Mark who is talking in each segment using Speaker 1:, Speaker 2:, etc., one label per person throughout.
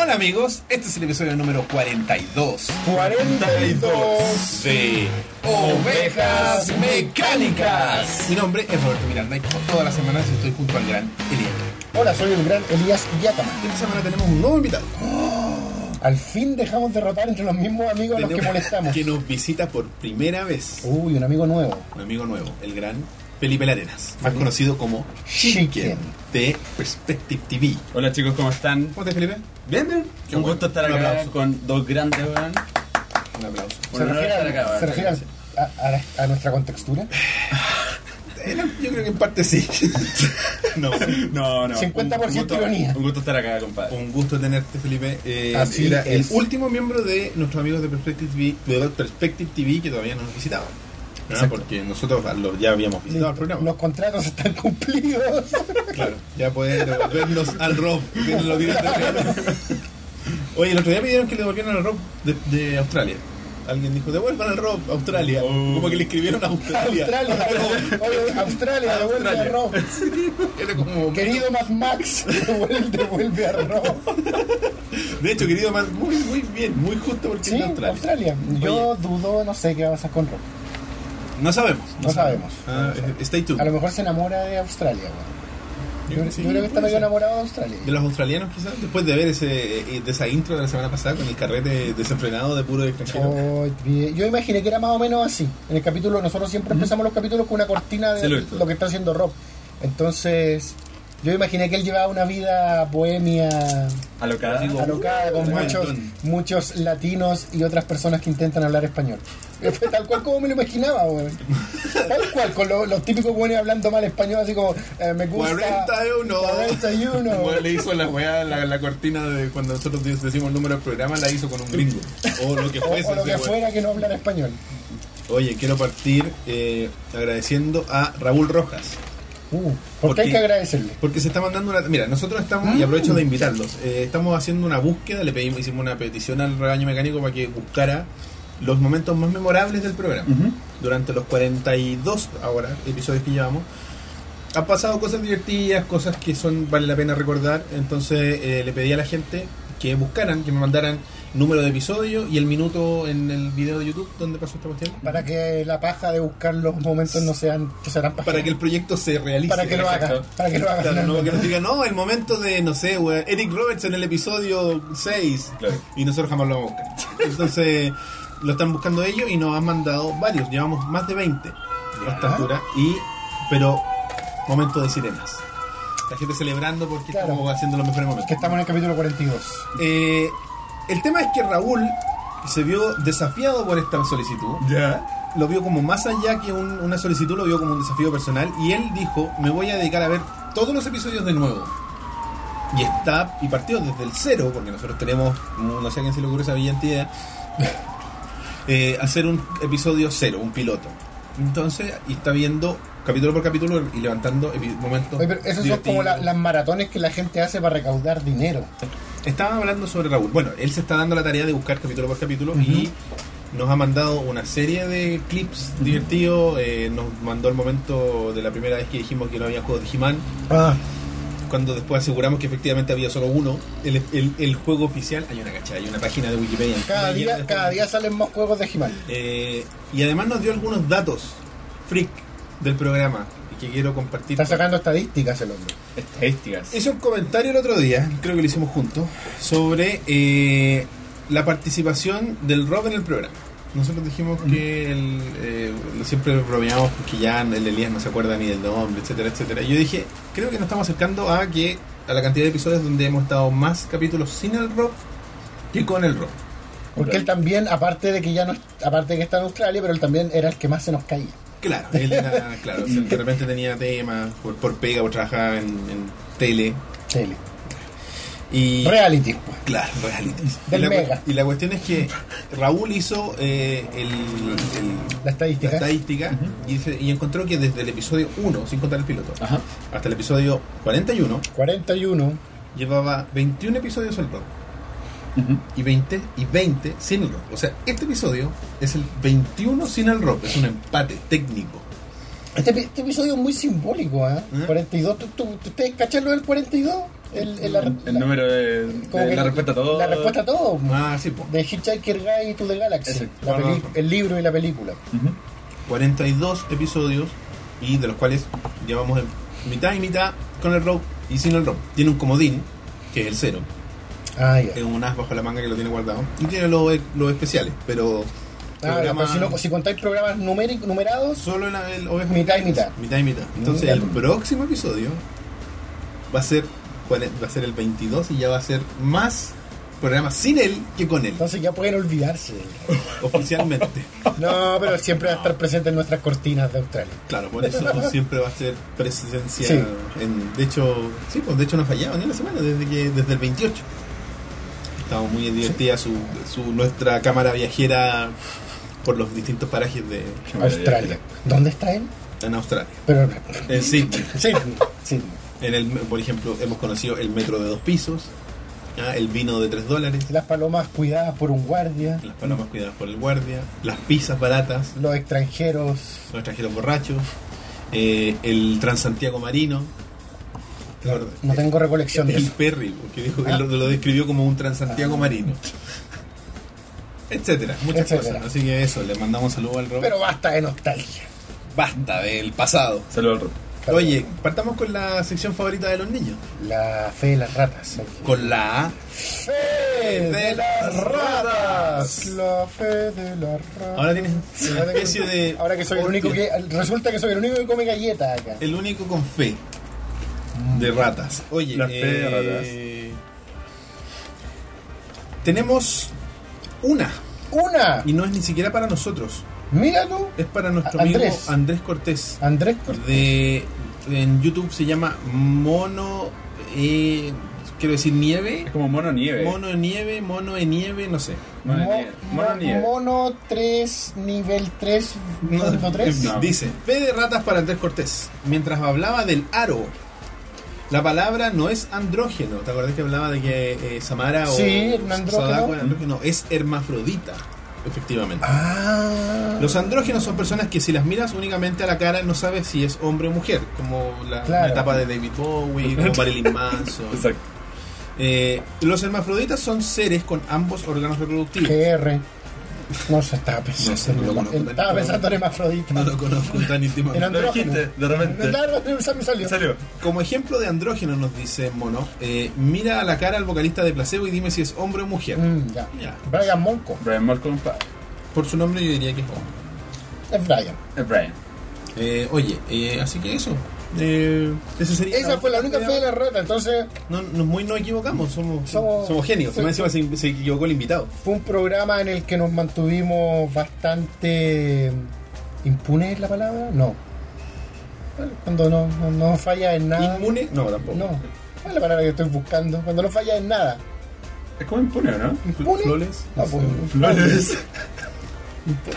Speaker 1: Hola amigos, este es el episodio número 42
Speaker 2: 42.
Speaker 1: de Ovejas Mecánicas. Mi nombre es Roberto Miranda y como todas las semanas estoy junto al gran Elías.
Speaker 2: Hola, soy el gran Elías Yatama.
Speaker 1: Y Esta semana tenemos un nuevo invitado
Speaker 2: Al fin dejamos de rotar entre los mismos amigos a los que
Speaker 1: Tenemos-
Speaker 2: molestamos.
Speaker 1: que nos visita por primera vez.
Speaker 2: Uy, un amigo nuevo.
Speaker 1: Un amigo nuevo, el gran Felipe Larenas, más conocido como Chicken
Speaker 2: Chicken.
Speaker 1: de Perspective TV.
Speaker 3: Hola chicos, ¿cómo están?
Speaker 1: ¿Cómo estás Felipe?
Speaker 3: Bien, bien.
Speaker 1: Qué
Speaker 3: un
Speaker 1: bueno.
Speaker 3: gusto estar
Speaker 1: Un
Speaker 3: acá
Speaker 1: aplauso.
Speaker 3: con dos grandes, weón.
Speaker 1: Un aplauso.
Speaker 2: ¿Se
Speaker 3: Un honor
Speaker 2: refiere,
Speaker 3: estar acá,
Speaker 2: a,
Speaker 3: weón.
Speaker 2: se refiere al- a- a la- a nuestra contextura?
Speaker 1: Yo creo que en parte sí.
Speaker 3: No, no, no.
Speaker 2: 50%
Speaker 3: gusto-
Speaker 2: ironía.
Speaker 3: Un gusto estar acá, compadre.
Speaker 1: Un gusto tenerte, Felipe. Eh,
Speaker 2: Así
Speaker 1: era
Speaker 2: es.
Speaker 1: el último miembro de nuestros amigos de Perspective TV, de Perspective TV que todavía no nos visitaban. ¿verdad?
Speaker 2: Exacto.
Speaker 1: Porque nosotros a los- ya habíamos visitado el programa.
Speaker 2: Los contratos están cumplidos.
Speaker 1: Claro, ya pueden devolvernos al Rob. que nos lo dieron de regalo. Oye, el otro día pidieron que le devolvieran al Rob de, de Australia. Alguien dijo, devuelvan al Rob, Australia.
Speaker 3: Oh.
Speaker 1: Como que le escribieron a Australia.
Speaker 2: Australia, oye, Australia, devuelve a
Speaker 1: Australia.
Speaker 2: Rob.
Speaker 1: Era como-
Speaker 2: Querido Mad Max, devuelve, devuelve a Rob.
Speaker 1: de hecho, querido, más, muy, muy bien, muy justo porque es
Speaker 2: Sí,
Speaker 1: de Australia.
Speaker 2: Australia. Yo dudo, no sé qué va a pasar con Rob.
Speaker 1: No sabemos.
Speaker 2: No sabemos.
Speaker 1: Ah, eh, stay tuned.
Speaker 2: A lo mejor se enamora de Australia, weón. Yo, creo-
Speaker 1: Sí,
Speaker 2: yo creo que está
Speaker 1: puede
Speaker 2: medio
Speaker 1: ser.
Speaker 2: enamorado de Australia.
Speaker 1: De los australianos, quizás, después de ver ese, eh, de esa intro de la semana pasada con el carrete desenfrenado de puro extranjero.
Speaker 2: Oh, bien. yo imaginé que era más o menos así. En el capítulo, nosotros siempre empezamos los capítulos con una cortina de
Speaker 3: Sí, lo he
Speaker 2: lo,
Speaker 3: visto.
Speaker 2: que está haciendo Rob. Entonces, yo imaginé que él llevaba una vida bohemia,
Speaker 3: Alocada.
Speaker 2: alocada, con
Speaker 1: un
Speaker 2: muchos,
Speaker 1: montón.
Speaker 2: muchos latinos y otras personas que intentan hablar español. Fue tal cual como me lo imaginaba, weón. Tal cual, con lo- los típicos buenos hablando mal español, así como, eh, me gusta.
Speaker 1: 41.
Speaker 2: 41.
Speaker 1: Bueno, le hizo la weá, la, la cortina de cuando nosotros decimos el número del programa, la hizo con un gringo. O lo que
Speaker 2: O,
Speaker 1: fuese.
Speaker 2: o lo
Speaker 1: ese
Speaker 2: que
Speaker 1: weón.
Speaker 2: fuera que no hablara español.
Speaker 1: Oye, quiero partir eh, agradeciendo a Raúl Rojas.
Speaker 2: Uh,
Speaker 1: ¿Por
Speaker 2: porque hay
Speaker 1: qué?
Speaker 2: que agradecerle.
Speaker 1: Porque se está mandando una... Mira, nosotros estamos,
Speaker 2: Ah.
Speaker 1: y aprovecho de invitarlos, eh, estamos haciendo una búsqueda, le pedimos, hicimos una petición al rebaño mecánico para que buscara los momentos más memorables del programa.
Speaker 3: Ujú.
Speaker 1: Durante los 42 ahora episodios que llevamos, han pasado cosas divertidas, cosas que son vale la pena recordar. Entonces eh, le pedí a la gente que buscaran, que me mandaran número de episodio y el minuto en el video de YouTube donde pasó esta cuestión.
Speaker 2: Para que la paja de buscar los momentos no sean que serán paja.
Speaker 1: Para que el proyecto se realice.
Speaker 2: para que lo haga,
Speaker 3: Exacto.
Speaker 2: para que lo haga.
Speaker 1: Claro, no, que
Speaker 2: finalmente.
Speaker 1: nos digan, no, el momento de, no sé, weón, Eric Roberts en el episodio 6.
Speaker 3: Claro.
Speaker 1: Y nosotros jamás lo vamos a buscar. Entonces, lo están buscando ellos y nos han mandado varios. Llevamos más de 20 a esta altura. Y, pero, momento de sirenas. La gente celebrando porque
Speaker 2: Claro.
Speaker 1: estamos haciendo los mejores momentos.
Speaker 2: Que estamos en el capítulo 42.
Speaker 1: Eh, el tema es que Raúl se vio desafiado por esta solicitud
Speaker 3: Ya.
Speaker 1: lo vio como más allá que un- una solicitud, lo vio como un desafío personal y él dijo, me voy a dedicar a ver todos los episodios de nuevo. Y está, y partió desde el cero, porque nosotros tenemos, no sé a quién se le ocurre esa brillante idea, eh, hacer un episodio cero, un piloto. Entonces, y está viendo capítulo por capítulo y levantando epi- momentos.
Speaker 2: Oye, pero esas son
Speaker 1: divertidos.
Speaker 2: como la- las maratones que la gente hace para recaudar dinero.
Speaker 1: Estaba hablando sobre Raúl. Bueno, él se está dando la tarea de buscar capítulo por capítulo y nos ha mandado una serie de clips divertidos. Eh, nos mandó el momento de la primera vez que dijimos que no había juegos de He-Man, cuando después aseguramos que efectivamente había solo uno. El, el- el juego oficial, hay una cachada, hay una página de Wikipedia.
Speaker 2: cada
Speaker 1: Una llena de
Speaker 2: día, cada
Speaker 1: juegos.
Speaker 2: día salen más juegos de He-Man.
Speaker 1: Eh, y además nos dio algunos datos freak del programa y que quiero compartir.
Speaker 2: Está
Speaker 1: con-
Speaker 2: sacando estadísticas el hombre.
Speaker 3: Estadísticas.
Speaker 1: Hice un comentario el otro día, creo que lo hicimos juntos, sobre eh, la participación del Rob en el programa. Nosotros dijimos que el, eh, siempre lo bromeamos porque ya el Elías no se acuerda ni del nombre, etcétera, etcétera. Yo dije, creo que nos estamos acercando a que a la cantidad de episodios donde hemos estado más capítulos sin el Rob que con el Rob.
Speaker 2: Porque él también, aparte de que ya no, aparte de que está en Australia, pero él también era el que más se nos caía.
Speaker 1: Claro, él era, claro, o sea, de repente tenía temas por, por pega, por trabajar en, en tele.
Speaker 2: Tele.
Speaker 1: Y,
Speaker 2: Reality, pues.
Speaker 1: Claro, reality.
Speaker 2: Del
Speaker 1: y, la, cu-
Speaker 2: Mega.
Speaker 1: y la cuestión es que Raúl hizo eh, el, el-
Speaker 2: La
Speaker 1: la
Speaker 2: estadística.
Speaker 1: estadística y, dice- y encontró que desde el episodio 1, sin contar el piloto,
Speaker 3: Ajá.
Speaker 1: hasta el episodio 41,
Speaker 2: 41.
Speaker 1: llevaba 21 episodios el rock
Speaker 3: Ujú.
Speaker 1: y 20 y 20 sin el rock. O sea, este episodio es el 21 sin el rock, es un empate técnico.
Speaker 2: Este, epi- este episodio es muy simbólico, ¿eh?
Speaker 1: ¿Mm?
Speaker 2: 42. ¿Tú, tú, tú- ustedes cachan lo del 42? el, el- la-
Speaker 3: El número de,
Speaker 2: como
Speaker 3: de
Speaker 2: que
Speaker 3: Eh, la respuesta a todo.
Speaker 2: La respuesta a todo.
Speaker 1: Ah, sí, po.
Speaker 2: De Hitchhiker Guide to the Galaxy.
Speaker 3: Exacto.
Speaker 2: La
Speaker 1: Bueno,
Speaker 2: peli- el libro y la película.
Speaker 3: Ujú.
Speaker 1: 42 episodios y de los cuales llevamos en mitad y mitad con el rope y sin el rope. Tiene un comodín, que es el cero,
Speaker 2: Ah, ya.
Speaker 1: es un as bajo la manga que lo tiene guardado y tiene los, los especiales, pero
Speaker 2: Ah, ya,
Speaker 1: programa-
Speaker 2: pero si, no- si contáis programas numéricos, numerados,
Speaker 1: solo en la- el oveja
Speaker 2: Mitad y mitad.
Speaker 1: mitad y mitad. Entonces
Speaker 2: Mitad.
Speaker 1: el próximo episodio va a ser cuare- va a ser el 22 y ya va a ser más programas sin él que con él
Speaker 2: entonces ya pueden olvidarse. del rey.
Speaker 1: oficialmente.
Speaker 2: No, pero siempre va a estar presente en nuestras cortinas de Australia.
Speaker 1: Claro, por eso siempre va a ser presencia.
Speaker 2: Sí.
Speaker 1: En, de hecho, sí, pues de hecho no ha fallado ni una semana desde que desde el 28. Estamos muy divertidas su, su- nuestra cámara viajera por los distintos parajes de
Speaker 3: Qué maravilla.
Speaker 2: Australia. ¿Dónde está él?
Speaker 1: en Australia.
Speaker 2: Pero
Speaker 1: En Sydney,
Speaker 2: sí, sí.
Speaker 1: Eh, en el, por ejemplo, hemos conocido el metro de dos pisos, ¿ya? el vino de tres dólares,
Speaker 2: Las palomas cuidadas por un guardia,
Speaker 1: las palomas cuidadas por el guardia, las pizzas baratas,
Speaker 2: los extranjeros,
Speaker 1: los extranjeros borrachos, eh, el Transantiago Marino.
Speaker 2: no tengo recolección de
Speaker 1: El
Speaker 2: eso.
Speaker 1: Perry, porque dijo que él lo, lo describió como un Transantiago marino. Etcétera, muchas
Speaker 2: Etcétera.
Speaker 1: cosas. Así que eso, le mandamos saludos al Rob.
Speaker 2: Pero basta de nostalgia.
Speaker 1: basta del pasado.
Speaker 3: Saludos al Rob.
Speaker 1: Oye, partamos con la sección favorita de los niños.
Speaker 2: La fe de las ratas.
Speaker 1: Con la A.
Speaker 2: ¡Fe
Speaker 1: Eh, de las ratas!
Speaker 2: La fe de las ratas.
Speaker 1: Ahora tienes una especie de.
Speaker 2: Ahora que soy el único que. Resulta que soy el único que come galletas acá.
Speaker 1: El único con fe.
Speaker 2: Mm.
Speaker 1: De ratas. Oye,
Speaker 3: La fe de
Speaker 1: eh, Tenemos una.
Speaker 2: ¡Una!
Speaker 1: Y no es ni siquiera para nosotros.
Speaker 2: Mira tú.
Speaker 1: Es para nuestro
Speaker 2: A-
Speaker 1: amigo
Speaker 2: Andrés.
Speaker 1: Andrés Cortés.
Speaker 2: Andrés
Speaker 1: de en YouTube se llama Mono eh, quiero decir nieve
Speaker 3: Es como mono nieve.
Speaker 1: Mono de nieve, mono de nieve, no sé.
Speaker 3: Mono
Speaker 2: Mo-
Speaker 3: nieve. Mono
Speaker 2: mo-
Speaker 3: nieve.
Speaker 2: Mono 3, nivel 3, punto 3.
Speaker 1: no.
Speaker 3: No.
Speaker 1: Dice, fe de ratas para Andrés Cortés. Mientras hablaba del aro, la palabra no es andrógeno. ¿Te acordás que hablaba de que eh, Samara o
Speaker 2: Sí, un andrógeno. Mm.
Speaker 1: Sadako era andrógeno? Es hermafrodita, efectivamente.
Speaker 2: Ah.
Speaker 1: Los andrógenos son personas que si las miras únicamente a la cara no sabes si es hombre o mujer, como la,
Speaker 2: Claro.
Speaker 1: la etapa de David Bowie, como Marilyn Manson.
Speaker 3: Exacto.
Speaker 1: Eh, los hermafroditas son seres con ambos órganos reproductivos.
Speaker 2: GR. No se estaba pensando.
Speaker 1: No sé, no lo conozco
Speaker 2: Él
Speaker 1: tan
Speaker 2: estaba
Speaker 1: íntimo.
Speaker 2: pensando en hermafrodita.
Speaker 1: No lo conozco tan
Speaker 2: En
Speaker 1: íntimamente.
Speaker 3: Lo dijiste, de repente.
Speaker 2: Claro, se me salió.
Speaker 3: Salió.
Speaker 1: Como ejemplo de andrógeno nos dice Mono, eh, mira a la cara al vocalista de Placebo y dime si es hombre o mujer.
Speaker 2: Mm, ya.
Speaker 1: Ya.
Speaker 2: Brian Monco.
Speaker 3: Brian Malcolm pa-
Speaker 1: Por su nombre yo diría que es hombre.
Speaker 2: Es Brian.
Speaker 3: eh, Brian.
Speaker 1: Eh, oye, eh, así que eso. Eh, ese sería-
Speaker 2: Esa fue la única fe de la rata, entonces
Speaker 1: No, no, muy nos equivocamos, somos, somos,
Speaker 2: Somos-
Speaker 1: genios.
Speaker 2: sí.
Speaker 1: Más encima se, se equivocó el invitado.
Speaker 2: fue un programa en el que nos mantuvimos bastante impune es la palabra, no. Cuando no, no, no falla en nada.
Speaker 1: ¿Inmune? No, tampoco.
Speaker 2: Ah, No, ¿cuál es la palabra que estoy buscando? Cuando no falla en nada.
Speaker 3: Es como impune, ¿o ¿no?
Speaker 2: ¿Impune?
Speaker 1: Flores.
Speaker 2: No, pues,
Speaker 3: Flores.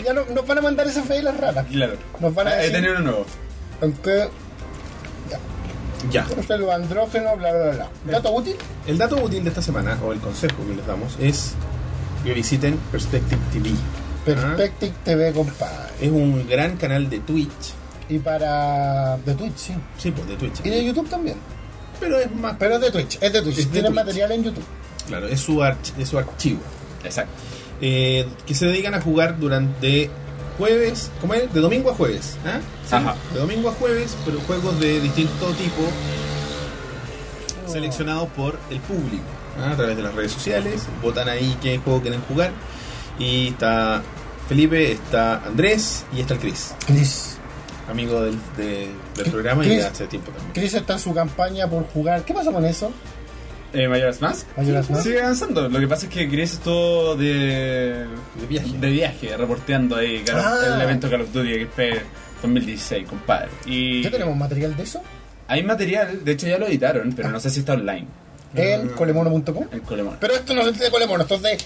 Speaker 2: Ya no- nos van a mandar esa fe de las ratas.
Speaker 3: Claro.
Speaker 2: Nos van a
Speaker 3: Ah, He
Speaker 2: decir
Speaker 3: tenido uno nuevo.
Speaker 2: aunque
Speaker 1: Ya.
Speaker 2: usted los andrógenos, este bla bla bla. ¿Dato útil?
Speaker 1: El dato útil de esta semana, o el consejo que les damos, es que visiten Perspective TV.
Speaker 2: Perspective TV, compadre.
Speaker 1: Es un gran canal de Twitch.
Speaker 2: Y para. de Twitch, sí.
Speaker 1: Sí, pues de Twitch.
Speaker 2: Y de YouTube también.
Speaker 1: Pero es más.
Speaker 2: Pero es de Twitch, es de Twitch.
Speaker 1: Es de
Speaker 2: Tienen
Speaker 1: Twitch.
Speaker 2: material en YouTube.
Speaker 1: Claro, es su, arch- es su archivo.
Speaker 3: Exacto.
Speaker 1: Eh, que se dedican a jugar durante jueves, ¿cómo es? De domingo a jueves. ¿ah? Sí,
Speaker 3: Ajá.
Speaker 1: De domingo a jueves, pero juegos de distinto tipo seleccionados por el público ¿ah? a través de las redes sociales. Votan ahí qué juego quieren jugar. Y está Felipe, está Andrés y está el Chris,
Speaker 2: Chris.
Speaker 1: amigo del, de- del programa y
Speaker 2: Chris.
Speaker 1: de hace tiempo también.
Speaker 2: Chris está en su campaña por jugar. ¿Qué pasó con eso?
Speaker 3: Eh, Majora's Mask.
Speaker 2: Majora's Mask.
Speaker 3: Sigue avanzando. Lo que pasa es que Chris estuvo de.
Speaker 1: De viaje.
Speaker 3: De viaje, reporteando ahí Call of-
Speaker 2: Ah.
Speaker 3: el evento Call of Duty que fue 2016, compadre. Y
Speaker 2: ¿Ya tenemos material de eso?
Speaker 3: hay material, de hecho ya lo editaron, pero no sé si está online Eh.
Speaker 2: En colemono.com.
Speaker 3: en Colemón.
Speaker 2: Pero esto no es de colemono, esto es de.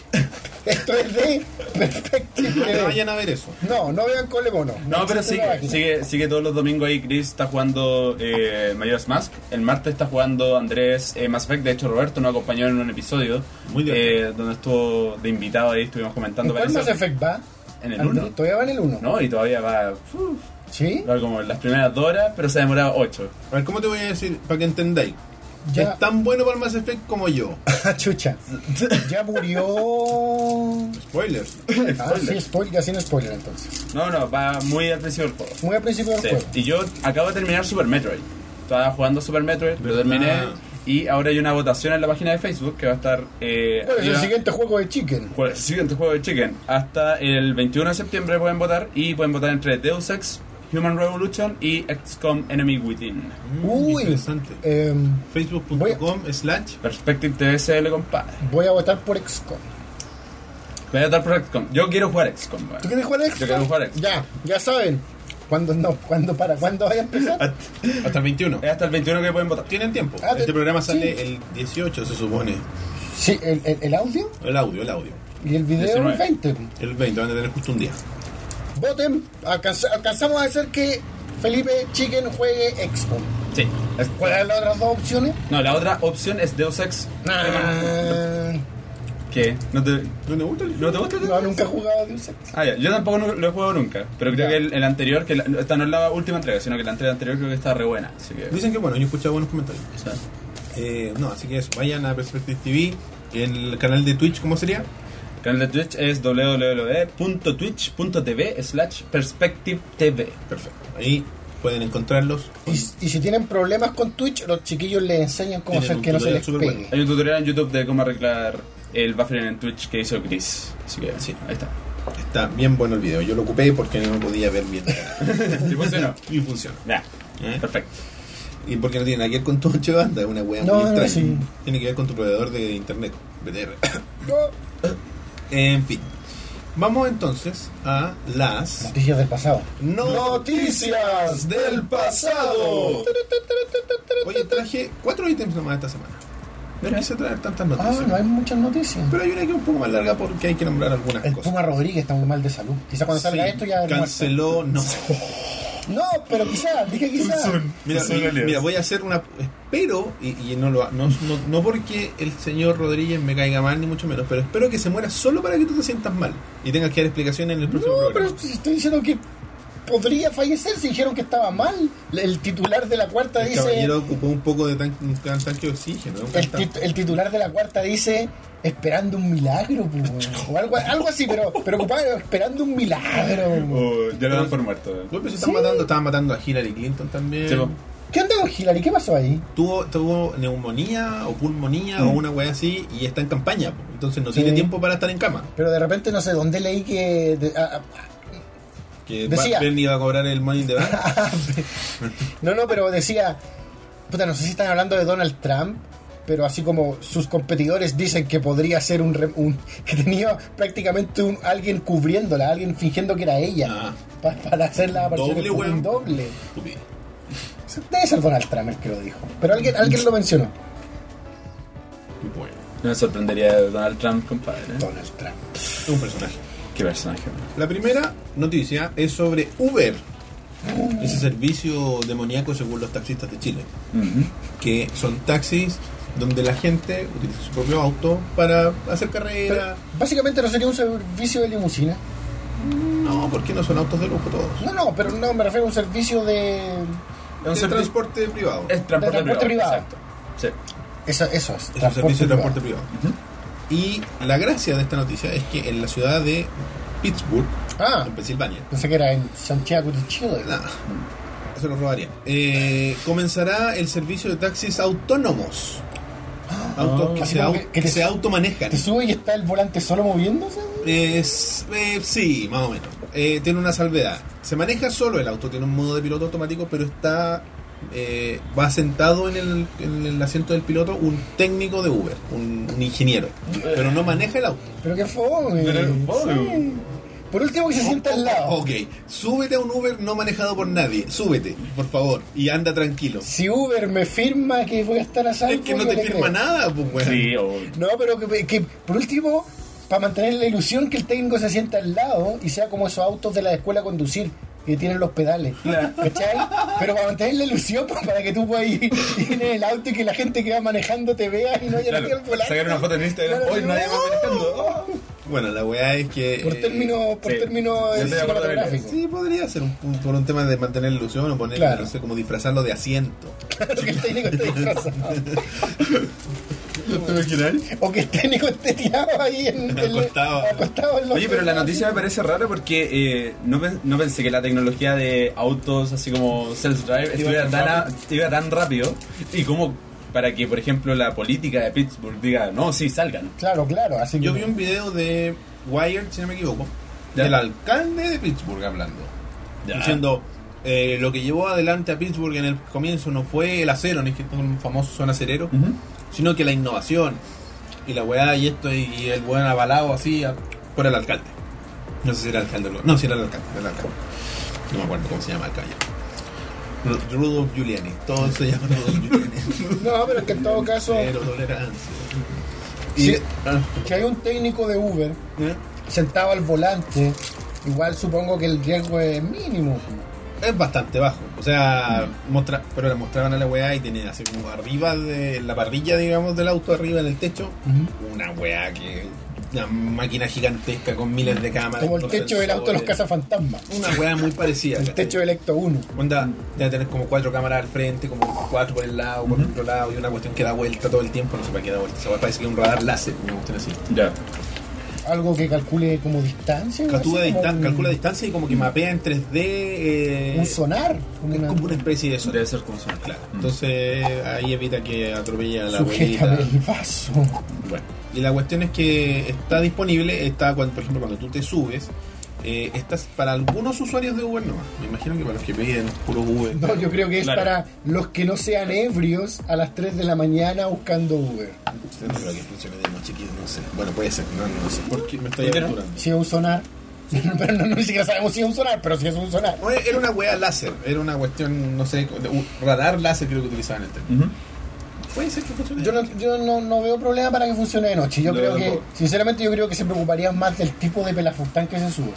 Speaker 2: Esto es de Perspective
Speaker 1: No
Speaker 2: TV.
Speaker 1: vayan a ver eso.
Speaker 2: No, no vean colemono.
Speaker 3: No, pero
Speaker 2: existe
Speaker 3: sigue,
Speaker 2: la página.
Speaker 3: sigue, sigue todos los domingos ahí. Chris está jugando eh, Majora's Mask. El martes está jugando Andrés eh, Mass Effect. De hecho, Roberto nos acompañó en un episodio
Speaker 1: Muy divertido.
Speaker 3: eh, donde estuvo de invitado ahí. Estuvimos comentando
Speaker 2: ¿En cuál
Speaker 3: varias-
Speaker 2: Mass Effect va?
Speaker 3: En el
Speaker 2: Al-
Speaker 3: 1.
Speaker 2: Todavía va en el 1.
Speaker 3: No, y todavía va, uf,
Speaker 2: ¿Sí?
Speaker 3: va como en las primeras dos horas, pero se ha demorado 8.
Speaker 1: A ver, ¿cómo te voy a decir para que entendáis?
Speaker 2: Ya. Ah,
Speaker 1: Es tan bueno para el Mass Effect como yo.
Speaker 2: Chucha. Ya murió.
Speaker 1: Spoilers.
Speaker 2: Ah, sí, spoiler, haciendo spoiler entonces.
Speaker 3: No, no, va muy al principio del juego.
Speaker 2: Muy al principio del
Speaker 3: Sí,
Speaker 2: juego.
Speaker 3: Y yo acabo de terminar Super Metroid. Estaba jugando Super Metroid, lo terminé. Y ahora hay una votación en la página de Facebook que va a estar. Eh,
Speaker 2: ¿Cuál es el
Speaker 3: arriba.
Speaker 2: siguiente juego de Chicken?
Speaker 3: ¿Cuál es el siguiente juego de Chicken? Hasta el 21 de septiembre pueden votar. Y pueden votar entre Deus Ex, Human Revolution y XCOM Enemy Within.
Speaker 2: Uy.
Speaker 1: Interesante.
Speaker 2: Em,
Speaker 1: Facebook.com slash.
Speaker 3: Perspective TSL, compadre.
Speaker 2: voy a votar por XCOM.
Speaker 3: Voy a votar por XCOM. Yo quiero jugar XCOM, weón.
Speaker 2: ¿Tú quieres jugar XCOM?
Speaker 3: Yo quiero jugar XCOM.
Speaker 2: Ya, ya saben. ¿Cuándo no? ¿Cuándo para? ¿Cuándo vaya a
Speaker 1: Ah,
Speaker 2: empezar?
Speaker 1: Hasta el 21.
Speaker 3: Es hasta el 21 que pueden votar.
Speaker 1: Tienen tiempo.
Speaker 2: Eh, Ah,
Speaker 1: Este
Speaker 2: de-
Speaker 1: programa
Speaker 2: sí.
Speaker 1: sale el 18, se supone.
Speaker 2: Sí, el, el- el audio
Speaker 1: El audio, el audio.
Speaker 2: y el video
Speaker 3: 19.
Speaker 2: el 20.
Speaker 1: El 20, van a tener justo un día.
Speaker 2: Voten. Alcanza- alcanzamos a hacer que Felipe Chicken juegue XCOM.
Speaker 3: Sí. Es-
Speaker 2: ¿Cuáles eran las otras dos opciones?
Speaker 3: No, la otra opción es Deus Ex.
Speaker 2: Ah,
Speaker 3: ¿Qué? ¿No te,
Speaker 1: ¿No te gusta el
Speaker 3: no te gusta Deus
Speaker 2: no,
Speaker 3: Ex?
Speaker 2: nunca he jugado a Deus Ex.
Speaker 3: Ah, ya. Yo tampoco nu- lo he jugado nunca, pero creo
Speaker 2: Ya.
Speaker 3: que el, el anterior, que la- esta no es la última entrega, sino que la entrega anterior creo que está re buena. Así que,
Speaker 1: Dicen que bueno, yo he escuchado buenos comentarios.
Speaker 3: o sea,
Speaker 1: Eh, no, así que eso, vayan a Perspective TV. El canal de Twitch, ¿cómo sería?
Speaker 3: el canal de Twitch es www.twitch.tv slash perspective TV.
Speaker 1: Perfecto. Ahí pueden encontrarlos.
Speaker 2: Y, y si tienen problemas con Twitch, los chiquillos les enseñan cómo
Speaker 1: Tienen
Speaker 2: hacer
Speaker 1: un
Speaker 2: que no se
Speaker 1: tutorial
Speaker 2: les pegue.
Speaker 1: súper bueno.
Speaker 3: Hay un tutorial en YouTube de cómo arreglar el buffering en Twitch que hizo Chris. Así que, sí, ahí está.
Speaker 1: Está bien bueno el video. Yo lo ocupé porque no podía ver bien.
Speaker 3: ¿Y funcionó?
Speaker 1: y funciona.
Speaker 3: Ya,
Speaker 1: ¿Eh?
Speaker 3: perfecto.
Speaker 1: Y porque no tiene nada que ver con tu ancho de banda, es una wea
Speaker 2: No,
Speaker 1: muy
Speaker 2: no,
Speaker 1: extraña.
Speaker 2: sí.
Speaker 1: Tiene que ver con tu proveedor de internet, BTR. en fin. Vamos entonces a las
Speaker 2: Noticias del pasado.
Speaker 1: noticias del pasado. Oye, traje cuatro ítems nomás esta semana. No quise traer tantas
Speaker 2: Ah,
Speaker 1: noticias.
Speaker 2: no hay muchas noticias.
Speaker 1: Pero hay una que es un poco más larga porque hay que nombrar algunas
Speaker 2: El
Speaker 1: cosas.
Speaker 2: Puma Rodríguez está muy mal de salud. Quizá cuando salga
Speaker 1: Sí,
Speaker 2: esto ya. muerto.
Speaker 1: canceló, no.
Speaker 2: No, pero quizá, dije quizá.
Speaker 1: Mira, mira, mira, voy a hacer una. Espero, y, y no lo ha- no, no, no porque el señor Rodríguez me caiga mal, ni mucho menos, pero espero que se muera solo para que tú te sientas mal y tengas que dar explicaciones en el próximo
Speaker 2: No,
Speaker 1: programa.
Speaker 2: pero si estoy diciendo que podría fallecer si dijeron que estaba mal. El titular de la cuarta
Speaker 1: El
Speaker 2: dice.
Speaker 1: caballero ocupó un poco de tan, un gran tanque de oxígeno. un
Speaker 2: El,
Speaker 1: gran tanque.
Speaker 2: tit- el titular de la cuarta dice esperando un milagro, po, weón. o algo, algo así, pero, pero compadre, esperando un milagro. weón.
Speaker 3: Oh, ya lo dan por muerto.
Speaker 1: Güey, pero se están
Speaker 2: Sí.
Speaker 1: matando, estaban matando a Hillary Clinton también.
Speaker 3: Sí, po.
Speaker 2: ¿Qué onda con Hillary? ¿Qué pasó ahí?
Speaker 1: tuvo, tuvo neumonía o pulmonía o una wea así y está en campaña, po. entonces no
Speaker 2: Mm. Sí.
Speaker 1: tiene tiempo para estar en cama.
Speaker 2: Pero de repente no sé dónde leí que de- ah, ah,
Speaker 1: Que
Speaker 2: Decía-
Speaker 1: Bad Bunny iba a cobrar el money de bank.
Speaker 2: no no, pero decía, puta, no sé si están hablando de Donald Trump, pero así como sus competidores dicen que podría ser un, re- un- que tenía prácticamente un alguien cubriéndola, alguien fingiendo que era ella
Speaker 1: Ah.
Speaker 2: pa- para hacer la aparición
Speaker 1: Doble,
Speaker 2: del- un
Speaker 1: weón.
Speaker 2: doble.
Speaker 1: Estúpido.
Speaker 2: Debe ser Donald Trump el que lo dijo, pero alguien alguien lo mencionó.
Speaker 1: Bueno,
Speaker 3: No me sorprendería Donald Trump, compadre. ¿eh?
Speaker 2: Donald Trump.
Speaker 1: es un personaje.
Speaker 3: Qué personaje. ¿no?
Speaker 1: La primera noticia es sobre Uber, ese servicio demoníaco según los taxistas de Chile,
Speaker 3: Ujú.
Speaker 1: que son taxis donde la gente utiliza su propio auto para hacer
Speaker 2: Pero,
Speaker 1: carrera.
Speaker 2: básicamente no sería un servicio de limusina.
Speaker 1: No, porque no son autos de lujo todos.
Speaker 2: No, no, pero no, me refiero a un servicio de.
Speaker 3: Es un
Speaker 1: Es
Speaker 3: servi-
Speaker 1: transporte privado.
Speaker 3: es transporte,
Speaker 2: de transporte privado.
Speaker 3: Exacto. Sí.
Speaker 2: Eso, eso es.
Speaker 1: Es un servicio de
Speaker 2: privado.
Speaker 1: transporte privado. Y la gracia de esta noticia es que en la ciudad de Pittsburgh,
Speaker 2: Ah,
Speaker 1: en Pensilvania,
Speaker 2: pensé que era en Santiago de Chile.
Speaker 1: nada, se lo robaría, eh, comenzará el servicio de taxis autónomos. Autos que,
Speaker 2: Así
Speaker 1: se,
Speaker 2: como
Speaker 1: au-
Speaker 2: que- que
Speaker 1: Ah. que
Speaker 2: te-
Speaker 1: se automanejan.
Speaker 2: Te sube y está el volante solo moviéndose.
Speaker 1: Es, eh, sí, más o menos. Eh, tiene una salvedad. Se maneja solo el auto, tiene un modo de piloto automático, pero está eh, va sentado en el, en el asiento del piloto un técnico de Uber, un, un ingeniero, pero no maneja el auto.
Speaker 2: Pero qué fome.
Speaker 3: Pero qué Oh, fome.
Speaker 2: Sí. Por último que se sienta al lado.
Speaker 1: Ok, súbete a un Uber no manejado por nadie, súbete, por favor, y anda tranquilo.
Speaker 2: Si Uber me firma que voy a estar a salvo.
Speaker 1: Es que no
Speaker 2: yo
Speaker 1: te
Speaker 2: le
Speaker 1: firma
Speaker 2: creo.
Speaker 1: nada, pues, weón.
Speaker 3: Sí, obvio.
Speaker 2: No, pero que, que, por último, para mantener la ilusión que el técnico se sienta al lado y sea como esos autos de la escuela a conducir que tienen los pedales.
Speaker 3: Claro.
Speaker 2: ¿Cachai? Pero para mantener la ilusión, pues, para que tú puedas ir, ir en el auto y que la gente que va manejando te vea y no haya nadie al
Speaker 3: Claro,
Speaker 2: volante.
Speaker 3: sacar una foto en Instagram.
Speaker 2: Claro,
Speaker 3: Hoy
Speaker 2: sí,
Speaker 3: nadie va
Speaker 2: ¡oh!
Speaker 3: manejando.
Speaker 1: Bueno, la weá es que.
Speaker 2: Por
Speaker 1: eh,
Speaker 2: término, por
Speaker 3: sí.
Speaker 2: término
Speaker 3: Yo
Speaker 2: eh,
Speaker 3: estoy de acuerdo con él.
Speaker 2: cinematográfico.
Speaker 1: Sí, podría ser un, un- por un tema de mantener la ilusión o poner,
Speaker 2: Claro.
Speaker 1: no sé, como disfrazarlo de asiento.
Speaker 2: Claro que el técnico esté disfrazado.
Speaker 1: ¿Te imaginas?
Speaker 2: O que el técnico esté tirado ahí en el.
Speaker 1: Acostado.
Speaker 2: acostado en los-
Speaker 3: Oye, pero la noticia me parece rara porque eh, no, pen- no pensé que la tecnología de autos así como self-drive estuviera
Speaker 1: tan
Speaker 3: tan, a- iba tan rápido y como para que, por ejemplo, la política de Pittsburgh diga, no, sí, salgan.
Speaker 2: Claro, claro. Así
Speaker 1: Yo
Speaker 2: que-
Speaker 1: vi un video de Wired, si no me equivoco,
Speaker 3: Ya.
Speaker 1: del alcalde de Pittsburgh hablando.
Speaker 3: Ya.
Speaker 1: Diciendo, eh, lo que llevó adelante a Pittsburgh en el comienzo no fue el acero, ni que un famoso son acerero,
Speaker 3: Ujú.
Speaker 1: sino que la innovación y la weá y esto y, y el buen avalado así a- por el alcalde. No sé si era alcalde o no, no, si era el alcalde, era el alcalde. No me acuerdo cómo se llama el alcalde. Ru- Rudolf Giuliani, todos se llaman Rudolf Giuliani.
Speaker 2: No, pero es que en todo caso,
Speaker 1: Cero tolerancia. Y,
Speaker 2: Sí.
Speaker 1: ah,
Speaker 2: que hay un técnico de Uber
Speaker 1: ¿eh?
Speaker 2: sentado al volante, igual supongo que el riesgo es mínimo.
Speaker 1: Es bastante bajo. O sea, mostra, pero le mostraban a la weá y tenía así como arriba de la parrilla, digamos, del auto, arriba en el techo, una weá que. Una máquina gigantesca con miles de cámaras.
Speaker 2: Como el
Speaker 1: con
Speaker 2: techo del auto de los
Speaker 1: sensores.
Speaker 2: cazafantasmas.
Speaker 1: Una weá muy parecida.
Speaker 2: El
Speaker 1: ¿cachai?
Speaker 2: techo del Ecto 1.
Speaker 1: Onda, debe tener como cuatro cámaras al frente, como cuatro por el lado, por el otro lado, y una cuestión que da vuelta todo el tiempo. No sé para qué da vuelta. Esa weá parece que es un radar láser, una cuestión así.
Speaker 3: Ya.
Speaker 2: Algo que calcule como distancia. algo
Speaker 1: Calcula,
Speaker 2: así, como
Speaker 1: distan-
Speaker 2: un-
Speaker 1: calcula distancia y como que mapea en 3D. eh,
Speaker 2: Un sonar.
Speaker 1: es
Speaker 2: una-
Speaker 1: como una especie de sonido.
Speaker 3: Debe ser como suena.
Speaker 1: Ah, Claro. Entonces ahí evita que atropelle a la
Speaker 2: Sujétame
Speaker 1: abuelita.
Speaker 2: el vaso.
Speaker 1: Bueno, y la cuestión es que está disponible, está cuando, por ejemplo cuando tú te subes, eh, estás para algunos usuarios de Uber no. Me imagino que para los que piden puro Uber.
Speaker 2: No, yo creo que es
Speaker 3: Claro.
Speaker 2: para los que no sean ebrios a las 3 de la mañana buscando Uber.
Speaker 1: No creo que funcione de más chiquitos, no sé. Bueno, puede ser, no, no sé. ¿Por qué me estoy
Speaker 3: ¿Por qué no?
Speaker 1: aventurando?
Speaker 2: Si es un sonar. Pero no, no, ni siquiera sabemos si es un sonar, pero si es un sonar.
Speaker 1: No, Era una wea láser, era una cuestión, no sé, de un radar láser creo que utilizaban en el término.
Speaker 3: Ujú.
Speaker 1: Puede ser que funcione.
Speaker 2: Yo no, yo no, no veo problema para que funcione de noche. Yo
Speaker 3: No,
Speaker 2: creo que,
Speaker 3: tampoco.
Speaker 2: sinceramente, yo creo que se preocuparían más del tipo de pelafustán que se sube.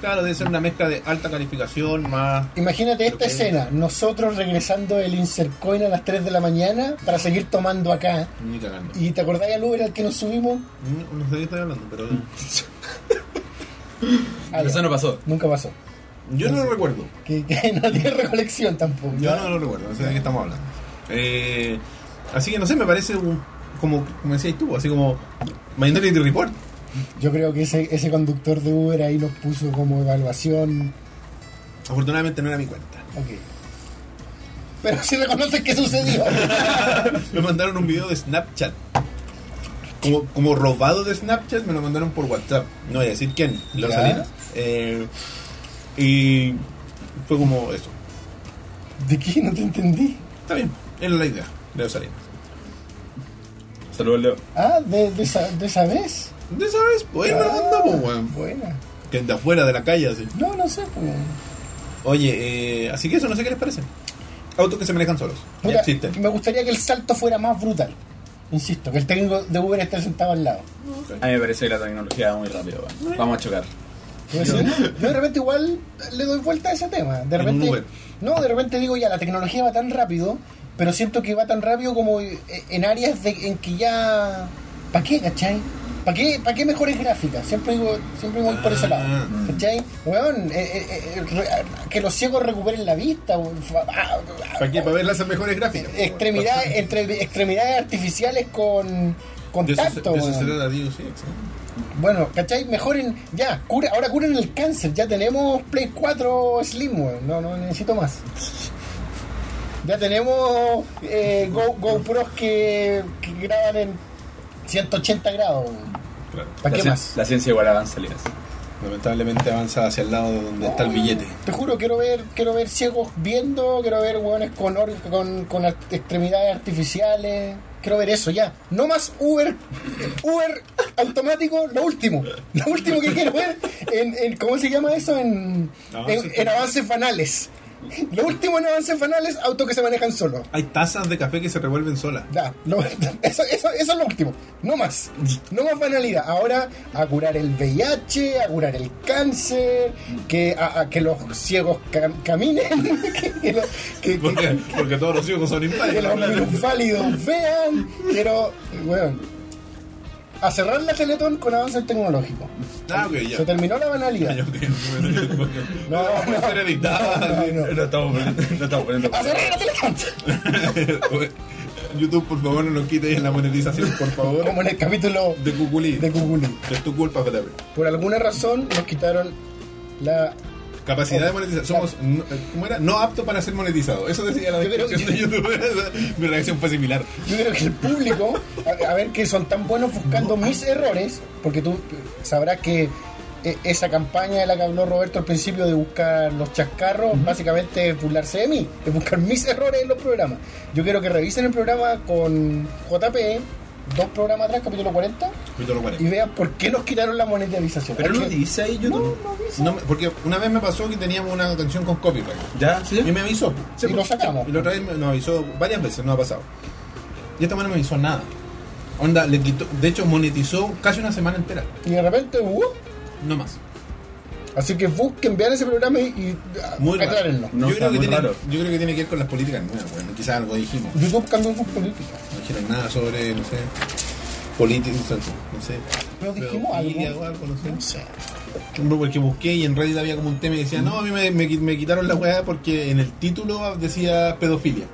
Speaker 1: Claro, debe ser una mezcla de alta calificación más...
Speaker 2: Imagínate
Speaker 1: Pero
Speaker 2: esta
Speaker 1: que-
Speaker 2: escena, nosotros regresando del Insercoin a las 3 de la mañana para seguir tomando acá.
Speaker 1: Ni cagando.
Speaker 2: ¿Y te acordáis al Uber al que nos subimos?
Speaker 1: No, no sé de qué estoy hablando, pero...
Speaker 2: Ah, ya.
Speaker 3: Eso no pasó.
Speaker 2: Nunca pasó.
Speaker 1: Yo no lo recuerdo.
Speaker 2: Que, que no tiene recolección tampoco.
Speaker 1: Yo no lo recuerdo, no sé de qué estamos hablando. Eh, así que no sé, me parece un, como, como decías tú, así como Minority Report.
Speaker 2: Yo creo que ese, ese conductor de Uber ahí nos puso como evaluación.
Speaker 1: Afortunadamente no era mi cuenta.
Speaker 2: Ok. Pero si reconoces que sucedió.
Speaker 1: Me mandaron un video de Snapchat. Como, como robado de Snapchat, me lo mandaron por WhatsApp. No voy a decir quién, lo
Speaker 2: Ya.
Speaker 1: salí. Eh, y fue como eso.
Speaker 2: ¿De qué? No te entendí.
Speaker 1: Está bien, era la idea, Leo Salinas.
Speaker 3: Saludos, Leo.
Speaker 2: Ah, de, de, esa, de esa vez. Ah,
Speaker 1: ¿De esa vez? Pues él me lo mandó, pues, weón.
Speaker 2: Buena.
Speaker 1: Que de afuera de la calle, así.
Speaker 2: No, no sé. pues.
Speaker 1: Oye, eh, así que eso, no sé qué les parece. Autos que se manejan solos.
Speaker 2: Puta,
Speaker 1: Ya existen.
Speaker 2: me gustaría que el salto fuera más brutal. Insisto, que el técnico de Uber esté sentado al lado.
Speaker 3: A mí me parece que la tecnología va muy rápido. weón. Vamos a chocar.
Speaker 2: Yo, yo de repente igual le doy vuelta a ese tema. De
Speaker 1: En un
Speaker 2: repente,
Speaker 1: Uber.
Speaker 2: no, de repente digo ya, la tecnología va tan rápido, pero siento que va tan rápido como eh, en áreas de, en que ya... ¿Para qué, cachai? ¿Para qué, pa' qué mejores gráficas? Siempre digo, siempre voy por ese lado.
Speaker 1: Ah.
Speaker 2: ¿Cachai? Weón, eh, eh, eh, re- que los ciegos recuperen la vista. weón. Fa- ah, ah,
Speaker 1: ¿Para qué? Para ver las mejores gráficas. Pues, po,
Speaker 2: Extremidades,
Speaker 1: weón.
Speaker 2: entre, extremidades artificiales con
Speaker 1: De eso, se-
Speaker 2: contacto.
Speaker 1: de eso
Speaker 2: weón.
Speaker 1: se trata Deus Ex, ¿eh?
Speaker 2: Bueno, ¿cachai? Mejoren, ya, cura, ahora curen el cáncer, ya tenemos Play 4 Slim, weón, no, no necesito más. Ya tenemos eh, Go, GoPros que, que graban en 180 grados, weón.
Speaker 1: Claro.
Speaker 2: ¿para
Speaker 3: La
Speaker 2: qué
Speaker 3: cien-
Speaker 2: más?
Speaker 3: La ciencia igual avanza, Elías.
Speaker 1: Lamentablemente avanza hacia el lado de donde está el billete.
Speaker 2: Te juro, quiero ver, quiero ver ciegos viendo, quiero ver weones con, or- con, con art- extremidades artificiales, quiero ver eso ya. No más Uber, Uber automático, lo último. Lo último que quiero ver en, en- ¿cómo se llama eso? En,
Speaker 1: Avances
Speaker 2: en, en avances banales. Lo último en avances banales, autos que se manejan solo.
Speaker 1: Hay tazas de café que se revuelven solas.
Speaker 2: Ya, lo- eso, eso, eso es lo último. No más. No más banalidad. Ahora a curar el VIH, a curar el cáncer, que, a, a que los ciegos cam- caminen, que, que los- que- que-
Speaker 1: Porque, porque todos los hijos son
Speaker 2: que
Speaker 1: impares.
Speaker 2: los minusválidos vean. Pero, bueno, a cerrar la Teletón con avances tecnológicos.
Speaker 1: Ah, ok, ya.
Speaker 2: Se terminó la banalidad.
Speaker 1: Yo creo que no,
Speaker 2: No,
Speaker 1: no, puede ser editada.
Speaker 2: No,
Speaker 3: No estamos poniendo. No estamos poniendo.
Speaker 2: ¡A cerrar la Teletón!
Speaker 1: YouTube, por favor, no nos quites la monetización, por favor.
Speaker 2: Como en el capítulo
Speaker 1: De Cuculí.
Speaker 2: de Cuculín.
Speaker 1: Es tu culpa, Felipe.
Speaker 2: Por alguna razón nos quitaron la
Speaker 1: Capacidad de monetizar. Somos, no- eh, ¿cómo era? No apto para ser monetizado. Eso decía la
Speaker 2: Yo creo-
Speaker 1: descripción de YouTube. Mi reacción fue similar.
Speaker 2: Yo creo que el público, a, a ver que son tan buenos buscando mis errores, porque tú sabrás que eh, esa campaña de la que habló Roberto al principio de buscar los chascarros, básicamente es burlarse de mí, es buscar mis errores en los programas. Yo quiero que revisen el programa con JP, dos programas atrás, capítulo 40,
Speaker 1: Capítulo
Speaker 2: y
Speaker 1: 40.
Speaker 2: vean por qué nos quitaron la monetización.
Speaker 3: Pero
Speaker 2: Es
Speaker 3: no
Speaker 2: que-
Speaker 3: dice ahí YouTube.
Speaker 1: No me- porque una vez me pasó que teníamos una canción con copyright.
Speaker 3: ¿Ya?
Speaker 1: Y
Speaker 3: ¿Sí?
Speaker 1: me avisó.
Speaker 2: Y lo sacamos.
Speaker 1: Y la otra vez me- nos avisó varias veces, no ha pasado. Y esta mano no me avisó nada. Onda, le quitó, de hecho monetizó casi una semana entera,
Speaker 2: Y de repente, uh,
Speaker 1: no más.
Speaker 2: así que busquen, vean ese programa y, y ah,
Speaker 1: Muy raro.
Speaker 2: aclárenlo.
Speaker 3: No,
Speaker 1: yo,
Speaker 3: está
Speaker 1: creo que
Speaker 3: muy
Speaker 1: tiene,
Speaker 3: raro.
Speaker 1: yo creo que tiene que ver con las políticas nuevas, bueno, quizás algo dijimos.
Speaker 2: YouTube cambió sus políticas.
Speaker 1: No dijeron nada sobre, no sé, políticas, no sé.
Speaker 2: Pero dijimos
Speaker 1: pedofilia
Speaker 2: algo.
Speaker 1: o algo, no sé.
Speaker 2: No sé.
Speaker 1: Hombre, porque busqué y en Reddit había como un tema y decía, no, a mí me, me qui- me quitaron la weá porque en el título decía pedofilia.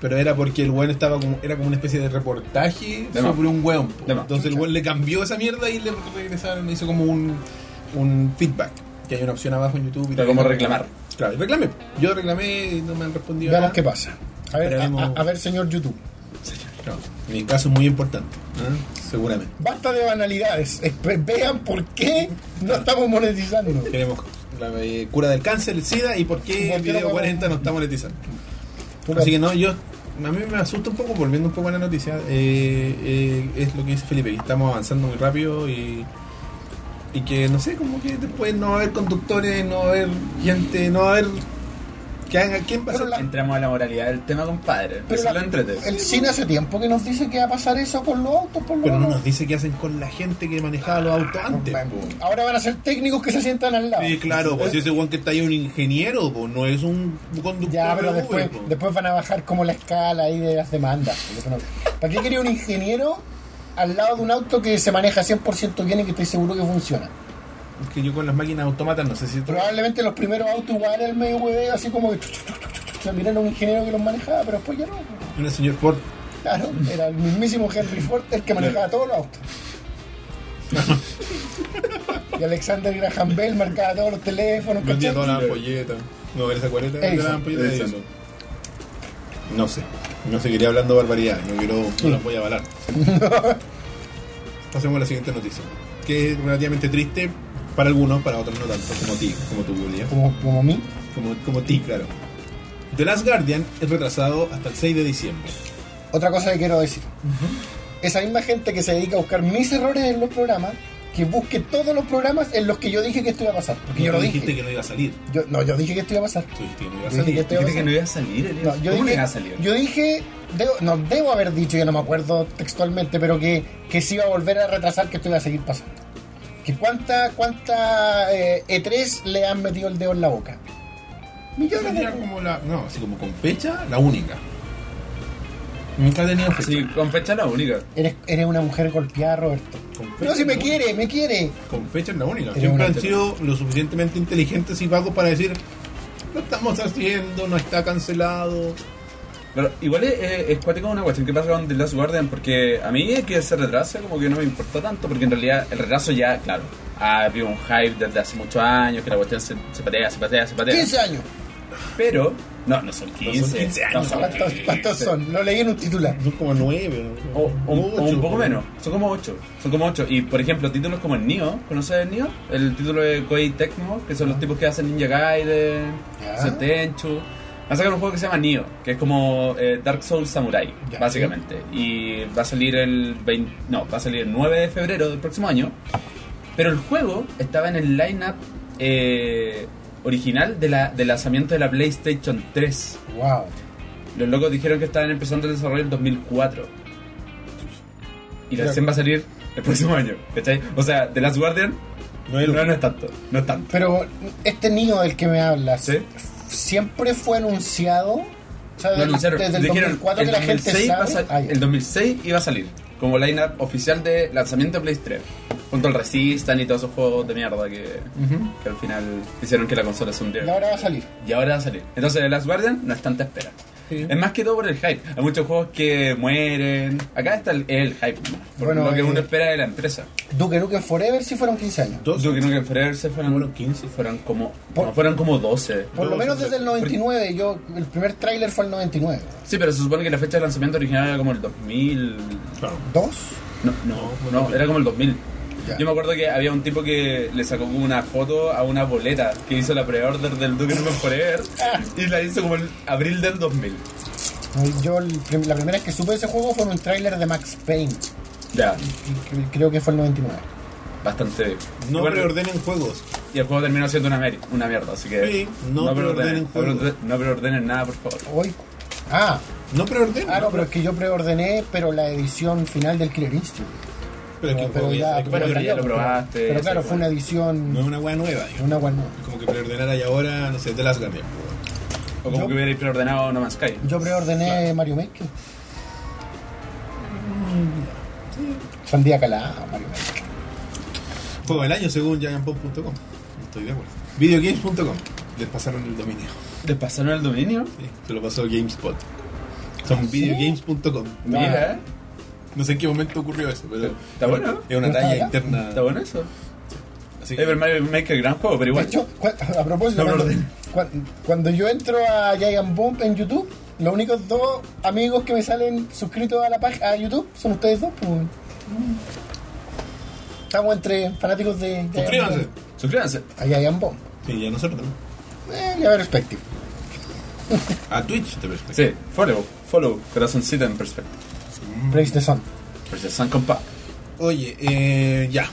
Speaker 1: Pero era porque el weón estaba como, era como una especie de reportaje
Speaker 3: De más.
Speaker 1: sobre un weón. po.
Speaker 3: De más.
Speaker 1: Entonces el weón le cambió esa mierda y le regresaron, hizo como un, un feedback. Que hay una opción abajo en YouTube. y
Speaker 3: Pero
Speaker 1: te-
Speaker 3: como reclamar.
Speaker 1: Claro, y reclamé. Yo reclamé y no me han respondido.
Speaker 2: Veamos
Speaker 1: nada.
Speaker 2: qué pasa. A ver, a- a- a ver, señor YouTube.
Speaker 1: Claro. Mi caso es muy importante, ¿eh? seguramente.
Speaker 2: Basta de banalidades. Espe- Vean por qué no estamos monetizando.
Speaker 1: Queremos la eh, cura del cáncer, el SIDA y por qué
Speaker 2: ¿Por
Speaker 1: el
Speaker 2: qué no
Speaker 1: video
Speaker 2: vamos?
Speaker 1: 40 no está monetizando.
Speaker 2: Pura-
Speaker 1: Así que no, yo a mí me asusta un poco volviendo un poco a la noticia. eh, eh, es lo que dice Felipe, que estamos avanzando muy rápido y, y que no sé, como que después no va a haber conductores, no va a haber gente, no va a haber que haga quién va a
Speaker 2: Pero
Speaker 1: ser-
Speaker 2: la-
Speaker 3: Entramos a la moralidad del tema, compadre.
Speaker 2: Pero
Speaker 3: Eso
Speaker 2: la-
Speaker 3: lo entrete.
Speaker 2: el cine hace tiempo que nos dice que va a pasar eso con los autos, por lo
Speaker 1: Pero no
Speaker 2: menos.
Speaker 1: nos dice qué hacen con la gente que manejaba los autos antes. po.
Speaker 2: Ahora van a ser técnicos que se sientan al lado.
Speaker 1: Sí, claro, pues si ese guan que está ahí es un ingeniero, po, no es un conductor.
Speaker 2: Ya, pero
Speaker 1: de Uber,
Speaker 2: después,
Speaker 1: po.
Speaker 2: después van a bajar como la escala ahí de las demandas. Eso no- ¿Para qué quería un ingeniero al lado de un auto que se maneja 100% bien y que estoy seguro que funciona?
Speaker 1: Es que yo con las máquinas automáticas no sé si.
Speaker 2: Probablemente los primeros autos igual era el medio hueveo, así como que chuc, chuc, chuc, chuc, chuc, se miran a un ingeniero que los manejaba, pero después ya no.
Speaker 1: Una señor Ford.
Speaker 2: Claro, era el mismísimo Henry Ford el que manejaba todos los autos. Y Alexander Graham Bell marcaba todos los teléfonos,
Speaker 1: Vendía
Speaker 2: ¿cachai?
Speaker 1: todas las ampolletas. No, esa cuareta era
Speaker 2: Edison.
Speaker 1: la ampolleta de
Speaker 3: Edison.
Speaker 1: Edison. No sé. No seguiré hablando barbaridad. No quiero. No las voy a avalar. Pasemos a la siguiente noticia. Que es relativamente triste para algunos, para otros no tanto. Como ti, como tú, Julia.
Speaker 2: Como, como mí.
Speaker 1: Como, como ti, claro. The Last Guardian es retrasado hasta el 6 de diciembre.
Speaker 2: Otra cosa que quiero decir. Esa misma gente que se dedica a buscar mis errores en los programas, que busque todos los programas en los que yo dije que esto iba a pasar. Porque yo
Speaker 1: No
Speaker 2: lo
Speaker 1: dijiste
Speaker 2: dije.
Speaker 1: que no iba a salir.
Speaker 2: Yo- no, yo dije que esto iba a pasar.
Speaker 1: Tú dijiste que no iba a
Speaker 2: Yo dije
Speaker 1: salir.
Speaker 2: que esto iba a
Speaker 3: Dijiste
Speaker 2: pasar.
Speaker 3: que no iba a salir, Elías.
Speaker 2: No, yo
Speaker 3: ¿Cómo no
Speaker 2: dije,
Speaker 3: iba a salir?
Speaker 2: yo dije, debo- no debo haber dicho, ya no me acuerdo textualmente, pero que, que se iba a volver a retrasar, que esto iba a seguir pasando. Que cuánta, cuánta eh, E3 le han metido el dedo en la boca.
Speaker 1: Esa
Speaker 2: Millones de
Speaker 1: era como la. No, así como con fecha, la única. Nunca he tenido fecha.
Speaker 3: Sí, con fecha la única.
Speaker 2: eres, eres una mujer golpeada, Roberto.
Speaker 1: Con fecha
Speaker 2: No, si me
Speaker 1: la
Speaker 2: quiere, me quiere.
Speaker 1: Con fecha es la única.
Speaker 2: Tiene
Speaker 1: Siempre
Speaker 2: una
Speaker 1: han
Speaker 2: fecha.
Speaker 1: sido lo suficientemente inteligentes y vagos para decir, lo estamos haciendo, no está cancelado.
Speaker 3: Pero igual es, es, es cuático una cuestión que pasa con The Last Guardian, porque a mí que se retrase como que no me importa tanto, porque en realidad el retraso ya, claro, ha habido un hype desde hace muchos años, que la cuestión se, se patea, se patea, se patea.
Speaker 2: 15 años.
Speaker 3: Pero, no, no son 15,
Speaker 1: son 15 años,
Speaker 3: no son
Speaker 2: ¿Cuántos,
Speaker 3: 15.
Speaker 2: cuántos son? Lo leí en un titular.
Speaker 1: Son como nueve.
Speaker 3: O, o- o
Speaker 1: ocho,
Speaker 3: un poco
Speaker 1: por-
Speaker 3: menos, son como 8, son como 8. Y por ejemplo, títulos como el Nioh, ¿conoces el Nioh? El título de Koei Tecmo, que son los tipos que hacen Ninja Gaiden,
Speaker 2: Ya.
Speaker 3: Setenchu. Va a sacar un juego que se llama Nioh, que es como eh, Dark Souls Samurai,
Speaker 2: Ya.
Speaker 3: básicamente. Y va a salir el 20, no, va a salir el 9 de febrero del próximo año. Pero el juego estaba en el lineup eh, original de la, del lanzamiento de la PlayStation 3.
Speaker 2: Wow.
Speaker 3: Los locos dijeron que estaban empezando el desarrollo en 2004. Y
Speaker 2: Claro.
Speaker 3: recién va a salir el próximo año, ¿cachai? O sea, The Last Guardian
Speaker 1: No
Speaker 3: no,
Speaker 1: es
Speaker 3: es
Speaker 1: lo-
Speaker 3: tanto, no es tanto.
Speaker 2: Pero este niño del que me hablas,
Speaker 3: ¿Sí?
Speaker 2: siempre fue anunciado. O sea,
Speaker 3: Lo anunciaron.
Speaker 2: desde el
Speaker 3: Dijeron,
Speaker 2: 2004 que
Speaker 3: el
Speaker 2: la gente
Speaker 3: 2006 va a
Speaker 2: sabe.
Speaker 3: sal-
Speaker 2: Ah, ya.
Speaker 3: El 2006 iba a salir. como lineup oficial de lanzamiento de PlayStation 3. Junto al Resistance y todos esos juegos de mierda que, que al final hicieron que la consola se hundiera.
Speaker 2: Y ahora va a salir.
Speaker 3: Y ahora va a salir. Entonces, The Last Guardian no es tanta espera.
Speaker 1: Sí.
Speaker 3: Es más que todo por el hype. Hay muchos juegos que mueren. Acá está el, el hype. ¿no? Por
Speaker 2: Bueno,
Speaker 3: lo que
Speaker 2: eh,
Speaker 3: uno espera de la empresa.
Speaker 2: Duke Nukem Forever si fueron 15 años.
Speaker 1: Dos.
Speaker 3: Yo creo que en febrero se fueron,
Speaker 1: Fueron 15.
Speaker 3: Fueron como,
Speaker 2: Por-
Speaker 3: no, fueron como 12.
Speaker 2: Por lo
Speaker 1: Dos,
Speaker 2: menos
Speaker 1: dos,
Speaker 2: desde el 99, yo el primer tráiler fue el 99.
Speaker 3: Sí, pero se supone que la fecha de lanzamiento original era como el 2000.
Speaker 1: Claro.
Speaker 2: ¿Dos?
Speaker 3: No, no, no, era como el 2000.
Speaker 2: Ya.
Speaker 3: Yo me acuerdo que había un tipo que le sacó como una foto a una boleta que hizo la pre-order del Duke Nukem Forever y la hizo como el abril del 2000.
Speaker 2: Yo el prim- la primera vez que supe de ese juego fue en un tráiler de Max Payne.
Speaker 3: Ya,
Speaker 2: que- que Creo que fue el 99.
Speaker 3: bastante.
Speaker 1: No
Speaker 3: Igual-
Speaker 1: preordenen juegos.
Speaker 3: Y el juego terminó siendo una, meri- una mierda, así que.
Speaker 1: Sí, no preordenen
Speaker 3: preordenen,
Speaker 1: juegos.
Speaker 3: no preorde- No preordenen nada, por favor.
Speaker 2: Hoy. Ah,
Speaker 1: No preordenen.
Speaker 2: ah, no, pero es que yo preordené, pero la edición final del Killer Instinct.
Speaker 1: Pero es que
Speaker 2: No,
Speaker 1: un
Speaker 2: pero
Speaker 1: juego que
Speaker 2: ya-
Speaker 1: ya-
Speaker 3: Bueno, pero ya lo probaste.
Speaker 2: Pero
Speaker 3: ya
Speaker 2: claro,
Speaker 3: sé,
Speaker 2: fue una
Speaker 3: bueno.
Speaker 2: edición.
Speaker 1: no es una wea nueva, digamos.
Speaker 2: Una guan-
Speaker 1: Es Como que preordenar ahí ahora, no sé, te las gané.
Speaker 3: O como
Speaker 2: Yo-
Speaker 3: que hubierais preordenado No Man's Sky.
Speaker 2: Yo preordené Mario Maker. Sandía calada, Mario Maker.
Speaker 1: Juego del año según jaganpop.com. Estoy de acuerdo. Videogames.com. Les pasaron el dominio.
Speaker 3: ¿Te pasaron el dominio?
Speaker 1: Sí, se lo pasó GameSpot. Son videogames.com.
Speaker 2: No.
Speaker 3: ¿Ah, Mira, ¿eh?
Speaker 1: No sé en qué momento ocurrió eso, pero
Speaker 3: Está bueno.
Speaker 1: es una
Speaker 2: No
Speaker 1: talla
Speaker 2: está-
Speaker 1: interna.
Speaker 3: Está bueno eso.
Speaker 1: Así que-
Speaker 3: Ever Mario Maker, gran juego, pero
Speaker 2: De
Speaker 3: igual.
Speaker 2: hecho, cu- a propósito,
Speaker 3: No lo
Speaker 2: cuando,
Speaker 3: ordené.
Speaker 2: cuan- cuando yo entro a Giant Bomb en YouTube, los únicos dos amigos que me salen suscritos a la página a YouTube son ustedes dos. pues. Estamos entre fanáticos de Giant
Speaker 1: Suscríbanse.
Speaker 2: Bomb.
Speaker 3: Suscríbanse.
Speaker 2: a Giant Bomb.
Speaker 1: Sí, y a nosotros también.
Speaker 2: Eh, y a Perspective.
Speaker 1: A Twitch te perspectiva.
Speaker 3: Sí, follow, follow, corazoncito en perspectiva.
Speaker 1: Mm.
Speaker 2: Praise the Sun.
Speaker 3: Porque San Compa.
Speaker 1: Oye, eh, ya.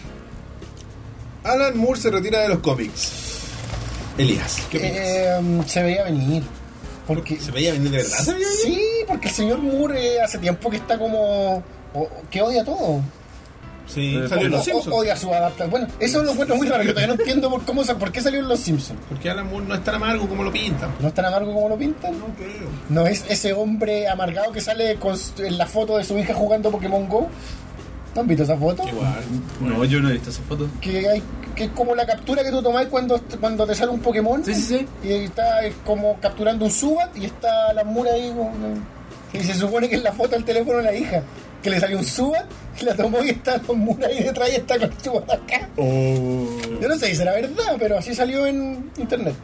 Speaker 1: Alan Moore se retira de los cómics. Elías, ¿qué opinas?
Speaker 2: Eh, se veía venir. Porque,
Speaker 1: ¿Se veía venir de verdad? ¿Se veía venir?
Speaker 2: Sí, porque el señor Moore eh, hace tiempo que está como. o- que odia todo.
Speaker 1: Sí,
Speaker 3: Eh,
Speaker 1: salió en
Speaker 2: O-
Speaker 1: Los
Speaker 2: o-
Speaker 1: Simpsons.
Speaker 2: odia su adaptación. Bueno, eso lo encuentro muy raro. Yo todavía no entiendo por, cómo, sa- por qué salió en Los Simpsons.
Speaker 1: Porque Alan Moore no es tan amargo como lo pintan.
Speaker 2: ¿No es tan amargo como lo pintan?
Speaker 1: No creo.
Speaker 2: ¿No es ese hombre amargado que sale con s- en la foto de su hija jugando Pokémon Go? ¿No han visto esa foto?
Speaker 1: Igual.
Speaker 3: No, yo no he visto esa foto.
Speaker 2: Que, hay, que es como la captura que tú tomás cuando, cuando te sale un Pokémon.
Speaker 3: Sí, sí, sí.
Speaker 2: Y ahí está es como capturando un Subat y está la mura ahí como- Y se supone que es la foto del teléfono de la hija. Que le salió un Subat, y la tomó y está la mura ahí detrás y está con el Subat acá.
Speaker 3: Oh.
Speaker 2: Yo no sé si será verdad, pero así salió en internet.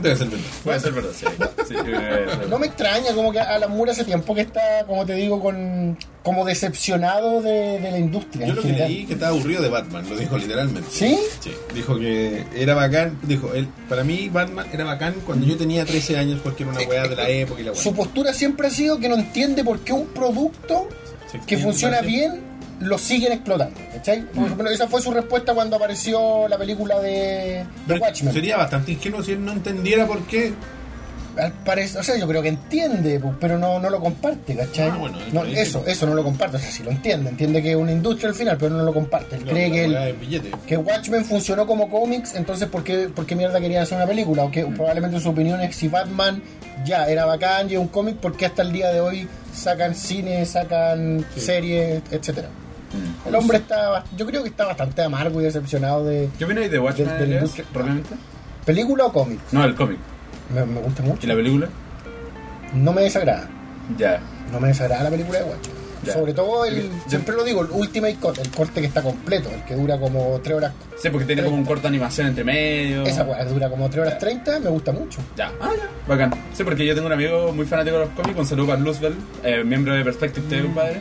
Speaker 1: Debe ser verdad.
Speaker 3: Puede ser verdad, sí. Sí, eh,
Speaker 2: No me extraña, como que a la mura hace tiempo que está, como te digo, con como decepcionado de, de la industria.
Speaker 1: Yo
Speaker 2: en
Speaker 1: lo que
Speaker 2: general.
Speaker 1: leí que estaba aburrido de Batman, lo dijo literalmente.
Speaker 2: ¿Sí?
Speaker 1: Sí, dijo que era bacán, dijo, él, para mí Batman era bacán cuando yo tenía 13 años porque era una weá de la época y la weá.
Speaker 2: Su postura siempre ha sido que no entiende por qué un producto
Speaker 1: Se
Speaker 2: que
Speaker 1: extiende, Mm.
Speaker 2: funciona
Speaker 1: parece.
Speaker 2: bien lo siguen explotando. ¿cachai? Por ejemplo, esa fue su respuesta cuando apareció la película de, de
Speaker 1: Pero
Speaker 2: Watchmen.
Speaker 1: Sería bastante ingenuo si él no entendiera por qué.
Speaker 2: Al parecer- o sea, yo creo que entiende, pues, pero no, no lo comparte, ¿cachai?
Speaker 1: Ah, bueno,
Speaker 2: No,
Speaker 1: ahí sí.
Speaker 2: eso, eso no lo comparte. O sea, sí lo entiende, entiende que es una industria al final, pero no lo comparte. Él
Speaker 1: No,
Speaker 2: cree
Speaker 1: la
Speaker 2: que, él-
Speaker 1: weá es billete.
Speaker 2: que Watchmen funcionó como cómics, entonces ¿por qué, por qué mierda quería hacer una película? O que
Speaker 3: Mm.
Speaker 2: probablemente su opinión es si Batman ya era bacán y es un cómic, porque hasta el día de hoy sacan cine, sacan
Speaker 1: Sí.
Speaker 2: series, etcétera?
Speaker 3: mm.
Speaker 2: El hombre está, bast- yo creo que está bastante amargo y decepcionado de
Speaker 3: ¿Qué opináis de Watchmen?
Speaker 2: Del- del
Speaker 3: Elias,
Speaker 2: industria-
Speaker 3: ¿Realmente?
Speaker 2: película o cómic.
Speaker 3: No, el cómic.
Speaker 2: Me, me gusta
Speaker 3: ¿Y
Speaker 2: mucho.
Speaker 3: la película?
Speaker 2: No me desagrada.
Speaker 3: Ya.
Speaker 2: No me desagrada la película de Watchmen.
Speaker 3: Ya.
Speaker 2: Sobre todo el,
Speaker 3: Ya.
Speaker 2: siempre lo digo, el Ultimate Cut, el corte que está completo, el que dura como 3 horas.
Speaker 3: Sí, porque tiene como un corto de animación entre medio.
Speaker 2: Esa weá dura como 3 horas 30, me gusta mucho.
Speaker 3: Ya, ah, ya, bacán. Sí, porque yo tengo un amigo muy fanático de los cómics, un saludo para Luzbel, eh, miembro de Perspective TV, compadre.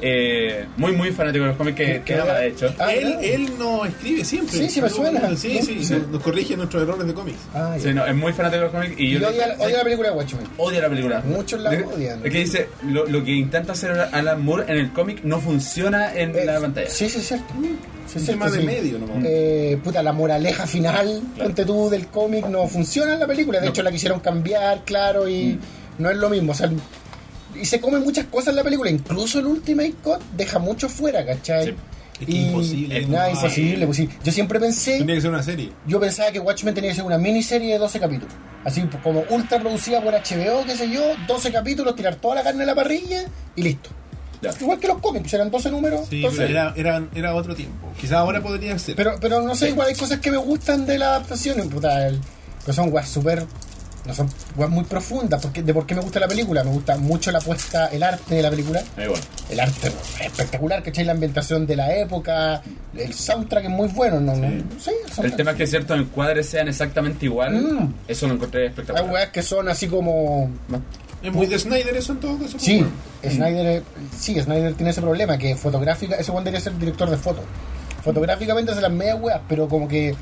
Speaker 3: Eh, muy, muy fanático de los cómics que, que ama, de hecho.
Speaker 2: Ah,
Speaker 1: él,
Speaker 2: claro.
Speaker 1: él no escribe siempre.
Speaker 2: Sí, sí, me
Speaker 1: No,
Speaker 2: suena.
Speaker 1: Sí, sí,
Speaker 3: Sí.
Speaker 1: Nos, nos corrige nuestros errores de cómics.
Speaker 2: Ah, ya.
Speaker 3: Sí, no, es muy fanático de los cómics y
Speaker 2: Y
Speaker 3: yo...
Speaker 2: odia, la- odia la película de Watchmen.
Speaker 3: odia la película.
Speaker 2: Muchos la
Speaker 3: De-
Speaker 2: odian.
Speaker 3: Es que dice, lo, lo que intenta hacer Alan Moore en el cómic no funciona en
Speaker 2: Eh,
Speaker 3: la pantalla.
Speaker 2: Sí, sí, es cierto. Sí,
Speaker 1: Mm, Es
Speaker 2: es
Speaker 1: el
Speaker 2: cierto,
Speaker 1: más de
Speaker 2: sí.
Speaker 1: medio, nomás.
Speaker 2: Eh, puta, la moraleja final,
Speaker 3: Claro.
Speaker 2: ponte tú, del cómic no funciona en la película. De
Speaker 3: No. Mm.
Speaker 2: hecho, la quisieron cambiar, claro, y no es lo mismo. O sea, y se comen muchas cosas en la película. Incluso el Ultimate Cut deja mucho fuera, ¿cachai?
Speaker 3: Sí.
Speaker 1: Es que
Speaker 2: Y-
Speaker 1: imposible,
Speaker 2: Nada,
Speaker 1: no.
Speaker 2: imposible. pues sí. Yo siempre pensé,
Speaker 1: Tendría que ser una serie.
Speaker 2: yo pensaba que Watchmen tenía que ser una miniserie de 12 capítulos. Así como ultra producida por HBO, qué sé yo, 12 capítulos, tirar toda la carne a la parrilla y listo.
Speaker 3: Ya.
Speaker 2: Igual que los cómics, pues eran 12 números.
Speaker 1: Sí,
Speaker 2: entonces-
Speaker 1: pero era, era, era otro tiempo. Quizás ahora podría ser.
Speaker 2: Pero, pero no sé, igual hay cosas que me gustan de la adaptación, puta, el- que son weas súper. No son weas muy profundas. Porque, de por qué me gusta la película. Me gusta mucho la puesta, el arte de la película.
Speaker 3: Da igual.
Speaker 2: El arte es espectacular, ¿cachai? La ambientación de la época. El soundtrack es muy bueno, ¿no? no- Sí, el soundtrack.
Speaker 3: El tema es que ciertos encuadres sean exactamente igual,
Speaker 2: Mm. Ah,
Speaker 3: eso lo encontré
Speaker 2: Hay
Speaker 3: espectacular.
Speaker 2: weas que son así como.
Speaker 1: es muy de Snyder eso en todo caso.
Speaker 2: Sí,
Speaker 1: pues, bueno.
Speaker 2: Snyder, eh, sí, Snyder tiene ese problema que fotográfica, ese Juan debería ser director de foto. Fotográficamente hace las medias weas, pero como que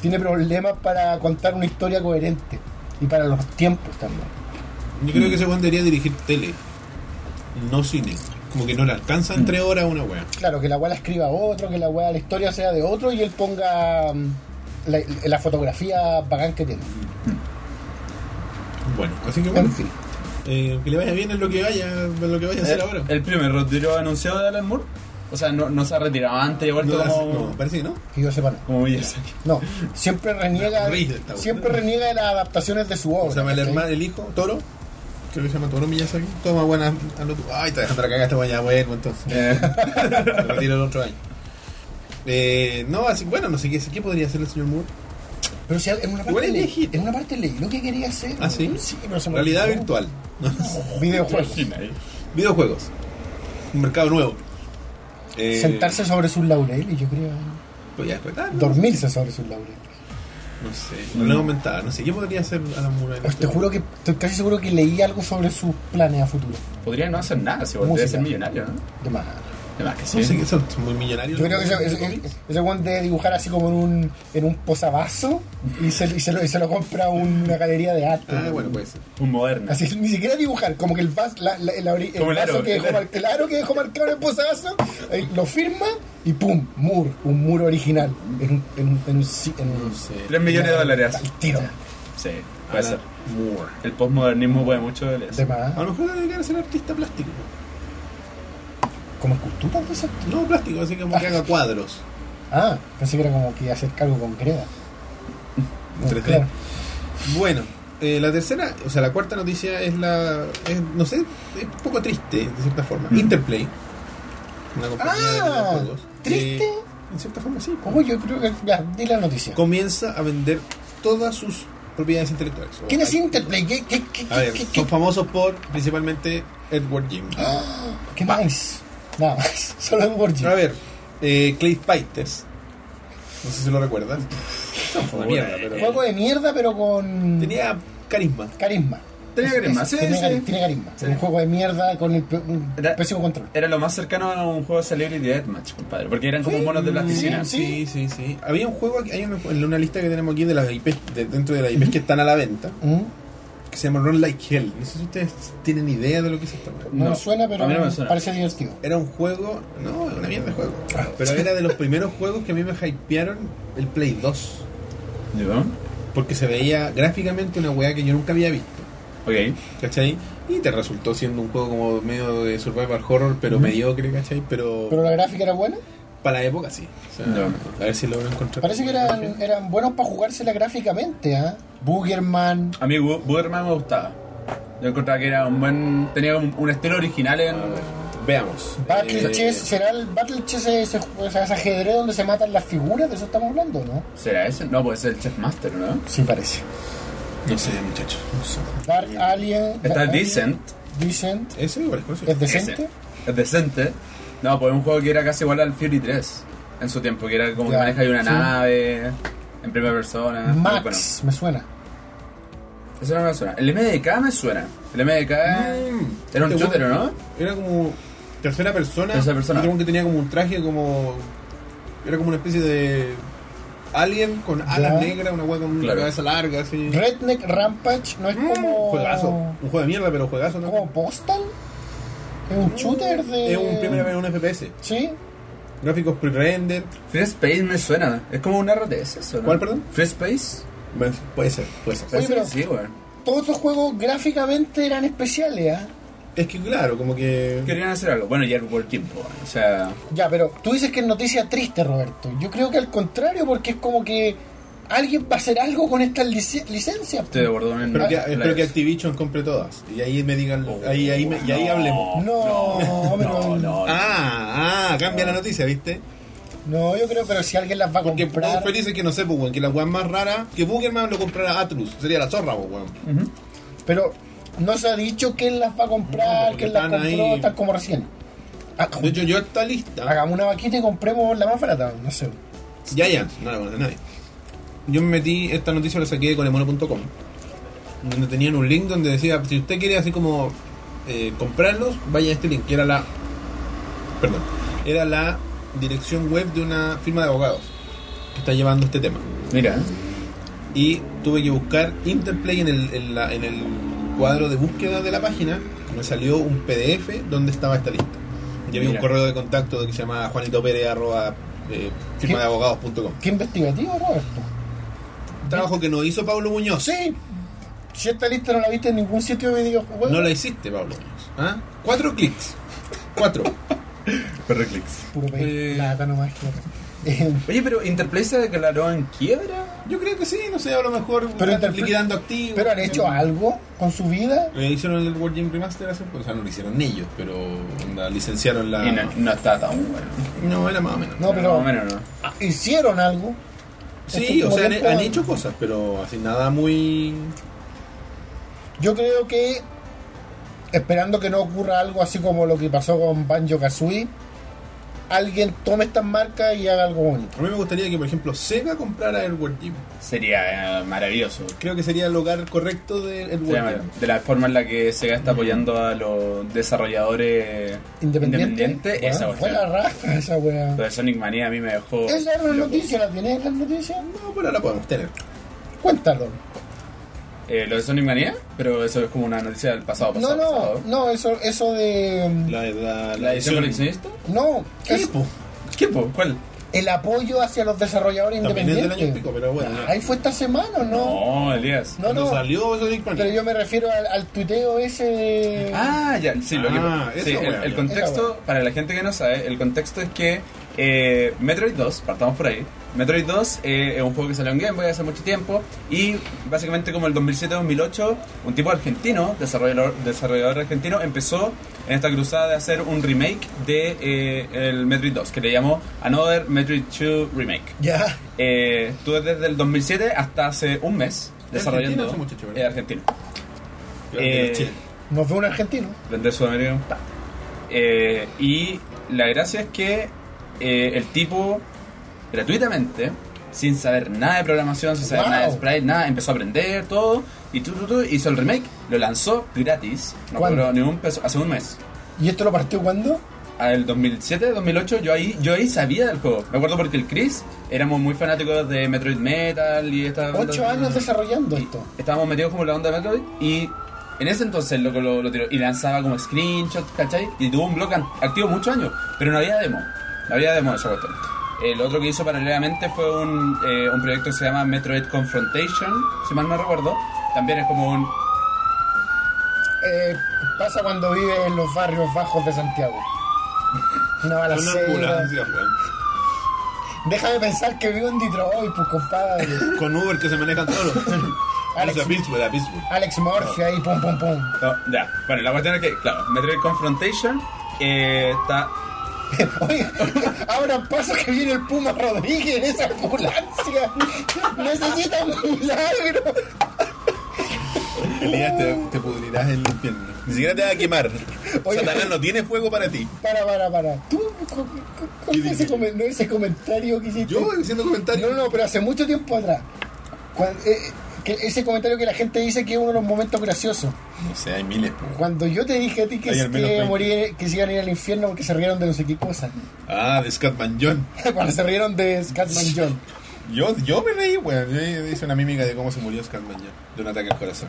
Speaker 2: tiene problemas para contar una historia coherente y para los tiempos también.
Speaker 1: Yo creo que ese weón debería dirigir tele, no cine. Como que no le alcanza en tres horas una wea.
Speaker 2: Claro, que la wea la escriba otro, que la wea la historia sea de otro y él ponga mm, la, la fotografía bacán que tiene.
Speaker 1: Bueno, así que bueno,
Speaker 2: En fin.
Speaker 1: eh, que le vaya bien en lo que vaya, en lo que vaya a hacer
Speaker 3: El-
Speaker 1: ahora.
Speaker 3: Eh, El, primer retiro anunciado de Alan Moore. O sea, no, no se ha retirado antes y ha vuelto
Speaker 1: no,
Speaker 3: como,
Speaker 1: no, parece que no.
Speaker 2: Que yo sepa no.
Speaker 3: como Miyazaki.
Speaker 2: No, siempre reniega,
Speaker 1: Ríe esta wea.
Speaker 2: siempre reniega de las adaptaciones de su obra.
Speaker 1: O sea, el
Speaker 2: ¿cachai?
Speaker 1: hermano, el hijo, Toro. Creo que se llama Toro Miyazaki. Toma buena. hazlo tú. Ay, está dejando la cagada, este te voy a bueno, entonces.
Speaker 3: Eh,
Speaker 1: Me retiro el otro año. Eh, no, así, bueno, no sé qué, qué podría hacer el señor Moore.
Speaker 2: Pero si en una
Speaker 1: Igual
Speaker 2: parte
Speaker 1: es
Speaker 2: leí,
Speaker 1: viejito.
Speaker 2: en una parte leí lo que quería hacer.
Speaker 1: ¿Ah, sí?
Speaker 2: pero se me
Speaker 1: Realidad
Speaker 2: olvidó.
Speaker 1: virtual.
Speaker 2: Videojuegos.
Speaker 3: Imagina,
Speaker 1: Videojuegos. Un mercado nuevo. Eh,
Speaker 2: Sentarse sobre sus laureles, yo creo.
Speaker 1: Pues ya despertar. ¿no?
Speaker 2: Dormirse sobre sus laureles.
Speaker 1: No sé, no le aumentaba, no sé, ¿qué podría hacer Alan Moore? en
Speaker 2: Pues
Speaker 1: este
Speaker 2: te juro que estoy casi seguro que leí algo sobre sus planes a futuro.
Speaker 3: Podría no hacer nada, si volviera a
Speaker 2: Música.
Speaker 3: ser millonario, ¿no?
Speaker 2: De más.
Speaker 3: Además que
Speaker 1: No sé
Speaker 3: sí.
Speaker 1: qué son, son muy millonarios.
Speaker 2: Yo creo que ese- ese ese weón debe dibujar así como en un, en un posavaso y se, y se lo, y se lo compra a una galería de arte.
Speaker 1: Ah, bueno, puede ser.
Speaker 3: Un moderno.
Speaker 2: Así, ni siquiera dibujar, como que el, vas, la, la- el, abri- el
Speaker 3: Como el
Speaker 2: vaso
Speaker 3: aro,
Speaker 2: que dejó
Speaker 3: el aro.
Speaker 2: mar- el aro que dejó marcado en el posavasos, ahí lo firma y ¡pum! Mur, un muro original. En, un- en, un- en, un si- en un-
Speaker 1: No sé.
Speaker 3: 3 millones de dólares.
Speaker 2: Al tiro.
Speaker 3: Sí, puede
Speaker 1: Alan
Speaker 3: ser.
Speaker 1: Moore.
Speaker 3: El postmodernismo puede mucho de eso.
Speaker 2: De más.
Speaker 1: A lo mejor debería ser artista plástico.
Speaker 2: ¿Como esculturas de esas?
Speaker 1: No, plástico, así como que haga cuadros.
Speaker 2: Ah, pensé que era como que hacer algo con greda. No,
Speaker 1: 3D.
Speaker 2: claro.
Speaker 1: Bueno, eh, la tercera, o sea, la cuarta noticia es la. es, no sé, es un poco triste, de cierta forma. Interplay. Una compañía
Speaker 2: Mm. Ah,
Speaker 1: de videojuegos.
Speaker 2: ¿triste?
Speaker 1: eh, en cierta forma, sí. po.
Speaker 2: Ojo, yo creo que. Ya, di la noticia.
Speaker 1: Comienza a vender todas sus propiedades intelectuales. O
Speaker 2: ¿Quién es
Speaker 1: hay-
Speaker 2: Interplay? ¿Qué, qué, qué,
Speaker 1: A ver,
Speaker 2: qué, qué, Ah,
Speaker 1: son famosos por principalmente Edward Jim.
Speaker 2: qué más? Nada más. Solo un Borgia.
Speaker 1: A ver, eh, Clay Fighters. No sé si lo recuerdas. No, fue una mierda, pero.
Speaker 2: Juego de mierda, pero con.
Speaker 1: Tenía carisma.
Speaker 2: carisma.
Speaker 3: Tenía
Speaker 2: Eso,
Speaker 3: carisma,
Speaker 2: eso,
Speaker 3: sí,
Speaker 2: tiene,
Speaker 3: sí.
Speaker 2: cari- tiene carisma.
Speaker 3: Sí.
Speaker 2: Un juego de mierda con el pe- un
Speaker 3: Era-
Speaker 2: pésimo control.
Speaker 3: Era lo más cercano a un juego de Celebrity Deathmatch, compadre. Porque eran como
Speaker 2: Sí,
Speaker 3: monos de plasticina.
Speaker 2: sí.
Speaker 1: Sí, sí, sí. Había un juego, aquí- hay una, en una lista que tenemos aquí de las IPs, de- dentro de las IPs que están a la venta,
Speaker 2: ¿Mm?
Speaker 1: que se llama Run Like Hell. No sé si ustedes tienen idea de lo que es esta weá.
Speaker 2: No,
Speaker 3: No,
Speaker 2: me suena, pero
Speaker 3: a mí no me suena.
Speaker 2: parece divertido.
Speaker 1: Era un juego, no, era una mierda de juego. Pero era de los primeros juegos que a mí me hypearon el Play 2.
Speaker 3: ¿Yo?
Speaker 1: Porque se veía gráficamente una weá que yo nunca había visto.
Speaker 3: Ok.
Speaker 1: ¿Cachai? Y te resultó siendo un juego como medio de survival horror, pero
Speaker 3: Ujú.
Speaker 1: mediocre, ¿cachai? Pero,
Speaker 2: Pero la gráfica era buena.
Speaker 1: para la época sí. O sea,
Speaker 3: No.
Speaker 1: A ver si logro encontrar.
Speaker 2: Parece que eran, eran buenos para jugársela gráficamente. ¿ah? Boogerman.
Speaker 3: A mí Bu- Boogerman me gustaba. Yo encontraba que era un buen. tenía un, un estilo original en.
Speaker 1: A ver, veamos.
Speaker 2: Battle
Speaker 1: Eh,
Speaker 2: Chess, ¿será el Battle Chess ese, ese- ese ajedrez donde se matan las figuras? ¿De eso estamos hablando, no?
Speaker 3: ¿Será ese? No, puede ser el Chef Master, ¿no?
Speaker 2: Sí, parece.
Speaker 1: No sé, muchachos. No sé.
Speaker 2: Dark Alien.
Speaker 3: Está
Speaker 2: Dark
Speaker 3: Decent.
Speaker 2: Alien, Decent.
Speaker 1: Ese igual es conocido.
Speaker 2: ¿Es decente?
Speaker 3: Ese. Es decente. No, pues un juego que era casi igual al Fury 3 en su tiempo, que era como
Speaker 2: Ya,
Speaker 3: que maneja de una
Speaker 2: sí.
Speaker 3: nave en primera persona. Ah, Muy bueno.
Speaker 2: Max, me suena.
Speaker 3: Eso no me suena. El MDK me suena. El MDK
Speaker 1: Mm,
Speaker 3: era un
Speaker 1: este
Speaker 3: shooter,
Speaker 1: weón
Speaker 3: ¿no?
Speaker 1: Era como tercera persona.
Speaker 3: Tercera persona.
Speaker 1: otro weón que tenía como un traje como. Era como una especie de. Alien con alas
Speaker 2: Ya.
Speaker 1: negras, una weá con una
Speaker 3: Claro.
Speaker 1: cabeza larga, así.
Speaker 2: Redneck Rampage no es
Speaker 1: Mm,
Speaker 2: como.
Speaker 1: Juegazo. Un juego de mierda, pero juegazo, ¿no?
Speaker 2: ¿Como Postal? ¿Es un shooter de.?
Speaker 1: Mm, Es un primer un FPS.
Speaker 2: Sí.
Speaker 1: Gráficos pre-render.
Speaker 3: Free Space me suena. Es como un RTS, eso, ¿no?
Speaker 1: ¿Cuál, perdón?
Speaker 3: Free Space.
Speaker 1: Bueno, Puede ser, puede ser.
Speaker 2: Oye, pero-
Speaker 3: Sí, bueno.
Speaker 2: Todos los juegos gráficamente eran especiales, ¿ah?
Speaker 1: Es que claro, como que.
Speaker 3: Querían hacer algo. Bueno, ya el World Cup, bueno, o sea.
Speaker 2: Ya, pero tú dices que es noticia triste, Roberto. Yo creo que al contrario, porque es como que alguien va a hacer algo con estas lic- licencias.
Speaker 3: Estoy de acuerdo con el-
Speaker 1: Espero que,
Speaker 3: la-
Speaker 1: espero que Activision compre todas. Y ahí me digan.
Speaker 3: Ah, Oh,
Speaker 1: ahí, ahí, me- y ahí
Speaker 3: no,
Speaker 1: hablemos.
Speaker 2: No,
Speaker 3: No,
Speaker 2: pero-
Speaker 3: no, no.
Speaker 1: Ah, ah, cambia la noticia, ¿viste?
Speaker 2: No, yo creo, pero si alguien las va a
Speaker 1: Porque todos
Speaker 2: comprar.
Speaker 1: felices que no sé, pues, weón, que la weón más rara, que Bugerman lo comprara Atlus, sería la zorra, pues, weón.
Speaker 3: Ujú.
Speaker 2: Pero no se ha dicho quién las va a
Speaker 1: No,
Speaker 2: comprar,
Speaker 1: porque
Speaker 2: quién las
Speaker 1: están
Speaker 2: compró,
Speaker 1: ahí.
Speaker 2: están como recién. Hagamos-
Speaker 1: De hecho, yo está lista.
Speaker 2: Hagamos una vaquita y compremos la más barata, no sé.
Speaker 1: Giants, no la conoce nadie. Yo me metí, esta noticia la saqué de conemono.com, donde tenían un link donde decía, si usted quiere así como eh, comprarlos, vaya a este link, que era la. Perdón, era la dirección web de una firma de abogados que está llevando este tema.
Speaker 3: Mira,
Speaker 1: y tuve que buscar Interplay en el, en la- en el cuadro de búsqueda de la página. Me salió un PDF donde estaba esta lista. Y había un
Speaker 3: Mira.
Speaker 1: correo de contacto que se llama Juanito Pérez arroba, eh, firma de abogados.com.
Speaker 2: Qué investigativo, Roberto.
Speaker 1: Trabajo que no hizo Pablo Muñoz.
Speaker 2: Sí, si esta lista no la viste en ningún sitio de videojuegos.
Speaker 1: No la hiciste, Pablo Muñoz. ¿Ah? Cuatro clics. Cuatro.
Speaker 3: perro clics.
Speaker 2: Puro
Speaker 1: Eh.
Speaker 2: pe- plata nomás. claro. Eh,
Speaker 3: Oye, pero Interplay se declaró en quiebra.
Speaker 1: Yo creo que sí, no sé, a lo mejor
Speaker 2: Pero
Speaker 1: están
Speaker 2: Interplay-
Speaker 1: liquidando activos.
Speaker 2: Pero han hecho algo con su vida.
Speaker 1: Eh, hicieron el World Game Remaster hace poco, o sea, no lo hicieron ellos, pero onda, licenciaron la.
Speaker 3: Y no, no está tan bueno.
Speaker 1: No, era más o menos.
Speaker 2: No,
Speaker 3: Más o
Speaker 2: pero
Speaker 3: menos no.
Speaker 2: hicieron algo.
Speaker 1: Sí,
Speaker 2: Este
Speaker 1: o sea, han,
Speaker 2: tiempo-
Speaker 1: han hecho cosas, pero así nada muy.
Speaker 2: Yo creo que esperando que no ocurra algo así como lo que pasó con Banjo Kazooie, alguien tome estas marcas y haga algo bonito.
Speaker 1: A mí me gustaría que, por ejemplo, Sega comprara el World Gym.
Speaker 3: Sería eh, maravilloso.
Speaker 1: Creo que sería el hogar correcto del el
Speaker 3: Se llama-
Speaker 1: World Gym.
Speaker 3: De la forma en la que Sega está apoyando a los desarrolladores
Speaker 2: Independiente.
Speaker 3: independientes,
Speaker 2: Bueno,
Speaker 3: esa
Speaker 2: fue la
Speaker 3: cuestión.
Speaker 2: raja esa weá.
Speaker 3: Lo de Sonic Mania a mí me dejó.
Speaker 2: Esa era la
Speaker 3: loco.
Speaker 2: noticia, ¿la tienes la noticia?
Speaker 1: No, pero la podemos tener.
Speaker 2: Cuéntalo.
Speaker 3: Eh, lo de Sonic Mania, pero eso es como una noticia del pasado.
Speaker 2: No,
Speaker 3: pasado
Speaker 2: no,
Speaker 3: pasado.
Speaker 2: no, eso, eso de.
Speaker 1: La, la, pues.
Speaker 3: ¿La edición coleccionista?
Speaker 2: No,
Speaker 1: ¿Qué?
Speaker 2: es
Speaker 1: po?
Speaker 3: ¿Qué? po? ¿Cuál?
Speaker 2: el apoyo hacia los desarrolladores
Speaker 1: También es del
Speaker 2: independientes.
Speaker 1: año pico, pero bueno.
Speaker 2: Ahí fue esta semana, ¿o ¿no?
Speaker 3: No, Elías.
Speaker 2: No,
Speaker 1: Cuando
Speaker 2: no.
Speaker 1: salió Sonic Panic.
Speaker 2: Pero yo me refiero al, al tuiteo ese de.
Speaker 3: Ah, ya, sí, lo
Speaker 1: Ah,
Speaker 3: que.
Speaker 1: esa
Speaker 3: sí, el,
Speaker 1: weá,
Speaker 3: el
Speaker 1: ya.
Speaker 2: Esa
Speaker 3: contexto, para la gente que no sabe, el contexto es que eh, Metroid 2, partamos por ahí. Metroid 2 eh, es un juego que salió en Game Boy hace mucho tiempo y básicamente como el 2007-2008, un tipo argentino, desarrollador, desarrollador argentino, empezó en esta cruzada de hacer un remake de eh, el Metroid 2, que le llamó Another Metroid 2 Remake.
Speaker 2: Ya.
Speaker 3: Eh, estuve desde el 2007 hasta hace un mes desarrollando...
Speaker 1: argentino ese muchacho, verdad?
Speaker 3: Eh, argentino.
Speaker 1: Creo que
Speaker 3: eh,
Speaker 1: no, Chile.
Speaker 2: Nos ve un argentino.
Speaker 3: Vender Sudamérica. pa. Eh, y la gracia es que eh, el tipo, gratuitamente, sin saber nada de programación, sin saber
Speaker 2: Wow.
Speaker 3: nada de sprite, nada, empezó a aprender todo y tu, tu, tu, hizo el remake, lo lanzó gratis, no
Speaker 2: ¿Cuándo?
Speaker 3: cobró ni un peso, hace un mes.
Speaker 2: ¿Y esto lo partió cuándo?
Speaker 3: Al 2007, 2008, yo ahí, yo ahí sabía del juego. Me acuerdo porque el Chris éramos muy fanáticos de Metroid Metal y esta.
Speaker 2: Ocho años desarrollando esto.
Speaker 3: Estábamos metidos como en la onda de Metroid y en ese entonces el loco lo, lo tiró y lanzaba como screenshots, ¿cachai? Y tuvo un blog an- activo muchos años, pero no había demo. No había demo de esa cuestión. El otro que hizo paralelamente fue un, eh, un proyecto que se llama Metroid Confrontation, si mal no recuerdo. También es como un...
Speaker 2: Eh, pasa cuando vive en los barrios bajos de Santiago. Una
Speaker 1: Una
Speaker 2: balacera.
Speaker 1: ambulancia, weón.
Speaker 2: Déjame pensar que vivo en Detroit, pues compadre.
Speaker 1: Con Uber que se manejan todos. Vamos a Pittsburgh, a Pittsburgh.
Speaker 2: Alex Murphy ahí, pum, pum, pum.
Speaker 3: no, ya. Bueno, la cuestión es que, claro, Metroid Confrontation eh, está...
Speaker 2: Oiga, ahora pasa que viene el Puma Rodríguez en esa ambulancia. Necesita un milagro.
Speaker 1: Elías, te, te pudrirás en el infierno. Ni siquiera te va a quemar.
Speaker 2: Oye.
Speaker 1: Satanás no tiene fuego para ti.
Speaker 2: Para, para, para. ¿Tú, cu- cu- ¿Cuál fue ese, comen- no, ese comentario que hiciste?
Speaker 1: Yo haciendo comentarios.
Speaker 2: No, no, pero hace mucho tiempo atrás. Cuan- eh, que ese comentario que la gente dice que es uno de los momentos graciosos.
Speaker 1: No sé, hay miles, po.
Speaker 2: Cuando yo te dije a ti que,
Speaker 1: Hay al menos
Speaker 2: que
Speaker 1: 20.
Speaker 2: morir, que se iban a ir al infierno porque se rieron de no sé qué cosa.
Speaker 1: Ah, de Scatman John.
Speaker 2: Cuando se rieron de Scatman John.
Speaker 1: Yo, yo me reí, weón. Yo hice una mímica de cómo se murió Scatman John de un ataque al corazón.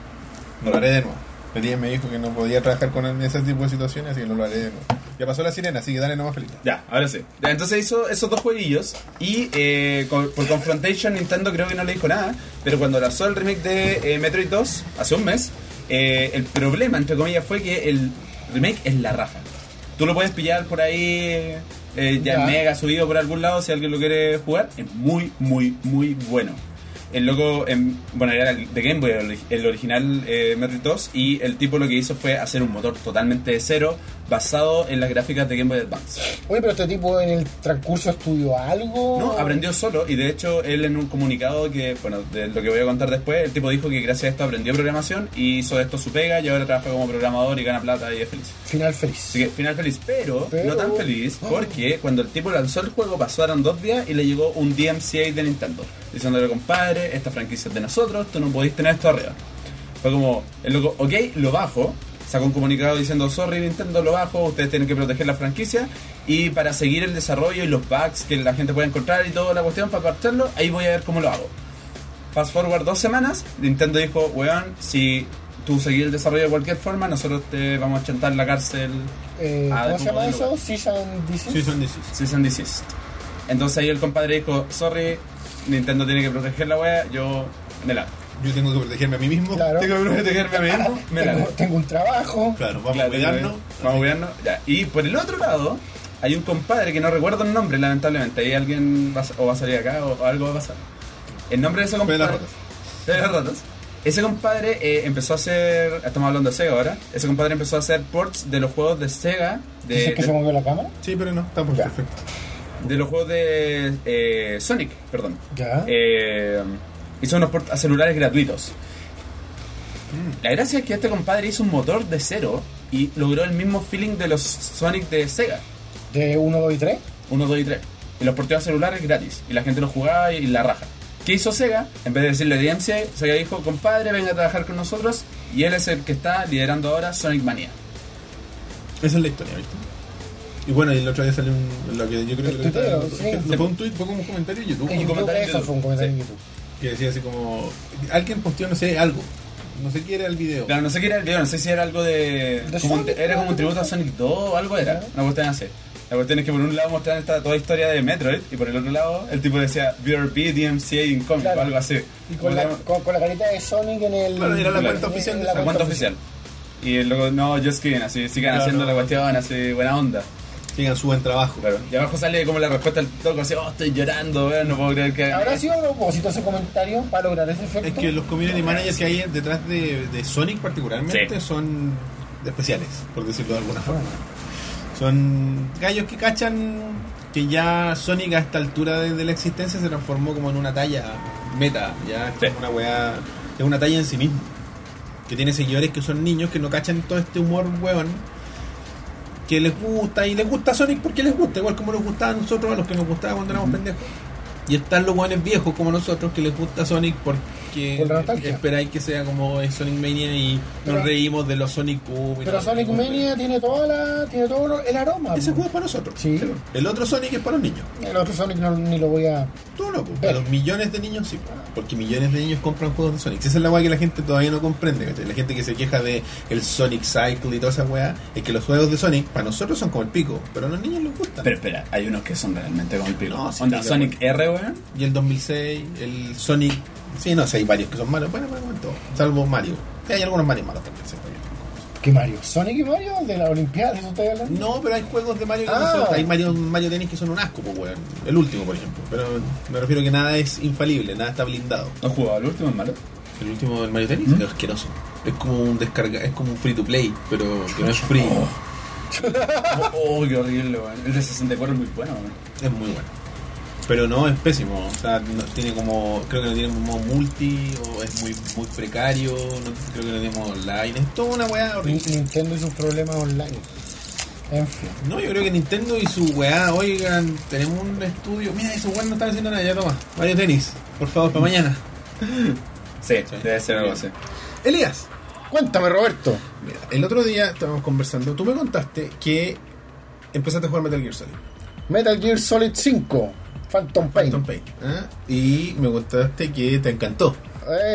Speaker 1: No lo haré de nuevo. El día me dijo que no podía trabajar con él en ese tipo de situaciones, así que no lo haré de nuevo. Ya pasó la sirena, así que dale nomás feliz.
Speaker 3: Ya, ahora sí. Ya, entonces hizo esos dos jueguillos y eh, con- por Confrontation Nintendo creo que no le dijo nada, pero cuando lanzó el remake de eh, Metroid 2 hace un mes, eh, el problema, entre comillas, fue que el remake es la rafa. Tú lo puedes pillar por ahí, eh, ya
Speaker 2: Ya.
Speaker 3: en mega subido por algún lado, si alguien lo quiere jugar, es muy, muy, muy bueno. el loco, en, bueno, era el de Game Boy, el, el original eh, Metroid 2, y el tipo lo que hizo fue hacer un motor totalmente de cero, basado en las gráficas de Game Boy Advance.
Speaker 2: Oye, pero este tipo en el transcurso estudió algo.
Speaker 3: No, aprendió solo y de hecho él en un comunicado que, bueno, de lo que voy a contar después, el tipo dijo que gracias a esto aprendió programación y hizo de esto su pega y ahora trabaja como programador y gana plata y es feliz.
Speaker 2: Final feliz.
Speaker 3: Así que final feliz, pero,
Speaker 2: Pero-
Speaker 3: no tan feliz porque cuando el tipo lanzó el juego pasaron dos días y le llegó un DMCA de Nintendo diciéndole compadre, esta franquicia es de nosotros, tú no podéis tener esto arriba. Fue como, el loco, ok, lo bajo. Sacó un comunicado diciendo, sorry Nintendo, lo bajo, ustedes tienen que proteger la franquicia. Y para seguir el desarrollo y los bugs que la gente puede encontrar y toda la cuestión para parcharlo, ahí voy a ver cómo lo hago. Fast forward dos semanas, Nintendo dijo, weón, si tú seguís el desarrollo de cualquier forma, nosotros te vamos a chantar la cárcel
Speaker 2: Eh,
Speaker 3: Ah,
Speaker 2: ¿Cómo
Speaker 3: tú
Speaker 2: se llama
Speaker 3: modelo.
Speaker 2: eso? Season 16.
Speaker 1: Sí, son 16.
Speaker 3: cease and desist. Entonces ahí el compadre dijo, sorry, Nintendo tiene que proteger la wea, yo me la...
Speaker 1: Yo tengo que protegerme a mí mismo.
Speaker 2: Claro.
Speaker 1: Tengo que protegerme a mí mismo.
Speaker 3: Me la...
Speaker 2: tengo, tengo un trabajo.
Speaker 1: Claro, vamos
Speaker 3: Claro,
Speaker 1: a cuidarnos.
Speaker 3: Vamos a cuidarnos. Ya. Y por el otro lado, hay un compadre que no recuerdo el nombre, lamentablemente. Ahí alguien va a- o va a salir acá o, o algo va a pasar. El nombre de ese
Speaker 1: Fue de
Speaker 3: compadre.
Speaker 1: las ratas.
Speaker 3: Fue de las ratas. Ese compadre eh, empezó a hacer. Estamos hablando de Sega ahora. Ese compadre empezó a hacer ports de los juegos de Sega. De,
Speaker 2: ¿Dices que
Speaker 3: de-
Speaker 2: se movió la cámara?
Speaker 1: Sí, pero no, estamos
Speaker 2: Ya.
Speaker 1: perfecto.
Speaker 3: de los juegos de eh, Sonic, perdón.
Speaker 2: Ya.
Speaker 3: Eh, hizo unos ports a celulares gratuitos. La gracia es que este compadre hizo un motor de cero y logró el mismo feeling de los Sonic de Sega.
Speaker 2: De 1, 2 y 3.
Speaker 3: 1, 2 y 3. Y los porteos celulares gratis. Y la gente lo jugaba y la raja. ¿Qué hizo Sega? En vez de decirle DMCA, Sega dijo, compadre, venga a trabajar con nosotros. Y él es el que está liderando ahora Sonic Mania.
Speaker 1: Esa es la historia, ¿viste? Y bueno, y el otro día salió un, lo que yo creo
Speaker 2: El
Speaker 1: que
Speaker 2: tuiteo,
Speaker 1: no
Speaker 2: sí.
Speaker 1: fue un tweet, fue como un comentario en YouTube
Speaker 2: En YouTube,
Speaker 3: comentario en
Speaker 2: eso
Speaker 3: YouTube.
Speaker 2: fue un comentario
Speaker 3: Sí.
Speaker 2: en YouTube.
Speaker 1: que decía así como alguien posteó no sé algo, no sé qué era el video.
Speaker 3: Claro, no sé qué era el video, no sé si era algo de...
Speaker 2: ¿De
Speaker 3: como un-
Speaker 2: Sonic?
Speaker 3: era como un tributo a Sonic 2 o algo era.
Speaker 2: Ya.
Speaker 3: Una cuestión así. La cuestión es que por un lado mostraron esta toda historia de Metroid y por el otro lado el tipo decía BRB, DMCA Incoming
Speaker 2: Claro.
Speaker 3: o algo así.
Speaker 2: Y
Speaker 3: Como
Speaker 2: con la,
Speaker 3: llama-
Speaker 2: con, con la carita de Sonic en el.
Speaker 1: Claro, era la
Speaker 2: en-
Speaker 1: cuenta
Speaker 2: en-
Speaker 1: oficial
Speaker 2: en
Speaker 1: de
Speaker 2: la
Speaker 1: Sonic.
Speaker 3: la cuenta oficial. Y el loco, no, just kidding, así sigan
Speaker 1: Claro.
Speaker 3: haciendo la cuestión, así buena onda.
Speaker 1: Sigan su buen trabajo.
Speaker 3: Claro. Y abajo sale como la respuesta al toco, así, oh, estoy llorando, weón, no puedo creer que...
Speaker 2: ¿Habrá sido a propósito ese comentario para lograr ese efecto?
Speaker 1: Es que los community managers que hay detrás de, de Sonic particularmente
Speaker 3: Sí.
Speaker 1: son especiales, por decirlo de alguna forma. Son gallos que cachan que ya Sonic a esta altura de, de la existencia se transformó como en una talla meta, ya es
Speaker 3: Sí.
Speaker 1: como una weá, es una talla en sí mismo. Que tiene seguidores que son niños que no cachan todo este humor weón que les gusta y les gusta Sonic porque les gusta, igual como nos gustaba a nosotros, a los que nos gustaba cuando éramos pendejos. Y están los buenos viejos como nosotros que les gusta Sonic porque
Speaker 2: Por la nostalgia.
Speaker 1: esperáis que sea como es Sonic Mania y
Speaker 2: Pero-
Speaker 1: nos reímos de los Sonic Boom. y todo
Speaker 2: Pero
Speaker 1: lo
Speaker 2: Sonic
Speaker 1: que-
Speaker 2: Mania tiene, toda la, tiene todo el aroma.
Speaker 1: Ese
Speaker 2: po.
Speaker 1: juego es para nosotros.
Speaker 2: Ah, Sí.
Speaker 1: Pero El otro Sonic es para los niños.
Speaker 2: El otro Sonic no, ni lo voy a.
Speaker 1: Tú no, pues.
Speaker 2: Pero-
Speaker 1: Los millones de niños sí, pues, porque millones de niños compran juegos de Sonic. Esa es la weá que la gente todavía no comprende, ¿cachai? La gente que se queja de el Sonic Cycle y toda esa weá, es que los juegos de Sonic para nosotros son como el pico, pero a los niños les gustan.
Speaker 3: Pero espera, hay unos que son realmente con el pico.
Speaker 1: No, sí,
Speaker 3: onda,
Speaker 1: sí,
Speaker 3: Sonic R, weón.
Speaker 1: Y el 2006, el Sonic. Sí, no sé, hay varios que son malos. Bueno, bueno, bueno, todos. Salvo Mario. Sí, hay algunos Mario malos también. sí, está bien.
Speaker 2: ¿Qué Mario? ¿Sonic y Mario? ¿De la Olimpiada? ¿De eso estoy hablando?
Speaker 1: No, pero hay juegos de Mario que no
Speaker 2: Ah.
Speaker 1: son. Hay Mario, Mario Tennis que son un asco, pues, weón. El último, por ejemplo. Pero me refiero que nada es infalible, nada está blindado.
Speaker 3: No he jugado, el último es malo.
Speaker 1: El último del Mario Tennis
Speaker 3: ¿Mm?
Speaker 1: es asqueroso. Es como un descarga, es como un free to play, pero que no es free.
Speaker 3: Oh, qué horrible, weón. El de 64 es muy bueno, weón.
Speaker 1: Es muy bueno. Pero no, es pésimo. O sea, no, tiene como. Creo que no tiene como multi, o es muy muy precario. No, creo que no tiene modo online. Es toda una weá horrible.
Speaker 2: Ni- Nintendo y sus problemas online. En fin.
Speaker 1: No, yo creo que Nintendo y su weá, oigan, tenemos un estudio. Mira, esos weá no están haciendo nada, ya toma. Mario Tenis, por favor, para mañana.
Speaker 3: Sí, debe ser algo así.
Speaker 1: Elías,
Speaker 2: Cuéntame, Roberto.
Speaker 1: mira, el otro día estábamos conversando. Tú me contaste que empezaste a jugar Metal Gear Solid,
Speaker 2: Metal Gear Solid 5. Phantom Pain.
Speaker 1: Phantom Pain, ¿ah? y me contaste que te encantó.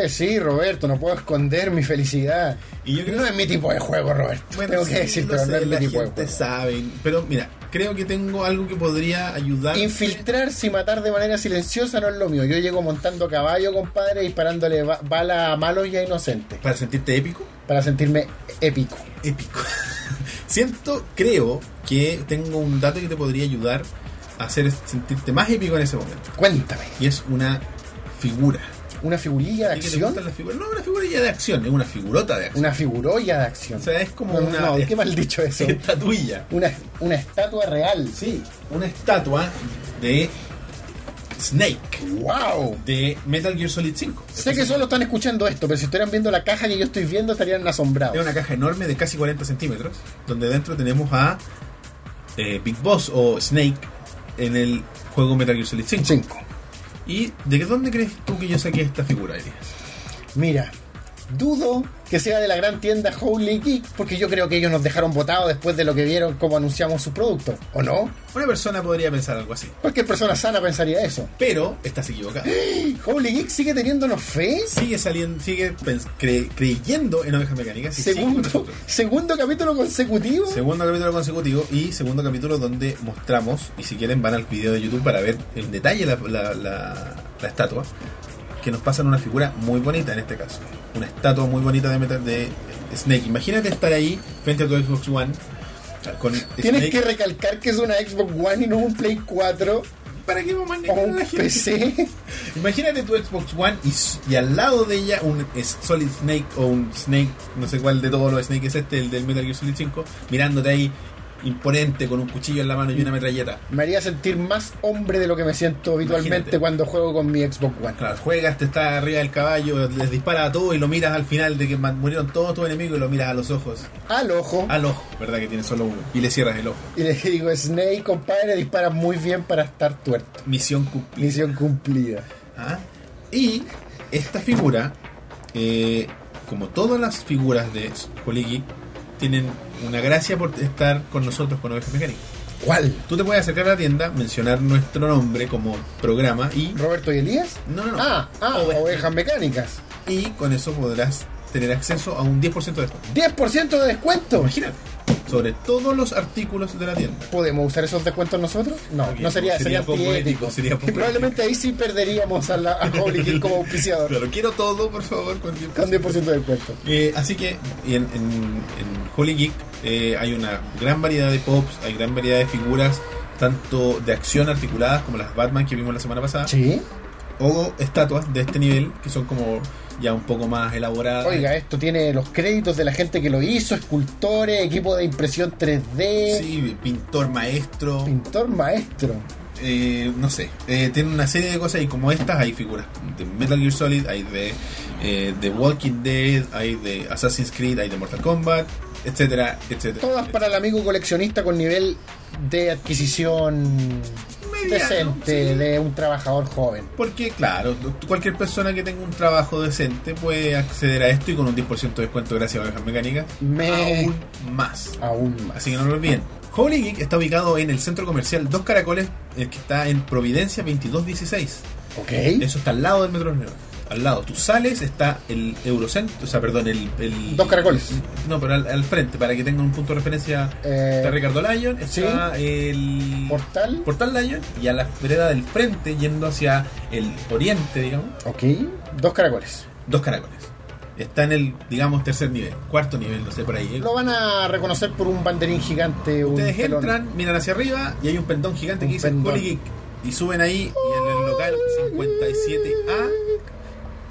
Speaker 2: Eh, sí, Roberto, no puedo esconder mi felicidad.
Speaker 1: Y yo creo-
Speaker 2: No es mi tipo de juego, Roberto. Tengo
Speaker 1: sí,
Speaker 2: que decirte,
Speaker 1: lo
Speaker 2: pero no
Speaker 1: sé,
Speaker 2: es mi
Speaker 1: la
Speaker 2: tipo de
Speaker 1: gente
Speaker 2: juego.
Speaker 1: sabe, pero mira, creo que tengo algo que podría ayudar.
Speaker 2: Infiltrarse y matar de manera silenciosa no es lo mío. Yo llego montando caballo, compadre, disparándole ba- bala a malos y a inocentes.
Speaker 1: para sentirte épico.
Speaker 2: Para sentirme épico.
Speaker 1: épico. Siento, creo que tengo un dato que te podría ayudar a hacer sentirte más épico en ese momento.
Speaker 2: Cuéntame.
Speaker 1: Y es una figura.
Speaker 2: una figurilla de
Speaker 1: ¿Y qué te
Speaker 2: acción.
Speaker 1: gustan las figuras? No, una figurilla de acción, es una figurota de acción.
Speaker 2: Una figuroya de acción.
Speaker 1: O sea, es como
Speaker 2: no, no,
Speaker 1: una.
Speaker 2: no, qué mal dicho eso.
Speaker 1: Estatuilla.
Speaker 2: Una, una estatua real.
Speaker 1: Sí, una estatua de Snake
Speaker 2: ¡Wow!
Speaker 1: de Metal Gear Solid 5.
Speaker 2: Sé que solo están escuchando esto, pero si estuvieran viendo la caja que yo estoy viendo estarían asombrados.
Speaker 1: Es una caja enorme de casi 40 centímetros, donde dentro tenemos a eh, Big Boss o Snake en el juego Metal Gear Solid 5.
Speaker 2: Cinco.
Speaker 1: ¿Y de dónde crees tú que yo saqué esta figura, Elías?
Speaker 2: Mira, dudo que sea de la gran tienda Holy Geek, porque yo creo que ellos nos dejaron votados después de lo que vieron cómo anunciamos su producto, ¿o no?
Speaker 1: Una persona podría pensar algo así,
Speaker 2: Cualquier persona sana pensaría eso.
Speaker 1: pero estás equivocado.
Speaker 2: ¿Holy Geek sigue teniéndonos fe?
Speaker 1: Sigue saliendo, sigue pens- cre- creyendo en ovejas mecánicas. y sigue con
Speaker 2: Segundo,
Speaker 1: nosotros.
Speaker 2: segundo capítulo consecutivo.
Speaker 1: Segundo capítulo consecutivo y segundo capítulo donde mostramos, y si quieren van al video de YouTube para ver en detalle la, la- la- la estatua, que nos pasan una figura muy bonita en este caso. Una estatua muy bonita de, metal, de Snake. Imagínate estar ahí frente a tu Xbox One con
Speaker 2: Tienes
Speaker 1: Snake.
Speaker 2: que recalcar que es una Xbox One y no un Play 4
Speaker 1: ¿Para qué mamá
Speaker 2: o
Speaker 1: negra
Speaker 2: un
Speaker 1: la gente?
Speaker 2: PC.
Speaker 1: Imagínate tu Xbox One y, s- y al lado de ella un S- Solid Snake o un Snake, no sé cuál de todos los Snake es este, el del Metal Gear Solid 5, mirándote ahí imponente con un cuchillo en la mano y una metralleta.
Speaker 2: Me haría sentir más hombre de lo que me siento habitualmente
Speaker 1: Imagínate.
Speaker 2: cuando juego con mi Xbox One.
Speaker 1: Claro, juegas, te estás arriba del caballo, les disparas a todos y lo miras al final de que ma- murieron todos tus enemigos y lo miras a los ojos.
Speaker 2: Al ojo.
Speaker 1: Al ojo, ¿verdad? Que tienes solo uno. Y le cierras el ojo.
Speaker 2: Y le digo, Snake, compadre, dispara muy bien para estar tuerto.
Speaker 1: Misión cumplida.
Speaker 2: Misión cumplida.
Speaker 1: Ah, Y esta figura, eh, como todas las figuras de Holigi, tienen una gracia por estar con nosotros con Ovejas Mecánicas.
Speaker 2: ¿Cuál?
Speaker 1: Tú te puedes acercar a la tienda, mencionar nuestro nombre como programa y,
Speaker 2: ¿Roberto y Elías?
Speaker 1: No, no, no.
Speaker 2: Ah, ah,
Speaker 1: Ovejas.
Speaker 2: ovejas mecánicas.
Speaker 1: y con eso podrás tener acceso a un 10% de descuento.
Speaker 2: 10% de descuento.
Speaker 1: Imagínate, sobre todos los artículos de la tienda.
Speaker 2: ¿Podemos usar esos descuentos nosotros? No,
Speaker 1: Ok,
Speaker 2: no
Speaker 1: sería
Speaker 2: sería, sería,
Speaker 1: poco
Speaker 2: antiético.
Speaker 1: ético, sería poco
Speaker 2: Y probablemente ahí sí perderíamos a, la, a Holy Geek como auspiciador.
Speaker 1: Pero quiero todo, por favor, con 10%.
Speaker 2: Con 10% de descuento.
Speaker 1: Eh, así que y en, en, en Holy Geek eh, hay una gran variedad de pops, hay gran variedad de figuras, tanto de acción articuladas como las Batman que vimos la semana pasada,
Speaker 2: Sí.
Speaker 1: o estatuas de este nivel que son como ya un poco más elaboradas.
Speaker 2: Oiga, esto tiene los créditos de la gente que lo hizo, escultores, equipo de impresión 3D,
Speaker 1: Sí, pintor maestro,
Speaker 2: pintor maestro.
Speaker 1: eh, no sé, eh, tiene una serie de cosas y como estas hay figuras de Metal Gear Solid, hay de eh, The Walking Dead, hay de Assassin's Creed, hay de Mortal Kombat, etcétera, etcétera.
Speaker 2: Todas para el amigo coleccionista con nivel de adquisición
Speaker 1: Mediano,
Speaker 2: decente
Speaker 1: sí.
Speaker 2: de un trabajador joven.
Speaker 1: Porque, claro, cualquier persona que tenga un trabajo decente puede acceder a esto y con un 10% de descuento gracias a Ovejas Mecánicas.
Speaker 2: Me-
Speaker 1: Aún más.
Speaker 2: Aún más.
Speaker 1: Así que no lo olviden. Holy Geek está ubicado en el centro comercial Dos Caracoles, el que está en Providencia 2216.
Speaker 2: Ok.
Speaker 1: Eso está al lado del Metro Nueva. Al lado. Tú sales, está el Eurocentro, o sea, perdón, el... el-
Speaker 2: Dos Caracoles.
Speaker 1: No, pero al, al frente, para que tengan un punto de referencia.
Speaker 2: Eh,
Speaker 1: Está Ricardo Lyon, está el...
Speaker 2: portal.
Speaker 1: Portal Lyon y a la vereda del frente, yendo hacia el oriente, digamos,
Speaker 2: Ok. Dos caracoles.
Speaker 1: dos caracoles. Está en el, digamos, tercer nivel, cuarto nivel, no sé, por ahí. ¿eh?
Speaker 2: Lo van a reconocer por un banderín gigante. un
Speaker 1: Ustedes
Speaker 2: telón.
Speaker 1: entran, miran hacia arriba y hay un pendón gigante
Speaker 2: Un
Speaker 1: que dice
Speaker 2: pendón.
Speaker 1: Holy Geek. Y suben ahí y en el local 57A,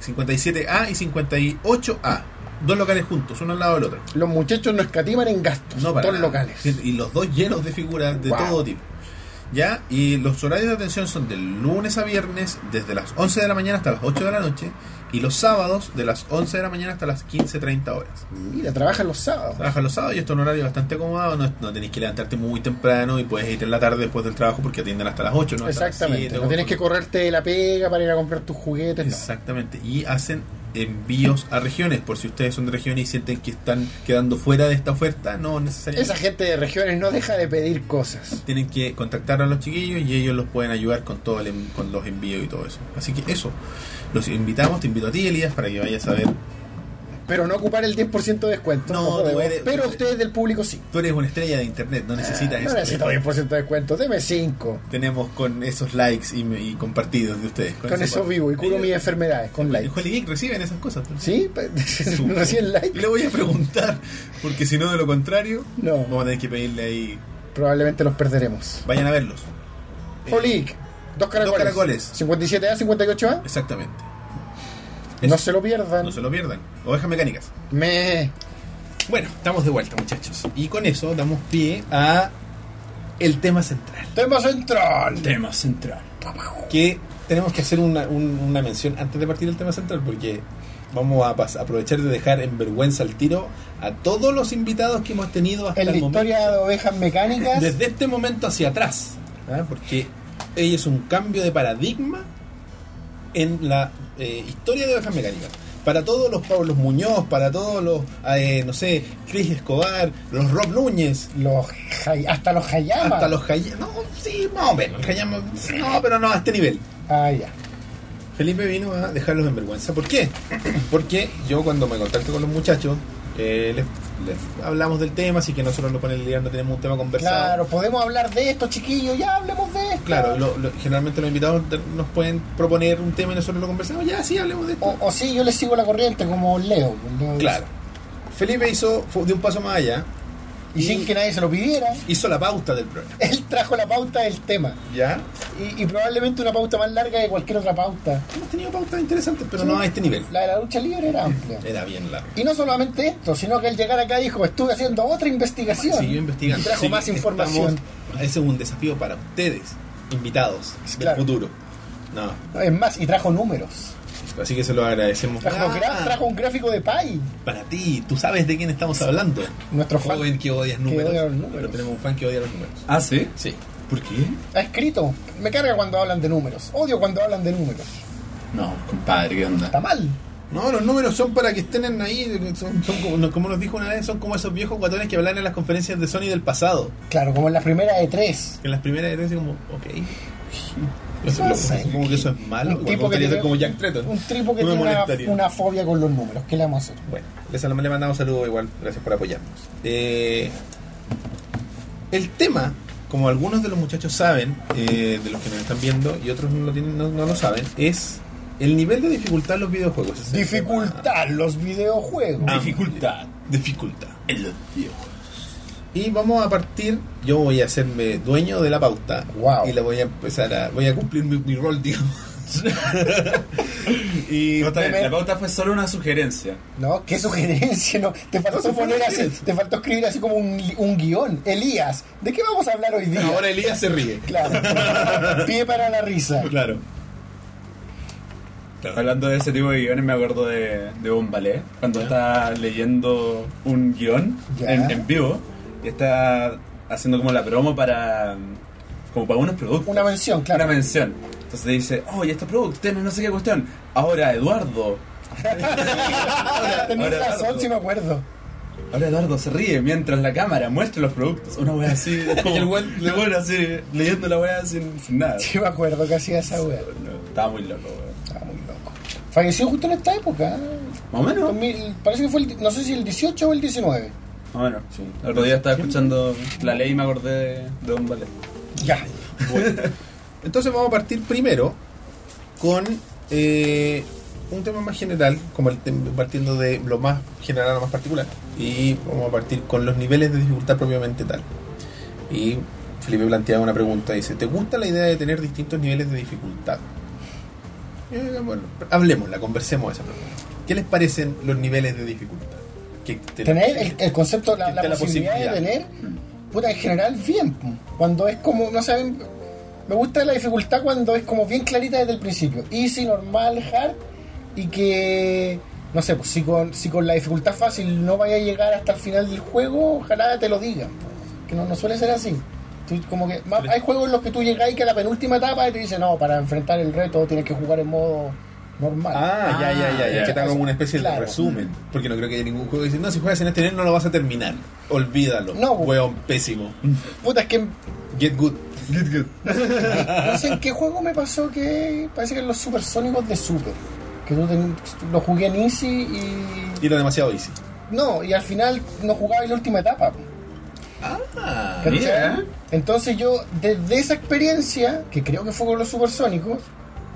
Speaker 1: 57A y 58A. Dos locales juntos, uno al lado del otro.
Speaker 2: Los muchachos no escatiman en gastos.
Speaker 1: No para
Speaker 2: dos
Speaker 1: nada.
Speaker 2: locales.
Speaker 1: Y los dos llenos de figuras de
Speaker 2: Wow.
Speaker 1: todo tipo. ¿Ya? Y los horarios de atención son de lunes a viernes, desde las 11 de la mañana hasta las 8 de la noche. Y los sábados, de las 11 de la mañana hasta las 15.30 horas.
Speaker 2: Mira, trabajan los sábados.
Speaker 1: Trabajas los sábados y esto es un horario bastante acomodado. No, no tenés que levantarte muy temprano y puedes irte en la tarde después del trabajo porque atienden hasta las 8, ¿no? Hasta las
Speaker 2: Exactamente.
Speaker 1: 7,
Speaker 2: No tienes que
Speaker 1: como-
Speaker 2: correrte de la pega para ir a comprar tus juguetes. no.
Speaker 1: Exactamente. Y hacen envíos a regiones. Por si ustedes son de regiones y sienten que están quedando fuera de esta oferta, no necesariamente.
Speaker 2: Esa gente de regiones no deja de pedir cosas.
Speaker 1: tienen que contactar a los chiquillos y ellos los pueden ayudar con todo el en- con los envíos y todo eso. Así que eso, los invitamos, te invito a ti Elías para que vayas a ver.
Speaker 2: Pero no ocupar el 10% de descuento.
Speaker 1: No,
Speaker 2: No podemos.
Speaker 1: tú eres-
Speaker 2: pero
Speaker 1: tú eres-
Speaker 2: ustedes del público sí.
Speaker 1: Tú eres una estrella de internet, no necesitas
Speaker 2: Ah, No
Speaker 1: eso.
Speaker 2: necesito 10% de descuento. Deme 5.
Speaker 1: Tenemos con esos likes y, y compartidos de ustedes.
Speaker 2: Con eso vivo y curo mis enfermedades. Con
Speaker 1: likes.
Speaker 2: like.
Speaker 1: Holy Geek reciben esas cosas.
Speaker 2: ¿Sí? ¿Recién
Speaker 1: Y
Speaker 2: like?
Speaker 1: le voy a preguntar, porque si no de lo contrario,
Speaker 2: No.
Speaker 1: vamos a tener que pedirle ahí.
Speaker 2: Probablemente los perderemos.
Speaker 1: Vayan a verlos. Eh,
Speaker 2: Holic. Dos caracoles.
Speaker 1: caracoles.
Speaker 2: 57A, 58A.
Speaker 1: Exactamente.
Speaker 2: No se lo pierdan.
Speaker 1: No se lo pierdan. Ovejas mecánicas.
Speaker 2: Me.
Speaker 1: Bueno, estamos de vuelta, muchachos. Y con eso damos pie a el tema central.
Speaker 2: Tema central.
Speaker 3: Tema central.
Speaker 1: Que tenemos que hacer una, un- una mención antes de partir del tema central, porque vamos a pas- aprovechar de dejar en vergüenza al tiro a todos los invitados que hemos tenido hasta
Speaker 2: En la
Speaker 1: el momento.
Speaker 2: historia de ovejas mecánicas.
Speaker 1: Desde este momento hacia atrás. ¿ah? Porque ella es un cambio de paradigma en la eh, historia de ovejas mecánicas. Para todos los Pablos Muñoz, para todos los, eh, no sé, Chris Escobar, los Rob Núñez,
Speaker 2: Los Hay- hasta los Hayama.
Speaker 1: hasta los Hayama. No, sí, más o menos. Hayama, no, pero no a este nivel.
Speaker 2: Ah, ya.
Speaker 1: Felipe vino a dejarlos en vergüenza. ¿Por qué? Porque yo cuando me contacto con los muchachos, eh, les, les hablamos del tema, así que nosotros lo ponemos el día, no tenemos un tema conversado.
Speaker 2: Claro, podemos hablar de esto, chiquillos. Ya hablemos de esto.
Speaker 1: Claro, lo- lo- generalmente los invitados te- nos pueden proponer un tema y nosotros lo conversamos. Ya, sí, hablemos de esto.
Speaker 2: O, o sí, yo les sigo la corriente como Leo. pues, Leo
Speaker 1: Claro. Felipe hizo, fue de un paso más allá,
Speaker 2: Y sin que nadie se lo pidiera,
Speaker 1: hizo la pauta del programa.
Speaker 2: él trajo la pauta del tema.
Speaker 1: ¿Ya?
Speaker 2: Y, y probablemente una pauta más larga que cualquier otra pauta.
Speaker 1: Hemos tenido pautas interesantes, pero no a este nivel.
Speaker 2: La de la lucha libre era amplia.
Speaker 1: Era bien largo.
Speaker 2: Y no solamente esto, sino que al llegar acá dijo, estuve haciendo otra investigación.
Speaker 1: Siguió investigando.
Speaker 2: Y trajo
Speaker 1: Así
Speaker 2: más
Speaker 1: que
Speaker 2: información.
Speaker 1: estamos- ese es un desafío para ustedes, invitados
Speaker 2: Claro.
Speaker 1: del futuro. No,
Speaker 2: Es más, y trajo números.
Speaker 1: así que se lo agradecemos.
Speaker 2: Trajo,
Speaker 1: Ah,
Speaker 2: gra- trajo un gráfico de Pai.
Speaker 1: Para ti, tú sabes de quién estamos hablando.
Speaker 2: Nuestro fan
Speaker 1: joven que odias números.
Speaker 2: odia los números.
Speaker 1: Pero tenemos un fan que odia los números.
Speaker 3: Ah, sí.
Speaker 1: Sí.
Speaker 3: ¿Por qué?
Speaker 2: ha escrito. Me carga cuando hablan de números. Odio cuando hablan de números.
Speaker 3: No, compadre, ¿qué onda?
Speaker 2: Está mal.
Speaker 1: No, los números son para que estén en ahí, son, son como, como nos dijo una vez, son como esos viejos guatones que hablan en las conferencias de Sony del pasado.
Speaker 2: Claro, como en la primera de tres.
Speaker 1: Que en las primeras veces como, ok. Eso,
Speaker 2: No
Speaker 1: lo-
Speaker 2: sé.
Speaker 1: supongo que eso es malo.
Speaker 2: Un
Speaker 1: igual me
Speaker 2: tipo que
Speaker 1: gustaría
Speaker 2: tiene-
Speaker 1: ser como Jack Tretton.
Speaker 2: Un tipo que
Speaker 1: No me
Speaker 2: tiene una,
Speaker 1: molestaría.
Speaker 2: una fobia con los números. ¿Qué le vamos a hacer?
Speaker 1: Bueno, les le mandamos saludos igual, gracias por apoyarnos. Eh, el tema, como algunos de los muchachos saben, eh, de los que nos están viendo y otros no lo, tienen, no, no lo saben, es el nivel de dificultad en los videojuegos. Ese es el tema.
Speaker 2: Dificultad los videojuegos.
Speaker 1: Ah.
Speaker 3: Dificultad
Speaker 1: Dificultad.
Speaker 3: en los tíos.
Speaker 1: Y vamos a partir, yo voy a hacerme dueño de la pauta.
Speaker 2: Wow.
Speaker 1: Y la voy a empezar a, voy a cumplir mi, mi rol, digamos. y
Speaker 3: No, está bien,
Speaker 2: Deme-
Speaker 3: La pauta fue solo una sugerencia.
Speaker 2: No, qué sugerencia, no. Te faltó
Speaker 1: No,
Speaker 2: poner así,
Speaker 1: sugerencia.
Speaker 2: te faltó escribir así como un, un guión. Elías, ¿de qué vamos a hablar hoy día?
Speaker 1: ahora Elías se ríe.
Speaker 2: Claro. Pie para la risa.
Speaker 1: Claro.
Speaker 3: Hablando de ese tipo de guiones, me acuerdo de, de un ballet, cuando está leyendo un guión
Speaker 2: Ya.
Speaker 3: en, en vivo y está haciendo como la promo para como para unos productos.
Speaker 2: Una mención, claro.
Speaker 3: Una mención. Entonces dice, "Oh, oye, estos productos tienen no sé qué cuestión. Ahora Eduardo.
Speaker 2: Tenías Ah,
Speaker 3: ahora
Speaker 2: razón,
Speaker 3: Eduardo.
Speaker 2: si me acuerdo.
Speaker 3: Ahora Eduardo se ríe mientras la cámara muestra los productos. Una wea así. Como,
Speaker 1: Y el
Speaker 3: el
Speaker 1: buen-
Speaker 3: buen así, leyendo la wea sin, sin nada.
Speaker 2: Sí me acuerdo que hacía esa wea.
Speaker 3: No, estaba muy loco, wea.
Speaker 2: Estaba muy loco. Falleció justo en esta época. ¿eh?
Speaker 3: Más o menos.
Speaker 2: 2000, parece que fue, el, no sé si el 18 o el 19.
Speaker 3: Más o menos. El otro día estaba escuchando la ley y me acordé de, de un ballet.
Speaker 2: Ya.
Speaker 1: Bueno, entonces vamos a partir primero con eh, un tema más general, como el tem- partiendo de lo más general a lo más particular. Y vamos a partir con los niveles de dificultad propiamente tal. Y Felipe plantea una pregunta, dice, ¿te gusta la idea de tener distintos niveles de dificultad? Eh, bueno, hablemosla, conversemos esa pregunta. ¿Qué les parecen los niveles de dificultad? Que te-
Speaker 2: Tener el, el concepto, la, la
Speaker 1: Está la
Speaker 2: posibilidad, de
Speaker 1: posibilidad.
Speaker 2: tener, puta, en general, bien. po. Cuando es como, no saben, me gusta la dificultad cuando es como bien clarita desde el principio. Easy, normal, hard, y que, no sé, pues si con, si con la dificultad fácil no vaya a llegar hasta el final del juego, ojalá te lo digan. po. Que no, no suele ser así. Tú como que, más- hay juegos en los que tú llegáis que a la penúltima etapa y te dicen, no, para enfrentar el reto tienes que jugar en modo normal.
Speaker 1: Ah, ya, ya, ya,
Speaker 3: Ah,
Speaker 1: ya. Que te haga como una especie de
Speaker 2: Claro.
Speaker 1: resumen. Porque no creo que haya ningún juego que dice, no, si juegas en este nivel no lo vas a terminar. Olvídalo.
Speaker 2: No, bo-
Speaker 1: Weón, pésimo.
Speaker 2: Puta, es que
Speaker 1: Get good. Get good.
Speaker 2: No sé en qué juego me pasó que parece que en los supersónicos de Super. Que yo ten- lo jugué en Easy y.
Speaker 1: Era demasiado easy.
Speaker 2: No, y al final no jugaba en la última etapa. po.
Speaker 1: Ah.
Speaker 2: ¿Cachai?
Speaker 3: Mira.
Speaker 2: Entonces yo, desde esa experiencia, que creo que fue con los supersónicos,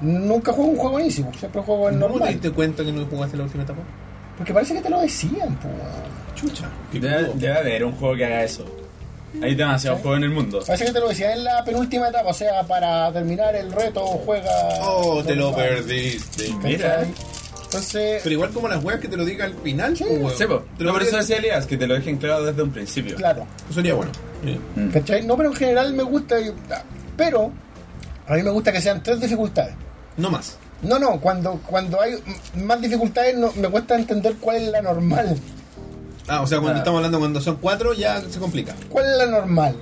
Speaker 2: nunca juego un juego en Easy, po, siempre juego en
Speaker 1: ¿No te
Speaker 2: normal.
Speaker 1: diste cuenta que no jugaste la última etapa?
Speaker 2: Porque parece que te lo decían, po, weón.
Speaker 1: Chucha. qué
Speaker 3: Debe,
Speaker 1: crudo.
Speaker 3: debe haber un juego que haga eso. Hay demasiados juegos en el mundo.
Speaker 2: Parece que te lo decían en la penúltima etapa, o sea, para terminar el reto juega.
Speaker 1: Oh, te lo
Speaker 2: normal.
Speaker 1: perdiste.
Speaker 2: ¿Cachai?
Speaker 3: Mira.
Speaker 2: Entonces,
Speaker 1: Pero igual como las weas que te lo diga al final,
Speaker 2: Sí,
Speaker 1: po, weón.
Speaker 3: Sí, po.
Speaker 1: Te lo
Speaker 3: No, por
Speaker 1: podría
Speaker 3: eso
Speaker 1: decir.
Speaker 3: decía Elías, que te lo dejen claro desde un principio.
Speaker 2: claro.
Speaker 1: Eso sería bueno. Sí.
Speaker 3: Mm.
Speaker 2: ¿Cachai? No, pero en general me gusta. yo- Pero a mí me gusta que sean tres dificultades.
Speaker 1: No más.
Speaker 2: No, no, cuando, cuando hay m- más dificultades no, me cuesta entender cuál es la normal.
Speaker 1: Ah, o sea, cuando
Speaker 3: Claro.
Speaker 1: estamos hablando cuando son cuatro ya se complica.
Speaker 2: ¿Cuál es la normal?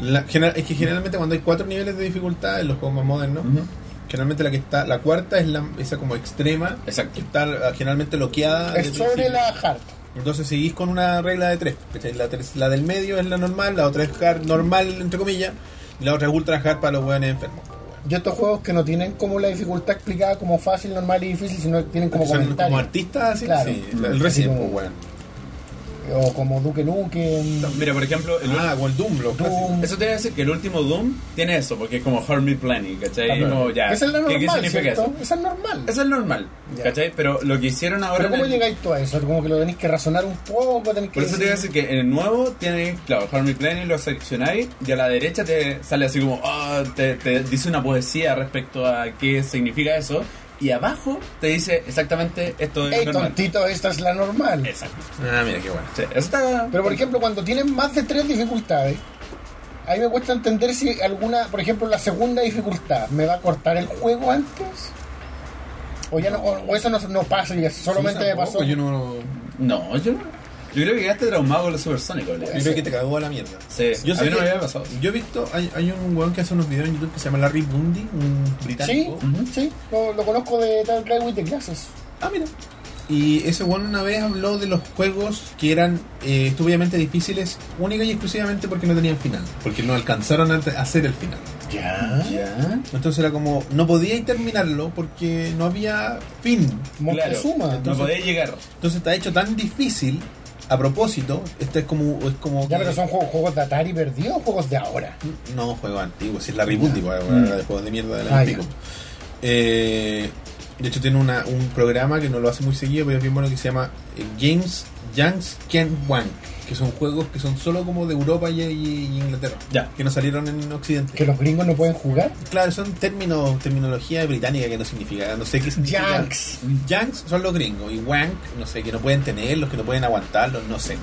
Speaker 1: La- genera- es que generalmente cuando hay cuatro niveles de dificultad en los juegos más modernos,
Speaker 3: Ujú.
Speaker 1: generalmente la que está, la cuarta es la esa como extrema,
Speaker 3: Exacto.
Speaker 1: que está ah, generalmente bloqueada.
Speaker 2: Es
Speaker 1: desde
Speaker 2: sobre
Speaker 1: el
Speaker 2: la
Speaker 1: principio.
Speaker 2: hard.
Speaker 1: Entonces seguís con una regla de tres, ¿cachai? La, tres- la del medio es la normal, la otra es hard normal entre comillas, y la otra es ultra hard para los hueones enfermos.
Speaker 2: Yo estos juegos que no tienen como la dificultad explicada como fácil, normal y difícil, sino que tienen como
Speaker 1: Son como
Speaker 2: comentarios.
Speaker 1: artistas, así,
Speaker 2: Claro.
Speaker 1: sí,
Speaker 3: Mm.
Speaker 1: el Resident,
Speaker 2: Así como-
Speaker 1: pues, weón.
Speaker 2: O como Duke Nukem.
Speaker 3: Mira, por ejemplo, el
Speaker 1: Ah, con el Doom, lo clásico.
Speaker 2: Doom.
Speaker 3: Eso te iba a decir que el último Doom tiene eso, porque es como Harmony Planning, ¿cachai?
Speaker 1: Ah, claro.
Speaker 3: Como ya,
Speaker 2: Esa es la
Speaker 3: ¿qué- qué
Speaker 2: normal,
Speaker 3: significa
Speaker 2: ¿cierto?
Speaker 3: eso?
Speaker 2: Esa es normal.
Speaker 3: Eso es normal,
Speaker 2: Ya.
Speaker 3: ¿cachai? Pero lo que hicieron ahora...
Speaker 2: Pero ¿cómo
Speaker 3: en el-
Speaker 2: llegáis tú a eso? Como que lo tenéis que razonar un poco, tenéis que...
Speaker 3: Por eso te iba a decir que en el nuevo tiene, claro, Harmony Planning, lo seleccionáis y a la derecha te sale así como, ah, te, te dice una poesía respecto a qué significa eso y abajo te dice exactamente esto es
Speaker 2: Ey,
Speaker 3: normal.
Speaker 2: tontito, esta es la normal.
Speaker 3: Exacto.
Speaker 1: Ah, mira qué bueno.
Speaker 3: Sí, eso está...
Speaker 2: Pero por ejemplo, cuando tienen más de tres dificultades, a mí me cuesta entender si alguna, por ejemplo, la segunda dificultad, ¿me va a cortar el juego antes? O ya no, o, o eso no, no pasa, ya solamente
Speaker 1: Sí,
Speaker 2: me
Speaker 1: tampoco,
Speaker 2: pasó.
Speaker 1: Yo no.
Speaker 3: No, yo no... Yo creo que quedaste traumado con los supersónicos,
Speaker 1: Yo
Speaker 3: Leo.
Speaker 1: creo que te cagó a la mierda.
Speaker 3: Sí,
Speaker 1: Yo
Speaker 3: a
Speaker 1: sé
Speaker 3: mí no
Speaker 1: que-
Speaker 3: me había pasado.
Speaker 1: Yo he visto, hay, hay un weón que hace unos videos en YouTube que se llama Larry Bundy, un
Speaker 2: Sí,
Speaker 1: británico.
Speaker 3: Ujú.
Speaker 2: sí, lo, lo conozco de Tal Cry with the Glasses.
Speaker 1: Ah, mira. Y ese weón una vez habló de los juegos que eran eh, estúpidamente difíciles, única y exclusivamente porque no tenían final, porque no alcanzaron a a hacer el final. Ah,
Speaker 2: Ya.
Speaker 3: Ya.
Speaker 1: Entonces era como, no podíais terminarlo porque no había fin.
Speaker 2: Montezuma.
Speaker 3: Claro, no
Speaker 2: Entonces-
Speaker 3: podía llegar.
Speaker 1: Entonces está hecho tan difícil, a propósito, este es como... Es como
Speaker 2: Ya,
Speaker 1: que-
Speaker 2: pero son juegos, juegos de Atari perdidos, juegos de ahora.
Speaker 1: No, juego antiguo, si es la Bundy, weá, weá,
Speaker 3: Mm.
Speaker 1: de juegos de mierda de
Speaker 2: Ah,
Speaker 1: la
Speaker 2: ya.
Speaker 1: pico. Eh, de hecho tiene una- un programa que no lo hace muy seguido, pero es bien bueno que se llama eh, Games Janks Can Wank, que son juegos que son solo como de Europa y, y- y Inglaterra,
Speaker 3: Ya.
Speaker 1: que no salieron en Occidente.
Speaker 2: Que los gringos no pueden jugar.
Speaker 1: Claro, son términos, terminología británica que no significa, no sé qué significa.
Speaker 2: Yanks.
Speaker 1: Yanks son los gringos y wank, no sé, que no pueden tener, los que no pueden aguantarlos, no sé.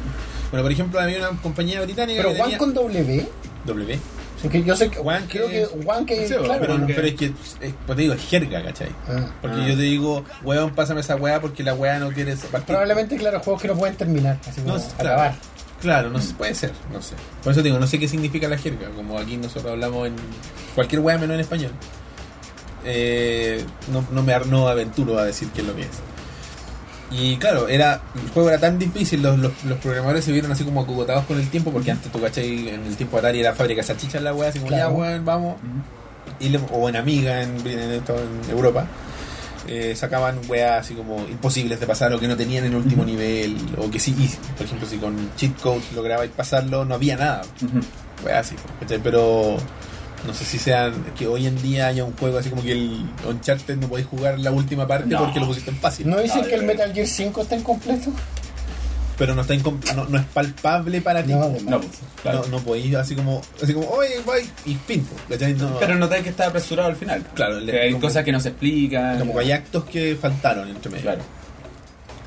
Speaker 1: Bueno, por ejemplo, había una compañía británica
Speaker 2: Pero
Speaker 1: que
Speaker 2: Juan
Speaker 1: tenía...
Speaker 2: con W,
Speaker 1: W.
Speaker 2: porque yo sé que.
Speaker 1: Wank
Speaker 2: creo
Speaker 1: es-
Speaker 2: que Juan que.
Speaker 3: Sí,
Speaker 2: claro,
Speaker 1: Pero,
Speaker 2: ¿no?
Speaker 1: pero es que, es- pues te digo, es jerga, ¿cachai?
Speaker 2: Ah.
Speaker 1: Porque
Speaker 3: Ah.
Speaker 1: yo te digo, weón, pásame esa weá porque la weá no quiere ser- partir.
Speaker 2: Probablemente, claro, juegos que no pueden terminar. Así como
Speaker 1: No, es- claro.
Speaker 2: acabar.
Speaker 1: Claro, no sé, puede ser, no sé. Por eso te digo, no sé qué significa la jerga, como aquí nosotros hablamos en cualquier weá menos en español. Eh, no, no me no aventuro a decir qué es lo que es. Y claro, era el juego era tan difícil, los, los, los programadores se vieron así como acogotados con el tiempo, porque antes tú cachai, en el tiempo Atari era fábrica de salchichas la weá, así como
Speaker 2: Claro.
Speaker 1: ya weón, vamos. y le- o en Amiga en, en esto- en Europa eh, sacaban weas así como imposibles de pasar o que no tenían en el último nivel o que sí, y, por ejemplo si con cheat codes lograbais pasarlo no había nada
Speaker 3: Ujú.
Speaker 1: weas así ¿cachai? pero no sé si sean que hoy en día haya un juego así como que el Uncharted no podéis jugar la última parte
Speaker 3: No.
Speaker 1: porque lo pusiste en fácil
Speaker 2: ¿No dicen
Speaker 3: Ay,
Speaker 2: que el
Speaker 3: ay.
Speaker 2: Metal Gear 5 está incompleto?
Speaker 1: pero no está incom- no, no es palpable para ti
Speaker 2: No,
Speaker 1: no,
Speaker 2: además.
Speaker 3: No, pues, claro.
Speaker 1: no podéis así como así como oye bye y fin pues, ¿cachai? No-
Speaker 3: Pero notáis que está apresurado al final.
Speaker 1: Claro,
Speaker 3: Que hay
Speaker 1: como-
Speaker 3: cosas que no se explican.
Speaker 1: como que hay actos que faltaron entre medio
Speaker 3: Claro.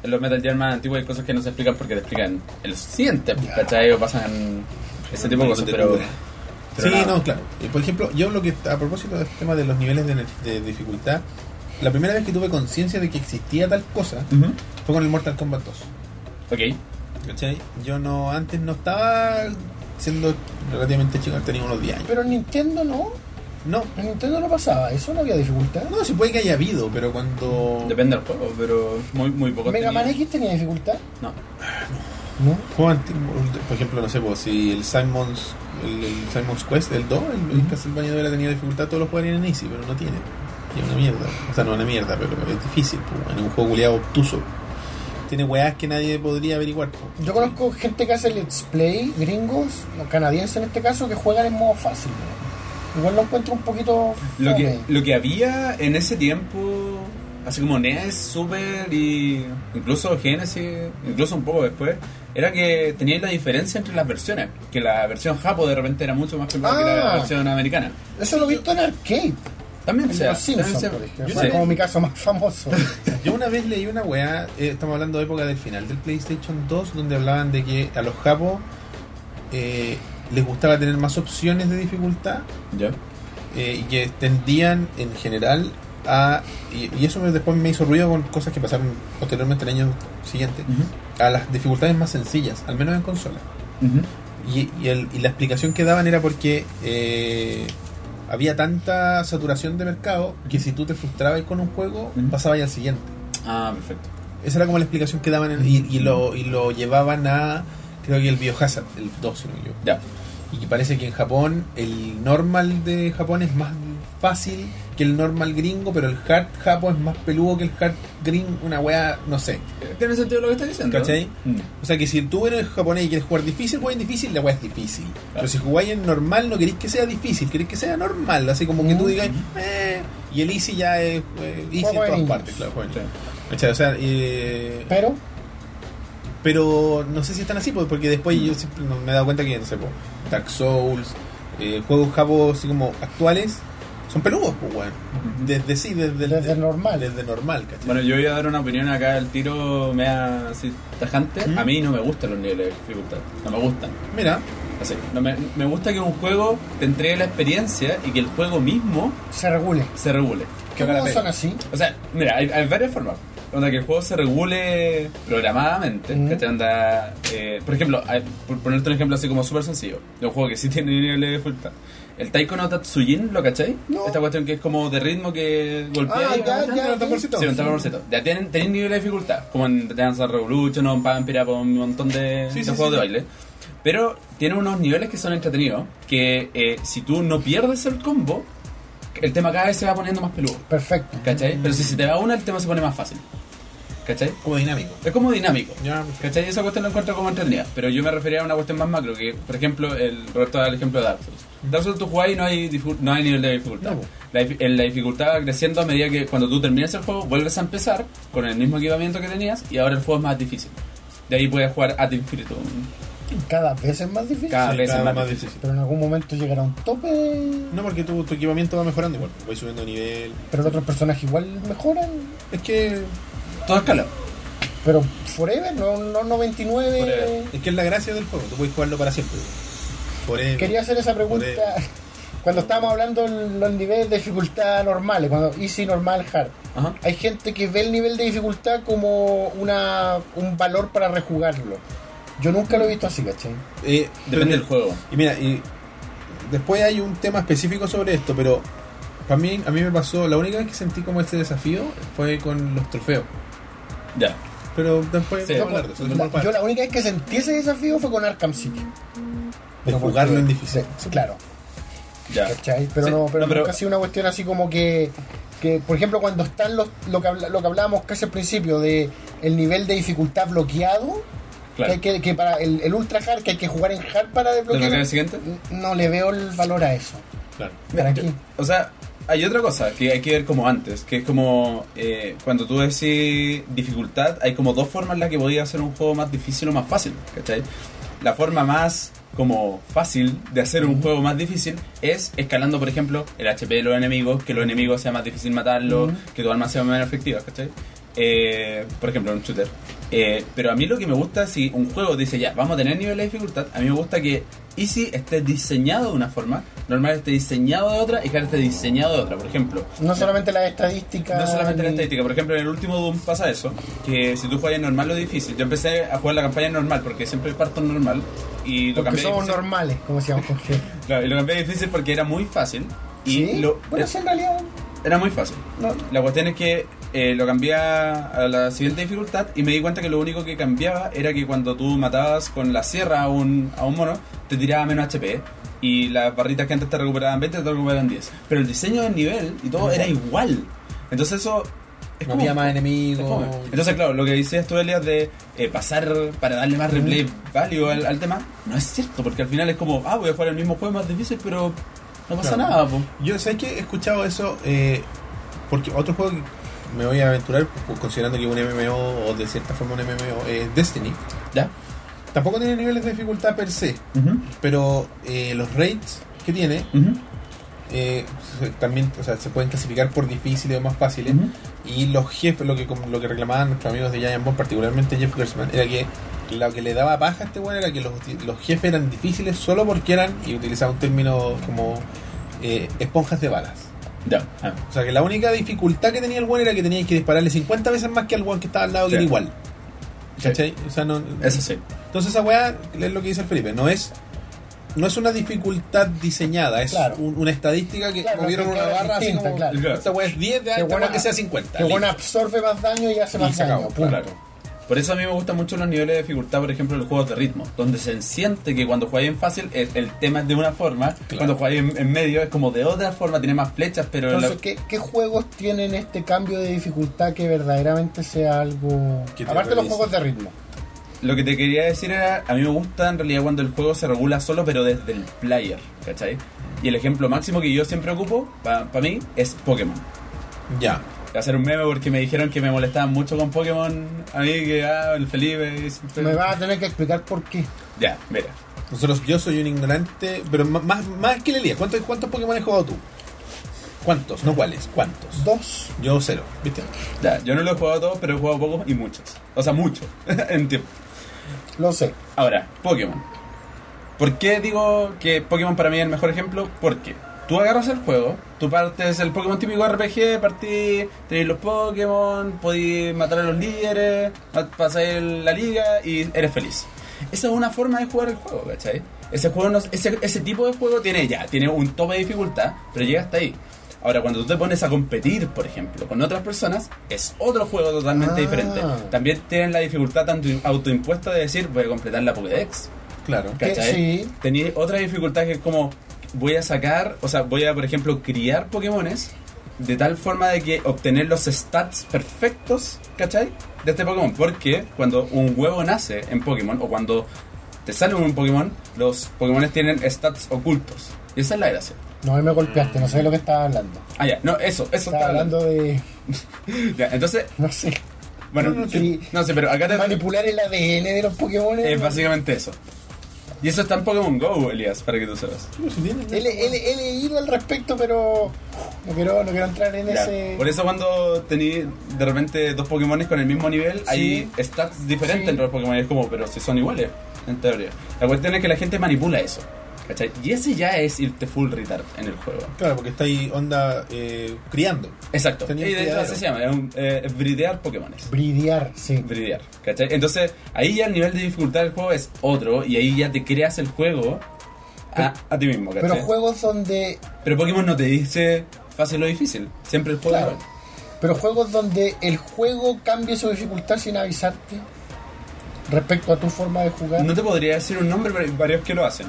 Speaker 3: En los Metal Gear más antiguos hay cosas que no se explican porque te explican el siguiente, ¿cachai? O pasan ese tipo de cosas, pero... pero
Speaker 1: sí,
Speaker 3: nada.
Speaker 1: no, claro. Y, por ejemplo, yo lo que a propósito del tema de los niveles de, de dificultad, la primera vez que tuve conciencia de que existía tal cosa
Speaker 3: Ujú.
Speaker 1: fue con el Mortal Kombat 2.
Speaker 3: Ok.
Speaker 1: ¿Cachai? Yo no antes no estaba siendo relativamente chico, tenía unos 10 años.
Speaker 2: Pero en Nintendo no.
Speaker 1: No,
Speaker 2: En Nintendo no pasaba. Eso no había dificultad.
Speaker 1: no, se puede que haya habido, pero cuando
Speaker 3: Depende del juego, pero muy, muy poco.
Speaker 2: Mega Man
Speaker 3: tenía.
Speaker 2: X tenía dificultad.
Speaker 3: No.
Speaker 2: No.
Speaker 1: juego antiguo, por ejemplo, no sé, pues, si el Simon's el, el Simon's Quest, el 2, el, el Castlevania hubiera tenido dificultad, todos los jugarían en Easy, pero no tiene. Y es una mierda. O sea, no es una mierda, pero es difícil, pues, bueno, es un juego culiado obtuso. Tiene weas que nadie podría averiguar. pues.
Speaker 2: Yo conozco gente que hace let's play, gringos, o canadienses en este caso, que juegan en modo fácil. Igual lo encuentro un poquito.
Speaker 3: Lo que,
Speaker 2: fome.
Speaker 3: lo que había en ese tiempo, así como NES, Super y incluso Genesis, incluso un poco después, era que teníais la diferencia entre las versiones. Que la versión japo de repente era mucho más complicada que
Speaker 2: Ah.
Speaker 3: la versión americana.
Speaker 2: Eso lo he visto en arcade.
Speaker 3: También
Speaker 2: El
Speaker 3: se
Speaker 2: de los
Speaker 3: hace,
Speaker 2: Simpsons,
Speaker 3: también
Speaker 2: por
Speaker 3: se-
Speaker 2: ejemplo.
Speaker 3: yo
Speaker 2: Fue
Speaker 3: sé.
Speaker 2: como mi caso más famoso.
Speaker 1: Yo una vez leí una weá, eh, estamos hablando de época del final del PlayStation 2, donde hablaban de que a los japos eh, les gustaba tener más opciones de dificultad
Speaker 3: Ya.
Speaker 1: eh, y que tendían en general a. Y, y eso me- después me hizo ruido con cosas que pasaron posteriormente el año siguiente, a las dificultades más sencillas, al menos en consola.
Speaker 3: Ujú.
Speaker 1: Y, y el- y la explicación que daban era porque eh, había tanta saturación de mercado que si tú te frustrabas con un juego,
Speaker 3: Ujú.
Speaker 1: pasabas al siguiente.
Speaker 3: Ah, perfecto.
Speaker 1: Esa era como la explicación que daban en- y, y lo, y lo llevaban a, creo que el Biohazard, el 2, si no me equivoco.
Speaker 3: Ya.
Speaker 1: Y que parece que en Japón el normal de Japón es más fácil que el normal gringo, pero el hard japo es más peludo que el hard gringo, una wea, no sé.
Speaker 3: Eh, Tiene sentido lo que estás diciendo.
Speaker 1: ¿Cachai?
Speaker 3: Mm.
Speaker 1: O sea que si tú eres japonés y quieres jugar difícil, juegas en difícil, la wea es difícil. Pero si jugáis en normal, no queréis que sea difícil, queréis que sea normal, así como que tú digas, eh, y el easy ya es eh, easy
Speaker 2: Juego de
Speaker 1: en todas
Speaker 2: niños.
Speaker 1: partes, claro, juego de niños. ¿Cachai? O sea, eh,
Speaker 2: Pero
Speaker 1: pero no sé si están así, pues, porque después
Speaker 2: Mm.
Speaker 1: yo siempre no- me he dado cuenta que, no sé, pues, Dark Souls, eh, juegos japos así como actuales, son peludos, pues, weón.
Speaker 3: Ujú.
Speaker 1: Desde sí, desde,
Speaker 2: Desde normal.
Speaker 1: Desde normal, ¿cachai?
Speaker 3: Bueno, yo voy a dar una opinión acá el tiro me así tajante.
Speaker 1: ¿Mm?
Speaker 3: A mí no me gustan los niveles de dificultad. No me gustan.
Speaker 1: Mira,
Speaker 3: Así, no me, me gusta que un juego te entregue la experiencia y que el juego mismo
Speaker 2: se regule.
Speaker 3: se regule.
Speaker 1: Qué
Speaker 2: ¿Qué no
Speaker 1: maravilla.
Speaker 2: son así?
Speaker 3: O sea, mira, hay, hay varias formas. Onda que el juego se regule programadamente.
Speaker 2: Mm.
Speaker 3: ¿cachai? Onda, eh, por ejemplo, hay- por ponerte un ejemplo así como súper sencillo, de un juego que sí tiene nivel de dificultad. El Taiko no Tatsujin, ¿lo cachai?
Speaker 2: No.
Speaker 3: Esta cuestión que es como de ritmo que golpea
Speaker 2: Ah,
Speaker 3: y
Speaker 2: ya, ya.
Speaker 1: el tamborcito.
Speaker 3: Sí, un tamborcito. Ya tienen, tienen nivel de dificultad, como en Dance Revolution, o en Vampire, o un montón de,
Speaker 1: Sí,
Speaker 3: de
Speaker 1: sí,
Speaker 3: juegos
Speaker 1: sí.
Speaker 3: de baile. Pero tiene unos niveles que son entretenidos, que eh, si tú no pierdes el combo, el tema cada vez se va poniendo más peludo.
Speaker 2: Perfecto.
Speaker 3: ¿Cachai? Pero si se te va una, el tema se pone más fácil. ¿Cachai?
Speaker 1: como dinámico.
Speaker 3: Es como dinámico.
Speaker 1: Ya, pues,
Speaker 3: ¿Cachai? Esa cuestión la encuentro como entretenida. Pero yo me refería a una cuestión más macro, que por ejemplo, el Roberto da el ejemplo de Dark Souls. Dark Souls tú jugás y no hay, dificu- no hay nivel de dificultad.
Speaker 1: No.
Speaker 3: La, dif- el- la dificultad va creciendo a medida que cuando tú terminas el juego, vuelves a empezar con el mismo equipamiento que tenías y ahora el juego es más difícil. De ahí puedes jugar ad infinitum.
Speaker 2: Cada vez es más difícil.
Speaker 3: Cada
Speaker 1: Sí,
Speaker 3: vez
Speaker 1: cada
Speaker 3: es más,
Speaker 1: vez más
Speaker 3: difícil.
Speaker 2: Pero en algún momento llegará un tope.
Speaker 1: No, porque tu, tu equipamiento va mejorando igual, pues, vais subiendo nivel.
Speaker 2: Pero el otro personaje igual mejoran.
Speaker 1: Es que
Speaker 3: Todo escala.
Speaker 2: Pero Forever, no, no 99.
Speaker 3: Forever.
Speaker 1: es que es la gracia del juego, tú puedes jugarlo para siempre. weón. Por el-
Speaker 2: Quería hacer esa pregunta
Speaker 1: Forever.
Speaker 2: cuando estábamos hablando de los niveles de dificultad normales, cuando easy, normal, hard.
Speaker 3: Ajá.
Speaker 2: Hay gente que ve el nivel de dificultad como una, un valor para rejugarlo. Yo nunca lo he visto así, ¿cachai?
Speaker 1: Eh,
Speaker 3: Depende
Speaker 1: pero-
Speaker 3: del juego.
Speaker 1: Y mira, y después hay un tema específico sobre esto, pero para mí, a mí me pasó, la única vez que sentí como este desafío fue con los trofeos.
Speaker 3: Ya.
Speaker 1: Pero después
Speaker 3: Sí.
Speaker 1: vamos a hablar de eso,
Speaker 2: La-
Speaker 1: dejémoslo para-
Speaker 2: yo la única vez que sentí ese desafío fue con Arkham City.
Speaker 1: de
Speaker 2: Pero
Speaker 1: jugarlo
Speaker 2: porque-
Speaker 1: en difícil.
Speaker 2: sí, claro.
Speaker 3: Ya.
Speaker 2: ¿Cachai? Pero
Speaker 3: Sí,
Speaker 2: no, pero
Speaker 3: no, pero-
Speaker 2: nunca ha sido una cuestión así como que, que, por ejemplo, cuando están los, lo, que habla- lo que hablábamos casi al principio de el nivel de dificultad bloqueado,
Speaker 3: Claro.
Speaker 2: que, hay que, que para el, el ultra hard que hay que jugar en hard para
Speaker 3: ¿Lo que
Speaker 2: desbloquear,
Speaker 3: el siguiente?
Speaker 2: no le veo el valor a eso.
Speaker 1: Claro.
Speaker 2: Para aquí.
Speaker 3: O sea, hay otra cosa que hay que ver como antes, que es como eh, cuando tú decís dificultad, hay como dos formas en las que podía hacer un juego más difícil o más fácil, ¿cachai? La forma más como fácil de hacer un juego más difícil es escalando, por ejemplo, el HP de los enemigos, que los enemigos sea más difícil matarlos,
Speaker 2: Ujú.
Speaker 3: que tu arma sea menos efectiva, ¿cachai? Eh, por ejemplo, en un shooter. Eh, pero a mí lo que me gusta, si un juego dice ya, vamos a tener nivel de dificultad, a mí me gusta que Easy esté diseñado de una forma, normal esté diseñado de otra y Hard esté diseñado de otra. Por ejemplo,
Speaker 2: No solamente las estadísticas.
Speaker 3: no solamente la
Speaker 2: ni-
Speaker 3: estadística, por ejemplo, en el último Doom pasa eso, que si tú juegas en normal lo difícil. Yo empecé a jugar la campaña en normal porque siempre parto en normal y lo
Speaker 2: Porque
Speaker 3: cambié. a
Speaker 2: somos
Speaker 3: difícil.
Speaker 2: normales, como decíamos con G.
Speaker 3: Claro, y lo cambié a difícil porque era muy fácil. Y
Speaker 2: ¿Sí?
Speaker 3: lo,
Speaker 2: bueno, sí, en realidad.
Speaker 3: era muy fácil.
Speaker 2: no.
Speaker 3: La cuestión es que eh, lo cambié a a la siguiente dificultad y me di cuenta que lo único que cambiaba era que cuando tú matabas con la sierra a un, a un mono, te tiraba menos HP y las barritas que antes te recuperaban 20 te recuperaban 10. Pero el diseño del nivel y todo era igual. Entonces eso... es
Speaker 1: no
Speaker 3: como-
Speaker 1: había más
Speaker 3: es
Speaker 1: enemigos.
Speaker 3: como- Entonces, claro, lo que decías tú, Elias, de eh, pasar para darle más replay value al, al tema, no es cierto, porque al final es como, ah, voy a jugar el mismo juego más difícil, pero no pasa
Speaker 1: Claro.
Speaker 3: nada, po.
Speaker 1: Yo sé que he escuchado eso eh, porque otro juego que me voy a aventurar, pues, considerando que un MMO o de cierta forma un MMO es Destiny.
Speaker 3: ¿Ya?
Speaker 1: Tampoco tiene niveles de dificultad per se,
Speaker 3: Ujú,
Speaker 1: pero eh, los raids que tiene
Speaker 3: ujú.
Speaker 1: eh, se- también o sea, se pueden clasificar por difíciles o más fáciles. Y los jefes, lo que, lo que reclamaban nuestros amigos de Giant Bomb, particularmente Jeff Gersman, era que lo que le daba paja a este weón era que los, los jefes eran difíciles solo porque eran, y utilizaba un término como eh, esponjas de balas.
Speaker 3: Ya. Ah.
Speaker 1: O sea que la única dificultad que tenía el weón era que tenías que dispararle 50 veces más que al weón que estaba al lado que
Speaker 3: Sí.
Speaker 1: era igual.
Speaker 3: Sí.
Speaker 1: ¿Cachai? O sea, no,
Speaker 3: Eso sí.
Speaker 1: entonces esa weá es lo que dice el Felipe, no es no es una dificultad diseñada, es
Speaker 2: Claro.
Speaker 1: un- una estadística que
Speaker 2: Claro,
Speaker 1: movieron
Speaker 2: que
Speaker 1: una
Speaker 2: cada
Speaker 1: barra así
Speaker 2: distinta,
Speaker 1: como
Speaker 2: claro.
Speaker 1: esta weá es 10 de
Speaker 2: Qué
Speaker 1: alta,
Speaker 2: buena-
Speaker 1: weá que sea 50.
Speaker 2: Que bueno,
Speaker 1: listo.
Speaker 2: absorbe más daño y hace
Speaker 1: Y
Speaker 2: más
Speaker 1: se
Speaker 2: daño.
Speaker 1: acabó,
Speaker 2: punto.
Speaker 3: Claro. Por eso a mí me gustan mucho los niveles de dificultad, por ejemplo, en los juegos de ritmo, donde se siente que cuando jugáis en fácil el, el tema es de una forma, cuando jugáis en, en medio es como de otra forma, tiene más flechas, pero la-
Speaker 2: Entonces, ¿qué, qué juegos tienen este cambio de dificultad que verdaderamente sea algo...
Speaker 1: Que te
Speaker 2: Aparte de los
Speaker 1: realice.
Speaker 2: juegos de ritmo.
Speaker 3: lo que te quería decir era, a mí me gusta en realidad cuando el juego se regula solo, pero desde el player, ¿cachai? Y el ejemplo máximo que yo siempre ocupo, para mí, es Pokémon.
Speaker 1: Ya.
Speaker 3: Voy a hacer un meme porque me dijeron que me molestaban mucho con Pokémon, a mí que, ah, el Felipe... siempre-
Speaker 2: Me vas a tener que explicar por qué.
Speaker 3: Ya, mira.
Speaker 1: Nosotros yo soy un ignorante, pero ma- más, más que Lelía, ¿cuántos cuántos Pokémon has jugado tú? ¿Cuántos? No cuáles, ¿cuántos?
Speaker 2: Dos.
Speaker 1: Yo cero, ¿viste?
Speaker 3: Ya, yo no lo he jugado todos, pero he jugado pocos y muchos. O sea, muchos. en tiempo.
Speaker 2: Lo sé.
Speaker 3: Ahora, Pokémon. ¿Por qué digo que Pokémon para mí es el mejor ejemplo? Porque tú agarras el juego, tú partes el Pokémon típico RPG, partís, tenés los Pokémon, podés matar a los líderes, pasar la liga y eres feliz. Esa es una forma de jugar el juego, ¿cachai? Ese, juego no- ese, ese tipo de juego tiene ya, tiene un tope de dificultad, pero llega hasta ahí. Ahora, cuando tú te pones a competir, por ejemplo, con otras personas, es otro juego totalmente
Speaker 2: Ah.
Speaker 3: diferente. También tienen la dificultad tanto autoimpuesta de decir, voy a completar la Pokédex.
Speaker 1: Claro.
Speaker 2: ¿Qué?
Speaker 3: ¿Cachai?
Speaker 2: Eh, Sí.
Speaker 3: Tenía otra dificultad que es como voy a sacar, o sea, voy a, por ejemplo, criar Pokémones de tal forma de que obtener los stats perfectos, ¿cachai? De este Pokémon. Porque cuando un huevo nace en Pokémon o cuando te sale un Pokémon, los Pokémones tienen stats ocultos. Y esa es la gracia.
Speaker 2: No, ahí me golpeaste. No sé de lo que estaba hablando.
Speaker 3: Ah, ya, no, eso, eso
Speaker 2: Estaba
Speaker 3: está hablando.
Speaker 2: hablando de...
Speaker 3: Ya, entonces,
Speaker 2: No sé.
Speaker 3: bueno,
Speaker 2: No, no,
Speaker 3: sí,
Speaker 2: sí.
Speaker 3: no sé, pero acá te,
Speaker 2: Manipular el ADN de los Pokémon.
Speaker 3: Es básicamente eso. Y eso está en Pokémon Go, Elías, para que tú sepas.
Speaker 2: He, le- he le- he leído al respecto, pero no quiero, no quiero entrar en
Speaker 3: Ya.
Speaker 2: ese.
Speaker 3: Por eso cuando tení de repente dos Pokémon con el mismo nivel, hay stats diferentes
Speaker 2: Sí.
Speaker 3: entre los Pokémon. Es como, pero si son iguales, en teoría. La cuestión es que la gente manipula eso. ¿cachai? Y ese ya es irte full retard en el juego.
Speaker 1: Claro, porque está ahí onda eh, criando.
Speaker 3: Exacto.
Speaker 1: Tenía
Speaker 3: y de hecho
Speaker 1: criadero.
Speaker 3: así se llama, es, un, eh, es bridear Pokémones.
Speaker 2: Bridear, sí.
Speaker 3: Bridear, ¿cachai? Entonces, ahí ya el nivel de dificultad del juego es otro y ahí ya te creas el juego a, a ti mismo, ¿cachai?
Speaker 2: Pero juegos donde.
Speaker 3: Pero Pokémon no te dice fácil o difícil. Siempre el juego.
Speaker 2: Claro. Pero juegos donde el juego cambie su dificultad sin avisarte. Respecto a tu forma de jugar.
Speaker 3: No te podría decir un nombre, pero hay varios que lo hacen.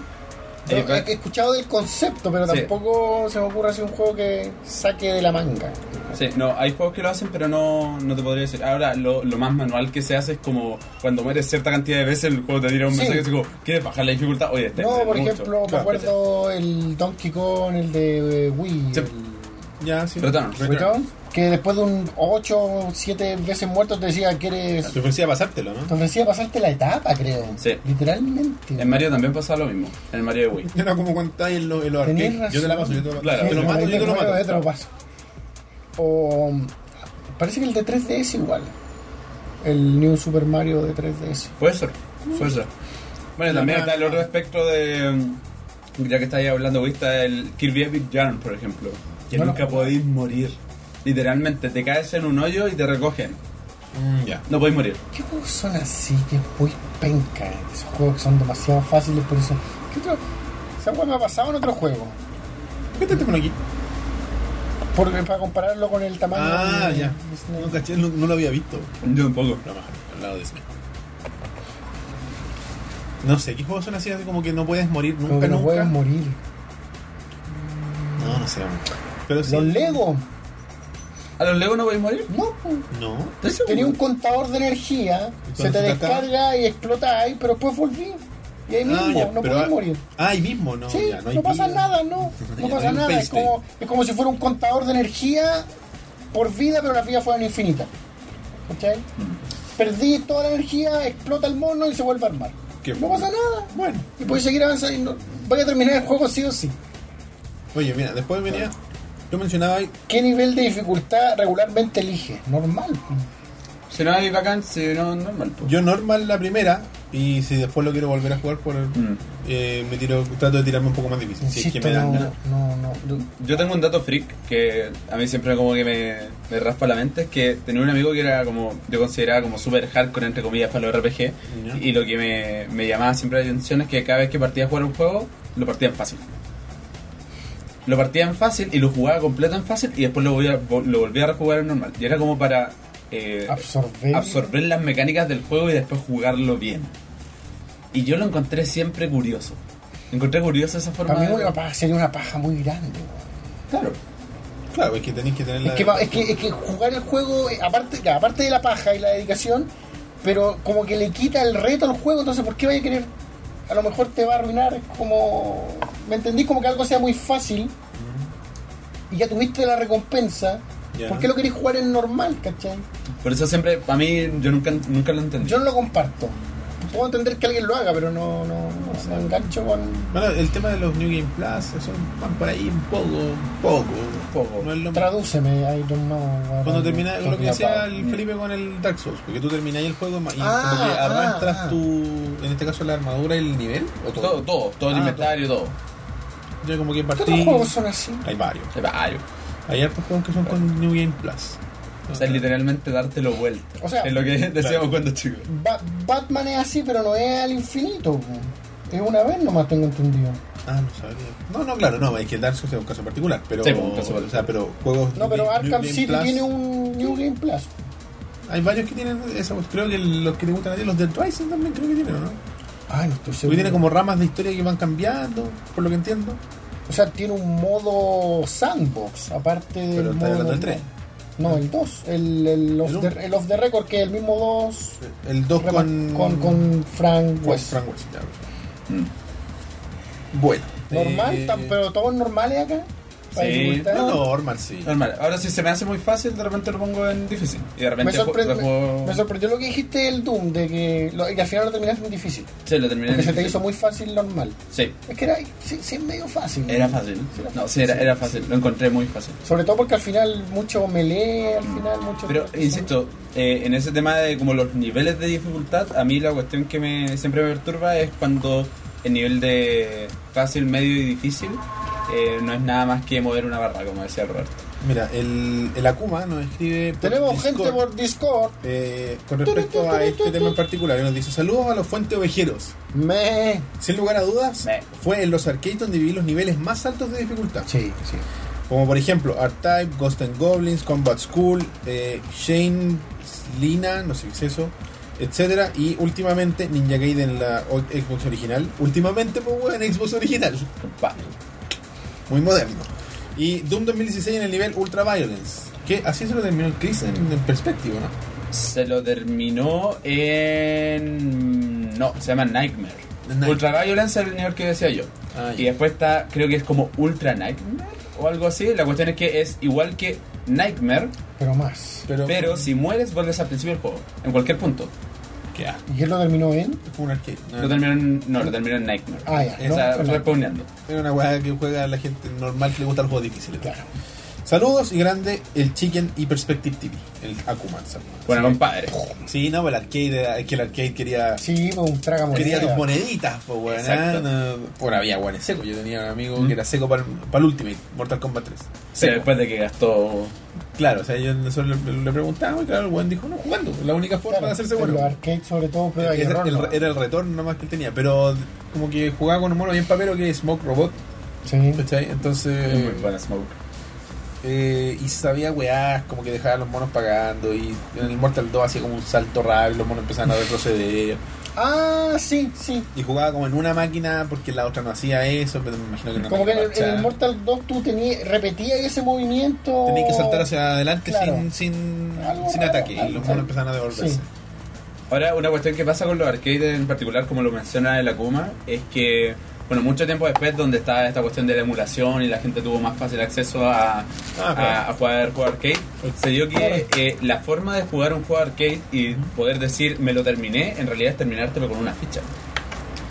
Speaker 2: Yo
Speaker 3: Eh, va-
Speaker 2: he escuchado del concepto, pero
Speaker 3: Sí.
Speaker 2: tampoco se me ocurre así un juego que saque de la manga.
Speaker 3: sí, no, hay juegos que lo hacen, pero no, no te podría decir. Ahora, lo, lo más manual que se hace es como cuando mueres cierta cantidad de veces, el juego te tira un
Speaker 2: Sí.
Speaker 3: mensaje así como, ¿quieres bajar la dificultad? Oye, este
Speaker 2: No,
Speaker 3: este,
Speaker 2: por
Speaker 3: mucho.
Speaker 2: ejemplo, me
Speaker 3: Claro,
Speaker 2: acuerdo el Donkey Kong, el de eh, Wii.
Speaker 3: Sí.
Speaker 2: el-
Speaker 1: Ya, sí.
Speaker 3: Return.
Speaker 2: Return, que después de un 8 o 7 veces muerto te decía que eres...
Speaker 1: Te ofrecía pasártelo, ¿no?
Speaker 2: Te ofrecía pasarte la etapa, creo.
Speaker 3: Sí.
Speaker 2: Literalmente.
Speaker 3: En Mario también pasa lo mismo, en el Mario de Wii.
Speaker 1: Era como cuando estás en los, en los
Speaker 2: Tenés
Speaker 1: arcades. Yo te la paso, yo te lo,
Speaker 3: Claro.
Speaker 1: te lo mato, yo te lo
Speaker 2: Bueno,
Speaker 1: mato.
Speaker 2: te lo paso. O... Parece que el de 3DS igual. El New Super Mario de 3DS.
Speaker 3: Puede ser, puede ser. Bueno,
Speaker 1: La
Speaker 3: también
Speaker 1: nada.
Speaker 3: está el otro espectro de. mm, Ya que estáis hablando, güey, está el Kirby Epic Yarn, por ejemplo. Que
Speaker 2: No lo
Speaker 3: nunca
Speaker 2: jugué.
Speaker 3: podéis morir. Literalmente, te caes en un hoyo y te recogen.
Speaker 1: Mm, ya.
Speaker 3: No podéis morir.
Speaker 2: ¿Qué juegos son así que es muy penca? Esos juegos que son demasiado fáciles por eso... ¿Qué otro... Esa hueá me ha pasado en otro juego.
Speaker 1: ¿Qué te tengo aquí?
Speaker 2: Por- eh, para compararlo con el tamaño
Speaker 1: Ah,
Speaker 2: de-
Speaker 1: ya.
Speaker 2: de-
Speaker 1: No, caché, no, no lo había visto.
Speaker 3: Yo tampoco.
Speaker 1: No, más, al lado de Snake. No sé, ¿qué juegos son así? Así como que no puedes morir
Speaker 2: como
Speaker 1: nunca,
Speaker 2: que no
Speaker 1: nunca.
Speaker 2: puedes morir.
Speaker 1: no, no sé. Pero sí.
Speaker 2: Los Lego,
Speaker 3: ¿A los Lego no podéis morir?
Speaker 2: no. pues.
Speaker 1: No.
Speaker 3: ¿Estás seguro?
Speaker 2: Tenía un contador de energía,
Speaker 1: cuando
Speaker 2: se te
Speaker 1: se te acaba?
Speaker 2: descarga y explota ahí, pero después volví. Y ahí mismo,
Speaker 1: Ah, ya,
Speaker 2: no
Speaker 1: pero
Speaker 2: podés
Speaker 1: ah-
Speaker 2: morir.
Speaker 1: Ah, ahí mismo, no.
Speaker 2: sí,
Speaker 1: ya,
Speaker 2: no,
Speaker 1: hay
Speaker 2: pasa
Speaker 1: vida.
Speaker 2: nada, no.
Speaker 1: Ya,
Speaker 2: No
Speaker 1: no
Speaker 2: pasa
Speaker 1: hay
Speaker 2: nada. Es
Speaker 1: payday.
Speaker 2: como, es como si fuera un contador de energía por vida, pero las vidas fueran infinitas. ¿Cachai?
Speaker 1: Mm.
Speaker 2: Perdí toda la energía, explota el mono y se vuelve a armar.
Speaker 1: Qué
Speaker 2: no pasa nada.
Speaker 1: Bueno.
Speaker 2: Y puedes seguir avanzando. y no- voy a terminar el juego sí o sí.
Speaker 1: Oye, mira, después venía. Yo mencionaba ahí.
Speaker 2: ¿Qué nivel de dificultad regularmente elige? Normal.
Speaker 3: Si no hay vacancia, no normal. pues.
Speaker 1: Yo normal la primera. Y si después lo quiero volver a jugar, por
Speaker 3: Mm.
Speaker 1: eh, me tiro, trato de tirarme un poco más difícil. Si es que
Speaker 2: Insisto,
Speaker 1: me dan
Speaker 2: no,
Speaker 1: ganas.
Speaker 2: no, no.
Speaker 3: Yo tengo un dato freak que a mí siempre como que me, me raspa la mente, es que tenía un amigo que era como, yo consideraba como super hardcore entre comillas para los RPG,
Speaker 1: Ya.
Speaker 3: y lo que me, me llamaba siempre la atención es que cada vez que partía a jugar un juego, lo partía en fácil. Lo partía en fácil y lo jugaba completo en fácil y después lo, volvía- lo volvía a rejugar en normal. Y era como para eh,
Speaker 2: Ah, Absorber.
Speaker 3: absorber las mecánicas del juego y después jugarlo bien. Y yo lo encontré siempre curioso. Encontré curioso esa forma
Speaker 2: Para mí
Speaker 3: de-
Speaker 2: una paja, sería una paja muy grande. weón.
Speaker 3: Claro.
Speaker 1: Claro, es que tenéis que tener la.
Speaker 2: Es que, va- es, que, es que jugar el juego, eh, aparte, ya, aparte de la paja y la dedicación, pero como que le quita el reto al juego, entonces ¿por qué vaya a querer? A lo mejor te va a arruinar como... ¿Me entendí? Como que algo sea muy fácil y ya tuviste la recompensa.
Speaker 1: Ya.
Speaker 2: ¿Por qué lo querés jugar en normal, cachai?
Speaker 3: Por eso siempre, para mí, yo nunca, nunca lo entendí.
Speaker 2: Yo no lo comparto. Puedo entender que alguien lo haga, pero no, no, no, no engancho con...
Speaker 1: Bueno, el tema de los New Game Plus, eso van por ahí un poco, un poco, un
Speaker 3: Poco.
Speaker 1: No es lo
Speaker 2: Tradúceme, I don't know.
Speaker 1: Cuando termina lo que decía
Speaker 2: sea
Speaker 1: el Felipe con el Dark Souls, porque tú termináis el juego ma- y
Speaker 2: Ah,
Speaker 1: como que
Speaker 2: ah,
Speaker 1: arrastras
Speaker 2: ah.
Speaker 1: tu, en este caso la armadura y el nivel, o todo.
Speaker 3: todo, todo, todo el
Speaker 1: Ah,
Speaker 3: inventario, todo.
Speaker 1: Yo como que
Speaker 2: ¿Qué otros
Speaker 1: partí.
Speaker 2: juegos son así?
Speaker 1: Hay varios.
Speaker 3: Eh, bah, yo-
Speaker 1: Hay hartos juegos que son con New Game Plus.
Speaker 3: O sea, literalmente dártelo vuelta.
Speaker 2: O sea,
Speaker 3: es lo que decíamos
Speaker 1: claro.
Speaker 3: cuando chicos.
Speaker 2: Ba- Batman es así, pero no es al infinito. po. Es una vez nomás tengo entendido.
Speaker 1: Ah, no sabía. No, no, claro, no, es que el Dark Souls es un caso particular, pero
Speaker 3: Sí, un caso
Speaker 1: o sea, pero juegos
Speaker 2: No, pero
Speaker 1: New
Speaker 2: Arkham
Speaker 1: Game
Speaker 2: City
Speaker 1: Plus,
Speaker 2: tiene un New Game Plus.
Speaker 1: Hay varios que tienen eso, pues, creo que los que te gustan a ti, los del Rising también creo que tienen, ¿o Ah, ¿no?
Speaker 2: Ay, no estoy
Speaker 1: Porque
Speaker 2: seguro.
Speaker 1: tiene como ramas de historia que van cambiando, por lo que entiendo.
Speaker 2: O sea, tiene un modo sandbox, aparte del
Speaker 1: Pero está
Speaker 2: modo...
Speaker 1: hablando del
Speaker 2: normal.
Speaker 1: 3.
Speaker 2: No, el 2. El, el, off
Speaker 1: El uno.
Speaker 2: the, el off the record, que es el mismo 2.
Speaker 1: El 2 con,
Speaker 2: con, con Frank
Speaker 1: con
Speaker 2: West.
Speaker 1: Frank West, ya.
Speaker 3: Mm.
Speaker 1: Bueno.
Speaker 2: Normal,
Speaker 1: Eh,
Speaker 2: tan- pero todos normales acá. para
Speaker 3: Sí.
Speaker 2: dificultad.
Speaker 1: No, no, normal, sí.
Speaker 3: Normal. Ahora, si se me hace muy fácil, de repente lo pongo en difícil. Y de
Speaker 2: Me,
Speaker 3: repente ju-
Speaker 2: sorpre-
Speaker 3: lo juego.
Speaker 2: me sorprendió lo que dijiste del Doom, de que, lo- que al final lo terminaste muy difícil.
Speaker 3: Sí, lo terminé en
Speaker 2: Porque se te
Speaker 3: difícil.
Speaker 2: hizo muy fácil normal.
Speaker 3: Sí,
Speaker 2: Es que era sí, sí, es medio fácil.
Speaker 3: era fácil. No, sí, era, era fácil. Lo encontré muy fácil.
Speaker 2: Sobre todo porque al final mucho melee, al final mucho...
Speaker 3: Pero insisto, eh, en ese tema de como los niveles de dificultad, a mí la cuestión que me siempre me perturba es cuando el nivel de fácil, medio y difícil eh, no es nada más que mover una barra, como decía Roberto.
Speaker 1: Mira, el, el Akuma nos escribe. por
Speaker 2: Tenemos
Speaker 1: Discord,
Speaker 2: gente por Discord.
Speaker 1: eh, con respecto a este tema en particular, y nos dice: Saludos a los Fuentes Ovejeros.
Speaker 2: Me...
Speaker 1: Sin lugar a dudas,
Speaker 3: Me.
Speaker 1: fue en los arcades donde viví los niveles más altos de dificultad.
Speaker 2: Sí, sí.
Speaker 1: Como por ejemplo R-Type, Ghost and Goblins, Combat School, eh, Shane Lina, no sé qué es eso, etcétera Y últimamente Ninja Gaiden en la o- Xbox original. Últimamente, pues bueno, en Xbox original.
Speaker 3: Compadre.
Speaker 1: Muy moderno. Y Doom 2016 en el nivel Ultra Violence. Que así se lo terminó el Chris en, en perspectiva, ¿no?
Speaker 3: Se lo terminó en. No, se llama Nightmare.
Speaker 1: Nightmare.
Speaker 3: Ultra Violence es el nivel que decía yo.
Speaker 1: Ah, ya.
Speaker 3: y después está, creo que es como Ultra Nightmare o algo así. La cuestión es que es igual que Nightmare,
Speaker 2: Pero más.
Speaker 1: Pero,
Speaker 3: pero si mueres, vuelves al principio del juego. En cualquier punto.
Speaker 1: ¿Qué asco.
Speaker 2: ¿Y él lo terminó en?
Speaker 1: Es como un arcade. No,
Speaker 3: Lo terminó en, no, lo terminó en Nightmare.
Speaker 2: Ah, ya.
Speaker 3: o
Speaker 2: no,
Speaker 3: sea,
Speaker 2: no,
Speaker 3: respawneando.
Speaker 1: Es una weá que juega la gente normal que le gusta los juegos difíciles.
Speaker 2: Claro.
Speaker 1: Saludos y grande el Chicken y Perspective TV, el Akuman. saludos.
Speaker 3: Bueno,
Speaker 1: Sí.
Speaker 3: compadre.
Speaker 1: Sí, no, pues el arcade, es que el arcade quería,
Speaker 2: Sí, pues un traga
Speaker 1: quería tus
Speaker 2: moneda.
Speaker 1: moneditas, pues weón.
Speaker 3: Exacto.
Speaker 1: ah, no. Bueno, había weones seco. Yo tenía un amigo
Speaker 3: Mm.
Speaker 1: que era seco para el Ultimate, Mortal Kombat 3.
Speaker 3: Sí,
Speaker 1: Seco.
Speaker 3: después de que gastó.
Speaker 1: Claro, o sea, yo solo le, le preguntaba y claro, el weón dijo, no, jugando, la única forma de hacerse
Speaker 2: en los
Speaker 1: bueno.
Speaker 2: arcades sobre todo prueba y
Speaker 1: Era,
Speaker 2: error.
Speaker 1: el-
Speaker 2: ¿no?
Speaker 1: era el retorno nomás que él tenía, pero como que jugaba con un mono bien papero que es Smoke Robot,
Speaker 2: Sí.
Speaker 1: ¿cachai?
Speaker 3: es muy
Speaker 1: Entonces,
Speaker 3: buena Smoke.
Speaker 1: eh, y sabía weás, como que dejaba a los monos pagando, y en el Mortal 2 hacía como un salto raro, y los monos empezaban a retroceder.
Speaker 2: Ah, sí, sí.
Speaker 1: Y jugaba como en una máquina porque la otra no hacía eso, pero me imagino que en una
Speaker 2: Como que en
Speaker 1: máquina
Speaker 2: el, en el
Speaker 1: marchaba.
Speaker 2: Mortal 2 tú tenías, repetías ese movimiento.
Speaker 1: Tenía que saltar hacia adelante
Speaker 2: Claro.
Speaker 1: sin, sin,
Speaker 2: Algo
Speaker 1: sin
Speaker 2: raro,
Speaker 1: ataque y
Speaker 2: algo
Speaker 1: los monos
Speaker 2: raro.
Speaker 1: empezaron a devolverse.
Speaker 2: Sí.
Speaker 3: Ahora, una cuestión que pasa con los arcades en particular, como lo menciona el Akuma, es que, bueno, mucho tiempo después, donde está esta cuestión de la emulación y la gente tuvo más fácil acceso a,
Speaker 1: Ah, claro.
Speaker 3: a- a jugar juego arcade, se dio que eh, la forma de jugar un juego arcade y poder decir me lo terminé, en realidad es terminártelo con una ficha.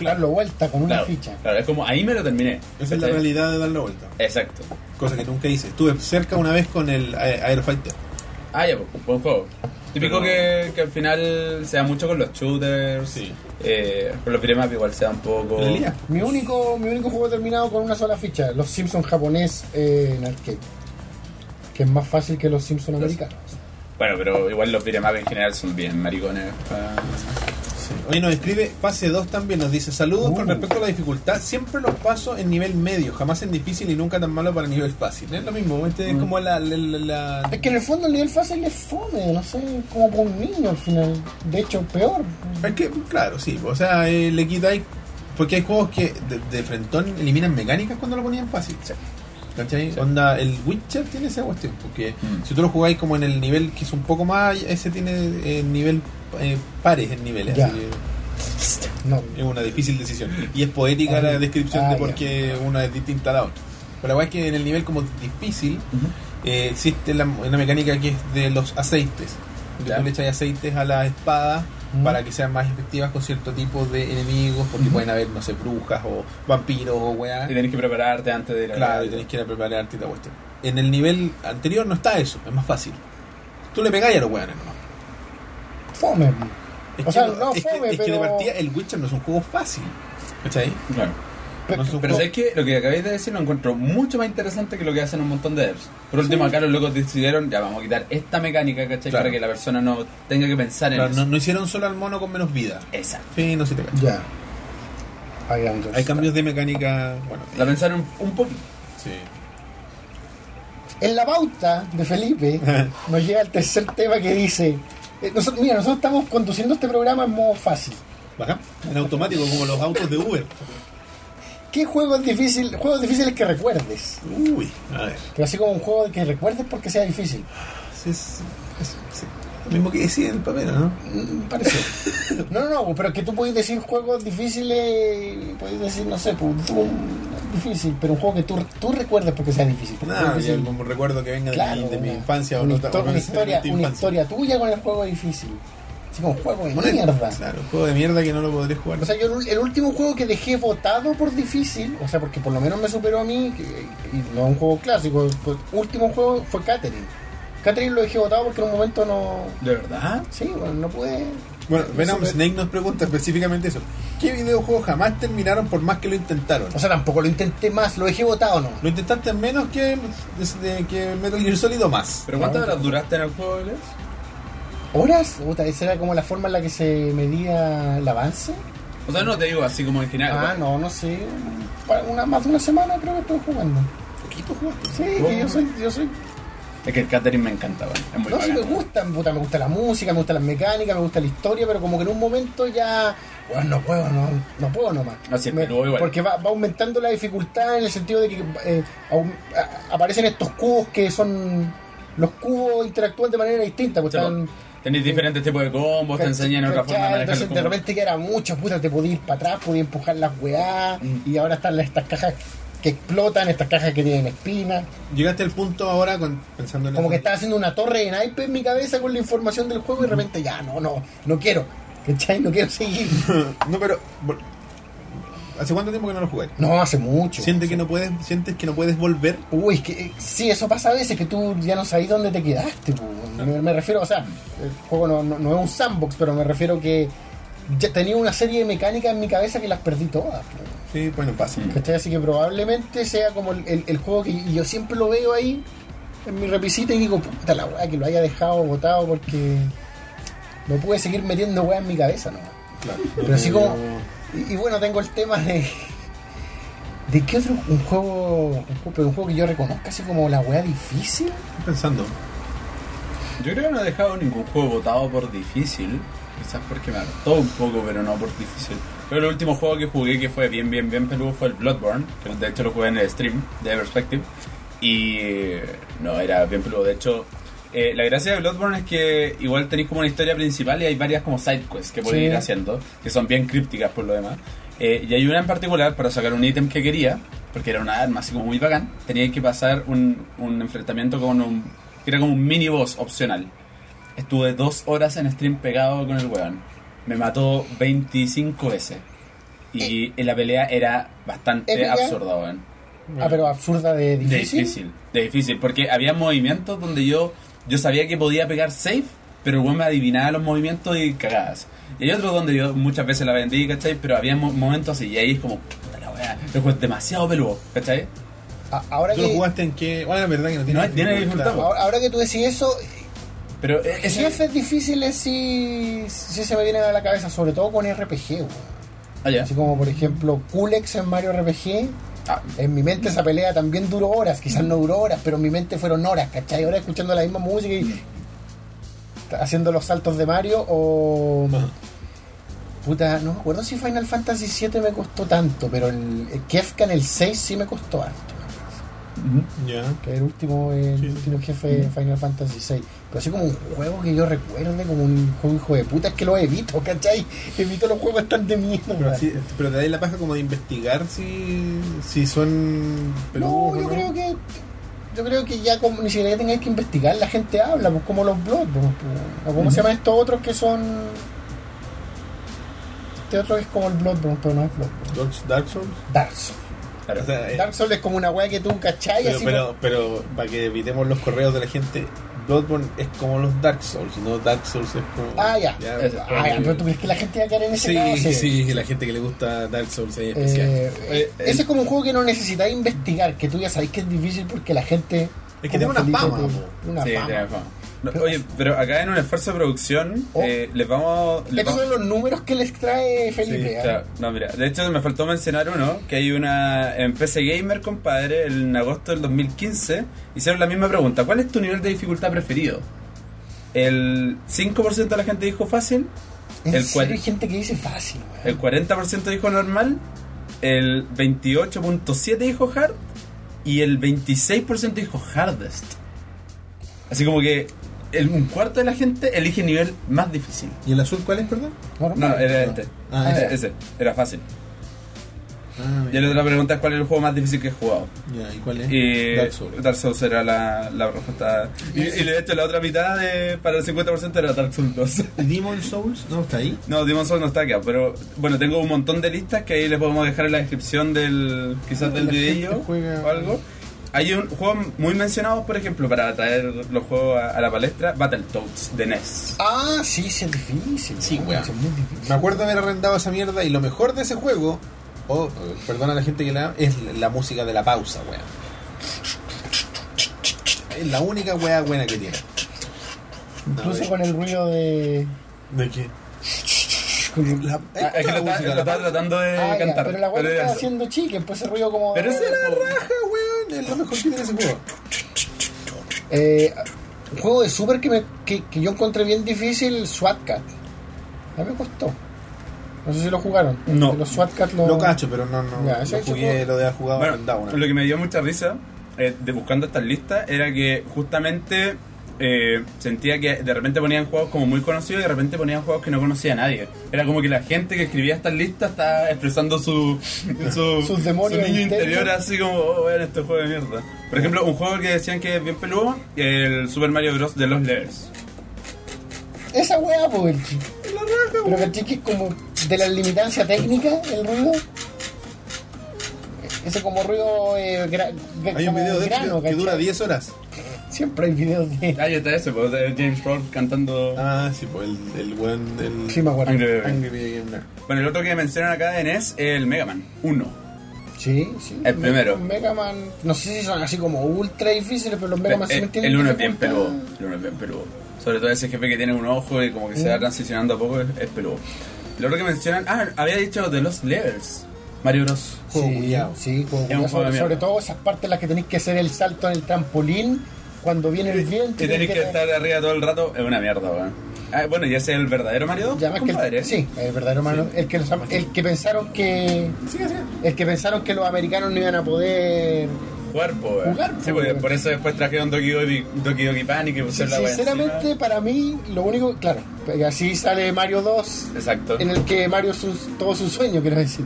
Speaker 2: darlo vuelta con una
Speaker 3: Claro,
Speaker 2: ficha.
Speaker 3: claro, es como ahí me lo terminé.
Speaker 1: Esa es la
Speaker 3: ¿cachai?
Speaker 1: realidad de dar la vuelta.
Speaker 3: Exacto.
Speaker 1: Cosa que nunca hice. Estuve cerca una vez con el Ae- Aerofighter.
Speaker 3: Ah, ya, pues, buen juego. Típico
Speaker 1: Pero-
Speaker 3: que, que al final se da mucho con los shooters,
Speaker 1: Sí.
Speaker 3: eh, con los beat'em up igual se da un poco.
Speaker 1: Realidad.
Speaker 2: Mi único, mi único juego terminado con una sola ficha, los Simpsons japonés eh, en arcade. Que es más fácil que los Simpsons americanos.
Speaker 3: Bueno, pero igual los beat'em up en general son bien maricones. ah. pa-
Speaker 1: Hoy nos escribe fase 2 también, nos dice saludos con
Speaker 2: Uh.
Speaker 1: respecto a la dificultad, siempre los paso en nivel medio, jamás en difícil y nunca tan malo para nivel fácil. Es lo mismo, este es
Speaker 3: Mm.
Speaker 1: como la, la- la- la-
Speaker 2: Es que en el fondo el nivel fácil es fome, no sé, como para un niño al final. De hecho, peor.
Speaker 1: Es que, claro, sí, o sea, eh, le quitáis... Porque hay juegos que de, de frentón eliminan mecánicas cuando lo ponían fácil.
Speaker 3: Sí.
Speaker 1: ¿Cachai?
Speaker 3: Sí.
Speaker 1: Onda, el Witcher tiene esa cuestión, porque
Speaker 3: Mm.
Speaker 1: si tú lo jugáis como en el nivel que es un poco más, ese tiene eh, nivel eh, pares en niveles.
Speaker 2: Ya.
Speaker 1: así que-
Speaker 2: No.
Speaker 1: Es una difícil decisión. Y es poética
Speaker 2: Ah,
Speaker 1: la descripción
Speaker 2: ah,
Speaker 1: de
Speaker 2: ya.
Speaker 1: por qué una es distinta a la otra. Pero la verdad es que en el nivel como difícil eh, existe la- una mecánica que es de los aceites. Que
Speaker 3: Ya.
Speaker 1: tú le echas aceites a las espadas
Speaker 2: Mm.
Speaker 1: para que sean más efectivas con cierto tipo de enemigos, porque
Speaker 3: Ujú.
Speaker 1: pueden haber, no sé, brujas o vampiros o weá.
Speaker 3: Y tenés que prepararte antes de ir a
Speaker 1: Claro, y tenés que ir a prepararte y la cuestión. En el nivel anterior no está eso, es más fácil. Tú le pegáis a los weones nomás.
Speaker 2: Fome.
Speaker 1: Es
Speaker 2: O
Speaker 1: que
Speaker 2: sea,
Speaker 1: no-
Speaker 2: no
Speaker 1: es que-
Speaker 2: fome,
Speaker 1: es que de
Speaker 2: pero-
Speaker 1: partida el Witcher no es un juego fácil. ¿Cachai?
Speaker 3: Claro.
Speaker 2: Pe-
Speaker 1: No es un
Speaker 3: Pero
Speaker 1: juego-
Speaker 3: sabes que lo que acabáis de decir lo encuentro mucho más interesante que lo que hacen un montón de devs. Por último, acá los locos decidieron, ya vamos a quitar esta mecánica, ¿cachai?
Speaker 1: Claro.
Speaker 3: Para que la persona no tenga que pensar en
Speaker 1: Claro,
Speaker 3: eso.
Speaker 1: no, no hicieron solo al mono con menos vida.
Speaker 3: Exacto.
Speaker 1: Sí, no sé te cacho.
Speaker 2: Ya. I understand.
Speaker 1: Hay cambios de mecánica. Bueno,
Speaker 3: La pensaron un poquito.
Speaker 1: sí.
Speaker 2: En la pauta de Felipe nos llega el tercer tema que dice. eh, nosotros- mira, nosotros estamos conduciendo este programa en modo fácil.
Speaker 1: Baja. En automático, como los autos de Uber.
Speaker 2: ¿Qué juegos difícil, juegos difíciles que recuerdes?
Speaker 1: Uy, a ver.
Speaker 2: Pero así como un juego que recuerdes porque sea difícil.
Speaker 1: Sí, sí, sí, sí. Lo mismo que decía en el papel, ¿no?
Speaker 2: Mm, Parece. No, no, no, pero que tú puedes decir juegos difíciles, puedes decir, no sé, pues, Doom, difícil, pero un juego que tú, tú recuerdes porque sea difícil. porque
Speaker 1: Nada,
Speaker 2: difícil.
Speaker 1: yo como recuerdo que venga de, mi, Ah, de mi
Speaker 2: una-
Speaker 1: infancia
Speaker 2: una,
Speaker 1: o
Speaker 2: histo- una historia,
Speaker 1: de
Speaker 2: una historia tuya con el juego difícil. Así como un juego de mierda.
Speaker 1: Claro, un juego de mierda que no lo podré jugar.
Speaker 2: O sea, yo el- el último juego que dejé votado por difícil, o sea, porque por lo menos me superó a mí, que- y no es un juego clásico, pues, último juego fue Catherine. Catherine lo dejé votado porque en un momento no...
Speaker 3: ¿De
Speaker 1: Ah.
Speaker 3: verdad?
Speaker 2: Sí, bueno, no pude...
Speaker 1: bueno,
Speaker 2: no
Speaker 1: Venom
Speaker 2: supe-
Speaker 1: Snake nos pregunta específicamente eso. ¿Qué videojuegos jamás terminaron por más que lo intentaron?
Speaker 2: O sea, tampoco lo intenté más, lo dejé votado no.
Speaker 1: Lo intentaste menos que, desde que Metal Gear Solid o más.
Speaker 3: ¿Pero cuántas horas duraste en el juego, Elias?
Speaker 2: ¿Horas? Puta, esa era como la forma en la que se medía el avance.
Speaker 3: O sea, no te digo así como en general.
Speaker 2: Ah,
Speaker 3: bueno.
Speaker 2: no, no sé. Para una, más de una semana creo que estuve jugando.
Speaker 1: Poquito jugaste.
Speaker 2: Sí, que yo soy, yo soy
Speaker 3: Es que el Catherine me encantaba. Es muy
Speaker 2: No, sí
Speaker 3: bacán.
Speaker 2: me gustan, puta, me gusta la música, me gustan las mecánicas, me gusta la historia, pero como que en un momento ya, bueno, no puedo, no, no puedo nomás.
Speaker 3: Así es,
Speaker 2: Me-
Speaker 3: pero igual.
Speaker 2: Porque va, va aumentando la dificultad en el sentido de que eh, aum- a- aparecen estos cubos que son, los cubos interactúan de manera distinta, pues
Speaker 3: Sí,
Speaker 2: están...
Speaker 3: Tenéis diferentes tipos de combos,
Speaker 2: ¿cachai?
Speaker 3: te enseñan otra forma
Speaker 2: ¿cachai?
Speaker 3: de manejar
Speaker 2: Entonces
Speaker 3: los
Speaker 2: de
Speaker 3: combos.
Speaker 2: repente que era mucho, puta, te podías ir para atrás, podías empujar las weás,
Speaker 3: Mm.
Speaker 2: y ahora están las- estas cajas que explotan, estas cajas que tienen espinas.
Speaker 1: Llegaste al punto ahora con, pensando en
Speaker 2: Como
Speaker 1: eso.
Speaker 2: que estaba haciendo una torre de naipe en mi cabeza con la información del juego y de repente ya, no, no, no quiero. ¿Cachai? No quiero seguir.
Speaker 1: no, pero vol- ¿hace cuánto tiempo que no lo jugáis?
Speaker 2: No, hace mucho.
Speaker 1: ¿Sientes que no puedes sientes que no puedes volver?
Speaker 2: Uy, es que eh, sí, eso pasa a veces, que tú ya no sabes dónde te quedaste. po. Me, me refiero, o sea, el juego no, no- no es un sandbox, pero me refiero que ya tenía una serie de mecánicas en mi cabeza que las perdí todas. po.
Speaker 1: Sí, bueno, pasa.
Speaker 2: ¿Cachai? Así que probablemente sea como el, el- el juego que y yo siempre lo veo ahí en mi repisita y digo, puta la weá, que lo haya dejado botado porque no pude seguir metiendo weá en mi cabeza, ¿no?
Speaker 1: Claro.
Speaker 2: Pero así como. Y, y bueno, tengo el tema de. ¿De qué otro un juego, un juego- pero un juego que yo reconozca así como la weá difícil? Ah,
Speaker 1: Estoy pensando.
Speaker 3: Yo creo que no he dejado ningún juego votado por difícil. Quizás porque me hartó un poco, pero no por difícil. Pero el último juego que jugué que fue bien, bien, bien peludo fue el Bloodborne. Que de hecho lo jugué en el stream de Perspective. Y eh, no, era bien peludo. De hecho, eh, la gracia de Bloodborne es que igual tenéis como una historia principal y hay varias como side quests que podéis
Speaker 2: Sí.
Speaker 3: ir haciendo. Que son bien crípticas por lo demás. Eh, y hay una en particular para sacar un ítem que quería, porque era una arma así como muy bacán. Tenía que pasar un, un enfrentamiento con un. que era como un mini boss opcional. Estuve dos horas en stream pegado con el weón. Me mató 25 veces. Y en la pelea era bastante
Speaker 2: ¿Épica?
Speaker 3: absurda, weón.
Speaker 2: Ah, pero absurda de
Speaker 3: De
Speaker 2: difícil.
Speaker 3: difícil, de difícil, porque había movimientos donde yo yo sabía que podía pegar safe, pero el weón me adivinaba los movimientos y cagadas. Y hay otros donde yo muchas veces la vendí, ¿cachai? Pero había mo- momentos así, y ahí es como, puta la weá, loco, es demasiado peludo, ¿cachai?
Speaker 2: A- ahora,
Speaker 1: ¿Tú lo
Speaker 2: que,
Speaker 1: jugaste en qué? Bueno, es verdad que no
Speaker 3: No,
Speaker 1: tiene,
Speaker 3: tiene dificultad,
Speaker 2: ahora, ahora que tú decís eso,
Speaker 3: Pero eh, ese-
Speaker 2: jefes difíciles sí, sí se me vienen a la cabeza, sobre todo con RPG, weón.
Speaker 3: Ah, ya.
Speaker 2: Así como por ejemplo Culex en Mario RPG.
Speaker 3: Ah,
Speaker 2: En mi mente esa pelea también duró horas, quizás no duró horas, pero en mi mente fueron horas, ¿cachai? Ahora escuchando la misma música y haciendo los saltos de Mario o... Puta, no me acuerdo si Final Fantasy VII me costó tanto, pero el, el Kefka en el 6 sí me costó harto.
Speaker 3: ujú.
Speaker 1: Ya.
Speaker 2: Que el último, el
Speaker 1: Sí, Mm. sí.
Speaker 2: último jefe de Final Fantasy VI. Pero así como un juego que yo recuerde, como un juego hijo de puta, es que lo evito, ¿cachai? Evito los juegos tan de
Speaker 1: Pero,
Speaker 2: mierda.
Speaker 1: así- pero te dais la paja como de investigar si, si son
Speaker 2: No,
Speaker 1: peludos o
Speaker 2: yo creo que. Yo creo que ya como, ni siquiera tengáis que investigar, la gente habla, pues como los blogs, pues, pues, o como se llaman estos otros que son. Este otro es como el Bloodborne, pero no es Bloodborne.
Speaker 1: Dark, Dark Souls.
Speaker 2: Dark Souls.
Speaker 3: Claro.
Speaker 1: O sea, eh,
Speaker 2: Dark Souls es como una weá que tú cachai,
Speaker 1: pero,
Speaker 2: así como-
Speaker 1: pero, pero para que evitemos los correos de la gente, Bloodborne es como los Dark Souls, no Dark Souls es como.
Speaker 2: Ah, ya.
Speaker 3: Eso.
Speaker 2: Ah, ya, pero tú crees que la gente va a caer en ese
Speaker 1: Sí,
Speaker 2: caso.
Speaker 1: sí, sí, la gente que le gusta Dark Souls es especial.
Speaker 2: Eh,
Speaker 3: Eh,
Speaker 2: ese
Speaker 3: el-
Speaker 2: es como un juego que no necesitáis investigar, que tú ya sabéis que es difícil porque la gente.
Speaker 1: Es que
Speaker 2: como
Speaker 1: tiene una
Speaker 2: Felipe,
Speaker 1: fama,
Speaker 2: tiene
Speaker 1: po.
Speaker 2: una
Speaker 3: Sí,
Speaker 2: fama.
Speaker 3: tiene fama. No, oye, pero acá en un esfuerzo de producción,
Speaker 2: Oh.
Speaker 3: eh, les vamos... les
Speaker 2: Estos
Speaker 3: vamos-
Speaker 2: son los números que les trae Felipe. ¿eh?
Speaker 3: Claro, no, mira, de hecho me faltó mencionar uno, que hay una en PC Gamer, compadre, en agosto del 2015, hicieron la misma pregunta, ¿cuál es tu nivel de dificultad preferido? El 5% de la gente dijo fácil,
Speaker 2: En
Speaker 3: El
Speaker 2: serio,
Speaker 3: cual-
Speaker 2: hay gente que dice fácil, weón.
Speaker 3: el 40% dijo normal, el 28.7% dijo hard y el 26% dijo hardest. Así como que el- un cuarto de la gente elige el nivel más difícil.
Speaker 1: ¿Y el azul cuál es, perdón?
Speaker 2: Normal.
Speaker 3: No, era este.
Speaker 1: Ah,
Speaker 3: Ese-
Speaker 2: ya.
Speaker 3: ese, era fácil.
Speaker 1: Ah,
Speaker 3: Y la otra pregunta es cuál es el juego más difícil que he jugado.
Speaker 1: Ya, ¿y cuál es?
Speaker 3: Y
Speaker 1: Dark Souls.
Speaker 3: Dark Souls era la, la respuesta. Y, y de hecho la otra mitad de- para el 50% era Dark Souls 2.
Speaker 1: Demon Souls, no, está ahí.
Speaker 3: No, Demon Souls no está acá, pero bueno, tengo un montón de listas que ahí les podemos dejar en la descripción del quizás del
Speaker 1: La gente
Speaker 3: video
Speaker 1: juega-
Speaker 3: o algo. Hay un juego muy mencionado, por ejemplo, para traer los juegos a, a la palestra, Battletoads de E NES.
Speaker 2: Ah, sí, sí, es difícil.
Speaker 1: Sí,
Speaker 2: weón,
Speaker 1: weón.
Speaker 2: Es muy difícil.
Speaker 1: Me acuerdo haber arrendado esa mierda y lo mejor de ese juego, oh, eh, perdona a la gente que la es la- la música de la pausa, weón. Es la única weá buena que tiene.
Speaker 2: Incluso
Speaker 1: No,
Speaker 2: con el ruido de.
Speaker 1: ¿De qué?
Speaker 2: con-
Speaker 1: La,
Speaker 3: Ah, es que lo está-
Speaker 1: música de
Speaker 3: lo
Speaker 1: la
Speaker 3: estaba
Speaker 1: pausa.
Speaker 3: tratando de
Speaker 2: Ah, ya,
Speaker 3: cantar.
Speaker 2: pero la
Speaker 3: pero
Speaker 2: weá estaba
Speaker 3: era-
Speaker 2: haciendo chique, pues ese ruido como.
Speaker 3: pero ese era
Speaker 1: raja, weón, es lo mejor que tiene ese juego.
Speaker 2: Eh, un juego de Super que, me, que, que yo encontré bien difícil, SWAT Cat. A mí me costó. No sé si lo jugaron.
Speaker 3: No.
Speaker 2: Los SWAT Cat lo...
Speaker 1: Lo cacho, pero no, no,
Speaker 2: Ya,
Speaker 1: no
Speaker 2: ese
Speaker 1: jugué
Speaker 2: juego-
Speaker 1: lo de haber jugado arrendado
Speaker 3: Bueno,
Speaker 1: una
Speaker 3: lo
Speaker 1: vez.
Speaker 3: que me dio mucha risa eh, de buscando estas listas era que justamente eh, sentía que de repente ponían juegos como muy conocidos y de repente ponían juegos que no conocía a nadie. Era como que la gente que escribía estas listas estaba expresando su, su,
Speaker 2: Sus demonios
Speaker 3: su niño
Speaker 2: internos.
Speaker 3: interior así como, oh, bueno, este juego de mierda. Por ejemplo, un juego que decían que es bien peludo, el Super Mario Bros. de los Levels.
Speaker 2: Esa weá, pues. Pero caché que es como de la limitancia técnica, el ruido. E-, Ese como ruido. Eh, gra- gra-
Speaker 1: Hay un
Speaker 2: como
Speaker 1: video de
Speaker 2: grano,
Speaker 1: esto que, que
Speaker 2: ¿cachai?
Speaker 1: dura 10 horas.
Speaker 2: Siempre hay videos de.
Speaker 3: Ahí está ese, pues, de James Rolfe cantando...
Speaker 1: Ah, sí, pues el, el weón del.
Speaker 2: Sí, me acuerdo.
Speaker 3: Angry Birds.
Speaker 1: Angry Video Game Nerd.
Speaker 3: Bueno, el otro que mencionan acá de NES es el Mega Man 1.
Speaker 2: Sí, sí.
Speaker 3: El primero.
Speaker 2: Mega Man. No sé si son así como ultra difíciles, pero los Mega Man
Speaker 3: Eh,
Speaker 2: siempre tienen.
Speaker 3: el uno es bien
Speaker 2: dificultad.
Speaker 3: peludo. El uno es bien peludo. Sobre todo ese jefe que tiene un ojo y como que
Speaker 2: Mm.
Speaker 3: se va transicionando a poco es, es peludo. Lo otro que mencionan. Ah, había dicho de los levels. Mario Bros.
Speaker 1: Juego culiao.
Speaker 2: Sí, juego
Speaker 3: Es
Speaker 2: culiao,
Speaker 3: un juego de
Speaker 2: sobre, sobre
Speaker 3: mierda.
Speaker 2: todo esas partes en las que tenéis que hacer el salto en el trampolín cuando viene el viento.
Speaker 3: Que tenéis que estar arriba todo el rato es una mierda, weón. Ah, bueno, y ese es el verdadero Mario 2.
Speaker 2: Ya más que
Speaker 3: compadre.
Speaker 2: el, sí, el verdadero Mario- el que, los- el que pensaron que
Speaker 1: Sigue, sigue.
Speaker 2: el que pensaron que los americanos no iban a poder.
Speaker 3: Jugar, po, weón.
Speaker 2: Jugar, po,
Speaker 3: Sí, porque
Speaker 2: weón.
Speaker 3: por eso después trajeron Doki Doki, Doki, Doki Panic y pusieron la weá
Speaker 2: Sinceramente,
Speaker 3: encima.
Speaker 2: para mí, lo único, claro, y así sale Mario 2
Speaker 3: Exacto.
Speaker 2: en el que Mario sus, todo su sueño, quiero decir.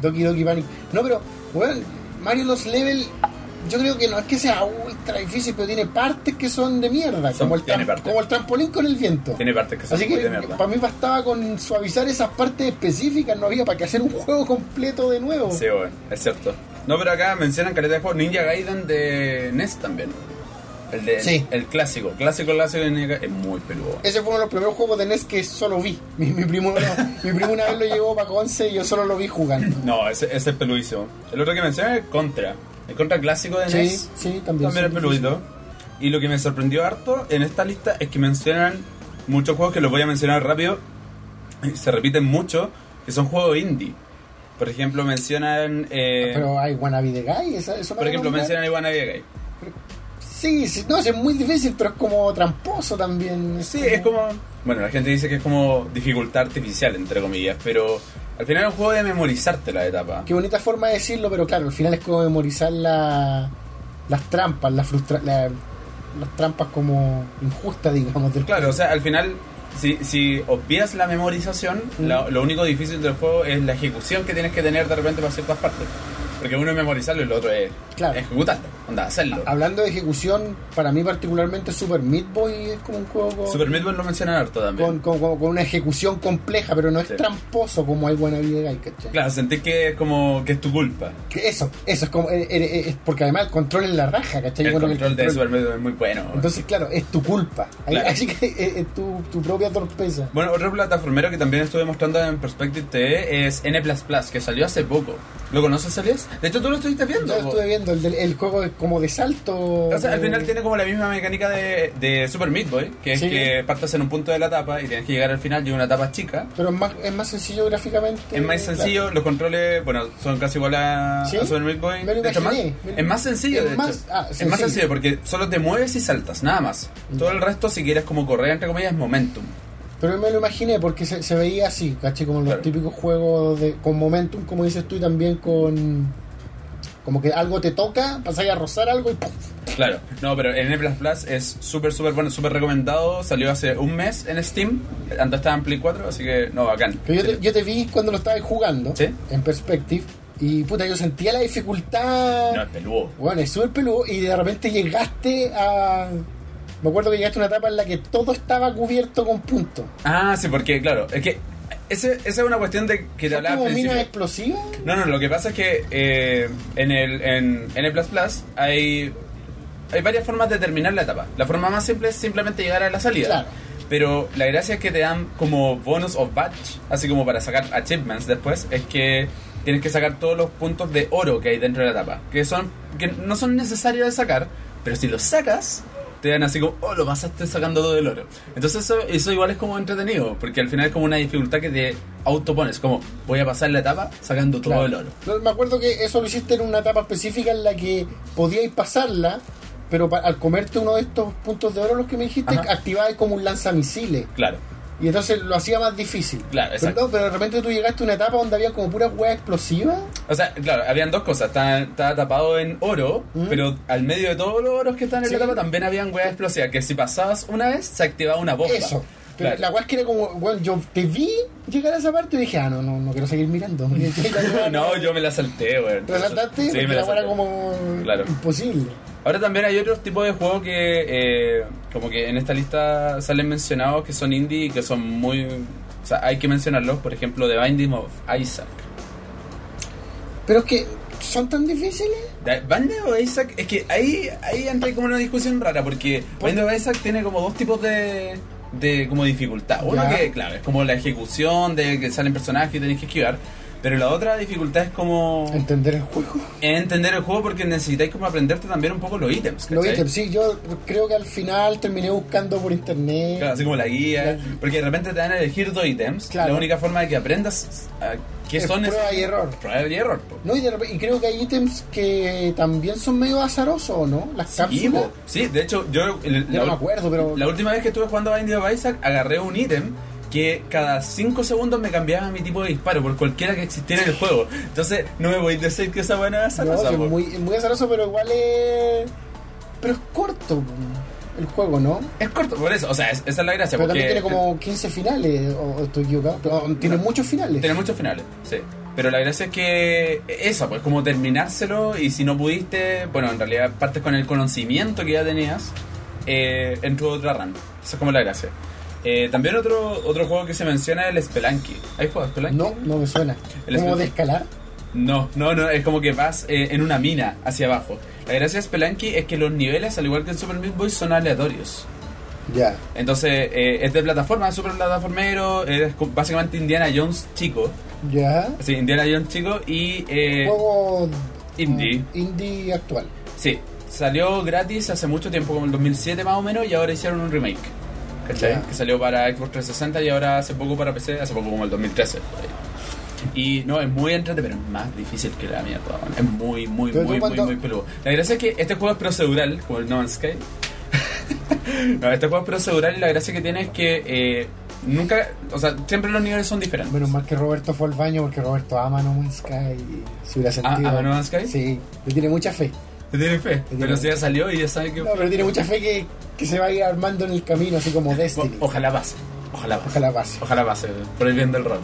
Speaker 2: Doki Doki Panic. No, pero, weón, Mario los Level yo creo que no es que sea ultra difícil, pero tiene partes que son de mierda,
Speaker 3: Son-
Speaker 2: como, el
Speaker 3: tiene
Speaker 2: tram-
Speaker 3: partes.
Speaker 2: como el trampolín con el viento.
Speaker 3: Tiene partes que son
Speaker 2: Así
Speaker 3: muy
Speaker 2: que
Speaker 3: de mierda.
Speaker 2: para mí bastaba con suavizar esas partes específicas, no había para que hacer un juego completo de nuevo.
Speaker 3: Sí, bueno, es cierto. No, pero acá mencionan caleta de juegos Ninja Gaiden de NES también. El de
Speaker 2: Sí.
Speaker 3: el clásico, clásico clásico de Ninja Gaiden. Es muy peludo.
Speaker 2: Ese fue uno de los primeros juegos de NES que solo vi. Mi, mi primo, lo- mi primo una vez lo llevó para Conce y yo solo lo vi jugando.
Speaker 3: No, ese, ese es peludísimo. El otro que mencionan es el Contra. El Contra clásico de
Speaker 2: Sí,
Speaker 3: NES.
Speaker 2: sí, también.
Speaker 3: También es
Speaker 2: sí.
Speaker 3: peludito. Y lo que me sorprendió harto en esta lista es que mencionan muchos juegos que los voy a mencionar rápido. y Se repiten mucho, que son juegos indie. Por ejemplo, mencionan.
Speaker 2: Ah,
Speaker 3: eh,
Speaker 2: Pero hay Wannabe de Guy, esa- eso no
Speaker 3: por
Speaker 2: lo
Speaker 3: ejemplo,
Speaker 2: nombran.
Speaker 3: mencionan Iwana Gay.
Speaker 2: Sí, sí, no, sí, es muy difícil, pero es como tramposo también.
Speaker 3: Sí, es como. Bueno, la gente dice que es como dificultad artificial, entre comillas, pero al final es un juego de memorizarte la etapa.
Speaker 2: Qué bonita forma de decirlo, pero claro, al final es como memorizar la- las trampas, la frustra- la- las trampas como injustas, digamos. Del
Speaker 3: Claro, o sea, al final, si, si obvias la memorización,
Speaker 2: Mm.
Speaker 3: la- lo único difícil del juego es la ejecución que tienes que tener de repente para ciertas partes. Porque uno es memorizarlo y el otro es
Speaker 2: Claro.
Speaker 3: ejecutarlo, onda, hacerlo.
Speaker 2: Hablando de ejecución, para mí particularmente Super Meat Boy es como un juego con,
Speaker 3: Super Meat Boy lo mencionan harto también.
Speaker 2: con, con- con- con una ejecución compleja, pero no es
Speaker 3: Sí.
Speaker 2: tramposo como hay buena vida Guy, ¿cachai?
Speaker 3: Claro, sentís que es como que es tu culpa.
Speaker 2: Que Eso, eso es como. eh, eh, eh, porque además el control en la raja, ¿cachai?
Speaker 3: El
Speaker 2: Yo creo que
Speaker 3: control
Speaker 2: el
Speaker 3: de
Speaker 2: control-
Speaker 3: Super Meat Boy es muy bueno.
Speaker 2: Entonces, claro, es tu culpa. Ahí-
Speaker 3: Claro.
Speaker 2: Así que es, es tu, tu propia torpeza.
Speaker 3: Bueno, otro plataformero que también estuve mostrando en Perspective TV es N++, que salió hace poco. ¿Lo conoces, Elias? De hecho, tú lo estuviste viendo.
Speaker 2: Yo
Speaker 3: po.
Speaker 2: estuve viendo el, del- el juego de- como de salto.
Speaker 3: O sea, al final tiene como la misma mecánica de, de Super Meat Boy, que es
Speaker 2: Sí.
Speaker 3: que partas en un punto de la etapa y tienes que llegar al final de una etapa chica.
Speaker 2: Pero es más, es más sencillo gráficamente.
Speaker 3: Es más
Speaker 2: claro.
Speaker 3: sencillo, los controles, bueno, son casi igual a,
Speaker 2: Sí.
Speaker 3: a Super Meat Boy.
Speaker 2: Me lo
Speaker 3: De hecho, más-
Speaker 2: imaginé, me lo-
Speaker 3: es más sencillo,
Speaker 2: Es
Speaker 3: de
Speaker 2: más-
Speaker 3: hecho.
Speaker 2: ah,
Speaker 3: es
Speaker 2: sencillo.
Speaker 3: más sencillo porque solo te mueves y saltas, nada más. Todo el resto, si quieres como correr, entre comillas, es momentum.
Speaker 2: Pero me lo imaginé porque se, se veía así, caché, como los
Speaker 3: Claro.
Speaker 2: típicos juegos de, con momentum, como dices tú, y también con. Como que algo te toca, pasas a rozar algo y ¡pum!
Speaker 3: Claro, no, pero N++ es súper, súper bueno, súper recomendado. Salió hace un mes en Steam, antes estaba en Play 4, así que no, bacán.
Speaker 2: Que yo, te, yo te vi cuando lo estabas jugando
Speaker 3: Sí.
Speaker 2: en Perspective y puta, yo sentía la dificultad.
Speaker 3: No, es peludo.
Speaker 2: Bueno, es súper peludo y de repente llegaste a... Me acuerdo que llegaste a una etapa en la que todo estaba cubierto con puntos.
Speaker 3: Ah, sí, porque, claro, es que ese- esa es una cuestión de que te
Speaker 2: ¿Son
Speaker 3: hablaba al
Speaker 2: como minas
Speaker 3: principio.
Speaker 2: explosivas?
Speaker 3: No, no, lo que pasa es que eh, en el en N++ hay hay varias formas de terminar la etapa. La forma más simple es simplemente llegar a la salida.
Speaker 2: Claro.
Speaker 3: Pero la gracia es que te dan como bonus o batch, así como para sacar achievements después, es que tienes que sacar todos los puntos de oro que hay dentro de la etapa, que son que no son necesarios de sacar, pero si los sacas te dan así como, oh, lo pasaste sacando todo el oro. Entonces eso, eso igual es como entretenido, porque al final es como una dificultad que te autopones, como voy a pasar la etapa sacando todo el oro.
Speaker 2: No, Me acuerdo que eso lo hiciste en una etapa específica en la que podíais pasarla, pero pa- al comerte uno de estos puntos de oro, los que me dijiste,
Speaker 3: Ajá.
Speaker 2: activabais como un lanzamisiles.
Speaker 3: Claro.
Speaker 2: Y entonces lo hacía más difícil.
Speaker 3: Claro,
Speaker 2: pero,
Speaker 3: exacto.
Speaker 2: no, pero de repente tú llegaste a una etapa donde había como pura hueá explosiva.
Speaker 3: O sea, claro, habían dos cosas. Estaba, estaba tapado en oro,
Speaker 2: ¿Mm?
Speaker 3: pero al medio de todos los oros que estaban en
Speaker 2: Sí.
Speaker 3: la tapa también habían weas explosivas. Que si pasabas una vez, se activaba una bomba.
Speaker 2: Eso. Pero
Speaker 3: Claro.
Speaker 2: la weá es que era como, bueno, yo te vi llegar a esa parte y dije, ah, no, no, no quiero seguir mirando.
Speaker 3: Ah, no, yo me la salté, weón.
Speaker 2: ¿Te la saltaste?
Speaker 3: Sí,
Speaker 2: Porque
Speaker 3: me la
Speaker 2: la weá
Speaker 3: salté.
Speaker 2: era como
Speaker 3: Claro.
Speaker 2: imposible.
Speaker 3: Ahora también hay otros tipos de juegos que, eh, como que en esta lista salen mencionados que son indie y que son muy. O sea, hay que mencionarlos. Por ejemplo, The Binding of Isaac.
Speaker 2: Pero es que son tan difíciles.
Speaker 3: Da- Binding of Isaac, es que ahí, ahí entra como una discusión rara, porque Binding of Isaac tiene como dos tipos de, de como dificultad. Uno
Speaker 2: Ya.
Speaker 3: que, claro, es como la ejecución de que salen personajes y tenés que esquivar, pero la otra dificultad es como
Speaker 2: Entender el juego.
Speaker 3: entender el juego porque necesitáis como aprenderte también un poco los ítems.
Speaker 2: Lo
Speaker 3: ¿cachai?
Speaker 2: dije, sí, yo creo que al final terminé buscando por internet.
Speaker 3: Claro, así como la guía,
Speaker 2: Claro.
Speaker 3: porque de repente te van a elegir dos ítems.
Speaker 2: Claro.
Speaker 3: La única forma de que aprendas ah, qué
Speaker 2: Es
Speaker 3: son
Speaker 2: prueba y error.
Speaker 3: Prueba y error. po.
Speaker 2: No, y, de repente- y creo que hay ítems que también son medio azarosos, ¿o ¿no? Las
Speaker 3: Y,
Speaker 2: cápsulas.
Speaker 3: po, sí, de hecho, yo. el-
Speaker 2: Yo
Speaker 3: la-
Speaker 2: no me acuerdo, pero.
Speaker 3: La última vez que estuve jugando a Binding of Isaac, agarré un ítem que cada 5 segundos me cambiaba mi tipo de disparo por cualquiera que existiera en el juego. Entonces, no me voy a decir que esa buena esa
Speaker 2: No,
Speaker 3: cosa,
Speaker 2: sí,
Speaker 3: po.
Speaker 2: es muy, es muy azaroso, pero igual es. Pero es corto el juego, ¿no?
Speaker 3: Es corto, por eso. O sea, es- esa es la gracia.
Speaker 2: Pero
Speaker 3: porque
Speaker 2: también tiene como 15 finales, o, o estoy equivocado. Pero, o, tiene
Speaker 3: No.
Speaker 2: muchos finales.
Speaker 3: tiene muchos finales, sí. Pero la gracia es que esa, pues como terminárselo y si no pudiste, bueno, en realidad partes con el conocimiento que ya tenías, eh, entró otra run. Esa es como la gracia. Eh, también otro, otro juego que se menciona es el Spelunky. ¿Hay juegos Spelunky?
Speaker 2: No, no me suena.
Speaker 3: El
Speaker 2: ¿Cómo
Speaker 3: Spelunky.
Speaker 2: de escalar?
Speaker 3: No, no, no, es como que vas eh, en una mina hacia abajo. La gracia de Spelunky es que los niveles, al igual que en Super Meat Boy, son aleatorios.
Speaker 2: Ya.
Speaker 3: Entonces, eh, es de plataforma, es super plataformero, es co- básicamente Indiana Jones chico.
Speaker 2: Ya.
Speaker 3: Sí, Indiana Jones chico y... eh,
Speaker 2: Juego mm,
Speaker 3: indie.
Speaker 2: indie actual.
Speaker 3: sí, salió gratis hace mucho tiempo, como en el 2007 más o menos, y ahora hicieron un remake. ¿Cachai?
Speaker 2: Ya.
Speaker 3: Que salió para Xbox 360 y ahora hace poco para PC, hace poco como el 2013. por ahí. Y no, es muy entretenido, pero es más difícil que la mierda. weón. Es muy, muy,
Speaker 2: Pero tú
Speaker 3: muy, muy,
Speaker 2: cuando-
Speaker 3: muy peludo. La gracia es que este juego es procedural, como el No Man's Sky. no, este juego es procedural y la gracia que tiene es que eh, nunca, o sea, siempre los niveles son diferentes.
Speaker 2: Menos mal que Roberto fue al baño porque Roberto ama No Man's Sky. y Se hubiera sentido.
Speaker 3: Ah, ama No Man's Sky?
Speaker 2: Sí, le tiene mucha fe.
Speaker 3: Te tiene fe,
Speaker 2: tiene
Speaker 3: pero
Speaker 2: fe.
Speaker 3: si ya salió y ya sabe que...
Speaker 2: No, pero tiene mucha fe que, que se va a ir armando en el camino, así como Destiny.
Speaker 3: O- Ojalá pase. Ojalá pase.
Speaker 2: Ojalá pase.
Speaker 3: Ojalá pase, eh, por el bien del rol.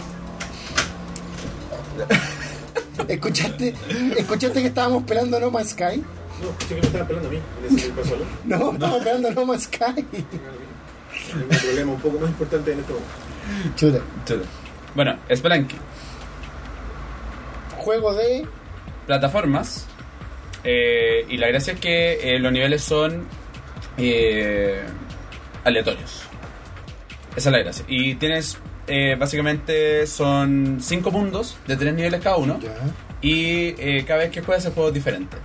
Speaker 2: ¿Escuchaste, ¿Escuchaste que estábamos pelando No Man's Sky?
Speaker 4: No, pensé que me estaba pelando a mí. en ese tiempo solo.
Speaker 2: No, estábamos pelando No Man's Sky.
Speaker 4: Tengo un problema un poco más importante en este momento.
Speaker 2: Chuta.
Speaker 3: Chuta. Bueno, Spelunky.
Speaker 2: Juego de.
Speaker 3: Plataformas. eh, y la gracia es que eh, los niveles son eh, aleatorios. Esa es la gracia. Y tienes, eh, básicamente, son cinco mundos de tres niveles cada uno.
Speaker 2: Ya.
Speaker 3: Y eh, cada vez que juegas el juego es diferente.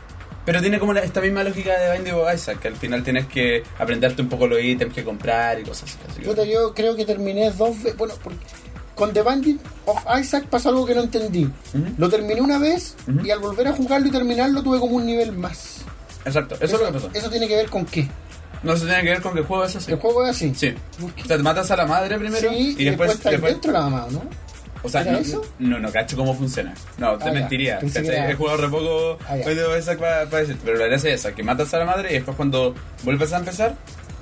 Speaker 3: Pero tiene como la- esta misma lógica de Binding of Isaac, que al final tienes que aprenderte un poco los ítems que comprar y cosas así. Así que-
Speaker 2: Puta, yo creo que terminé dos veces. Bueno, porque con The Bandit of Isaac pasó algo que no entendí.
Speaker 3: Ujú.
Speaker 2: Lo terminé una vez
Speaker 3: Ujú.
Speaker 2: y al volver a jugarlo y terminarlo tuve como un nivel más.
Speaker 3: Exacto, eso, es lo que pasó.
Speaker 2: eso tiene que ver con qué.
Speaker 3: No se tiene que ver con que juego es así.
Speaker 2: El juego es así.
Speaker 3: Sí.
Speaker 2: ¿Por qué?
Speaker 3: O sea, te matas a la madre primero
Speaker 2: Sí,
Speaker 3: y después.
Speaker 2: está
Speaker 3: después-
Speaker 2: dentro la mamá, ¿no?
Speaker 3: o sea,
Speaker 2: ¿Era
Speaker 3: no,
Speaker 2: eso?
Speaker 3: no, no cacho cómo funciona. No, te
Speaker 2: Ah, ya.
Speaker 3: mentiría.
Speaker 2: Pensé
Speaker 3: ¿cachai?
Speaker 2: que era-
Speaker 3: He jugado re poco
Speaker 2: Ah, ya.
Speaker 3: Binding of Isaac para, para decirte, pero la idea es esa: que matas a la madre y después cuando vuelves a empezar,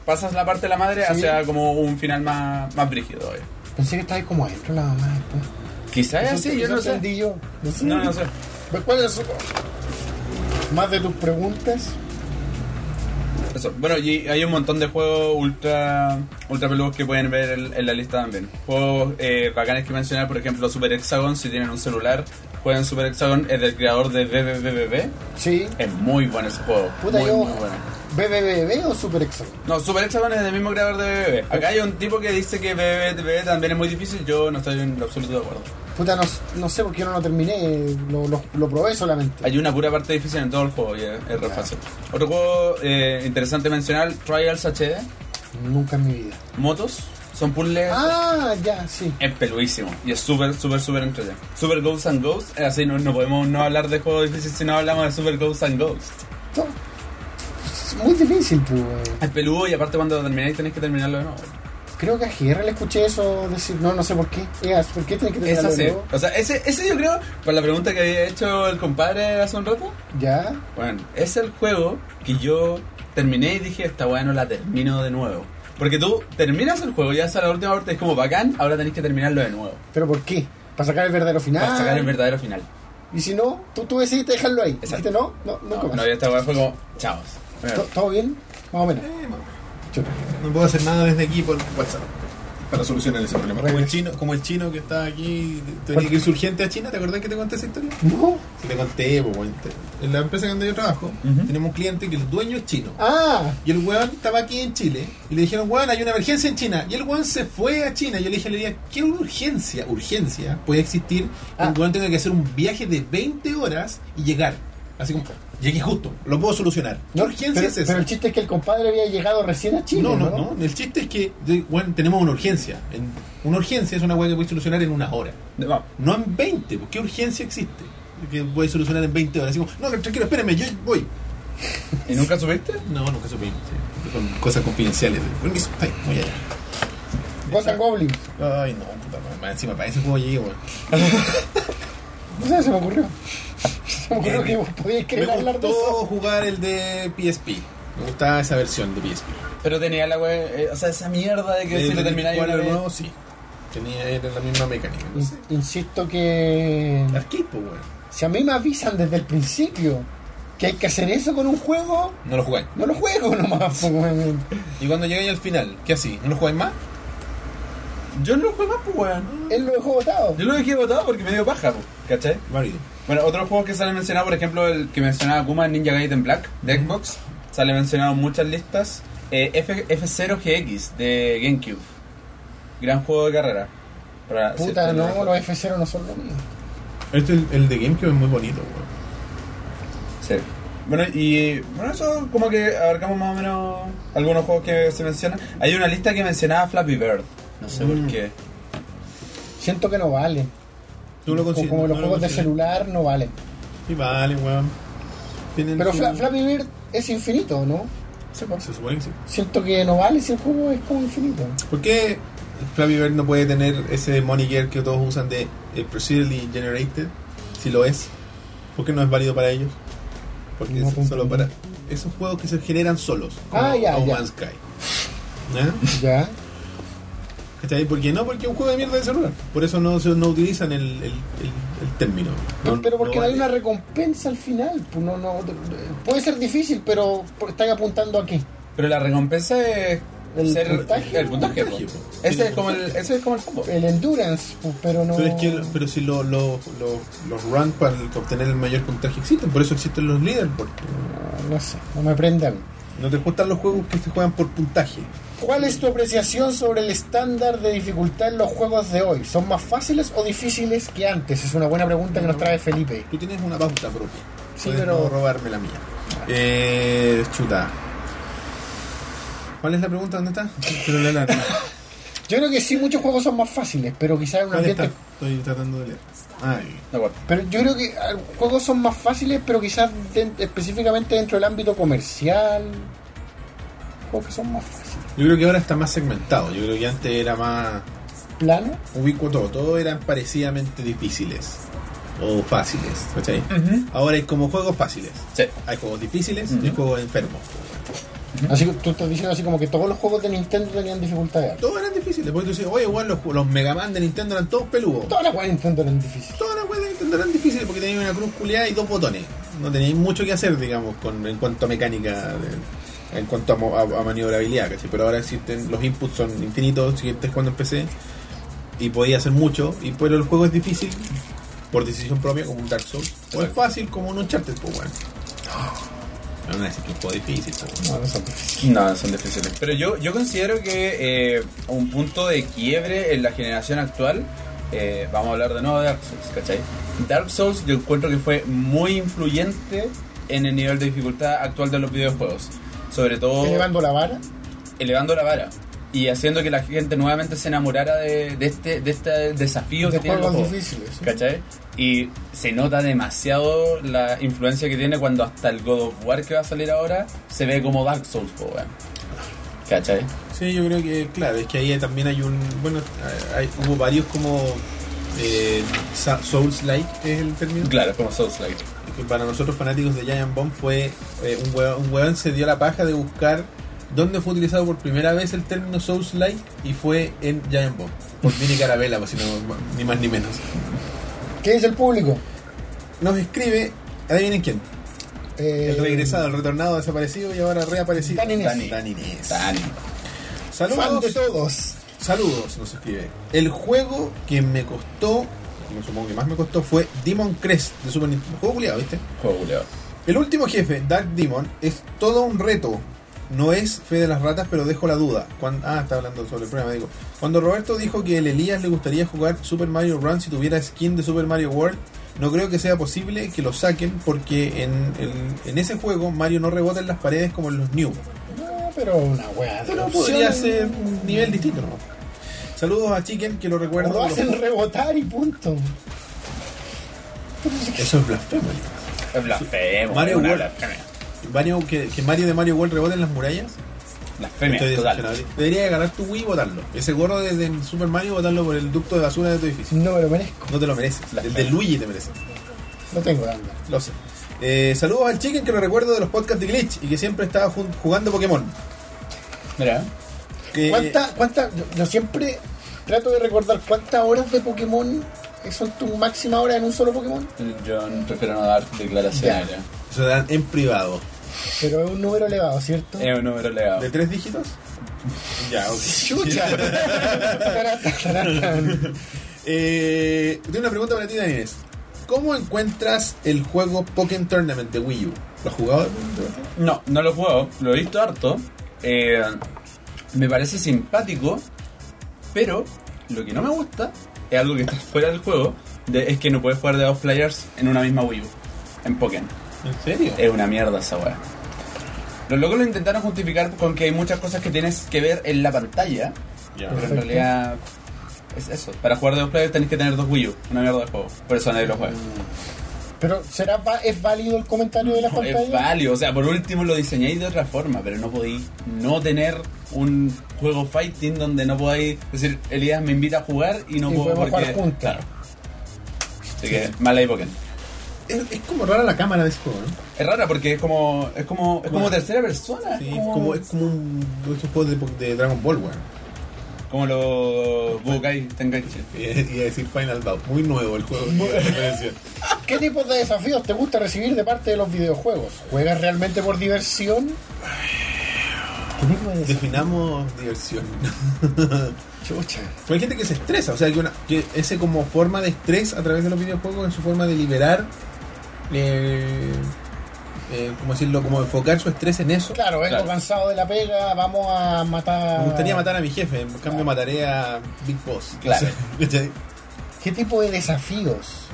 Speaker 3: pasas la parte de la madre
Speaker 2: Sí.
Speaker 3: hacia como un final más, más brígido. eh.
Speaker 2: Pensé que estaba ahí como adentro la mamá después.
Speaker 3: Quizás
Speaker 2: Eso-
Speaker 3: así, Eh, yo
Speaker 2: eso
Speaker 3: no sé.
Speaker 2: entendí yo. No sé.
Speaker 3: No, no sé.
Speaker 2: Pues, ¿Cuál es su- Más de tus preguntas.
Speaker 3: Eso. Bueno, y hay un montón de juegos ultra ultra peludos que pueden ver en, en la lista también. Juegos eh, bacanes que mencionar, por ejemplo, Super Hexagon, si tienen un celular, juegan Super Hexagon, es del creador de BBBBB.
Speaker 2: Sí.
Speaker 3: Es muy bueno ese juego.
Speaker 2: Puta,
Speaker 3: muy,
Speaker 2: yo-
Speaker 3: muy bueno.
Speaker 2: ¿BBBB o Super Exo?
Speaker 3: No, Super Hexagon es del mismo creador de BBB. Acá hay un tipo que dice que BBBBB también es muy difícil, yo no estoy en lo absoluto de acuerdo.
Speaker 2: Puta, no, no sé porque yo no lo terminé. Lo, lo- lo probé solamente.
Speaker 3: Hay una pura parte difícil en todo el juego y es, es re
Speaker 2: Ya.
Speaker 3: fácil. Otro juego eh, interesante mencionar, Trials HD,
Speaker 2: Nunca en mi vida.
Speaker 3: motos, son puzzles.
Speaker 2: Ah, ya, sí.
Speaker 3: Es peluísimo y es súper, súper, súper entretenido. Super Ghosts and Ghosts, eh, así no, no podemos no hablar de juegos difíciles si no hablamos de Super Ghosts and Ghosts.
Speaker 2: To- Es muy difícil, pues. weón.
Speaker 3: Es peludo y aparte cuando lo termináis tenéis que terminarlo de nuevo.
Speaker 2: Creo que a GR le escuché eso decir. No, no sé por qué. Eas, ¿por qué tenés que
Speaker 3: Es
Speaker 2: terminarlo de
Speaker 3: así.
Speaker 2: nuevo?
Speaker 3: O sea, ese, ese yo creo, por la pregunta que había hecho el compadre hace un rato,
Speaker 2: Ya.
Speaker 3: bueno, es el juego que yo terminé y dije, esta weá no la termino de nuevo. Porque tú terminas el juego, ya hasta la última parte es como bacán, ahora tenéis que terminarlo de nuevo.
Speaker 2: ¿Pero por qué? ¿Para sacar el verdadero final?
Speaker 3: Para sacar el verdadero final.
Speaker 2: Y si no, tú, tú decidiste dejarlo ahí.
Speaker 3: Exacto.
Speaker 2: Dijiste, no, no, nunca
Speaker 3: No,
Speaker 2: más.
Speaker 3: no, y esta weá fue como, chao.
Speaker 2: ¿To- ¿Todo bien? Más o menos.
Speaker 1: Eh, mamá.
Speaker 2: Chuta.
Speaker 1: No puedo hacer nada desde aquí por WhatsApp para solucionar ese problema. Como el
Speaker 2: Regreso.
Speaker 1: chino, como el chino que está aquí, tenía que ir surgente a China, ¿te acordás que te conté esa historia?
Speaker 2: No.
Speaker 1: Sí, Te conté, pues, po, weón. Te- en la empresa donde yo trabajo,
Speaker 3: Ujú.
Speaker 1: tenemos un cliente que el dueño es chino.
Speaker 2: Ah,
Speaker 1: Y el weón estaba aquí en Chile y le dijeron, weón, hay una emergencia en China. Y el weón se fue a China. Yo le dije, le dije, ¿qué urgencia? Urgencia puede existir. que
Speaker 2: Ah.
Speaker 1: Un weón tenga que hacer un viaje de 20 horas y llegar. Así como, llegué justo, lo puedo solucionar. ¿Qué
Speaker 2: no,
Speaker 1: urgencia
Speaker 2: pero,
Speaker 1: es esa?
Speaker 2: pero el chiste es que el compadre había llegado recién a Chile.
Speaker 1: no, no, no, El chiste es que, de- weón, tenemos una urgencia. En- una urgencia es una weá que puedes solucionar en una hora.
Speaker 3: Vamos.
Speaker 1: No en 20, pues, ¿qué urgencia existe? Que puedes solucionar en 20 horas. Así como, no, tranquilo, espérame, yo voy.
Speaker 3: ¿Y nunca subiste?
Speaker 1: No, nunca supimos. Sí. Son cosas confidenciales. Bueno, que- Ay, voy allá.
Speaker 2: Ghost and Goblins.
Speaker 1: Ay, no, puta madre. Más Encima, para ese juego llegué, weón.
Speaker 2: No sé, Pues se me ocurrió. Se me ocurrió que vos podías
Speaker 1: Me
Speaker 2: querer hablar de
Speaker 1: gustó
Speaker 2: eso.
Speaker 1: jugar el de PSP. Me gustaba esa versión de PSP.
Speaker 3: Pero tenía la web, eh, o sea, esa mierda de que si lo termináis
Speaker 1: ¿Cuál
Speaker 3: una
Speaker 1: era el
Speaker 3: vez.
Speaker 1: nuevo? Sí. Tenía era la misma mecánica. No sé.
Speaker 2: In- Insisto que.
Speaker 1: Arcade, pues, weón.
Speaker 2: Si a mí me avisan desde el principio que hay que hacer eso con un juego,
Speaker 1: No lo jugáis.
Speaker 2: no lo juego nomás. pues, weón.
Speaker 1: Y cuando llegáis al final, ¿qué así? ¿No lo jugáis más?
Speaker 3: Yo no lo juego más, pues, weón.
Speaker 2: Él lo dejó botado.
Speaker 3: Yo lo dejé botado porque me dio paja, pues, ¿cachai?
Speaker 1: Válido.
Speaker 3: Bueno, otros juegos que salen mencionados, por ejemplo, el que mencionaba Kuma, Ninja Gaiden Black, de Xbox, sale mencionado en muchas listas. Eh, F- F0GX de GameCube. Gran juego de carrera. Para
Speaker 2: Puta,
Speaker 3: cierto
Speaker 2: no,
Speaker 3: nivel.
Speaker 2: los F0 no son lo mío.
Speaker 1: Este, el, el de GameCube es muy bonito, weón.
Speaker 3: Sí. Bueno, y bueno, eso como que abarcamos más o menos algunos juegos que se mencionan. Hay una lista que mencionaba Flappy Bird. No sé
Speaker 1: Mm.
Speaker 3: por qué.
Speaker 2: Siento que no vale.
Speaker 1: Tú lo
Speaker 2: O
Speaker 1: consigues.
Speaker 2: como los
Speaker 1: no lo
Speaker 2: juegos de
Speaker 1: consigues.
Speaker 2: celular no valen.
Speaker 1: Sí, vale, weón. Tienen
Speaker 2: Pero
Speaker 1: su-
Speaker 2: Fla- Flappy Bird es infinito, ¿no?
Speaker 3: Sí, pues.
Speaker 1: Se supone que sí.
Speaker 2: Siento que no vale si el juego es como infinito.
Speaker 1: ¿Por qué Flappy Bird no puede tener ese moniker que todos usan de eh, Procedurally Generated? Si lo es. ¿Por qué no es válido para ellos? Porque
Speaker 2: No te
Speaker 1: es solo
Speaker 2: entendí.
Speaker 1: para... Esos juegos que se generan solos. Como
Speaker 2: Ah, ya,
Speaker 1: No
Speaker 2: ya.
Speaker 1: Man's Sky. ¿Eh?
Speaker 2: Ya.
Speaker 1: ¿Cachai? ¿Por qué no? Porque es un juego de mierda de celular. Por eso no, se- no utilizan el, el, el, el término. No-
Speaker 2: pero porque
Speaker 1: no
Speaker 2: no hay
Speaker 1: vale.
Speaker 2: una recompensa al final. pues, No, no, puede ser difícil, pero están apuntando aquí.
Speaker 3: Pero la recompensa es
Speaker 2: El
Speaker 3: ser-
Speaker 2: puntaje,
Speaker 3: el puntaje.
Speaker 1: puntaje,
Speaker 3: pues.
Speaker 1: pues.
Speaker 3: Ese es como el, ese es como el combo.
Speaker 2: El endurance, pues, pero no.
Speaker 1: Pero, es que, pero si lo- lo- lo- los ranks para obtener el mayor puntaje existen, por eso existen los leaderboards.
Speaker 2: No, no sé, no me prende a mí.
Speaker 1: No te gustan los juegos que se juegan por puntaje.
Speaker 2: ¿Cuál es tu apreciación sobre el estándar de dificultad en los juegos de hoy? ¿Son más fáciles o difíciles que antes? Es una buena pregunta que nos trae Felipe.
Speaker 1: Tú tienes una pauta propia.
Speaker 2: Sí,
Speaker 1: Puedes
Speaker 2: pero- Ah.
Speaker 1: no robarme la mía. Eh, chuta. ¿Cuál es la pregunta? ¿Dónde está? Pero la alarma.
Speaker 2: Yo creo que sí, muchos juegos son más fáciles, pero quizás en un
Speaker 1: ¿Cuál está?
Speaker 2: ambiente.
Speaker 1: Estoy tratando de leer. Ay.
Speaker 3: No, bueno.
Speaker 2: Pero yo creo que ah, juegos son más fáciles, pero quizás den- específicamente dentro del ámbito comercial. Juegos que son más fáciles.
Speaker 1: Yo creo que ahora está más segmentado. Yo creo que antes era más
Speaker 2: Plano.
Speaker 1: ubicuo todo. Todos eran parecidamente difíciles. O fáciles. ¿Cachai?
Speaker 3: Ujú.
Speaker 1: Ahora es como juegos fáciles.
Speaker 3: Sí.
Speaker 1: Hay juegos difíciles y
Speaker 3: Ujú.
Speaker 1: hay juegos enfermos. ¿Mm?
Speaker 2: Así que tú estás diciendo así como que todos los juegos de Nintendo tenían dificultades. altas.
Speaker 1: Todos eran difíciles. Porque tú dices, oye, igual los, los Mega Man de Nintendo eran todos peludos.
Speaker 2: Todas las juegos de Nintendo eran difíciles.
Speaker 1: Todas las weas de Nintendo eran difíciles porque tenían una cruz culiada y dos botones. No teníais mucho que hacer, digamos, con, en cuanto a mecánica, de- en cuanto a, mo- a- a maniobrabilidad, ¿cachai? Pero ahora existen, los inputs son infinitos, si estés cuando empecé, y podía hacer mucho, y pero el juego es difícil por decisión propia, como un Dark Souls, o es fácil como un Uncharted, pues bueno. No me decís que es un juego difícil, pues, bueno.
Speaker 2: No, no son difíciles.
Speaker 3: No, son difíciles. Pero yo, yo considero que eh, un punto de quiebre en la generación actual, eh, vamos a hablar de nuevo de Dark Souls, ¿cachai? Dark Souls yo encuentro que fue muy influyente en el nivel de dificultad actual de los videojuegos. Sobre todo
Speaker 2: Elevando la vara.
Speaker 3: elevando la vara y haciendo que la gente nuevamente se enamorara de, de este, de este desafío
Speaker 2: De
Speaker 3: que tienen los
Speaker 2: juegos
Speaker 3: juegos.
Speaker 2: difíciles. sí.
Speaker 3: ¿Cachai? Y se nota demasiado la influencia que tiene cuando hasta el God of War que va a salir ahora se ve como Dark Souls, po, weón. ¿Cachai?
Speaker 1: Sí, yo creo que, claro, es que ahí también hay un. Bueno, hay- hubo varios como. eh, Sa- Souls-like es el término.
Speaker 3: Claro, es como Souls like.
Speaker 1: que para nosotros fanáticos de Giant Bomb fue eh, un, hueón, un hueón se dio la paja de buscar dónde fue utilizado por primera vez el término Souls Like y fue en Giant Bomb. Por Vini Carabela, pues, si no, ni más ni menos.
Speaker 2: ¿Qué dice el público?
Speaker 1: Nos escribe, adivinen quién,
Speaker 2: Eh,
Speaker 1: el regresado, el retornado, desaparecido y ahora reaparecido.
Speaker 2: Dan Inés.
Speaker 1: Dan Inés.
Speaker 3: Tan.
Speaker 2: Fan de
Speaker 1: Saludos,
Speaker 2: todos.
Speaker 1: saludos, nos escribe. El juego que me costó, que supongo que más me costó, fue Demon Crest de Super Nintendo. Juego culiado, ¿viste?
Speaker 3: Juego culiao.
Speaker 1: El último jefe, Dark Demon, es todo un reto. No es fe de las ratas, pero dejo la duda. Cuan- ah, está hablando sobre el programa, digo. Cuando Roberto dijo que el Elías le gustaría jugar Super Mario Run si tuviera skin de Super Mario World, no creo que sea posible que lo saquen porque en, en- en ese juego Mario no rebota en las paredes como en los New.
Speaker 2: No, pero una wea. de
Speaker 1: Pero podría
Speaker 2: opciones.
Speaker 1: ser un nivel distinto, ¿no? Saludos a Chicken, que lo
Speaker 2: O
Speaker 1: recuerdo.
Speaker 2: Lo hacen rebotar y punto.
Speaker 1: Eso es blasfemo. Elías.
Speaker 3: Es blasfemo.
Speaker 1: Mario
Speaker 3: una
Speaker 1: World.
Speaker 3: blasfemia.
Speaker 1: Mario, que, que Mario de Mario World rebote en las murallas.
Speaker 3: Blasfemia,
Speaker 1: Estoy
Speaker 3: total.
Speaker 1: decepcionado. Debería agarrar tu Wii y botarlo. Ese gorro de, de Super Mario botarlo por el ducto de basura de tu edificio.
Speaker 2: No me lo merezco.
Speaker 1: No te lo mereces.
Speaker 3: La
Speaker 1: el de
Speaker 3: fe.
Speaker 1: Luigi te mereces.
Speaker 2: No tengo hambre.
Speaker 1: Lo sé. Eh, saludos al chicken que lo recuerdo de los podcasts de Glitch y que siempre estaba jun- jugando Pokémon.
Speaker 3: Mira.
Speaker 1: Que- eh.
Speaker 2: ¿Cuánta, cuánta, yo, yo siempre Trato de recordar cuántas horas de Pokémon son tu máxima hora en un solo Pokémon.
Speaker 3: Yo prefiero no dar declaraciones. ya.
Speaker 1: Se dan en privado.
Speaker 2: Pero es un número elevado, ¿cierto?
Speaker 1: Eh,
Speaker 3: Es un número legado.
Speaker 1: ¿De tres dígitos? Ya, ok.
Speaker 2: ¡Chucha! Taratatarán.
Speaker 1: Eh, tengo una pregunta para ti, Daniel. ¿Cómo encuentras el juego Pokémon Tournament de Wii U? ¿Lo has jugado?
Speaker 3: No, no lo he jugado, lo he visto harto. Eh, me parece simpático, pero lo que no me gusta es algo que está fuera del juego: de- es que no puedes jugar de dos players en una misma Wii U, en Pokémon.
Speaker 1: ¿En serio?
Speaker 3: Es una mierda esa weá. Los locos lo intentaron justificar con que hay muchas cosas que tienes que ver en la pantalla,
Speaker 1: Ya.
Speaker 3: pero en
Speaker 2: Perfecto.
Speaker 3: realidad es eso. Para jugar de dos players tenés que tener dos Wii U, una mierda de juego. Por eso nadie lo juega.
Speaker 2: Pero ¿será va- es válido el comentario de la
Speaker 3: Es
Speaker 2: pantalla?
Speaker 3: válido, o sea, por último lo diseñáis de otra forma, pero no podéis no tener un juego fighting donde no podáis decir, Elías me invita a jugar y no
Speaker 2: Y
Speaker 3: puedo
Speaker 2: podemos
Speaker 3: porque...
Speaker 2: jugar juntos.
Speaker 3: Claro. Así que, mala época.
Speaker 1: Es, es como rara la cámara de ese juego, ¿no?
Speaker 3: Es rara porque es como es como, es como
Speaker 1: Bueno.
Speaker 3: tercera persona,
Speaker 1: Sí,
Speaker 3: es
Speaker 1: es
Speaker 3: como,
Speaker 1: como, es como un, de esos juegos de, po- de Dragon Ball, weón.
Speaker 3: como los Budokai Tenkaichi.
Speaker 1: Y y Eh, a decir Final Bout. Muy nuevo el juego. la referencia.
Speaker 2: ¿Qué tipos de desafíos te gusta recibir de parte de los videojuegos? ¿Juegas realmente por diversión? ¿Qué tipo de desafíos?
Speaker 1: Definamos diversión.
Speaker 2: Chucha.
Speaker 1: Pero hay gente que se estresa, o sea, que, una, que ese como forma de estrés a través de los videojuegos es su forma de liberar, eh, eh, ¿cómo decirlo? Como enfocar su estrés en eso.
Speaker 2: Claro, vengo
Speaker 3: Claro.
Speaker 2: cansado de la pega, vamos a matar...
Speaker 1: Me gustaría matar a mi jefe, en cambio mataré a Big Boss.
Speaker 3: Claro.
Speaker 1: ¿Cachai?
Speaker 2: ¿Qué tipo de desafíos?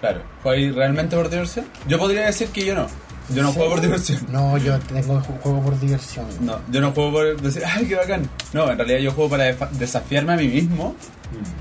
Speaker 3: Claro. ¿Jugáis realmente por diversión? Yo podría decir que yo no. Yo no juego por diversión.
Speaker 2: No, yo tengo juego por diversión.
Speaker 3: No, yo no juego por decir, ay, qué bacán. No, en realidad yo juego para defa- desafiarme a mí mismo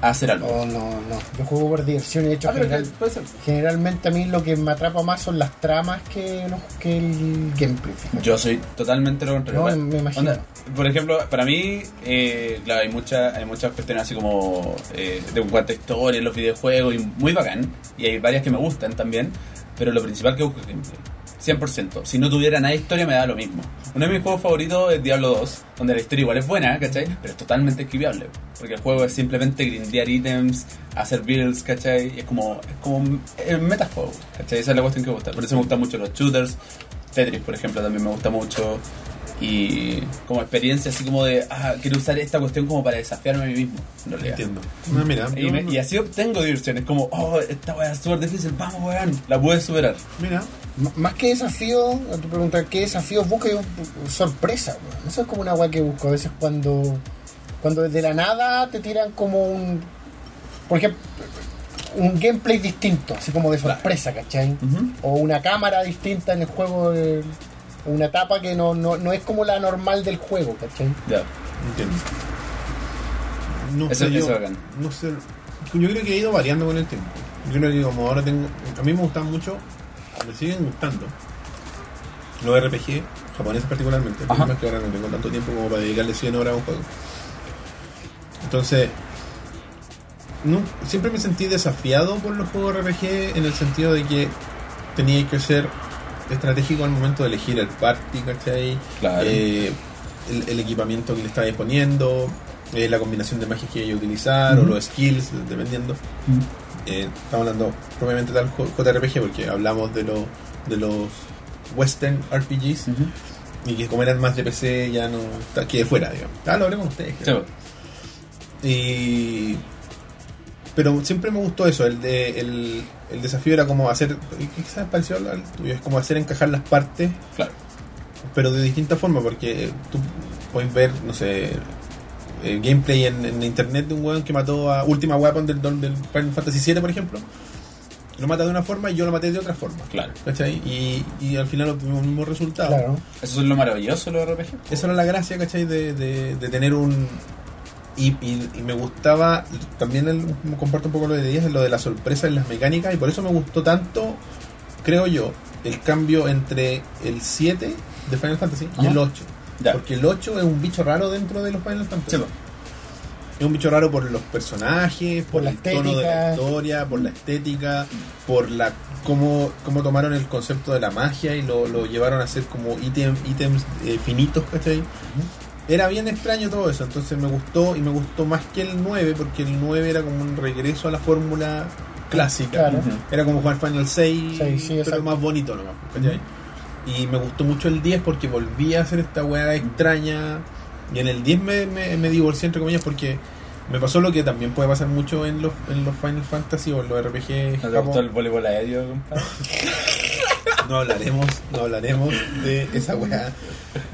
Speaker 3: a hacer algo.
Speaker 2: Oh, no, no. Yo juego por diversión y de hecho
Speaker 3: Ah, pero
Speaker 2: general-
Speaker 3: que puede ser.
Speaker 2: generalmente a mí lo que me atrapa más son las tramas que, los- que el gameplay. fíjate.
Speaker 3: Yo soy totalmente lo contrario.
Speaker 2: No,
Speaker 3: Bueno,
Speaker 2: me imagino.
Speaker 3: por ejemplo, para mí, eh, claro, hay, mucha, hay muchas cuestiones así como eh, de un cuanto a historia en los videojuegos, y muy bacán. Y hay varias que me gustan también, pero lo principal que busco es gameplay. 100%. Si no tuviera nada de historia, me da lo mismo. Uno de mis juegos favoritos es Diablo 2, donde la historia igual es buena, ¿cachai? Pero es totalmente esquiviable. Porque el juego es simplemente grindear ítems, hacer builds, ¿cachai? Y es como, es como es metajuego, ¿cachai? Esa es la cuestión que me gusta. Por eso me gustan mucho los shooters. Tetris, por ejemplo, también me gusta mucho. Y como experiencia, así como de, ah, quiero usar esta cuestión como para desafiarme a mí mismo, en realidad.
Speaker 1: Entiendo. No, mira,
Speaker 3: Y,
Speaker 1: yo
Speaker 3: me-
Speaker 1: no-
Speaker 3: y así obtengo diversión. Es como, oh, esta weá es súper difícil, vamos, weón, la puedes superar.
Speaker 1: mira,
Speaker 2: M- Más que desafío, a tu pregunta, ¿qué desafíos busco? Yo bu- sorpresa, weón. Eso es como una weá que busco. A veces cuando, cuando desde la nada te tiran como un. Por ejemplo, un gameplay distinto, así como de sorpresa, ¿cachai?
Speaker 3: Ujú.
Speaker 2: O una cámara distinta en el juego, eh, o una etapa que no, no, no es como la normal del juego, ¿cachai?
Speaker 3: Ya.
Speaker 1: entiendo. No
Speaker 3: Eso-
Speaker 1: sé, yo,
Speaker 3: eso es bacán.
Speaker 1: no sé, yo creo que he ido variando con el tiempo. Yo creo que como ahora tengo, a mí me gustan mucho, me siguen gustando los RPG japoneses particularmente. El
Speaker 3: Ajá.
Speaker 1: problema es que ahora no tengo tanto tiempo como para dedicarle 100 horas a un juego. Entonces, nu- siempre me sentí desafiado por los juegos RPG en el sentido de que tenía que ser estratégico al momento de elegir el party, ¿cachai?
Speaker 3: Claro.
Speaker 1: Eh, el, el equipamiento que le estáis poniendo, eh, la combinación de magias que iba a utilizar o
Speaker 3: Ujú.
Speaker 1: los skills, dependiendo. Eh, estamos hablando propiamente tal J- JRPG porque hablamos de, los de los western RPGs
Speaker 3: Ujú.
Speaker 1: y que como eran más de PC ya no está aquí de fuera, digamos. Ah, lo hablé con ustedes. creo.
Speaker 3: Chao.
Speaker 1: Y... Pero siempre me gustó eso, el, de, el, el desafío era como hacer, quizás pareció al- al tuyo, es como hacer encajar las partes,
Speaker 3: Claro.
Speaker 1: pero de distinta forma, porque eh, tú puedes ver, no sé, el gameplay en, en internet de un weón que mató a Última Weapon del, don- del Final Fantasy VII, por ejemplo. Lo mata de una forma y yo lo maté de otra forma.
Speaker 3: Claro.
Speaker 1: ¿Cachai? Y, y al final obtuvimos el mismo resultado.
Speaker 2: Claro.
Speaker 3: Eso es lo maravilloso de los RPG.
Speaker 1: Esa era la gracia, ¿cachai? De, de, de tener un... Y, y- y me gustaba, también el- comparto un poco lo de Díaz, lo de la sorpresa en las mecánicas, y por eso me gustó tanto, creo yo, el cambio entre el 7 de Final Fantasy y
Speaker 3: Ajá.
Speaker 1: el 8.
Speaker 3: Ya.
Speaker 1: Porque el 8 es un bicho raro dentro de los Final Fantasy.
Speaker 3: Chao.
Speaker 1: Es un bicho raro por los personajes, por,
Speaker 2: Por la
Speaker 1: el tono de la
Speaker 2: estética.
Speaker 1: historia, por la estética, por la cómo, cómo tomaron el concepto de la magia y lo, lo llevaron a hacer como ítem- ítems eh, finitos, ¿cachai? Era bien extraño todo eso, entonces me gustó y me gustó más que el 9 porque el 9 era como un regreso a la fórmula clásica.
Speaker 2: Claro.
Speaker 3: Ujú.
Speaker 1: Era como jugar Final 6,
Speaker 2: Seis, sí,
Speaker 1: pero
Speaker 2: exacto.
Speaker 1: más bonito nomás. ¿cachai? Y me gustó mucho el 10 porque volví a hacer esta weá extraña. Y en el 10 me, me, me divorcié entre comillas porque me pasó lo que también puede pasar mucho en los, en los Final Fantasy o en los RPG.
Speaker 3: ¿No te
Speaker 1: Japón.
Speaker 3: gustó el voleibol aéreo, compadre?
Speaker 1: No hablaremos, no hablaremos de esa weá.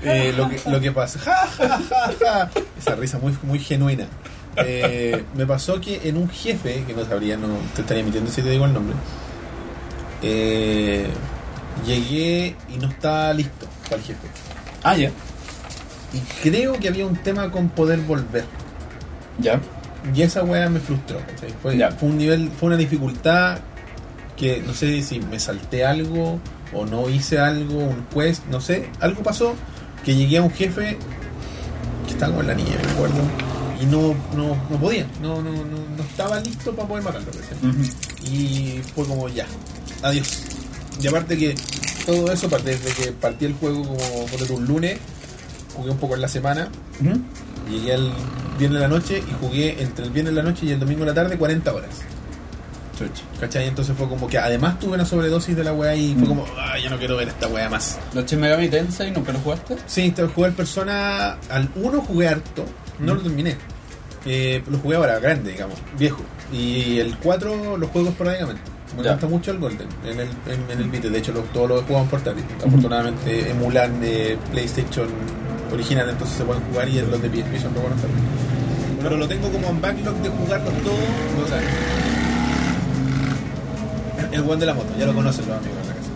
Speaker 1: Eh, lo, que, lo que pasa. Ja, ja, ja, ja. Esa risa muy, muy genuina. Eh, me pasó que en un jefe, que no sabría, no te estaría mintiendo si te digo el nombre, eh, llegué y no estaba listo para el jefe.
Speaker 3: Ah, ya.
Speaker 1: Y creo que había un tema con poder volver.
Speaker 3: Ya.
Speaker 1: Y esa weá me frustró. ¿cachai? Fue,
Speaker 3: Ya.
Speaker 1: fue un nivel, fue una dificultad que no sé si me salté algo o no hice algo, un quest, no sé. Algo pasó que llegué a un jefe que estaba como en la nieve, me acuerdo. Y no, no, no podía, no, no, no, no estaba listo para poder matarlo. ¿cachai? Y fue como ya, adiós. Y aparte que todo eso, pa- desde que partí el juego como ponete un lunes, jugué un poco en la semana,
Speaker 3: Ujú.
Speaker 1: Llegué el viernes en la noche y jugué entre el viernes en la noche y el domingo en la tarde 40 horas.
Speaker 3: Chucha.
Speaker 1: ¿Cachai? Entonces fue como que además tuve una sobredosis de la weá y fue
Speaker 3: Mm.
Speaker 1: como, ah, yo no quiero ver esta weá más.
Speaker 3: ¿Los Shin Megami Tensei nunca los jugaste?
Speaker 1: Sí, te- jugué al persona, al 1 jugué harto, no
Speaker 3: Mm.
Speaker 1: lo terminé. Eh, lo jugué ahora, grande, digamos, viejo. Y el 4 lo juego esporádicamente. Me
Speaker 3: Ya.
Speaker 1: gusta mucho el Golden en el, en, en el Vita. De hecho, los- todos los juegos en portátil. Afortunadamente emulan de PlayStation original, entonces se pueden jugar y los de PlayStation lo bueno también. Pero lo tengo como en backlog de jugarlos todos. o sea, El one de la moto, ya lo conocen los amigos de la casa.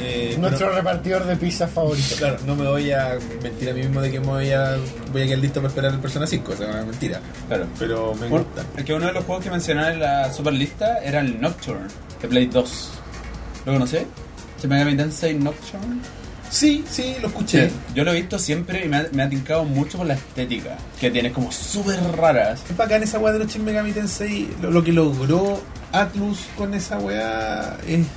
Speaker 1: Eh,
Speaker 2: Nuestro
Speaker 1: pero-
Speaker 2: repartidor de pizza favorito.
Speaker 1: Claro, no me voy a mentir a mí mismo de que me voy a, voy a quedar listo para esperar el Persona 5, esa es una mentira.
Speaker 3: Claro.
Speaker 1: Pero me
Speaker 3: Bueno,
Speaker 1: gusta.
Speaker 3: es que uno de los juegos que mencionaron en la super lista era el Nocturne de Play 2. ¿Lo conocés? Shin Megami Tensei Nocturne.
Speaker 1: Sí, sí, lo escuché.
Speaker 3: Yo lo he visto siempre y me ha, me ha tincado mucho por la estética, que tiene como súper raras.
Speaker 1: Es bacán esa weá de los Shin Megami Tensei. Lo, lo que logró Atlus con esa weá es. No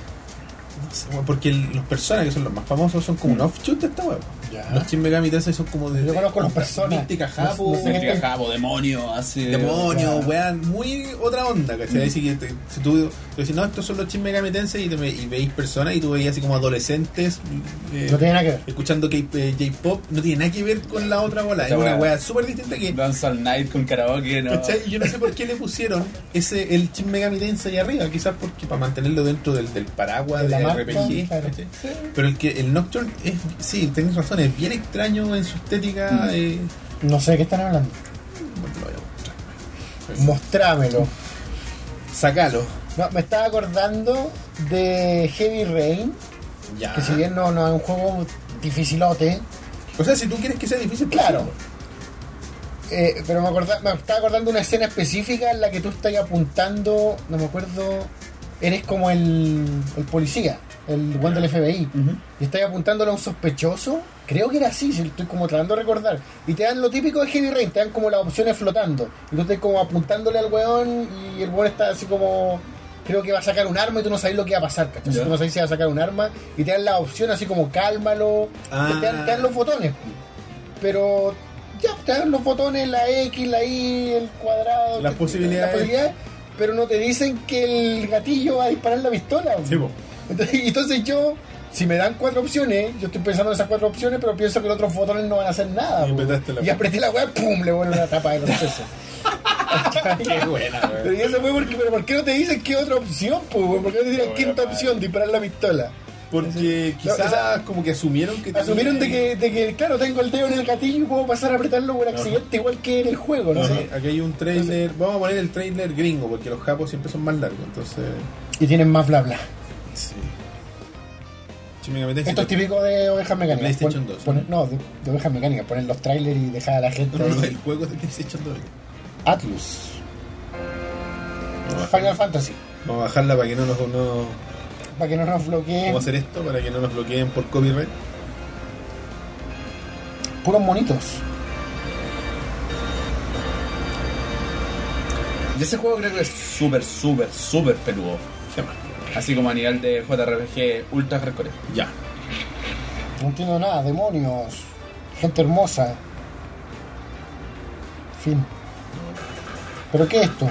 Speaker 1: sé, weón, porque el- los personas que son los más famosos son como un offshoot de esta weá.
Speaker 2: Ya.
Speaker 1: Los Shin Megami Tensei son como de.
Speaker 2: Ah. Yo conozco los Persona.
Speaker 1: Mística Japo.
Speaker 2: No sé.
Speaker 3: Significa jabo, demonio, así.
Speaker 1: Demonio,
Speaker 2: Claro.
Speaker 1: weón, muy otra onda,
Speaker 2: Mm.
Speaker 1: ¿cachai? Así que te- si tú te decís, no, estos son los chismes gametenses y, te ve- y veis personas y tú veías así como adolescentes eh,
Speaker 2: No tiene nada que ver.
Speaker 1: escuchando K- eh, J-pop, no tiene nada que ver con la otra bola, es
Speaker 3: Esta
Speaker 1: una
Speaker 3: weá.
Speaker 1: weá súper distinta que.
Speaker 3: Dance all night con karaoke, ¿no?
Speaker 1: ¿cachai? Y yo no sé por qué le pusieron ese el chisme gamitense ahí arriba, quizás porque para mantenerlo dentro del, del paraguas
Speaker 2: De
Speaker 1: de,
Speaker 2: la marca,
Speaker 1: RPG.
Speaker 2: claro.
Speaker 1: ¿cachai? Pero el que el Nocturne es, sí, tenés razón, es bien extraño en su estética.
Speaker 3: Mm.
Speaker 1: eh,
Speaker 2: No sé de qué están hablando.
Speaker 1: bueno, te lo voy a mostrar.
Speaker 2: Mostrámelo.
Speaker 1: Sacalo.
Speaker 2: No, me estaba acordando de Heavy Rain,
Speaker 1: Ya.
Speaker 2: que si bien no, no es un juego dificilote,
Speaker 1: O sea, si tú quieres que sea difícil, pues
Speaker 2: Claro. eh, pero me, acorda- me estaba acordando de una escena específica en la que tú estás apuntando, no me acuerdo, eres como el, el policía, el guante del FBI,
Speaker 3: Ujú.
Speaker 2: y estás apuntándolo a un sospechoso, creo que era así, si estoy como tratando de recordar, y te dan lo típico de Heavy Rain, te dan como las opciones flotando, y tú estás como apuntándole al weón y el weón está así como... Creo que va a sacar un arma y tú no sabes lo que va a pasar, ¿cachai?
Speaker 3: Ya.
Speaker 2: Tú no sabes si va a sacar un arma y te dan la opción así como cálmalo,
Speaker 1: Ah.
Speaker 2: te, dan, te dan los botones pero ya te dan los botones, la X, la Y, el cuadrado,
Speaker 1: Las
Speaker 2: que-
Speaker 1: posibilidades.
Speaker 2: las posibilidades, pero no te dicen que el gatillo va a disparar la pistola.
Speaker 1: Sí, pues. po.
Speaker 2: entonces, entonces yo, si me dan cuatro opciones, yo estoy pensando en esas cuatro opciones, pero pienso que los otros botones no van a hacer nada.
Speaker 1: Y
Speaker 2: po.
Speaker 1: apretaste la-
Speaker 2: y apreté la weá, pum, le vuelvo la tapa de los sesos.
Speaker 1: Qué buena,
Speaker 2: Pero y eso fue porque, pero ¿por qué no te dicen qué otra opción, po? ¿Por qué no te dicen
Speaker 3: Qué
Speaker 2: quinta
Speaker 3: buena,
Speaker 2: opción, disparar la pistola?
Speaker 1: Porque quizás
Speaker 2: No, o sea,
Speaker 1: como que asumieron que... tenía-
Speaker 2: Asumieron de que, de que, claro, tengo el dedo en el gatillo y puedo pasar a apretarlo por accidente, igual que en el juego, no
Speaker 1: No,
Speaker 2: sé.
Speaker 1: no, aquí hay un trailer... Vamos a poner el trailer gringo, porque los japos siempre son más largos, entonces...
Speaker 2: Y tienen más bla bla.
Speaker 1: Sí. Chimigamente,
Speaker 2: Esto es típico de ovejas mecánicas.
Speaker 1: PlayStation 2.
Speaker 2: poner- no, de, de ovejas mecánicas, poner los trailers y dejar a la gente.
Speaker 1: No, no, no,
Speaker 2: ahí.
Speaker 1: el juego es de PlayStation 2.
Speaker 2: Atlus.
Speaker 1: Vamos a,
Speaker 2: Final
Speaker 1: bajarla,
Speaker 2: Fantasy. Eh.
Speaker 1: vamos a bajarla para que no nos... No,
Speaker 2: Para que no nos bloqueen
Speaker 1: vamos a hacer esto para que no nos bloqueen por copyright.
Speaker 2: puros monitos.
Speaker 3: Y ese juego creo que es súper, súper, súper peludo.
Speaker 1: ¿Qué más?
Speaker 3: Así como a nivel de JRPG ultra hardcore.
Speaker 1: Ya.
Speaker 2: No entiendo nada, demonios. Gente hermosa. Fin. ¿Pero qué es esto?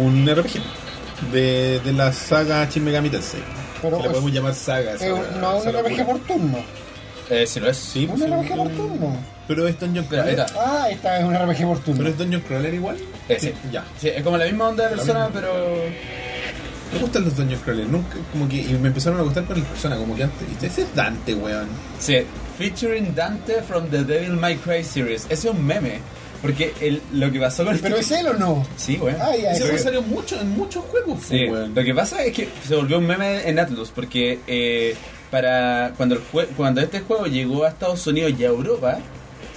Speaker 1: Un RPG de, de la saga Shin Megami Tensei.
Speaker 2: Pero
Speaker 1: Que la
Speaker 2: es-
Speaker 1: podemos llamar saga. esa
Speaker 2: Es
Speaker 1: weá,
Speaker 2: un- no,
Speaker 1: esa
Speaker 2: un RPG
Speaker 1: locura.
Speaker 2: por turno.
Speaker 3: Eh, si lo es.
Speaker 1: Sí,
Speaker 2: Un
Speaker 1: pues, sí,
Speaker 2: RPG por
Speaker 1: un-
Speaker 2: turno.
Speaker 1: Pero es Dungeon
Speaker 3: Mira, ahí
Speaker 1: Crawler.
Speaker 3: está.
Speaker 2: Ah, esta es un RPG por
Speaker 1: ¿Pero
Speaker 2: turno.
Speaker 1: es Dungeon Crawler igual?
Speaker 3: Eh, sí.
Speaker 1: Ya.
Speaker 3: Sí, es como la misma onda de persona,
Speaker 1: misma.
Speaker 3: pero.
Speaker 1: Me gustan los Dungeon Crawler. Nunca, como que, y me empezaron a gustar con el persona, como que antes. ¿viste? Ese es Dante, weón.
Speaker 3: Sí, featuring Dante from the Devil May Cry series. Ese es un meme. Porque el- lo que pasó con
Speaker 2: ¿Pero
Speaker 3: este-
Speaker 2: es él o no?
Speaker 3: Sí, güey.
Speaker 2: Ay, ay,
Speaker 1: Ese weón
Speaker 2: ay.
Speaker 1: salió mucho, en muchos juegos, pues,
Speaker 3: Sí,
Speaker 1: weón.
Speaker 3: lo que pasa es que se volvió un meme en Atlus porque eh, para cuando el jue- cuando este juego llegó a Estados Unidos y a Europa,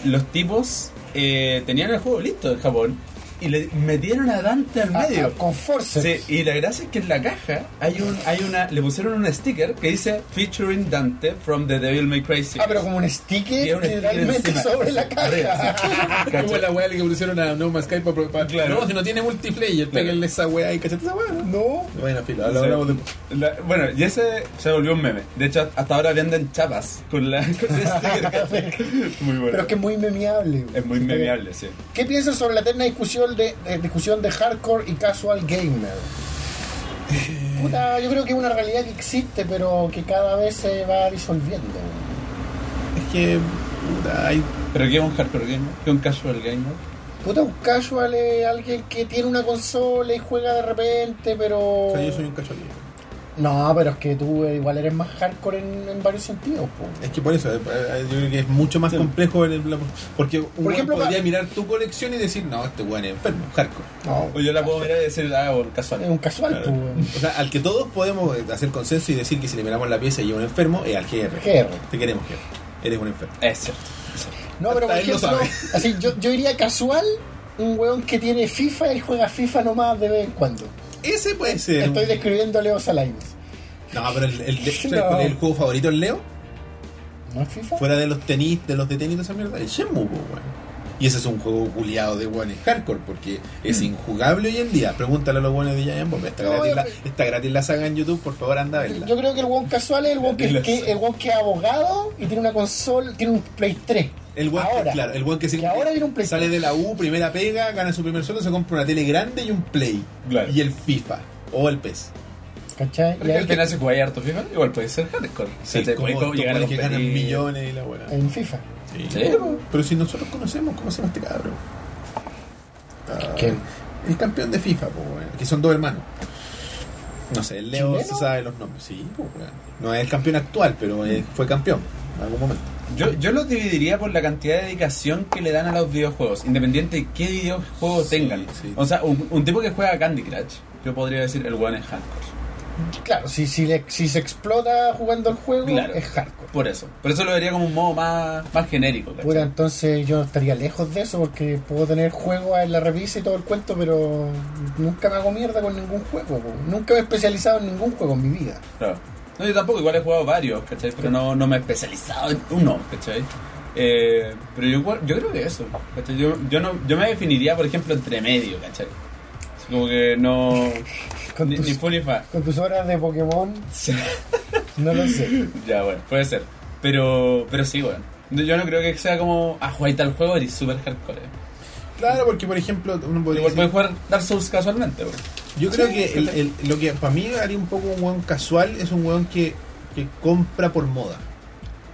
Speaker 3: los tipos eh, tenían el juego listo en Japón y le metieron a Dante al
Speaker 2: Ah,
Speaker 3: medio.
Speaker 2: ah, con force.
Speaker 3: Sí, y la gracia es que en la caja hay un hay una le pusieron un sticker que dice featuring Dante from the Devil May Cry series.
Speaker 2: Ah, pero como un
Speaker 3: Y es
Speaker 2: sticker
Speaker 3: un sticker
Speaker 2: literalmente
Speaker 3: encima.
Speaker 2: sobre la
Speaker 3: Arriba,
Speaker 2: caja.
Speaker 3: ¿Cachai?
Speaker 1: Ah, Como la weá que pusieron a No Man's Sky para, para-
Speaker 3: Claro.
Speaker 1: No, si no tiene multiplayer,
Speaker 3: Claro.
Speaker 1: péguenle esa weá y cachate esa weá. ¿no?
Speaker 2: No.
Speaker 1: Bueno, filo,
Speaker 3: Sí.
Speaker 1: hablamos de...
Speaker 3: La- bueno, y ese se volvió un meme. De hecho, hasta ahora venden chapas con la con el sticker. ¿cachai? Muy bueno.
Speaker 2: Pero es que es muy memeable.
Speaker 3: Es muy memeable, sí.
Speaker 2: ¿Qué piensas sobre la eterna discusión de, eh, discusión de hardcore y casual gamer? Puta, yo creo que es una realidad que existe, pero que cada vez se va disolviendo.
Speaker 1: Es que... puta, hay-
Speaker 3: Pero ¿qué es un hardcore gamer? ¿Qué es un casual gamer?
Speaker 2: Puta, un casual es alguien que tiene una consola y juega de repente, pero...
Speaker 1: o sea, yo soy un cachorro.
Speaker 2: No, pero es que tú eh, igual eres más hardcore en, en varios sentidos. po.
Speaker 1: Es que por eso, eh, eh, yo creo que es mucho más complejo en el, la- porque un weón
Speaker 2: ejemplo,
Speaker 1: podría
Speaker 2: pa-
Speaker 1: mirar tu colección y decir, no, este weón es enfermo, hardcore.
Speaker 2: No,
Speaker 3: O yo la puedo mirar y decir, ah, un casual.
Speaker 2: es un casual.
Speaker 1: Claro.
Speaker 2: pues.
Speaker 1: O sea, al que todos podemos eh, hacer consenso y decir que si le miramos la pieza y lleva un enfermo, es al GR.
Speaker 2: GR.
Speaker 1: Te queremos, GR. Eres un enfermo.
Speaker 3: Es cierto.
Speaker 2: No, pero por
Speaker 1: Hasta él lo
Speaker 2: ejemplo,
Speaker 1: sabe.
Speaker 2: así, yo, yo diría casual, un weón que tiene FIFA y juega FIFA nomás de vez en cuando.
Speaker 1: Ese puede ser.
Speaker 2: Estoy describiendo a Leo Salaimes.
Speaker 1: No, pero el, el, el-
Speaker 2: No.
Speaker 1: ¿cuál es el juego favorito del Leo,
Speaker 2: ¿No es FIFA?
Speaker 1: fuera de los tenis, de los de tenis de esa mierda, el Shenmue, pues, weón. Y ese es un juego culiado de weones hardcore, porque es injugable hoy en día. Pregúntale a los buenos de Giant Bomb. Está,
Speaker 2: Mm. No,
Speaker 1: gratis
Speaker 2: yo-
Speaker 1: la, está gratis la saga en YouTube, por favor, anda a verla.
Speaker 2: Yo creo que el weón casual es el weón que,
Speaker 3: Dilo.
Speaker 2: que- el weón que es abogado y tiene una consola, tiene un Play 3.
Speaker 1: El weón que,
Speaker 2: ahora,
Speaker 1: claro, el weón que, se-
Speaker 2: que ahora viene un Play
Speaker 1: sale de la U, primera pega, gana su primer sueldo, se compra una tele grande y un Play.
Speaker 3: Claro.
Speaker 1: Y el FIFA o el PES.
Speaker 2: ¿Cachai? Y
Speaker 3: Porque
Speaker 2: ahí
Speaker 3: el que nace jugar harto FIFA, igual puede ser hardcore.
Speaker 1: Sí,
Speaker 3: Te
Speaker 1: como
Speaker 3: puede
Speaker 1: estos
Speaker 3: llegar a
Speaker 1: weones que ganan
Speaker 3: competir.
Speaker 1: millones y la weá.
Speaker 2: en FIFA.
Speaker 1: Sí.
Speaker 3: Sí, po.
Speaker 1: Pero si nosotros conocemos cómo se llama este cabrón. Ah,
Speaker 2: ¿Quién?
Speaker 1: El campeón de FIFA, po, weón, que son dos hermanos. No sé, el Leo
Speaker 2: ¿Chileno?
Speaker 1: se sabe los nombres. Sí, po, weón. no es el campeón actual, pero eh, fue campeón en algún momento.
Speaker 3: Yo, yo lo dividiría por la cantidad de dedicación que le dan a los videojuegos, independiente de qué videojuego
Speaker 1: Sí,
Speaker 3: tengan.
Speaker 1: sí.
Speaker 3: O sea, un, un tipo que juega Candy Crush, yo podría decir el one es hardcore.
Speaker 2: Claro, si, si, le- si se explota jugando el juego,
Speaker 3: Claro.
Speaker 2: es hardcore.
Speaker 3: Por eso. Por eso lo vería como un modo más, más genérico. ¿cachai?
Speaker 2: Puta, entonces yo estaría lejos de eso porque puedo tener juegos en la revista y todo el cuento, pero nunca me hago mierda con ningún juego. po. Nunca me he especializado en ningún juego en mi vida.
Speaker 3: Claro. No, yo tampoco, igual he jugado varios, ¿cachai? Pero no, no me he especializado en uno, ¿cachai? Eh, pero yo, igual- yo creo que eso, ¿cachai? Yo, yo, no, yo me definiría, por ejemplo, entre medio, ¿cachai? Así como que no...
Speaker 2: Con
Speaker 3: ni,
Speaker 2: tus-
Speaker 3: ni fu ni fa.
Speaker 2: Con tus horas de Pokémon, no lo sé.
Speaker 3: ya, bueno, puede ser. Pero, pero sí, bueno. Yo no creo que sea como, ah, jugáis tal juego y super hardcore. ¿eh?
Speaker 1: Claro, porque por ejemplo, uno podría
Speaker 3: Igual
Speaker 1: decir-
Speaker 3: puedes jugar Dark Souls casualmente, bueno.
Speaker 1: Yo creo
Speaker 3: Sí,
Speaker 1: que el-
Speaker 3: perfecto.
Speaker 1: el- lo que para mí haría un poco un weón casual es un weón que, que compra por moda.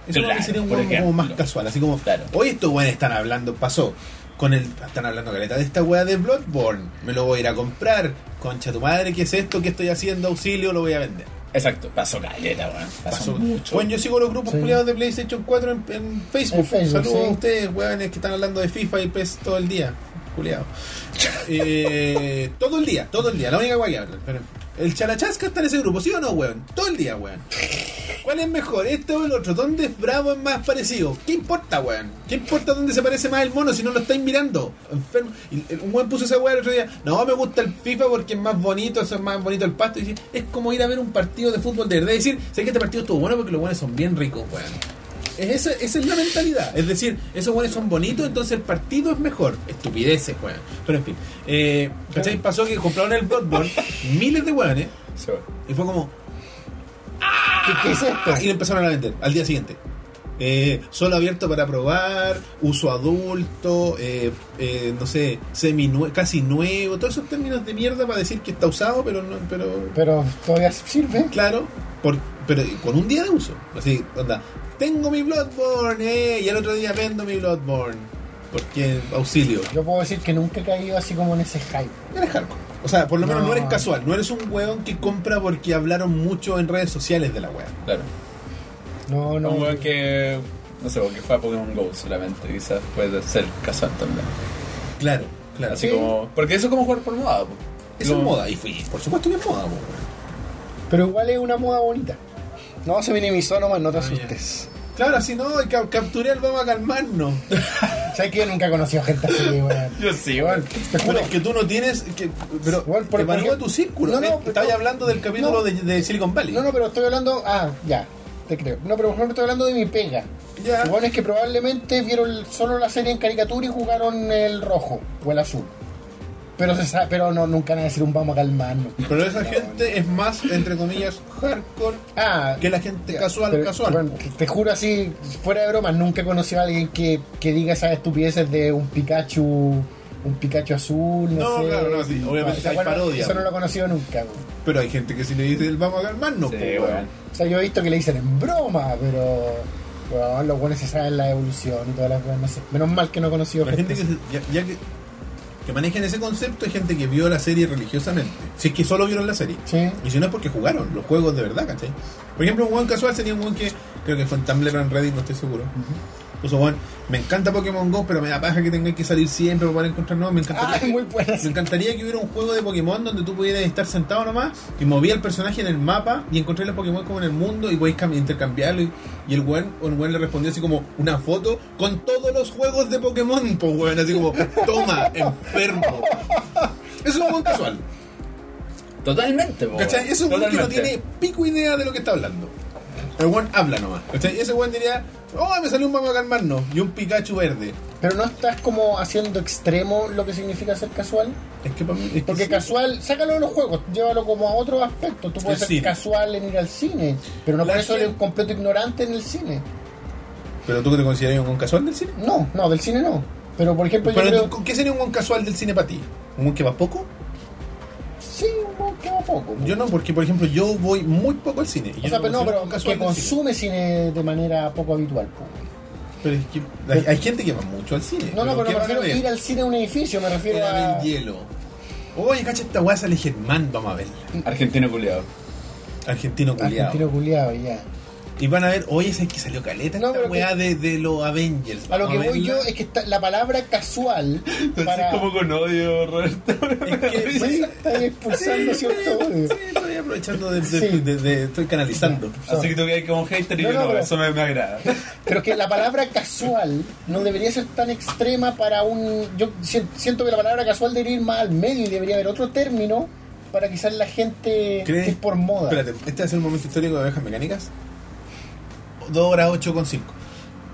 Speaker 1: Eso para mí
Speaker 3: Claro,
Speaker 1: sería un
Speaker 3: por
Speaker 1: weón como
Speaker 3: ejemplo.
Speaker 1: más casual. Así como,
Speaker 3: Claro.
Speaker 1: hoy estos weones están hablando, pasó. Con el, están hablando caleta de esta wea de Bloodborne. Me lo voy a ir a comprar. Concha tu madre, ¿qué es esto? ¿Qué estoy haciendo? Auxilio, lo voy a vender.
Speaker 3: Exacto, pasó caleta, bueno. Pasó
Speaker 1: Pasó.
Speaker 3: mucho.
Speaker 1: Bueno, yo sigo los grupos
Speaker 2: Sí.
Speaker 1: culiados de PlayStation 4 en, en Facebook.
Speaker 2: En Facebook,
Speaker 1: Saludos
Speaker 2: sí.
Speaker 1: a ustedes, weones, que están hablando de FIFA y PES todo el día. Culiados. Eh, todo el día, todo el día. La única weá que hablan. Pero el Chalachasca está en ese grupo, ¿sí o no, weón? Todo el día, weón. ¿Cuál es mejor? ¿Este o el otro? ¿Dónde es bravo es más parecido? ¿Qué importa, weón? ¿Qué importa dónde se parece más el mono si no lo estáis mirando? Enfermo. Y el- un weón puso esa weá el otro día. No, me gusta el FIFA porque es más bonito, es más bonito el pasto. Y dice, es como ir a ver un partido de fútbol de verdad. Y decir, sé que este partido estuvo bueno porque los weones son bien ricos, weón. Es esa, esa es la mentalidad. Es decir, esos weones son bonitos, entonces el partido es mejor. Estupideces, weón. Pero en fin. Eh, ¿Cachai? Pasó que compraron el Bloodborne miles de weones.
Speaker 3: Sí, bueno.
Speaker 1: Y fue como,
Speaker 2: ¿Qué, qué es esto?
Speaker 1: Ah, y lo empezaron a vender al día siguiente. eh, solo abierto para probar, uso adulto, eh, eh, no sé, semi casi nuevo, todos esos términos de mierda para decir que está usado, pero no, pero
Speaker 2: Pero todavía sirve.
Speaker 1: claro, por- pero con un día de uso. Así, onda, tengo mi Bloodborne, eh, y al otro día vendo mi Bloodborne. Porque auxilio.
Speaker 2: Yo puedo decir que nunca he caído así como en ese hype.
Speaker 1: Eres hardcore. O sea, por lo menos no,
Speaker 2: No.
Speaker 1: eres casual, no eres un weón que compra porque hablaron mucho en redes sociales de la wea.
Speaker 3: Claro.
Speaker 2: No, no.
Speaker 3: Un weón que. No sé, porque fue a Pokémon Go solamente, quizás puede ser casual también.
Speaker 1: Claro, claro.
Speaker 3: Así
Speaker 2: Sí.
Speaker 3: como. Porque eso es como jugar por moda, po.
Speaker 1: Eso es
Speaker 3: Como-
Speaker 1: moda, y fui, por supuesto que es moda, po, weón.
Speaker 2: Pero igual es una moda bonita. No, se minimizó nomás, no te
Speaker 1: Ah, ya.
Speaker 2: asustes.
Speaker 1: Claro, si no, ca- capturé al vamos a calmarnos.
Speaker 2: ¿Sabes que yo nunca he conocido gente así, weón?
Speaker 3: Yo sí,
Speaker 2: Weón,
Speaker 3: weón.
Speaker 2: te juro.
Speaker 1: Pero es que tú no tienes. Que, pero
Speaker 2: Bueno, por-
Speaker 1: te evalúa
Speaker 2: porque-
Speaker 1: tu círculo.
Speaker 2: No, no,
Speaker 1: Eh,
Speaker 2: pero-
Speaker 1: Estabas hablando del capítulo
Speaker 2: No.
Speaker 1: de, de Silicon Valley.
Speaker 2: No, no, pero estoy hablando. Ah, ya, te creo. No, pero por ejemplo, estoy hablando de mi pega.
Speaker 1: Ya.
Speaker 2: Igual es que probablemente vieron solo la serie en caricatura y jugaron el rojo o el azul. Pero, se sa- pero no, nunca van a decir un vamos a calmarnos.
Speaker 1: Pero esa
Speaker 2: No,
Speaker 1: gente es más, entre comillas, hardcore
Speaker 2: Ah,
Speaker 1: que la gente casual,
Speaker 2: pero,
Speaker 1: casual.
Speaker 2: bueno, te- te juro así, fuera de broma, nunca he conocido a alguien que, que diga esas estupideces de un Pikachu, un Pikachu azul, no,
Speaker 1: No,
Speaker 2: sé.
Speaker 1: claro, no, sí, obviamente
Speaker 2: esa
Speaker 1: hay
Speaker 2: weá no-
Speaker 1: parodia.
Speaker 2: Eso no lo he conocido nunca. weón.
Speaker 1: Pero hay gente que si le dice el vamos a calmarnos,
Speaker 3: Sí,
Speaker 1: po, weón.
Speaker 3: weón.
Speaker 2: O sea, yo he visto que le dicen en broma, pero weón, los buenos se saben la evolución y todas las cosas. No sé. Menos mal que no he conocido
Speaker 1: Pero hay gente
Speaker 2: gente
Speaker 1: que, se- ya, ya que, que manejan ese concepto, hay gente que vio la serie religiosamente. Si es que solo vieron la serie.
Speaker 2: así. Sí.
Speaker 1: Y si no es porque jugaron los juegos de verdad, ¿cachai? Por ejemplo, un weón casual sería un weón que creo que fue en Tumblr o en Reddit, no estoy seguro. Puso weón, me encanta Pokémon Go, pero me da paja que tenga que salir siempre para poder encontrar nuevos. Me encantaría,
Speaker 2: Ah,
Speaker 1: que,
Speaker 2: muy buena.
Speaker 1: me encantaría que hubiera un juego de Pokémon donde tú pudieras estar sentado nomás y movía el personaje en el mapa y encontrar los Pokémon como en el mundo y podéis cam- intercambiarlo. Y, y el weón, un weón le respondió así como una foto con todos los juegos de Pokémon, pues weón, así como, toma, enfermo. Eso es un weón casual.
Speaker 3: Totalmente, po.
Speaker 1: ¿Cachai?
Speaker 3: weón.
Speaker 1: Es un weón que no
Speaker 3: Totalmente.
Speaker 1: tiene pico idea de lo que está hablando. El weón habla nomás. ¿Cachai? Ese weón diría, oh, me salió un vamos a calmarnos y un Pikachu verde.
Speaker 2: Pero no estás como haciendo extremo lo que significa ser casual.
Speaker 1: Es que para mí. es que
Speaker 2: Porque
Speaker 1: sí.
Speaker 2: casual, sácalo de los juegos, llévalo como a otro aspecto. Tú
Speaker 1: El
Speaker 2: puedes ser
Speaker 1: cine.
Speaker 2: casual en ir al cine, pero no
Speaker 1: La
Speaker 2: por eso
Speaker 1: gente-
Speaker 2: eres un completo ignorante en el cine.
Speaker 1: Pero tú que te consideras un weón casual del cine.
Speaker 2: No, no, del cine no. Pero por ejemplo,
Speaker 1: Pero
Speaker 2: Pues yo creo.
Speaker 1: tú, ¿con ¿qué sería un weón casual del cine para ti? ¿Un weón que va poco?
Speaker 2: Sí, un poco, un poco.
Speaker 1: Yo no, porque por ejemplo yo voy muy poco al cine. Y
Speaker 2: O
Speaker 1: yo
Speaker 2: sea, pero no,
Speaker 1: me considero
Speaker 2: pero
Speaker 1: un
Speaker 2: que
Speaker 1: del cine.
Speaker 2: consume cine de manera poco habitual. pues.
Speaker 1: Pero es que hay, hay gente que va mucho al cine.
Speaker 2: No, no, pero
Speaker 1: ¿qué
Speaker 2: me
Speaker 1: van a
Speaker 2: refiero a
Speaker 1: ver?
Speaker 2: ir al cine a un edificio, me
Speaker 1: ¿Qué
Speaker 2: refiero
Speaker 1: van a
Speaker 2: a...
Speaker 1: ver hielo. Oye, cacha esta weá sale Germán, vamos a verla.
Speaker 3: Argentino culiado.
Speaker 1: Argentino culiado.
Speaker 2: Argentino culiado, ya.
Speaker 1: Y van a ver, oye, es que salió caleta
Speaker 2: No,
Speaker 1: esta
Speaker 2: pero
Speaker 1: weá de, de los Avengers.
Speaker 2: A lo que
Speaker 1: Vamos
Speaker 2: voy yo
Speaker 1: verla.
Speaker 2: es que está- la palabra casual para...
Speaker 3: con odio, Roberto.
Speaker 1: Es que- pues,
Speaker 2: Sí, están expulsando cierto odio.
Speaker 1: Sí, estoy aprovechando de, de-
Speaker 2: Sí.
Speaker 1: de- de- estoy canalizando.
Speaker 3: Así que tú que hay como hater y
Speaker 2: No,
Speaker 3: yo
Speaker 2: no,
Speaker 3: no,
Speaker 2: pero-
Speaker 3: eso me, me agrada.
Speaker 2: Pero es que la palabra casual no debería ser tan extrema para un... Yo si- siento que la palabra casual debería ir más al medio y debería haber otro término para quizás la gente
Speaker 1: ¿Crees?
Speaker 2: que es por moda.
Speaker 1: Espérate, este va a ser un momento histórico de abejas mecánicas. 2 horas 8 con 5.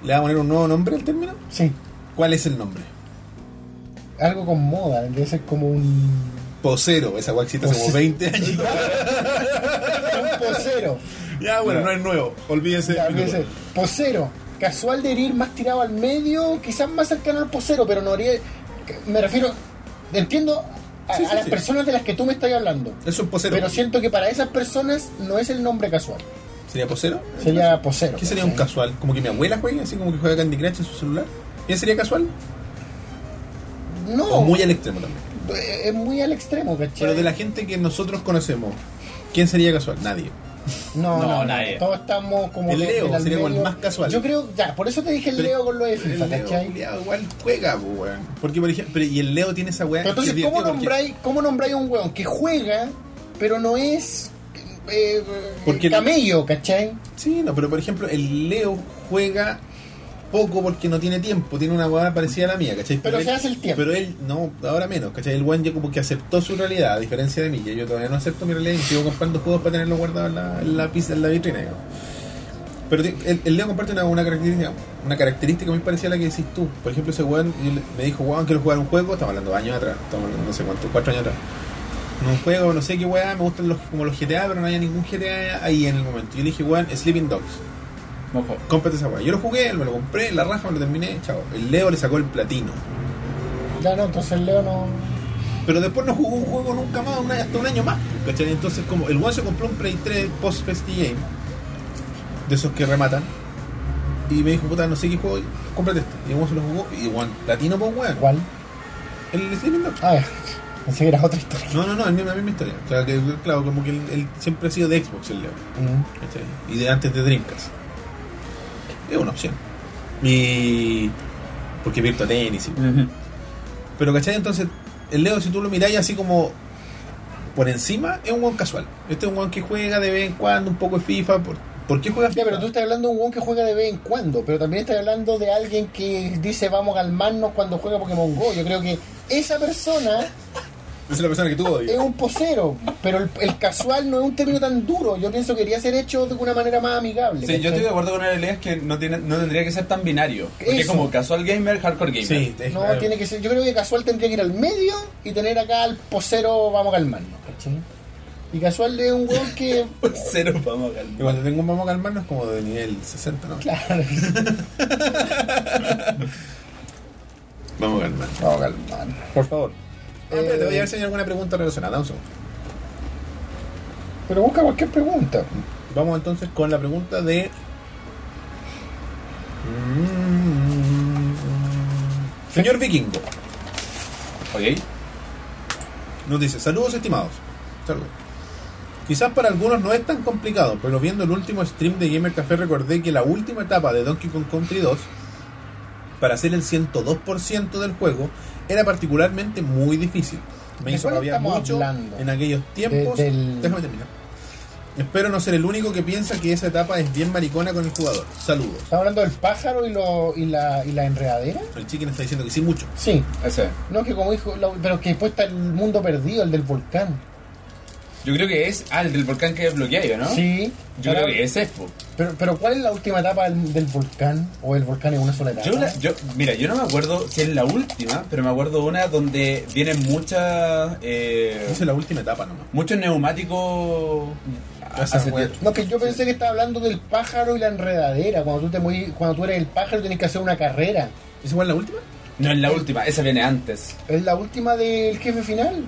Speaker 1: ¿Le va a poner un nuevo nombre al término?
Speaker 2: Sí,
Speaker 1: ¿Cuál es el nombre?
Speaker 2: algo con moda, debe ser como un...
Speaker 1: Posero, esa weá existe hace como
Speaker 2: Posero.
Speaker 1: 20 años.
Speaker 2: Un posero.
Speaker 1: ya, bueno, no es nuevo. Olvídese.
Speaker 2: Ya,
Speaker 1: del
Speaker 2: puede ser.
Speaker 1: piloto.
Speaker 2: Posero. Casual de herir más tirado al medio, quizás más cercano al posero, pero no haría. Me refiero. Entiendo a,
Speaker 1: Sí, sí,
Speaker 2: a las
Speaker 1: sí.
Speaker 2: personas de las que tú me estás hablando.
Speaker 1: Eso es posero.
Speaker 2: Pero, siento que para esas personas no es el nombre casual.
Speaker 1: ¿Sería posero?
Speaker 2: Sería posero.
Speaker 1: ¿Qué sería un
Speaker 2: ¿cachai?
Speaker 1: casual? ¿Como que mi abuela juega? ¿Así como que juega Candy Crush en su celular? ¿Ese sería casual?
Speaker 2: No.
Speaker 1: O muy al extremo también.
Speaker 2: eh, Es muy al extremo, ¿cachai?
Speaker 1: Pero de la gente que nosotros conocemos, ¿quién sería casual? Nadie.
Speaker 2: No,
Speaker 3: No,
Speaker 2: no, no,
Speaker 3: nadie.
Speaker 2: Todos estamos como.
Speaker 1: El
Speaker 2: que-
Speaker 1: Leo
Speaker 2: del al
Speaker 1: sería como el
Speaker 2: medio.
Speaker 1: más casual.
Speaker 2: Yo creo, ya, por eso te dije el
Speaker 1: Pero-
Speaker 2: Leo con lo de
Speaker 1: El
Speaker 2: FIFA,
Speaker 1: Leo,
Speaker 2: ¿cachai?
Speaker 1: culiao, igual juega, po, weón. Porque, por ejemplo, y el Leo tiene esa weá.
Speaker 2: Pero
Speaker 1: que
Speaker 2: entonces,
Speaker 1: es
Speaker 2: ¿cómo
Speaker 1: divertido porque-
Speaker 2: nombráis, ¿cómo nombráis a un weón que juega, pero no es eh,
Speaker 1: Porque-
Speaker 2: camello, ¿cachai?
Speaker 1: Sí, no, pero por ejemplo, el Leo juega poco porque no tiene tiempo. Tiene una weá parecida a la mía, ¿cachai?
Speaker 2: Pero se
Speaker 1: él-
Speaker 2: hace el tiempo.
Speaker 1: Pero él, no, ahora menos, ¿cachai? El weón ya como que aceptó su realidad, a diferencia de mí. que Yo todavía no acepto mi realidad y sigo comprando juegos para tenerlos guardados en la, en la, pizza- en la vitrina, digamos. Pero ti- el, el Leo comparte una, una característica una característica muy parecida a la que decís tú. Por ejemplo, ese weón yo le- me dijo, weón, quiero jugar un juego. Estamos hablando de años atrás, estamos hablando no sé cuánto, cuatro años atrás. No, Un juego, no sé qué weá, me gustan los, como los GTA, pero no había ningún GTA ahí en el momento. Yo le dije, weón, Sleeping Dogs.
Speaker 3: Mojo.
Speaker 1: Cómprate esa weá. Yo lo jugué, me lo compré, la raja, me lo terminé, chao. El Leo le sacó el platino.
Speaker 2: Ya no, entonces el Leo no.
Speaker 1: Pero después no jugó un juego nunca más, un- hasta un año más. ¿Cachai? Entonces, como el one se compró un Play 3 post festi game, de esos que rematan, y me dijo, puta, no sé qué juego, cómprate este. Y el one se lo jugó, y one platino, pues weón.
Speaker 2: ¿Cuál?
Speaker 1: El Sleeping Dogs.
Speaker 2: Ah, pensé que era otra historia.
Speaker 1: No, no, no, es mi- la misma historia. O sea, que, claro, como que él, él siempre ha sido de Xbox el Leo.
Speaker 2: Mm.
Speaker 1: ¿cachai? Y de antes de Dreamcast. Es una opción. Y. Porque Virtua Tennis. y- Pero, ¿cachai? Entonces, el Leo, si tú lo miráis así como por encima, es un guan casual. Este es un guan que juega de vez en cuando, un poco de FIFA. ¿Por, ¿por qué juega
Speaker 2: Ya,
Speaker 1: FIFA?
Speaker 2: pero tú estás hablando de un weón que juega de vez en cuando, pero también estás hablando de alguien que dice vamos a calmarnos cuando juega Pokémon Go. Yo creo que esa persona
Speaker 1: Es la persona que tú
Speaker 2: es
Speaker 1: odias.
Speaker 2: un posero, pero el, el casual no es un término tan duro. Yo pienso que debería ser hecho de una manera más amigable.
Speaker 3: Sí, yo
Speaker 2: ¿cachai?
Speaker 3: estoy de acuerdo con el Elías que no, tiene, no tendría que ser tan binario. Porque es
Speaker 2: Eso.
Speaker 3: como casual gamer, hardcore gamer.
Speaker 1: Sí, es
Speaker 2: No,
Speaker 1: claro.
Speaker 2: tiene que ser. Yo creo que casual tendría que ir al medio y tener acá al posero vamos a calmarnos, ¿cachai? Y casual es un weón que.
Speaker 3: Cero vamos a ganar.
Speaker 1: Y cuando tengo un vamos a calmarnos como de nivel 60, ¿no?
Speaker 2: Claro,
Speaker 1: Vamos a calmar.
Speaker 2: vamos a calmarnos.
Speaker 1: Por favor.
Speaker 2: Eh,
Speaker 1: te voy a ver si hay alguna pregunta relacionada. Un segundo.
Speaker 2: Pero busca cualquier pregunta.
Speaker 1: Vamos entonces con la pregunta de. Mm, Señor Vikingo.
Speaker 3: Ok.
Speaker 1: Nos dice, saludos estimados. Saludos. Quizás para algunos no es tan complicado, pero viendo el último stream de Gamer Café recordé que la última etapa de Donkey Kong Country 2, para hacer el 102% del juego, era particularmente muy difícil. Me
Speaker 2: ¿De
Speaker 1: hizo
Speaker 2: cuál
Speaker 1: rabiar
Speaker 2: estamos
Speaker 1: mucho
Speaker 2: hablando?
Speaker 1: en aquellos tiempos.
Speaker 2: De- del-
Speaker 1: Déjame terminar. Espero no ser el único que piensa que esa etapa es bien maricona con el jugador. Saludos.
Speaker 2: ¿Estamos hablando del pájaro y, lo, y, la, y la enredadera?
Speaker 1: El chicken está diciendo que sí mucho.
Speaker 2: Sí.
Speaker 3: Ese.
Speaker 2: No, que como dijo. la- pero que después está el mundo perdido, el del volcán.
Speaker 3: Yo creo que es al del volcán que desbloqueé, ¿no?
Speaker 2: Sí.
Speaker 3: Yo
Speaker 2: Ahora-
Speaker 3: creo que ese es, po.
Speaker 2: Pero, pero ¿cuál es la última etapa del, del volcán? ¿O el volcán es una sola etapa?
Speaker 3: Yo, la- yo- mira, yo no me acuerdo si es la última, pero me acuerdo una donde vienen muchas. eh,
Speaker 1: Esa es la última etapa nomás.
Speaker 3: muchos neumáticos.
Speaker 1: Esa
Speaker 3: hace
Speaker 1: fue-
Speaker 3: tiempo.
Speaker 2: No, que yo pensé que estaba hablando del pájaro y la enredadera. Cuando tú te mueres, cuando tú eres el pájaro tienes que hacer una carrera.
Speaker 1: ¿Es igual la última?
Speaker 3: No es la última, esa viene antes.
Speaker 2: Es la última del jefe final.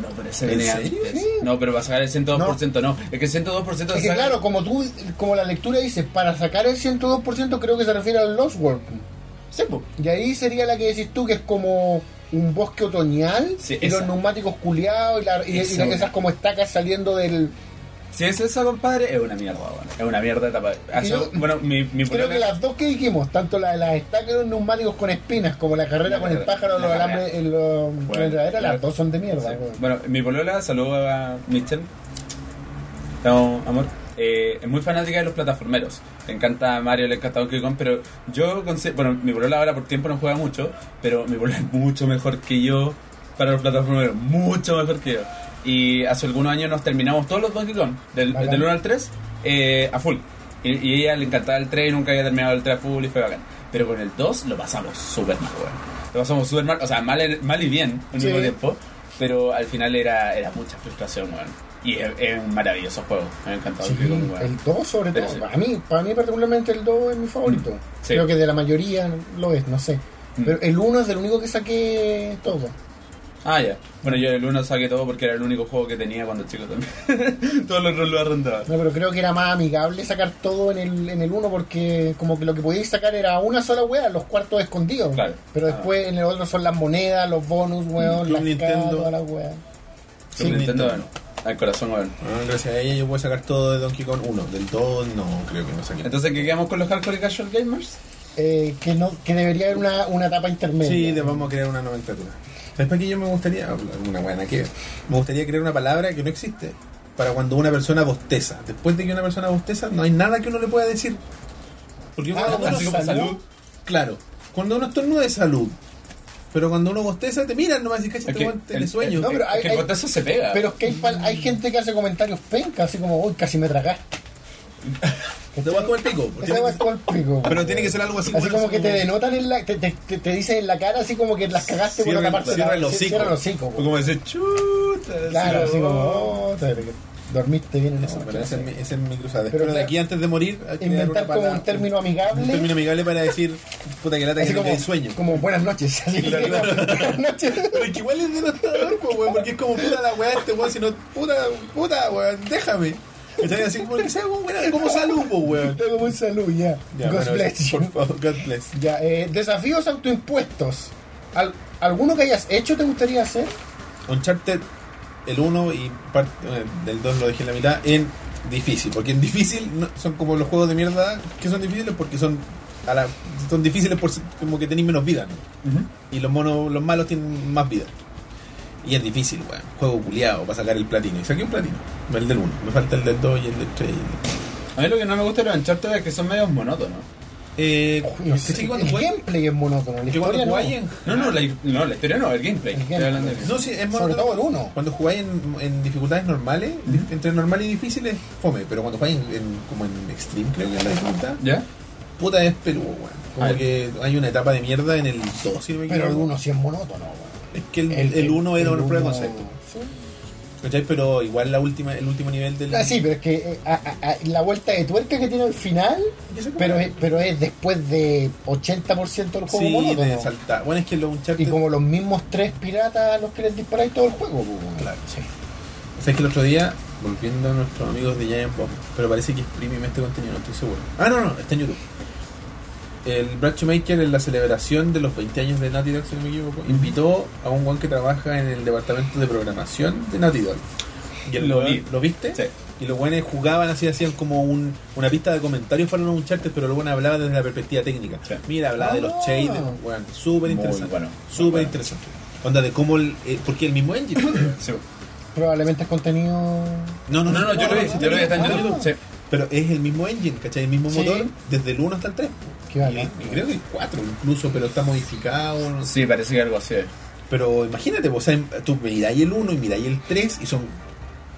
Speaker 3: No, pero esa
Speaker 1: ¿En
Speaker 3: viene
Speaker 1: serio?
Speaker 3: antes.
Speaker 2: Sí.
Speaker 3: No, pero va a sacar el 102%, no. Es que el 102%
Speaker 2: Es que
Speaker 3: saca-
Speaker 2: claro, como tú, como la lectura dice, para sacar el 102% creo que se refiere al Lost World.
Speaker 3: Sí, po.
Speaker 2: Y ahí sería la que decís tú, que es como un bosque otoñal,
Speaker 3: Sí,
Speaker 2: y
Speaker 3: esa.
Speaker 2: los neumáticos culeados, y, la, y, y
Speaker 3: Esa,
Speaker 2: esas como estacas saliendo del...
Speaker 3: Si es esa, compadre, es una mierda, bueno. Es una mierda etapa. Hace-
Speaker 2: Yo-
Speaker 3: bueno, mi, mi
Speaker 2: Creo
Speaker 3: polola-
Speaker 2: que las dos que dijimos, tanto la de las estacas y los neumáticos con espinas, como la carrera
Speaker 3: La
Speaker 2: con el
Speaker 3: carrera,
Speaker 2: pájaro,
Speaker 3: la
Speaker 2: los
Speaker 3: carrera.
Speaker 2: alambres, en los- en la enredadera,
Speaker 3: claro.
Speaker 2: las dos son de mierda.
Speaker 3: Sí.
Speaker 2: weón.
Speaker 3: Bueno, mi polola, saludo a Michelle. Chao, amor. Eh, es muy fanática de los plataformeros. Le encanta Mario, le encanta Donkey Kong, pero yo conse- Bueno, mi polola ahora por tiempo no juega mucho, pero mi polola es mucho mejor que yo para los plataformeros. Mucho mejor que yo. Y hace algunos años nos terminamos todos los Donkey Kong, del,
Speaker 2: Bacán.
Speaker 3: del 1 al 3, eh, a full. Y, y ella le encantaba el 3 y nunca había terminado el 3 a full y fue bacán. Pero con el 2 lo pasamos súper mal, weón. Lo pasamos súper mal, o sea, mal, en- mal y bien al mismo
Speaker 2: Sí.
Speaker 3: tiempo. Pero al final era, era mucha frustración, weón. Y es, es un maravilloso juego. Me ha encantado
Speaker 2: Sí,
Speaker 3: Donkey Kong, weón.
Speaker 2: el 2 sobre
Speaker 3: Pero
Speaker 2: todo.
Speaker 3: sí.
Speaker 2: Para mí, para mí particularmente el 2 es mi favorito.
Speaker 3: Sí.
Speaker 2: Creo que de la mayoría lo es, no sé.
Speaker 3: Mm.
Speaker 2: Pero el 1 es el único que saqué todo.
Speaker 3: Ah, ya. Bueno, yo el 1 saqué todo porque era el único juego que tenía cuando chico también. Todos los otros lo arrendaban.
Speaker 2: No, pero creo que era más amigable sacar todo en el, en el 1 porque como que lo que podíais sacar era una sola wea, los cuartos escondidos.
Speaker 3: Claro.
Speaker 2: Pero después en el otro son las monedas, los bonus, weón,
Speaker 1: Club
Speaker 2: las
Speaker 1: Nintendo.
Speaker 2: caras, todas las weas.
Speaker 3: Super
Speaker 1: Sí.
Speaker 3: Nintendo, bueno. Al corazón, weón.
Speaker 1: Ah, gracias a ella yo puedo sacar todo de Donkey Kong 1. Del 2 no, creo que no saqué.
Speaker 3: Entonces, ¿qué quedamos con los hardcore y casual gamers?
Speaker 2: Eh, que no, que debería haber una, una etapa intermedia.
Speaker 1: Sí, de- vamos a crear una nomenclatura. ¿Sabes para qué yo me gustaría? Una buena que ver. Me gustaría crear una palabra que no existe. Para cuando una persona bosteza. Después de que una persona bosteza, no hay nada que uno le pueda decir. Porque
Speaker 2: Ah,
Speaker 1: cuando uno-
Speaker 2: bueno,
Speaker 3: Así como
Speaker 2: salud.
Speaker 3: salud.
Speaker 1: Claro, cuando uno estornuda es salud. Pero cuando uno bosteza, te miran nomás y
Speaker 2: Este
Speaker 1: casi
Speaker 3: Es
Speaker 1: te
Speaker 3: que
Speaker 1: aguanta el
Speaker 3: el-
Speaker 1: sueño.
Speaker 2: No, pero
Speaker 3: es
Speaker 2: hay-
Speaker 3: que
Speaker 2: hay-
Speaker 3: el botazo se pega.
Speaker 2: Pero es que hay, pal- hay gente que hace comentarios penca, así como, uy, casi me tragaste.
Speaker 1: Te vas con el pico. porque
Speaker 2: Esa
Speaker 1: tiene
Speaker 2: wea
Speaker 1: que-
Speaker 2: es como el pico,
Speaker 1: Pero
Speaker 2: weón.
Speaker 1: tiene que ser algo así,
Speaker 2: Así
Speaker 1: bueno,
Speaker 2: como que te denotan en la. Te, te, te- te dicen en la cara, así como que las cagaste por
Speaker 1: Cierra-
Speaker 2: otra parte.
Speaker 1: cierra
Speaker 2: de la-
Speaker 1: el hocico.
Speaker 2: Cierra el hocico,
Speaker 3: O
Speaker 2: güey.
Speaker 3: Como decir, chuta.
Speaker 2: Claro,
Speaker 3: sí,
Speaker 2: así como.
Speaker 3: oh.
Speaker 2: "Oh, te- Dormiste bien en
Speaker 1: No,
Speaker 2: esa
Speaker 1: pero esa
Speaker 2: clase.
Speaker 1: es mi, esa es mi cruzada.
Speaker 2: Pero
Speaker 1: Espero de
Speaker 2: claro,
Speaker 1: aquí antes de morir hay que dar
Speaker 2: Inventar
Speaker 1: una
Speaker 2: como
Speaker 1: palabra-
Speaker 2: un término
Speaker 1: un término
Speaker 2: amigable.
Speaker 1: amigable para decir puta que lata que
Speaker 2: Así
Speaker 1: no
Speaker 2: como,
Speaker 1: quede sueño.
Speaker 2: como buenas noches. Así
Speaker 1: Claro.
Speaker 2: como, buenas noches.
Speaker 1: Pero es que igual es denotador, po, weón, porque es como puta la weá este weón, si no, puta, puta, weón, déjame. Está bien así como que sea, weón, weón, como salud, po, weón.
Speaker 2: Tengo muy salud, ya.
Speaker 1: Ya,
Speaker 2: God
Speaker 1: bueno,
Speaker 2: bless you.
Speaker 1: Por favor, God bless.
Speaker 2: Ya, eh, desafíos autoimpuestos. Al- ¿Alguno que hayas hecho te gustaría hacer?
Speaker 1: Uncharted, el 1 y parte eh, del 2 lo dejé en la mitad, en difícil. Porque en difícil no- son como los juegos de mierda que son difíciles porque son a la- son difíciles por, como que tenéis menos vida, ¿no? Y los monos, los malos tienen más vida. Y es difícil, weón. Juego culiado para sacar el platino. Y saqué un platino. El del 1. Me falta el del 2 y el del 3.
Speaker 3: A mí lo que no me gusta de los Uncharted es que son medios monótonos.
Speaker 1: Eh,
Speaker 2: No
Speaker 1: ¿cachai
Speaker 2: sé,
Speaker 1: que cuando
Speaker 2: el
Speaker 1: juegas-
Speaker 2: gameplay es monótono. La
Speaker 1: que cuando
Speaker 2: historia no.
Speaker 1: jugáis en-
Speaker 3: No, no, la, no, la historia no, el gameplay.
Speaker 2: El
Speaker 3: Estoy
Speaker 2: gameplay.
Speaker 3: hablando de eso.
Speaker 1: No, sí, es
Speaker 2: Sobre
Speaker 1: mono-
Speaker 2: todo el uno.
Speaker 1: Cuando jugáis en, en dificultades normales, dif- entre normal y difícil es fome, pero cuando jugáis en, en- como en extreme, creo que es la dificultad,
Speaker 3: ¿Ya?
Speaker 1: puta es Perú, weón. Como
Speaker 3: Ay.
Speaker 1: que hay una etapa de mierda en el 2, si no me
Speaker 2: Pero el
Speaker 1: equivoco.
Speaker 2: 1 sí es monótono.
Speaker 1: Es
Speaker 2: güey.
Speaker 1: que el, el 1 era una prueba de concepto. ¿Cachai? Pero igual la última, el último nivel del.
Speaker 2: Ah, sí, pero es que eh, a- a- a- la vuelta de tuerca que tiene al final,
Speaker 1: Yo sé cómo
Speaker 2: pero
Speaker 1: era.
Speaker 2: es, pero es después de 80% del juego
Speaker 1: Sí,
Speaker 2: monótono.
Speaker 1: de saltar. Bueno, es que los Uncharted.
Speaker 2: Y como los mismos tres piratas a los que les disparáis todo el juego. pues, güey.
Speaker 1: Claro.
Speaker 2: Sí.
Speaker 1: ¿Sabes que el otro día, volviendo a nuestros amigos de Giant Bomb, pero parece que es premium este contenido, no estoy seguro. Ah, no, no, está en YouTube. El Brad Shoemaker en la celebración de los 20 años de Naughty Dog, si no me equivoco, invitó a un guan que trabaja en el departamento de programación de Naughty Dog. Y el
Speaker 3: Lo
Speaker 1: weón-
Speaker 3: vi.
Speaker 1: ¿Lo viste?
Speaker 3: Sí.
Speaker 1: Y los guanes jugaban así, hacían como un, una pista de comentarios para los Uncharted, pero los guanes hablaban desde la perspectiva técnica.
Speaker 3: Sí.
Speaker 1: Mira, hablaba de los
Speaker 2: Ah.
Speaker 1: shaders, weón, súper interesante.
Speaker 3: Muy bueno.
Speaker 1: Súper interesante. Onda de cómo, el, eh, porque el mismo engine. weón.
Speaker 3: Sí.
Speaker 2: Probablemente es contenido
Speaker 1: No, no,
Speaker 3: No, no, yo lo vi,
Speaker 1: no,
Speaker 3: si te lo vi, está en
Speaker 2: Ah.
Speaker 3: YouTube. Sí.
Speaker 1: pero es el mismo engine, ¿cachai? El mismo
Speaker 2: Sí.
Speaker 1: motor desde el 1 hasta el 3.
Speaker 2: Qué bacán.
Speaker 1: Y, y creo que el 4 incluso, pero está modificado. no sé.
Speaker 3: Sí, parece que algo así es.
Speaker 1: Pero imagínate, pues, o sea, tú miráis el 1 y miráis el 3 y son.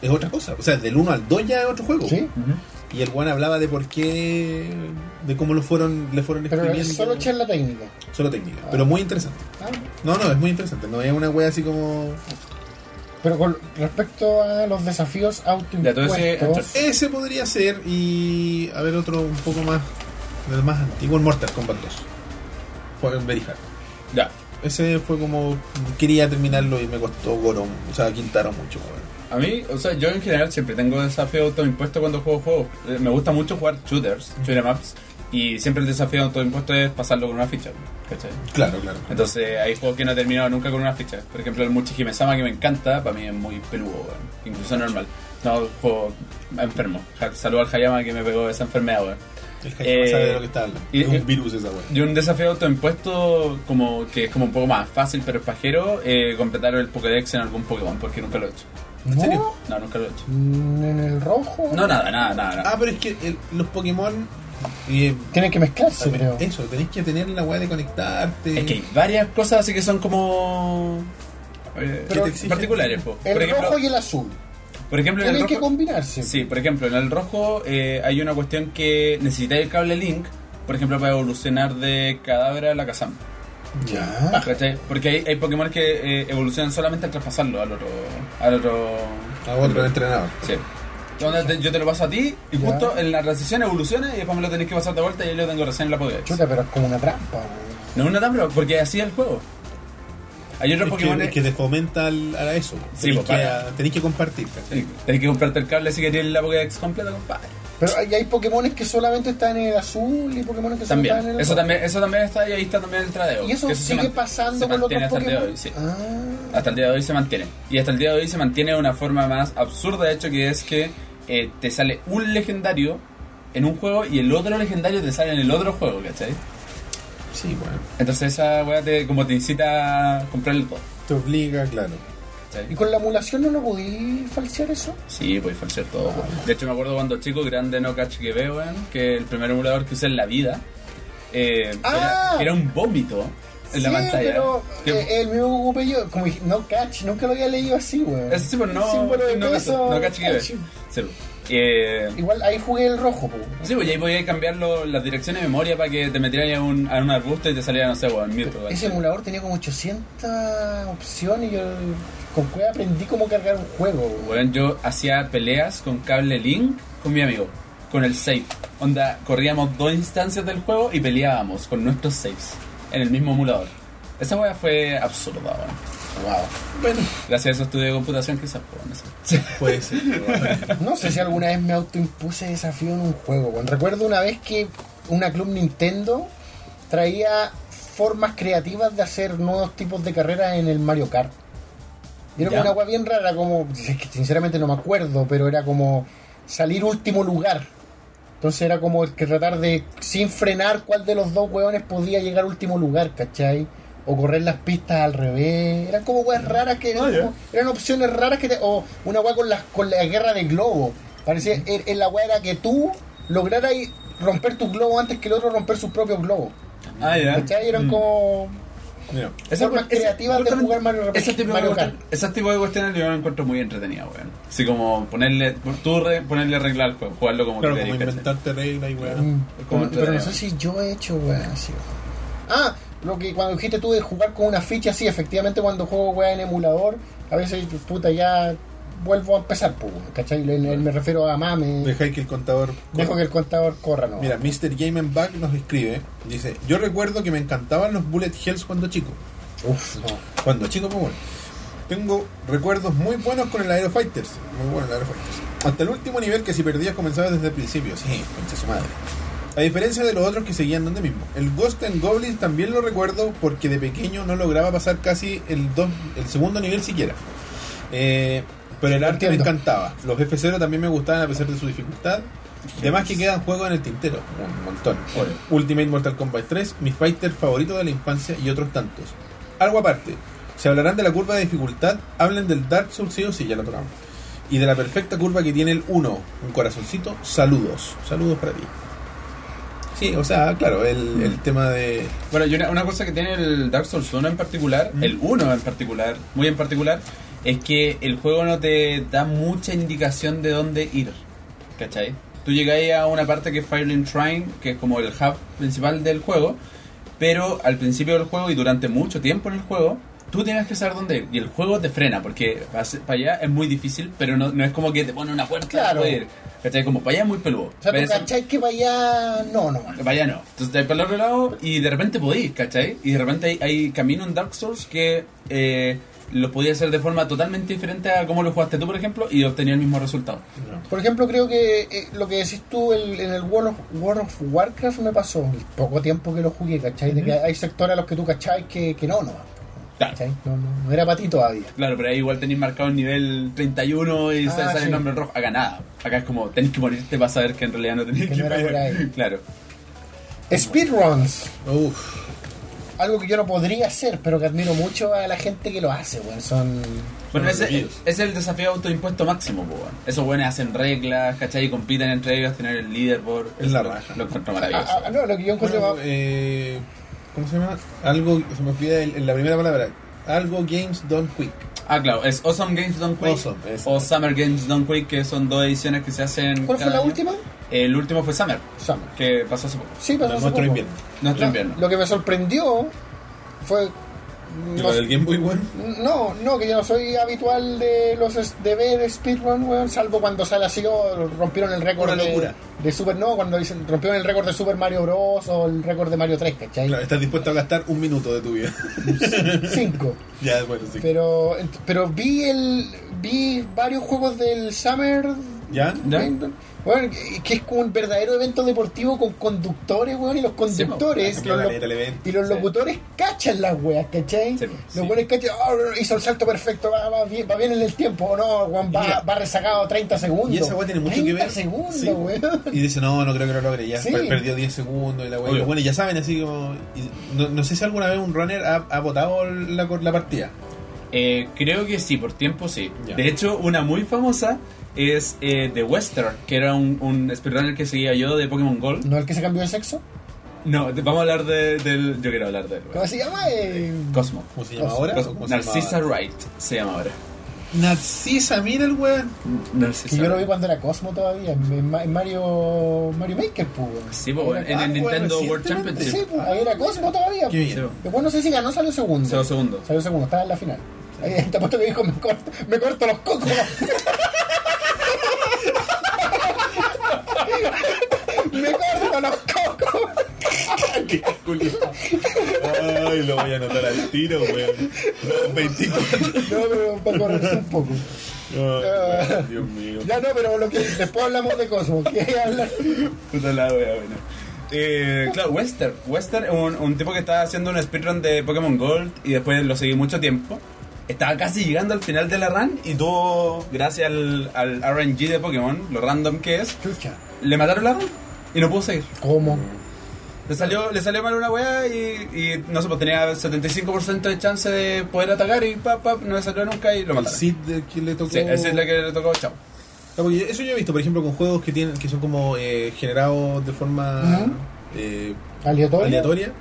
Speaker 1: Es otra cosa. O sea, del 1 al 2 ya es otro juego.
Speaker 2: Sí,
Speaker 1: Y el Juan hablaba de por qué. de cómo lo fueron, le fueron
Speaker 2: pero es
Speaker 1: escribiendo.
Speaker 2: solo charla técnica.
Speaker 1: Solo técnica.
Speaker 2: Ah.
Speaker 1: Pero muy interesante.
Speaker 2: Ah,
Speaker 1: No, no, es muy interesante. No es una wea así como.
Speaker 2: Pero con respecto a los desafíos
Speaker 3: Ya, todo ese-
Speaker 2: autoimpuestos,
Speaker 1: Ese podría ser. Y. a ver, otro un poco más. del más antiguo, el Mortal Kombat 2. Fue en Very Hard.
Speaker 3: Ya.
Speaker 1: Ese fue como. Quería terminarlo y me costó Goron. O sea, Quintaro mucho, weón.
Speaker 3: A mí, o sea, yo en general siempre tengo desafío autoimpuesto cuando juego juegos. Eh, Me gusta mucho jugar shooters, shooter maps, y siempre el desafío autoimpuesto es pasarlo con una ficha, ¿cachai?
Speaker 1: Claro, claro.
Speaker 3: Entonces, hay juegos que no he terminado nunca con una ficha. Por ejemplo, el Muchihime-sama que me encanta, para mí es muy peludo, weón. Incluso normal. No, juego enfermo. Ja- Saludo al Hayama que me pegó esa enfermedad, weón.
Speaker 1: El Jaime
Speaker 3: Eh,
Speaker 1: sabe de lo que está hablando.
Speaker 3: y-
Speaker 1: es un
Speaker 3: y-
Speaker 1: virus esa weón.
Speaker 3: Y un desafío autoimpuesto como que es como un poco más fácil pero es pajero, eh, completar el Pokédex en algún Pokémon, porque nunca lo he hecho.
Speaker 1: ¿En serio?
Speaker 2: ¿no?
Speaker 3: No, nunca lo he hecho.
Speaker 2: Mm, En el rojo
Speaker 3: No, nada, nada, nada. nada.
Speaker 1: Ah, pero es que el- los Pokémon. eh,
Speaker 2: tienen que mezclarse,
Speaker 1: también,
Speaker 2: creo.
Speaker 1: eso, tenéis que tener la weá de conectarte.
Speaker 3: Es que hay varias cosas así que son como... eh,
Speaker 1: Pero- ¿Qué te exigen?
Speaker 3: particulares, po. por
Speaker 2: El rojo
Speaker 3: ejemplo,
Speaker 2: y el azul
Speaker 3: por ejemplo en el
Speaker 2: tienen que
Speaker 3: rojo-
Speaker 2: combinarse.
Speaker 3: Sí, por ejemplo, en el rojo eh, hay una cuestión que necesitáis el cable Link, por ejemplo, para evolucionar de cadáver a la Kazam.
Speaker 2: Ya.
Speaker 3: ¿Cachai? Porque hay, hay Pokémon que eh, evolucionan solamente al traspasarlo al otro. Al otro.
Speaker 1: A otro entrenador.
Speaker 3: Sí. Entonces te- yo te lo paso a ti y
Speaker 2: Ya.
Speaker 3: justo en la transición evoluciona y después me lo tenés que pasar de vuelta y ahí lo tengo recién en la Pokédex.
Speaker 2: Chuta, pero es como una trampa. güey.
Speaker 3: No es una trampa, porque así es el juego. Hay otros
Speaker 1: Es
Speaker 3: Pokémon
Speaker 1: que, es que te fomenta al- a eso. Tenéis
Speaker 3: Sí, pues,
Speaker 1: que,
Speaker 3: para.
Speaker 1: tenéis que compartir, ¿cachai?
Speaker 3: Tenés que comprarte el cable si querés la Pokédex completa, compadre.
Speaker 2: Pero hay, hay Pokémones que solamente están en el azul y Pokémones que solo
Speaker 3: También,
Speaker 2: están en el
Speaker 3: eso
Speaker 2: rojo.
Speaker 3: también, eso también está y ahí está también el tradeo.
Speaker 2: Y eso
Speaker 3: que se
Speaker 2: sigue
Speaker 3: mant-
Speaker 2: pasando
Speaker 3: se
Speaker 2: con los
Speaker 3: mantiene
Speaker 2: otros
Speaker 3: hasta el día de hoy,
Speaker 2: Pokémon.
Speaker 3: sí.
Speaker 2: Ah,
Speaker 3: Hasta el día de hoy se mantiene. Y hasta el día de hoy se mantiene de una forma más absurda, de hecho, que es que eh, te sale un legendario en un juego y el otro legendario te sale en el otro juego, ¿cachai?
Speaker 1: Sí, bueno.
Speaker 3: Entonces esa weá te, como te incita a comprar el todo,
Speaker 1: Te obliga, claro.
Speaker 2: ¿Y
Speaker 3: ¿cachai?
Speaker 2: con la emulación no lo podí falsear eso?
Speaker 3: Sí, pues falsear todo. weón. De hecho, me acuerdo cuando chico, grande no catch que veo, weón, que el primer emulador que usé en la vida eh, era-
Speaker 2: Ah.
Speaker 3: era, un vómito en la
Speaker 2: sí,
Speaker 3: pantalla.
Speaker 2: pero
Speaker 3: Que-
Speaker 2: eh, el mismo que ocupé yo, como dije, no catch, nunca lo había leído así, güey.
Speaker 3: Eso sí, pero no.
Speaker 2: Símbolo de
Speaker 3: no,
Speaker 2: peso,
Speaker 3: no caché que
Speaker 2: cacho.
Speaker 3: Sí. Eh,
Speaker 2: Igual ahí jugué el rojo, po.
Speaker 3: sí, pues y ahí podías cambiar lo- las direcciones de memoria para que te metieran a un, a un arbusto y te saliera, no sé, weón, Mewtwo. ¿cachai?
Speaker 2: Ese emulador tenía como 800 opciones y yo con cueva aprendí cómo cargar un juego. weón.
Speaker 3: Weón, yo hacía peleas con cable link con mi amigo, con el save. Onda, corríamos dos instancias del juego y peleábamos con nuestros saves en el mismo emulador. Esa weá fue absurda, weón.
Speaker 2: Wow.
Speaker 3: Gracias a eso estudié computación, quizás, weón. no sé.
Speaker 1: Puede ser.
Speaker 2: No sé si alguna vez me autoimpuse desafío en un juego. weón. Recuerdo una vez que una club Nintendo traía formas creativas de hacer nuevos tipos de carreras en el Mario Kart. Y era como
Speaker 3: Ya.
Speaker 2: una agua bien rara, como es que sinceramente no me acuerdo, pero era como salir último lugar. Entonces era como el que tratar de, sin frenar, cuál de los dos hueones podía llegar a último lugar, ¿cachai? O correr las pistas al revés. Eran como weas raras que eran,
Speaker 4: Ah, ya.
Speaker 2: como- eran opciones raras que te- O una wea con, las, con la guerra de globo. Parecía, er- er- la wea era que tú lograras ir- romper tu globo antes que el otro romper su propio globo.
Speaker 3: Ah, ya.
Speaker 2: ¿Cachai? Eran como
Speaker 1: Mira,
Speaker 2: formas
Speaker 3: esa-
Speaker 2: creativas de
Speaker 3: justamente,
Speaker 2: jugar Mario,
Speaker 3: ese tipo,
Speaker 2: Mario
Speaker 3: de
Speaker 2: Kart.
Speaker 3: cuestión- ese tipo de cuestiones yo lo encuentro muy entretenida, weón. Así como ponerle, tú re- ponerle arreglar al juego, jugarlo como
Speaker 1: claro,
Speaker 3: queráis,
Speaker 1: como
Speaker 3: ¿cachai?
Speaker 1: inventarte reglas y weón.
Speaker 2: Mm, Pero,
Speaker 3: Es como
Speaker 2: pero no
Speaker 3: entretenido.
Speaker 2: sé si yo he hecho weá así. Ah, lo que cuando dijiste tú de jugar con una ficha, sí, efectivamente cuando juego weá en emulador, a veces puta ya vuelvo a empezar, pues, weón, ¿cachai? Le- le- me refiero a mame,
Speaker 1: Dejáis que el contador.
Speaker 2: dejo que el contador corra, ¿no?
Speaker 1: Mira, Mr. Game and Back nos escribe, dice, yo recuerdo que me encantaban los bullet hells cuando chico.
Speaker 2: Uf, no.
Speaker 1: Cuando chico, pues bueno. Tengo recuerdos muy buenos con el Aero Fighters. Muy bueno el Aero Fighters. Hasta el último nivel que si perdías comenzabas desde el principio. Sí, concha su madre. A diferencia de los otros que seguían donde mismo. El Ghost and Goblins también lo recuerdo porque de pequeño no lograba pasar casi el, dos- el segundo nivel siquiera. Eh, pero el
Speaker 2: Lo
Speaker 1: arte me
Speaker 2: entiendo.
Speaker 1: encantaba. Los F0 también me gustaban a pesar de su dificultad. Además que quedan juegos en el tintero, un montón.
Speaker 3: Obvio.
Speaker 1: Ultimate Mortal Kombat 3, mi fighter favorito de la infancia y otros tantos. Algo aparte, si hablarán de la curva de dificultad, hablen del Dark Souls sí o sí, ya lo tocamos. Y de la perfecta curva que tiene el 1, un corazoncito, saludos. Saludos para ti. Sí, o sea, claro, el,
Speaker 2: Mm.
Speaker 1: el tema de...
Speaker 3: Bueno, y una, una cosa que tiene el Dark Souls 1 en particular,
Speaker 1: Mm.
Speaker 3: el 1 en particular, muy en particular, es que el juego no te da mucha indicación de dónde ir. ¿Cachai? Tú llegáis a una parte que es Firelink Shrine, que es como el hub principal del juego, pero al principio del juego y durante mucho tiempo en el juego, tú tienes que saber dónde ir. Y el juego te frena, porque para allá es muy difícil, pero no, no es como que te pone una puerta
Speaker 2: Claro.
Speaker 3: para ir. ¿Cachai? Como para allá es muy peludo.
Speaker 2: O sea,
Speaker 3: Para
Speaker 2: tú
Speaker 3: esa-
Speaker 2: cachai que vaya. No, no.
Speaker 3: Vaya no. Entonces te vais para el otro lado y de repente podéis, ¿cachai? Y de repente hay, hay camino en Dark Souls que eh, lo podías hacer de forma totalmente diferente a cómo lo jugaste tú, por ejemplo, y obtenía el mismo resultado.
Speaker 2: Por ejemplo, creo que eh, lo que decís tú el- en el World of, World of Warcraft me pasó el poco tiempo que lo jugué, ¿cachai? De que hay sectores a los que tú cachai que, que no, no.
Speaker 3: Claro.
Speaker 2: ¿cachai? No, no, no era para ti todavía.
Speaker 3: Claro, pero ahí igual tenéis marcado el nivel 31 y
Speaker 2: Ah,
Speaker 3: sale, sale
Speaker 2: sí.
Speaker 3: el nombre en rojo. Acá nada. Acá es como tenéis que morirte para saber que en realidad no tenéis
Speaker 2: Que
Speaker 3: que,
Speaker 2: no era
Speaker 3: ir para
Speaker 2: por ahí.
Speaker 3: allá. Claro.
Speaker 2: Speedruns,
Speaker 1: Uf,
Speaker 2: algo que yo no podría hacer, pero que admiro mucho a la gente que lo hace, weón. Son.
Speaker 3: Bueno, ese, ese
Speaker 1: reviews.
Speaker 3: es el desafío autoimpuesto máximo, pues, bueno. Esos buenos hacen reglas, ¿cachai? Y compiten entre ellos, tener el leaderboard.
Speaker 1: Es la
Speaker 3: Eso lo-
Speaker 1: raja.
Speaker 3: Lo encuentro maravilloso.
Speaker 2: Ah, ah, no, lo que yo encuentro.
Speaker 1: bueno, eh, ¿Cómo se llama? Algo, se me olvida el- la primera palabra. Algo Games Don't Quick.
Speaker 3: Ah, claro, es Awesome Games Don't Quake
Speaker 1: Awesome, eso.
Speaker 3: o Summer Games Don't Quake, que son dos ediciones que se hacen.
Speaker 2: ¿Cuál fue
Speaker 3: cada
Speaker 2: la
Speaker 3: año.
Speaker 2: última?
Speaker 3: El último fue Summer,
Speaker 2: Summer.
Speaker 3: que pasó hace poco.
Speaker 2: Sí, pasó hace
Speaker 1: Nuestro
Speaker 2: poco.
Speaker 1: invierno.
Speaker 3: Nuestro
Speaker 2: Lo-
Speaker 3: invierno.
Speaker 2: Lo que me sorprendió fue.
Speaker 1: Y Lo del Game Boy One.
Speaker 2: No, no, que yo no soy habitual de los es- de ver speedrun, weón, salvo cuando sale así o rompieron el récord
Speaker 1: Una
Speaker 2: de,
Speaker 1: locura.
Speaker 2: de Super no, cuando dicen rompieron el récord de Super Mario Bros o el récord de Mario 3, ¿cachai?
Speaker 1: Claro, estás dispuesto a gastar un minuto de tu vida.
Speaker 2: Cinco.
Speaker 1: ya, bueno, sí.
Speaker 2: Pero ent- pero vi el vi varios juegos del Summer
Speaker 1: ¿Ya?
Speaker 3: ¿Ya?
Speaker 2: Game- Bueno, que- que es como un verdadero evento deportivo con conductores, weón, y los conductores,
Speaker 1: Sí,
Speaker 2: los,
Speaker 1: la
Speaker 2: lo-
Speaker 1: letra, el evento.
Speaker 2: y los
Speaker 3: Sí.
Speaker 2: locutores cachan las weas, ¿cachai?
Speaker 3: Sí, sí.
Speaker 2: Los weones cachan, "Ah, hizo el salto perfecto, va, va bien, va bien en el tiempo, o no, weón, va,
Speaker 1: Mira.
Speaker 2: va rezagado 30 segundos.
Speaker 1: Y esa wea tiene mucho que
Speaker 2: 30
Speaker 1: ver.
Speaker 2: segundos,
Speaker 1: Sí.
Speaker 2: weón.
Speaker 1: Y dice, no, no creo que lo logre. Ya
Speaker 2: Sí.
Speaker 1: per- perdió 10 segundos y la wea.
Speaker 3: Obvio.
Speaker 1: Y Bueno, ya saben, así como. y No, no sé si alguna vez un runner ha, ha votado la, cor- la partida.
Speaker 3: Eh, creo que sí, por tiempo sí.
Speaker 1: Ya.
Speaker 3: De hecho, una muy famosa es eh, The Western, que era un, un speedrunner que seguía yo de Pokémon Gold.
Speaker 2: ¿No el que se cambió de sexo?
Speaker 3: No, te- vamos a hablar de- del. Yo quiero hablar del.
Speaker 2: ¿Cómo se llama? Eh,
Speaker 3: Cosmo.
Speaker 1: ¿Cómo se llama
Speaker 2: Cos-
Speaker 1: ahora?
Speaker 3: Cos-
Speaker 1: ¿O cómo se
Speaker 3: Narcisa
Speaker 1: llamaba?
Speaker 3: Wright se llama ahora.
Speaker 1: Narcisa, mira el weón.
Speaker 2: Que yo lo vi cuando era Cosmo todavía, en Ma- en Mario, Mario Maker, pues. weón.
Speaker 3: Sí, pues, weón,
Speaker 2: Era-
Speaker 3: en
Speaker 1: ah,
Speaker 3: el
Speaker 1: weón,
Speaker 3: Nintendo World
Speaker 1: recientemente,
Speaker 2: Sí,
Speaker 3: Championship.
Speaker 2: pues, ahí era Cosmo todavía.
Speaker 1: Qué
Speaker 2: pues.
Speaker 1: bien.
Speaker 2: Después no sé si ganó, salió segundo.
Speaker 3: Solo segundo.
Speaker 2: Salió segundo, estaba en la final. Ahí te apuesto que dijo, me corto, me corto los cocos. me corto los cocos.
Speaker 1: Ay, lo voy a anotar al tiro, weón. 24.
Speaker 2: No, pero para correr un poco.
Speaker 1: Ay, Dios mío.
Speaker 2: Ya no, pero lo que después hablamos de Cosmo. ¿Qué hablar?
Speaker 3: Puta la wea, bueno. Eh, claro, Wester. Wester es un, un tipo que estaba haciendo un speedrun de Pokémon Gold y después lo seguí mucho tiempo. Estaba casi llegando al final de la run y tuvo, gracias al, al RNG de Pokémon, lo random que es,
Speaker 2: Chucha.
Speaker 3: le mataron la run y no pudo seguir.
Speaker 2: ¿Cómo?
Speaker 3: Le salió, le salió mal una wea y, y no sé, pues tenía 75% de chance de poder atacar y pa, pa, no le salió nunca y lo
Speaker 1: El
Speaker 3: mataron.
Speaker 1: Cid de que le tocó.
Speaker 3: Sí, esa es la que le tocó, chao.
Speaker 1: Ah, porque Eso yo he visto, por ejemplo, con juegos que tienen que son como eh, generados de forma
Speaker 2: Ujú.
Speaker 1: eh,
Speaker 2: ¿Aleatorio?
Speaker 1: aleatoria,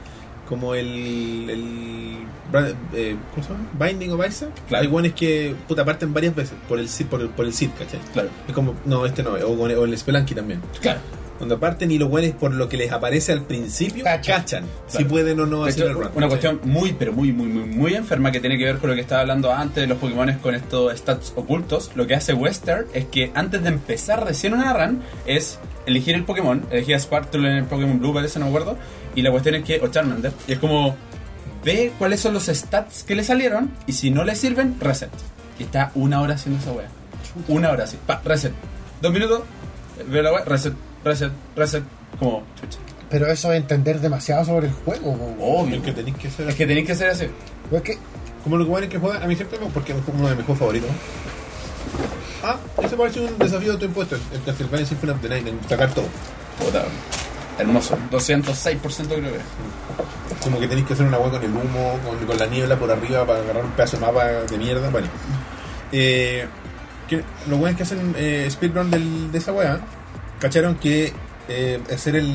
Speaker 1: como el, el Bra- eh, ¿cómo se llama? Binding of Isaac.
Speaker 3: Claro.
Speaker 1: Hay buenos que puta parten varias veces por el Cid, por el, por el Cid, ¿cachai?
Speaker 3: Claro,
Speaker 1: Es como, no, este no, es, o, con- o el Spelunky también.
Speaker 3: claro.
Speaker 1: Cuando parten y los buenos por lo que les aparece al principio,
Speaker 2: Cachan.
Speaker 1: cachan, si pueden o no
Speaker 3: De
Speaker 1: hacer
Speaker 3: hecho,
Speaker 1: el run. ¿cachai?
Speaker 3: una cuestión muy, pero muy, muy, muy, muy enferma que tiene que ver con lo que estaba hablando antes de los Pokémon con estos stats ocultos. Lo que hace Western es que antes de empezar recién una run es elegir el Pokémon. Elegía Spartle en el Pokémon Blue, parece, no me acuerdo. Y la cuestión es que, o Charmander, y es como ve cuáles son los stats que le salieron y si no le sirven, reset. Y está una hora haciendo esa wea. Una hora así, pa, reset. Dos minutos, veo la wea, reset, reset, reset. Como, chucha.
Speaker 2: Pero eso es entender demasiado sobre el juego. weón.
Speaker 1: Es que tenéis que ser
Speaker 3: Es que tenéis que ser así.
Speaker 2: Es que
Speaker 1: Como los jugadores que juegan, a mí siempre me porque es uno de mis juegos favoritos. Ah, ese parece un desafío de tu impuesto, el Castlevania Symphony of the Night, en sacar todo.
Speaker 3: Puta, hermoso. 206% creo que. era.
Speaker 1: Como que tenéis que hacer una hueá con el humo, con, con la niebla por arriba para agarrar un pedazo de mapa de mierda. Bueno, eh, que, los weones que hacen eh, speedrun del- de esa hueá, cacharon que eh, hacer el.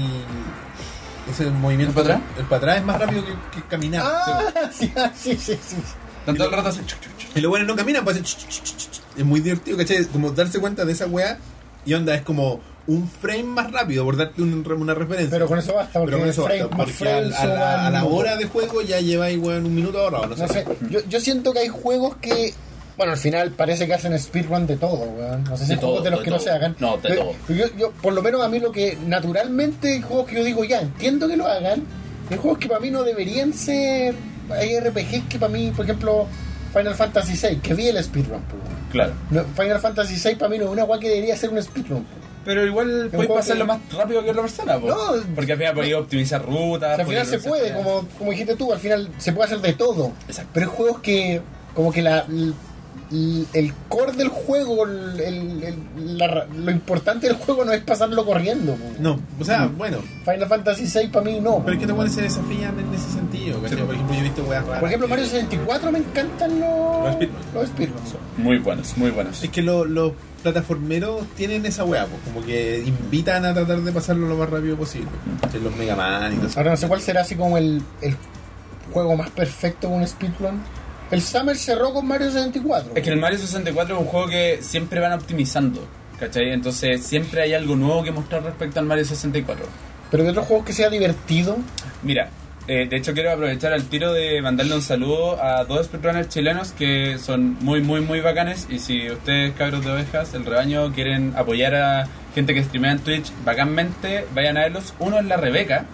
Speaker 1: Ese movimiento.
Speaker 3: ¿El para atrás?
Speaker 1: El para atrás es más rápido que, que caminar.
Speaker 2: Ah, sí, ah, sí, sí, sí.
Speaker 3: Están todo el rato así. chuc, chuc, chuc.
Speaker 1: Y los buenos no caminan, pues hacen ch, ch, ch, ch, ch. es muy divertido, ¿cachai? Como darse cuenta de esa weá y onda, es como un frame más rápido, por darte un- una referencia.
Speaker 2: Pero con eso basta, porque,
Speaker 1: Pero con eso
Speaker 2: frame,
Speaker 1: basta,
Speaker 2: más
Speaker 1: porque
Speaker 2: frame
Speaker 1: al- a, la,
Speaker 2: suman
Speaker 1: a la
Speaker 2: minutos.
Speaker 1: hora de juego ya lleváis weón, un minuto ahorrado, no sé.
Speaker 2: No sé, yo, yo siento que hay juegos que. Bueno, al final parece que hacen speedrun de todo, weón. No sé si
Speaker 3: De
Speaker 2: hay juegos
Speaker 3: todo,
Speaker 2: de los
Speaker 3: de
Speaker 2: que no
Speaker 3: todo.
Speaker 2: se hagan.
Speaker 3: No, de
Speaker 2: Pero-
Speaker 3: todo.
Speaker 2: pero Yo, yo, por lo menos a mí lo que naturalmente hay juegos que yo digo, ya, entiendo que lo hagan. Hay juegos que para mí no deberían ser. Hay RPGs que para mí, por ejemplo, Final Fantasy VI, que vi el speedrun, pues, weón.
Speaker 3: Claro.
Speaker 2: No, Final Fantasy VI para mí no es una guay que debería ser un speedrun. pues.
Speaker 3: Pero igual
Speaker 2: juego
Speaker 3: podéis pasarlo
Speaker 2: que-
Speaker 3: más rápido que otra persona, po.
Speaker 2: No.
Speaker 3: porque al final podéis optimizar rutas.
Speaker 2: O sea, al final
Speaker 3: podéis
Speaker 2: se
Speaker 3: hacer-
Speaker 2: puede, como, como dijiste tú, al final se puede hacer de todo.
Speaker 3: Exacto.
Speaker 2: Pero hay juegos que, como que la, l- l- el core del juego, el- el- el- la ra- lo importante del juego no es pasarlo corriendo. po.
Speaker 1: No, o sea, bueno,
Speaker 2: Final Fantasy VI para mí no.
Speaker 1: pero es que te pones se desafían en ese sentido, ¿cachai?
Speaker 3: Sí.
Speaker 1: Por ejemplo, yo he visto weas raras.
Speaker 2: Por ejemplo, Mario 64 me encantan los,
Speaker 1: Los speedruns.
Speaker 2: los speedruns.
Speaker 3: Muy buenos, muy buenos.
Speaker 1: Es que lo- los plataformeros tienen esa weá, pues, como que invitan a tratar de pasarlo lo más rápido posible. ¿cachai? Los Mega Man y todo eso.
Speaker 2: Ahora no sé cuál será así como el, el juego más perfecto de un speedrun. El Summer cerró con Mario 64.
Speaker 3: Es que el Mario 64 es un juego que siempre van optimizando. ¿Cachai? Entonces siempre hay algo nuevo que mostrar respecto al Mario 64.
Speaker 2: Pero de otros juegos que sea divertido.
Speaker 3: Mira, eh, de hecho quiero aprovechar al tiro de mandarle un saludo a dos speedrunners chilenos que son muy, muy, muy bacanes. Y si ustedes, cabros de ovejas, el rebaño, quieren apoyar a gente que streamea en Twitch bacanmente, vayan a verlos. Uno es la Rebeca.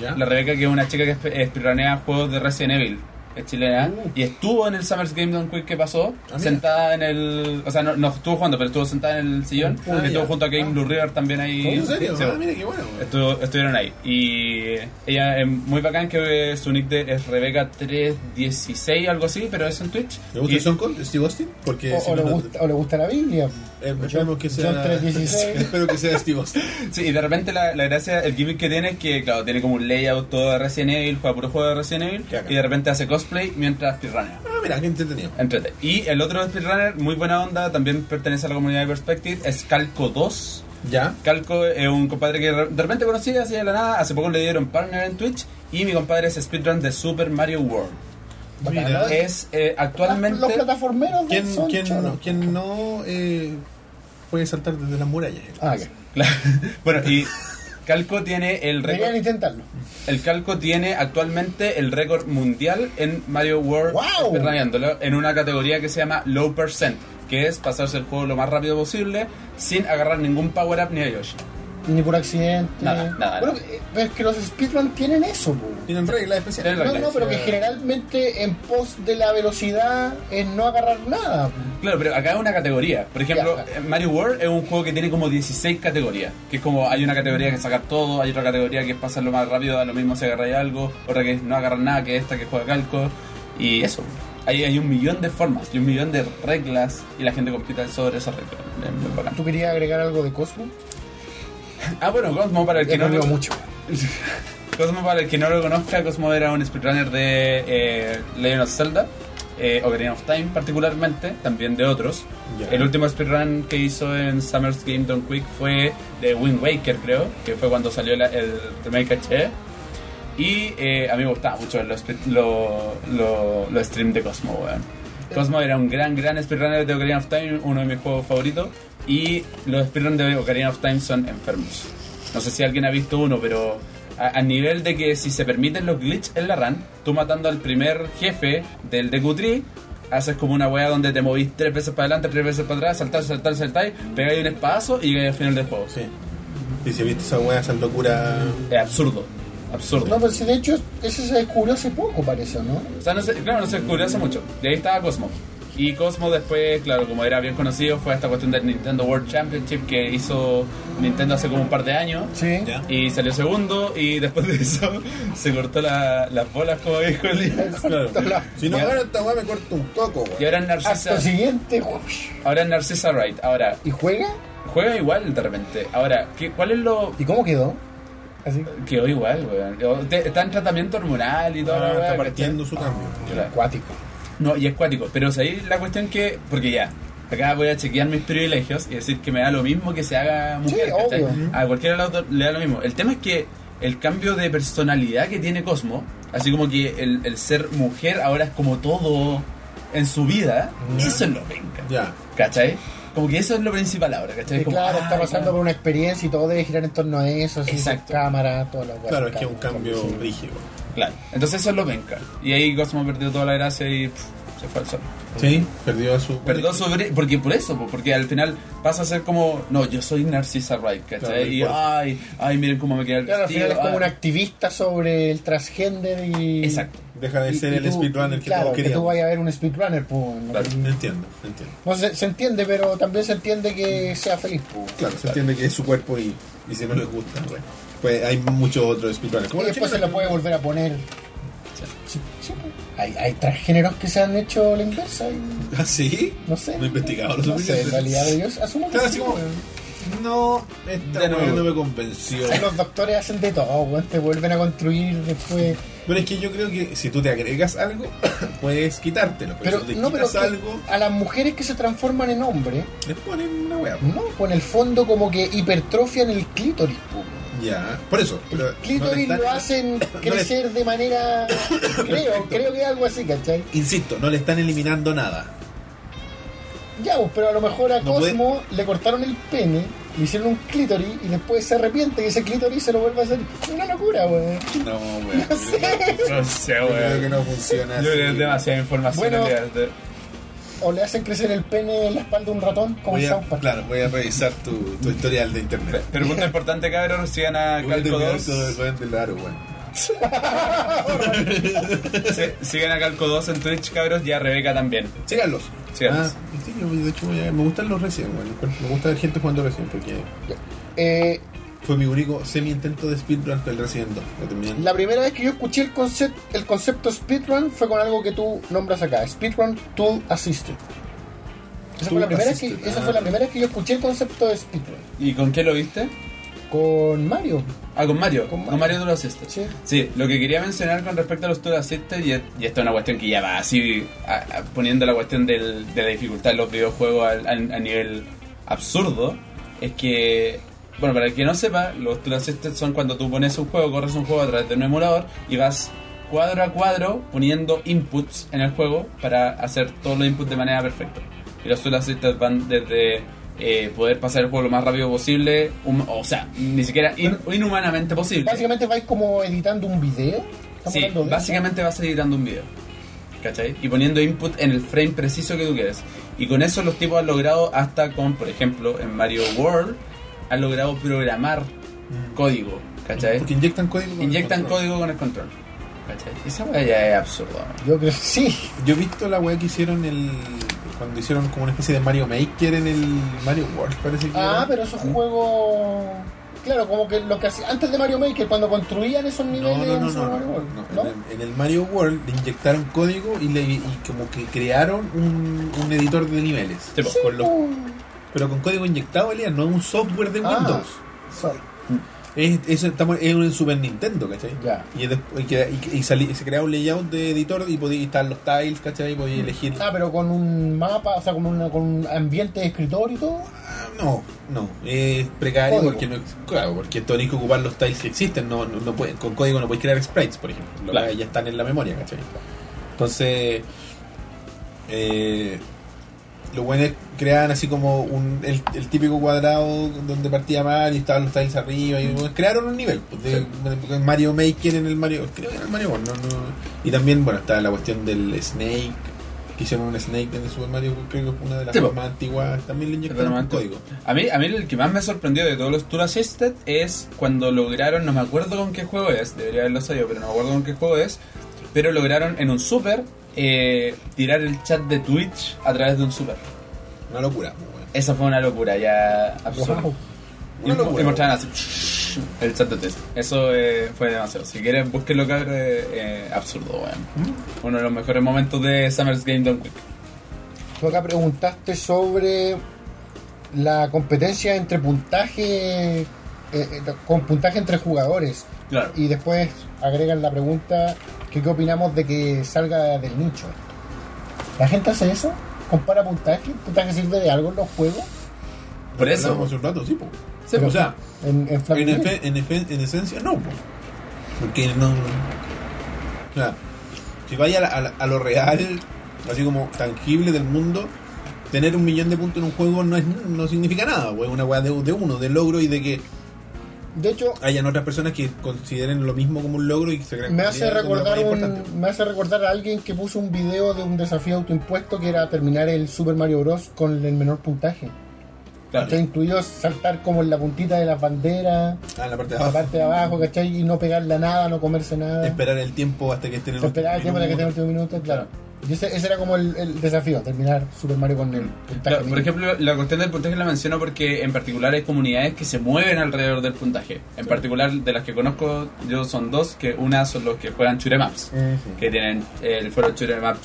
Speaker 1: ¿Ya?
Speaker 3: La Rebeca que es una chica que spe- eh, speedrunnea juegos de Resident Evil. Es chilena.
Speaker 1: Uh.
Speaker 3: Y estuvo en el Summer's Game Don't Quick que pasó.
Speaker 1: Ah, mira.
Speaker 3: sentada en el... O sea, no, no estuvo jugando, pero estuvo sentada en el sillón.
Speaker 1: Ah,
Speaker 3: que estuvo
Speaker 1: ya.
Speaker 3: junto a Game
Speaker 1: Ah.
Speaker 3: Blue River también ahí.
Speaker 1: ¿En serio?
Speaker 3: Sí,
Speaker 1: Ah,
Speaker 3: sí.
Speaker 1: mira qué bueno. weón.
Speaker 3: Estuvo- estuvieron ahí. Y ella es muy bacán que eh, su nick de, es Rebeca316, algo así, pero es en Twitch.
Speaker 1: ¿Le gusta
Speaker 3: Y-
Speaker 1: el Son con Steve Austin? Porque
Speaker 2: O,
Speaker 1: si
Speaker 2: o
Speaker 1: no,
Speaker 2: le
Speaker 1: no-
Speaker 2: gusta, o le gusta la Biblia.
Speaker 1: Eh, esperemos que
Speaker 2: John
Speaker 1: sea.
Speaker 2: 316.
Speaker 1: espero que sea Steve Austin.
Speaker 3: sí, y de repente la, la gracia, el gimmick que tiene es que, claro, tiene como un layout todo de Resident Evil, juega puro juego de Resident Evil,
Speaker 1: Qué bacán.
Speaker 3: y de repente hace cosplay mientras speedrunnea.
Speaker 1: Ah, mira, qué entretenido.
Speaker 3: Entrete. Y el otro speedrunner, muy buena onda, también pertenece a la comunidad de Perspective, es Calco2.
Speaker 1: Ya.
Speaker 3: Calco es un compadre que de repente conocí así de la nada. Hace poco le dieron partner en Twitch. Y mi compadre es speedrun de Super Mario World.
Speaker 2: Bacana.
Speaker 1: Mira.
Speaker 3: Es eh, actualmente.
Speaker 2: Los plataformeros de-
Speaker 1: ¿Quién,
Speaker 2: son
Speaker 1: quién,
Speaker 2: choros.
Speaker 1: quién no eh, puede saltar desde las murallas?
Speaker 2: Ah, ya.
Speaker 3: Claro. Bueno, y Calco tiene el récord.
Speaker 2: Deberían intentarlo.
Speaker 3: El Calco tiene actualmente el récord mundial en Mario World
Speaker 2: ¡Wow!
Speaker 3: Speedrunneándolo en una categoría que se llama Low Percent, que es pasarse el juego lo más rápido posible sin agarrar ningún power up ni a Yoshi.
Speaker 2: Ni por accidente.
Speaker 3: Nada, nada,
Speaker 2: Bueno,
Speaker 3: nada.
Speaker 2: eh, pero es que los speedrun tienen eso, po.
Speaker 1: Tienen reglas especiales.
Speaker 3: Tienen
Speaker 2: No, no, pero que generalmente en pos de la velocidad es no agarrar nada. po.
Speaker 3: Claro, pero acá es una categoría. Por ejemplo,
Speaker 2: Ya, claro.
Speaker 3: eh, Mario World es un juego que tiene como 16 categorías. Que es como, hay una categoría que es sacar todo, hay otra categoría que es pasar lo más rápido, da lo mismo si agarráis algo, otra que es no agarrar nada, que es esta que juega calco. Y eso. Hay, hay un millón de formas y un millón de reglas y la gente compite sobre esas reglas. Es muy bacán.
Speaker 2: ¿Tú querías agregar algo de Cosmo?
Speaker 3: Ah, bueno, Cosmo, para el que
Speaker 2: no
Speaker 3: no
Speaker 2: veo
Speaker 3: lo,
Speaker 2: mucho.
Speaker 3: Cosmo, para el que no lo conozca, Cosmo era un speedrunner de eh, Legend of Zelda, eh, Ocarina of Time particularmente, también de otros.
Speaker 1: Ya.
Speaker 3: El último speedrun que hizo en Summer's Game Don't Quick fue de Wind Waker, creo, que fue cuando salió la- el remake HD. Y eh, a mí me gustaba mucho los los lo, lo stream de Cosmo, weón. Cosmo era un gran, gran speedrunner de Ocarina of Time, uno de mis juegos favoritos. Y los speedruns de Ocarina of Time son enfermos. No sé si alguien ha visto uno, pero a, a nivel de que si se permiten los glitches en la run, tú matando al primer jefe del DQ3, haces como una wea donde te movís tres veces para adelante, tres veces para atrás, saltar, saltar, saltar, pegáis un espadazo y llegáis al final del juego.
Speaker 1: Sí. Y si viste esa weá, esa locura.
Speaker 3: Es absurdo, absurdo.
Speaker 2: No, pero si de hecho ese se descubrió hace poco, parece, ¿no?
Speaker 3: O sea, no se, claro, no se descubrió hace mucho. De ahí estaba Cosmo. Y Cosmo después, claro, como era bien conocido, fue a esta cuestión del Nintendo World Championship que hizo Nintendo hace como un par de años.
Speaker 2: Sí.
Speaker 1: Ya.
Speaker 3: Y salió segundo y después de eso se cortó la- las bolas, como dijo Elías.
Speaker 1: Claro.
Speaker 2: Hola.
Speaker 1: Si no
Speaker 3: Ya.
Speaker 1: gana esta weá, me corto un coco,
Speaker 3: Y
Speaker 1: weá.
Speaker 3: ahora es
Speaker 2: Hasta
Speaker 3: Narcisa,
Speaker 2: el siguiente. uff.
Speaker 3: ahora es Narcisa Wright. Ahora,
Speaker 2: ¿Y juega?
Speaker 3: juega igual de repente. Ahora, ¿qué, ¿cuál es lo...?
Speaker 2: ¿Y cómo quedó? Así.
Speaker 3: Quedó igual, weón. Te- Está en tratamiento hormonal y todo.
Speaker 1: Ah, está
Speaker 3: weón,
Speaker 1: partiendo su cambio.
Speaker 3: Claro.
Speaker 2: Acuático.
Speaker 3: No, y es cuático. Pero o sea, ahí la cuestión que. Porque ya. Acá voy a chequear mis privilegios y decir que me da lo mismo que se haga mujer.
Speaker 2: Sí,
Speaker 3: ¿cachai?
Speaker 2: obvio.
Speaker 3: A cualquiera lado le da lo mismo. El tema es que el cambio de personalidad que tiene Cosmo, así como que el, el ser mujer ahora es como todo en su vida, eso es lo que venga.
Speaker 1: Ya.
Speaker 3: ¿Cachai? Como que eso es lo principal ahora, ¿cachai?
Speaker 2: Sí,
Speaker 3: Como,
Speaker 2: claro,
Speaker 3: ah,
Speaker 2: está pasando
Speaker 3: ya.
Speaker 2: por una experiencia y todo debe girar en torno a eso, así,
Speaker 3: Exacto.
Speaker 2: cámara, toda la weá,
Speaker 1: Claro, es que es un
Speaker 2: cámara,
Speaker 1: cambio
Speaker 2: todo, sí. Mm.
Speaker 1: rígido.
Speaker 3: Claro. Entonces eso es lo venga. Y ahí Cosmo perdió toda la gracia y pff, se fue al sol.
Speaker 1: Sí, perdió su.
Speaker 3: Perdón sobre. Porque por eso, po, porque al final pasa a ser como. No, yo soy Narcisa Wright,
Speaker 1: Claro,
Speaker 3: ¿cachai? Y
Speaker 1: igual.
Speaker 3: ay, ay, miren cómo me queda el
Speaker 2: Claro, al
Speaker 3: vestido,
Speaker 2: final es como
Speaker 3: ay.
Speaker 2: un activista sobre el transgénero y.
Speaker 3: ah. Exacto.
Speaker 1: Deja de
Speaker 2: y-
Speaker 1: ser
Speaker 2: y
Speaker 1: el
Speaker 2: tú-
Speaker 1: speedrunner que
Speaker 2: claro,
Speaker 1: todos
Speaker 2: que tú
Speaker 1: queríamos.
Speaker 2: vayas a ver un speedrunner, pues. ¿no?
Speaker 3: Claro.
Speaker 1: No entiendo, no entiendo.
Speaker 2: No se, se entiende, pero también se entiende que sea feliz, pues.
Speaker 1: Claro, se entiende que es su cuerpo y, y si no les gusta, bueno. Pues hay muchos otros speedrunners.
Speaker 2: Y
Speaker 1: los
Speaker 2: después pues, se
Speaker 1: chilenos.
Speaker 2: lo puede volver a poner. Sí, sí, pues. hay, hay transgéneros que se han hecho la inversa y
Speaker 1: ¿Ah, sí?
Speaker 2: no sé.
Speaker 1: No he investigado lo
Speaker 2: No sé,
Speaker 1: suficiente.
Speaker 2: en realidad yo asumo que
Speaker 1: Claro, así
Speaker 2: sí, pues.
Speaker 1: como-
Speaker 2: weón.
Speaker 1: No, esta
Speaker 3: De
Speaker 1: weá
Speaker 3: nuevo.
Speaker 1: no me convenció.
Speaker 2: Los doctores hacen de todo, weón, te vuelven a construir después.
Speaker 1: Pero es que yo creo que si tú te agregas algo, puedes quitártelo. Pero,
Speaker 2: Pero
Speaker 1: si te
Speaker 2: no, pero
Speaker 1: quitas
Speaker 2: que
Speaker 1: algo,
Speaker 2: a las mujeres que se transforman en hombres,
Speaker 1: les ponen una weá.
Speaker 2: no, pues en el fondo como que hipertrofian el clítoris. po.
Speaker 1: Ya, por eso. Pero
Speaker 2: El clítoris
Speaker 1: no le
Speaker 2: lo
Speaker 1: están-
Speaker 2: hacen
Speaker 1: le-
Speaker 2: crecer de manera... creo, creo que es algo así, ¿cachai?
Speaker 1: Insisto, no le están eliminando nada.
Speaker 2: Ya, pues, pero a lo mejor a
Speaker 1: No puede-
Speaker 2: Cosmo le cortaron el pene, le hicieron un clítoris y después se arrepiente y ese clítoris se lo vuelve a hacer. Una locura, weón.
Speaker 1: No, weá.
Speaker 2: No sé.
Speaker 3: No sé,
Speaker 1: Yo creo que
Speaker 3: weón.
Speaker 1: no funciona
Speaker 3: Yo creo que es
Speaker 1: así.
Speaker 3: demasiada información.
Speaker 2: Bueno.
Speaker 3: Elías, de-
Speaker 2: O le hacen crecer el pene en la espalda de un ratón, como
Speaker 1: Voy
Speaker 2: en
Speaker 1: a,
Speaker 2: South Park.
Speaker 1: claro, voy a revisar tu, tu historial de internet.
Speaker 3: Pero punto importante, cabrón, sigan a
Speaker 1: Voy a
Speaker 3: Calco
Speaker 1: terminar
Speaker 3: 2.
Speaker 1: todo eso en el aro, weón.
Speaker 3: Sí, Sigan a Calco 2 en Twitch, cabros, y a Rebeca también.
Speaker 1: Síganlos.
Speaker 3: Síganlos.
Speaker 1: Ah, sí, yo, de hecho, voy a- me gustan los recién, weón. Me gusta ver gente jugando recién porque
Speaker 2: Eh,
Speaker 1: fue mi único semi-intento de speedrun con el Resident 2. Lo terminé.
Speaker 2: La primera vez que yo escuché el, concept, el concepto speedrun fue con algo que tú nombras acá, speedrun tool assisted. Esa, fue
Speaker 1: Tool
Speaker 2: la, primera vez que,
Speaker 1: assisted,
Speaker 2: esa
Speaker 1: ah.
Speaker 2: fue la primera vez que yo escuché el concepto de speedrun.
Speaker 3: ¿Y con qué lo viste?
Speaker 2: Con Mario.
Speaker 3: Ah, con Mario.
Speaker 2: Con Mario.
Speaker 3: Con Mario, tú lo hiciste.
Speaker 2: Sí.
Speaker 3: Sí, lo que quería mencionar con respecto a los tour assisted, y, y esta es una cuestión que ya va así a- a- poniendo la cuestión del- de la dificultad de los videojuegos al- al- a, nivel absurdo, es que, bueno, para el que no sepa, los tour assisted son cuando tú pones un juego, corres un juego a través de un emulador y vas cuadro a cuadro poniendo inputs en el juego para hacer todos los inputs de manera perfecta. Y los solo assistants van desde eh, poder pasar el juego lo más rápido posible, hum- o sea, ni siquiera in- inhumanamente posible.
Speaker 2: Básicamente vais como editando un video. ¿Estamos
Speaker 3: Sí,
Speaker 2: hablando de eso?
Speaker 3: básicamente vas editando un video. ¿Cachai? Y poniendo input en el frame preciso que tú quieres. Y con eso los tipos han logrado hasta con, por ejemplo, en Mario World, han logrado programar código. ¿Cachai?
Speaker 1: Porque inyectan código. con el
Speaker 3: Inyectan
Speaker 1: control.
Speaker 3: código con el control. ¿Cachai? Esa weá ya es absurda. weón.
Speaker 2: Yo creo sí.
Speaker 1: Yo he visto la weá que hicieron el. Cuando hicieron como una especie de Mario Maker en el Mario World, parece que.
Speaker 2: Ah,
Speaker 1: era.
Speaker 2: pero esos juegos. Claro, como que lo que hacía antes de Mario Maker, cuando construían esos niveles.
Speaker 1: No, no, no,
Speaker 2: en
Speaker 1: no,
Speaker 2: Super Mario
Speaker 1: no,
Speaker 2: World,
Speaker 1: no.
Speaker 2: ¿no?
Speaker 1: En, el, en el Mario World le inyectaron código y, le, y como que crearon un, un editor de niveles.
Speaker 3: Sí, po.
Speaker 1: Con los- pero con código inyectado, Elías, no es un software de
Speaker 2: pues. Ah.
Speaker 1: Windows.
Speaker 2: Sorry.
Speaker 1: Es, es, estamos, es un Super Nintendo, ¿cachai?
Speaker 2: Ya.
Speaker 1: Y, es después- y, queda- y- y salí- se creaba un layout de editor y podía estar los tiles, ¿cachai? Y podía elegir.
Speaker 2: Ah, pero con un mapa, o sea, con, una, con un ambiente de escritorio y todo.
Speaker 1: Ah, No, no, es precario
Speaker 2: Código.
Speaker 1: porque no, claro, porque tenés que ocupar los tiles que existen, no, no, no puede- con código no puedes crear sprites, por ejemplo, Los
Speaker 3: Claro.
Speaker 1: que ya están en la memoria, ¿cachai? Entonces, eh, los buenos creaban así como un, el, el típico cuadrado donde partía Mario y estaban los tiles arriba, y
Speaker 3: Mm.
Speaker 1: bueno, crearon un nivel, pues, de- de Mario Maker en el Mario, creo que era el Mario World, no, no. y también, bueno, está la cuestión del Snake. Que hicieron un Snake en el Super Mario, creo que es una de las
Speaker 3: Sí, po.
Speaker 1: más antiguas. También le
Speaker 3: Pero
Speaker 1: inyectaron
Speaker 3: no
Speaker 1: un
Speaker 3: antes.
Speaker 1: código.
Speaker 3: A mí, a mí el que más me sorprendió de todos los Tour Assisted es cuando lograron, no me acuerdo con qué juego es, debería haberlo sabido, pero no me acuerdo con qué juego es, pero lograron en un super eh, tirar el chat de Twitch a través de un super.
Speaker 1: Una locura, pues, weón.
Speaker 3: Esa fue una locura, ya absurda.
Speaker 2: Wow.
Speaker 3: Y,
Speaker 1: Una locura.
Speaker 3: y mostraban así el chat de Twitch. Eso eh, fue demasiado. Si quieren, búsquenlo, cabrón. eh, eh, absurdo, weón. Uno de los mejores momentos de Summer's Game Don't Quick.
Speaker 2: Tú acá preguntaste sobre la competencia entre puntaje, eh, eh, con puntaje entre jugadores.
Speaker 3: Claro.
Speaker 2: Y después agregan la pregunta que qué opinamos de que salga del nicho. ¿La gente hace eso? ¿Compara puntaje? ¿Puntaje sirve de algo en los juegos?
Speaker 3: Por
Speaker 1: Lo hablamos
Speaker 3: eso.
Speaker 1: hace un rato, sí, po.
Speaker 3: Sí, pues,
Speaker 1: o sea,
Speaker 2: En, en Flappy
Speaker 1: en,
Speaker 2: Bird.
Speaker 1: efe- en efe- en esencia no, po. Porque no. O sea, si vaya a, la- a la- a lo real, así como tangible del mundo, tener un millón de puntos en un juego no, es, no significa nada, po. Es una weá de, de uno, de logro y de que
Speaker 2: De hecho,
Speaker 1: hayan otras personas que consideren lo mismo como un logro y que se crean
Speaker 2: me
Speaker 1: que
Speaker 2: hace
Speaker 1: es lo más
Speaker 2: recordar un,
Speaker 1: importante.
Speaker 2: me hace recordar a alguien que puso un video de un desafío autoimpuesto que era terminar el Super Mario Bros. con el menor puntaje.
Speaker 3: claro.
Speaker 2: Está incluido saltar como en la puntita de las banderas,
Speaker 1: Ah, en la parte de
Speaker 2: la
Speaker 1: abajo.
Speaker 2: parte de abajo, ¿cachai? Y no pegarle a nada, no comerse nada.
Speaker 1: Esperar el tiempo hasta que estén en
Speaker 2: Se esperaba el tiempo para que tenga el
Speaker 1: minuto.
Speaker 2: último minuto, claro. Y ese, ese era como el, el desafío, terminar Super Mario con el puntaje.
Speaker 3: Claro, por ejemplo, la cuestión del puntaje la menciono porque en particular hay comunidades que se mueven alrededor del puntaje. En particular, de las que conozco, yo son dos, que una son los que juegan Chure Maps, que tienen el foro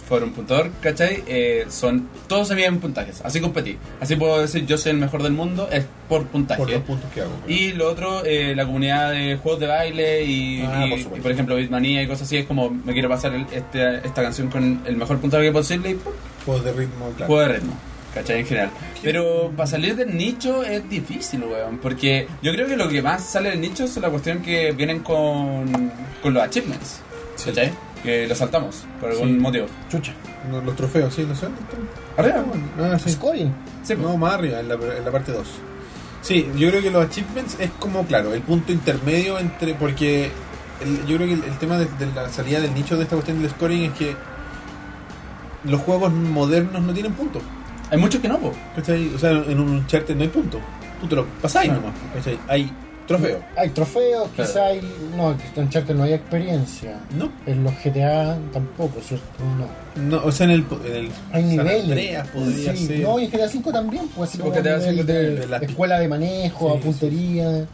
Speaker 3: churemaps.forum.org, ¿cachai? Eh, son, todos se miden en puntajes, así competí. Así puedo decir, yo soy el mejor del mundo, es por puntaje.
Speaker 1: Por los puntos que hago. po.
Speaker 3: Y lo otro, eh, la comunidad de juegos de baile y,
Speaker 1: Ah,
Speaker 3: y-
Speaker 1: por
Speaker 3: y,
Speaker 1: supuesto.
Speaker 3: por ejemplo, Bitmania y cosas así, es como me quiero pasar el- este- esta canción con el mejor puntaje posible y ¡pum!
Speaker 1: Juegos de ritmo, claro.
Speaker 3: juego de ritmo, ¿cachai? En general. Pero para salir del nicho es difícil, weón, porque yo creo que lo que más sale del nicho es la cuestión que vienen con, con los achievements,
Speaker 1: Sí.
Speaker 3: ¿cachai? Que lo saltamos por algún
Speaker 1: Sí.
Speaker 3: motivo.
Speaker 2: Chucha.
Speaker 1: No, los trofeos, sí, no sé. dónde están.
Speaker 3: Arriba,
Speaker 1: Ah, sí.
Speaker 2: Scoring.
Speaker 3: sí,
Speaker 1: No, más arriba, en la, en la parte 2. Sí, yo creo que los achievements es como, claro, el punto intermedio entre. Porque el- yo creo que el, el tema de, de la salida del nicho de esta cuestión del scoring es que los juegos modernos no tienen puntos.
Speaker 3: hay muchos que no, pues. po.
Speaker 1: ¿cachai? O sea, en un Uncharted no hay puntos. Tú te lo pasáis
Speaker 3: Ah.
Speaker 1: nomás. ¿cachai? Hay trofeos.
Speaker 2: Hay trofeos,
Speaker 3: Claro.
Speaker 2: quizá hay. No, en Charter no hay experiencia.
Speaker 1: No,
Speaker 2: En los GTA tampoco, ¿cierto? No.
Speaker 1: no, o sea, en el. En el
Speaker 2: Hay
Speaker 1: San
Speaker 2: niveles.
Speaker 1: Andreas podría
Speaker 2: Sí,
Speaker 1: ser.
Speaker 2: No, y en GTA V también, pues así
Speaker 3: Sí,
Speaker 2: como
Speaker 3: porque GTA
Speaker 2: nivel
Speaker 3: V
Speaker 2: de,
Speaker 1: tiene la-
Speaker 2: escuela de manejo,
Speaker 1: Sí,
Speaker 2: a puntería.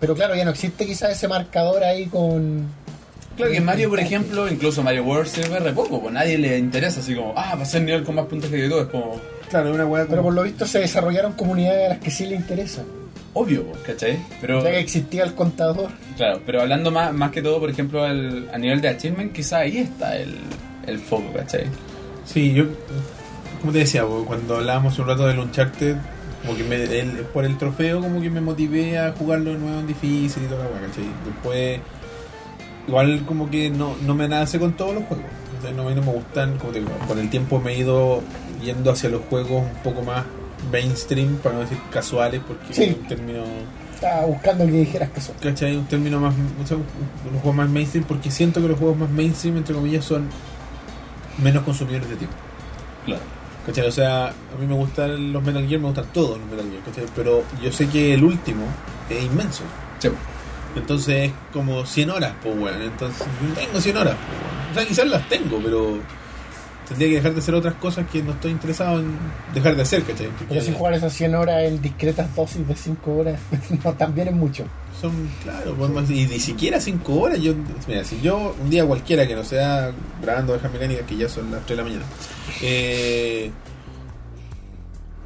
Speaker 2: Pero claro, ya no existe quizá ese marcador ahí con.
Speaker 3: Claro que en Mario, por ejemplo, incluso Mario World se ve re poco, pues nadie le interesa, así como, ah, pasé el nivel con más puntaje que todo, es como,
Speaker 1: Claro, una weá
Speaker 2: Pero
Speaker 1: como-
Speaker 2: por lo visto se desarrollaron comunidades a las que sí le interesan.
Speaker 3: obvio, po, ¿cachai? Pero,
Speaker 2: Ya que existía el contador.
Speaker 3: claro, pero hablando más, más que todo, por ejemplo, al- a nivel de achievement, quizá ahí está el, el foco, ¿cachai?
Speaker 1: Sí, yo, como te decía, bo, cuando hablábamos un rato del Uncharted, como que me- el- por el trofeo como que me motivé a jugarlo de nuevo en difícil y toda la weá, ¿cachai? Después igual como que no, no me nace con todos los juegos. Entonces, no, me- no me gustan, como te digo, con el tiempo me he ido yendo hacia los juegos un poco más mainstream, para no decir casuales, porque
Speaker 2: Sí.
Speaker 1: es un término,
Speaker 2: Estaba buscando que dijeras que son.
Speaker 1: ¿cachai? Un término más, o sea, un- los juegos más mainstream, porque siento que los juegos más mainstream, entre comillas, son menos consumidores de tiempo.
Speaker 3: Claro.
Speaker 1: ¿Cachai? O sea, a mí me gustan los Metal Gear, me gustan todos los Metal Gear, ¿cachai? Pero yo sé que el último es inmenso.
Speaker 3: Sí, pues. po.
Speaker 1: Entonces es como 100 horas, pues weón. Entonces, no tengo 100 horas. po, weón. O sea, quizás las tengo, pero tendría que dejar de hacer otras cosas que no estoy interesado en dejar de hacer, ¿cachai? Porque
Speaker 2: Pero si jugar esas 100 horas en discretas dosis de 5 horas, no, también es mucho.
Speaker 1: Son, claro, pues, más- y ni siquiera 5 horas. Yo, mira, si yo un día cualquiera que no sea grabando ovejas mecánicas, que ya son las 3 de la mañana, eh,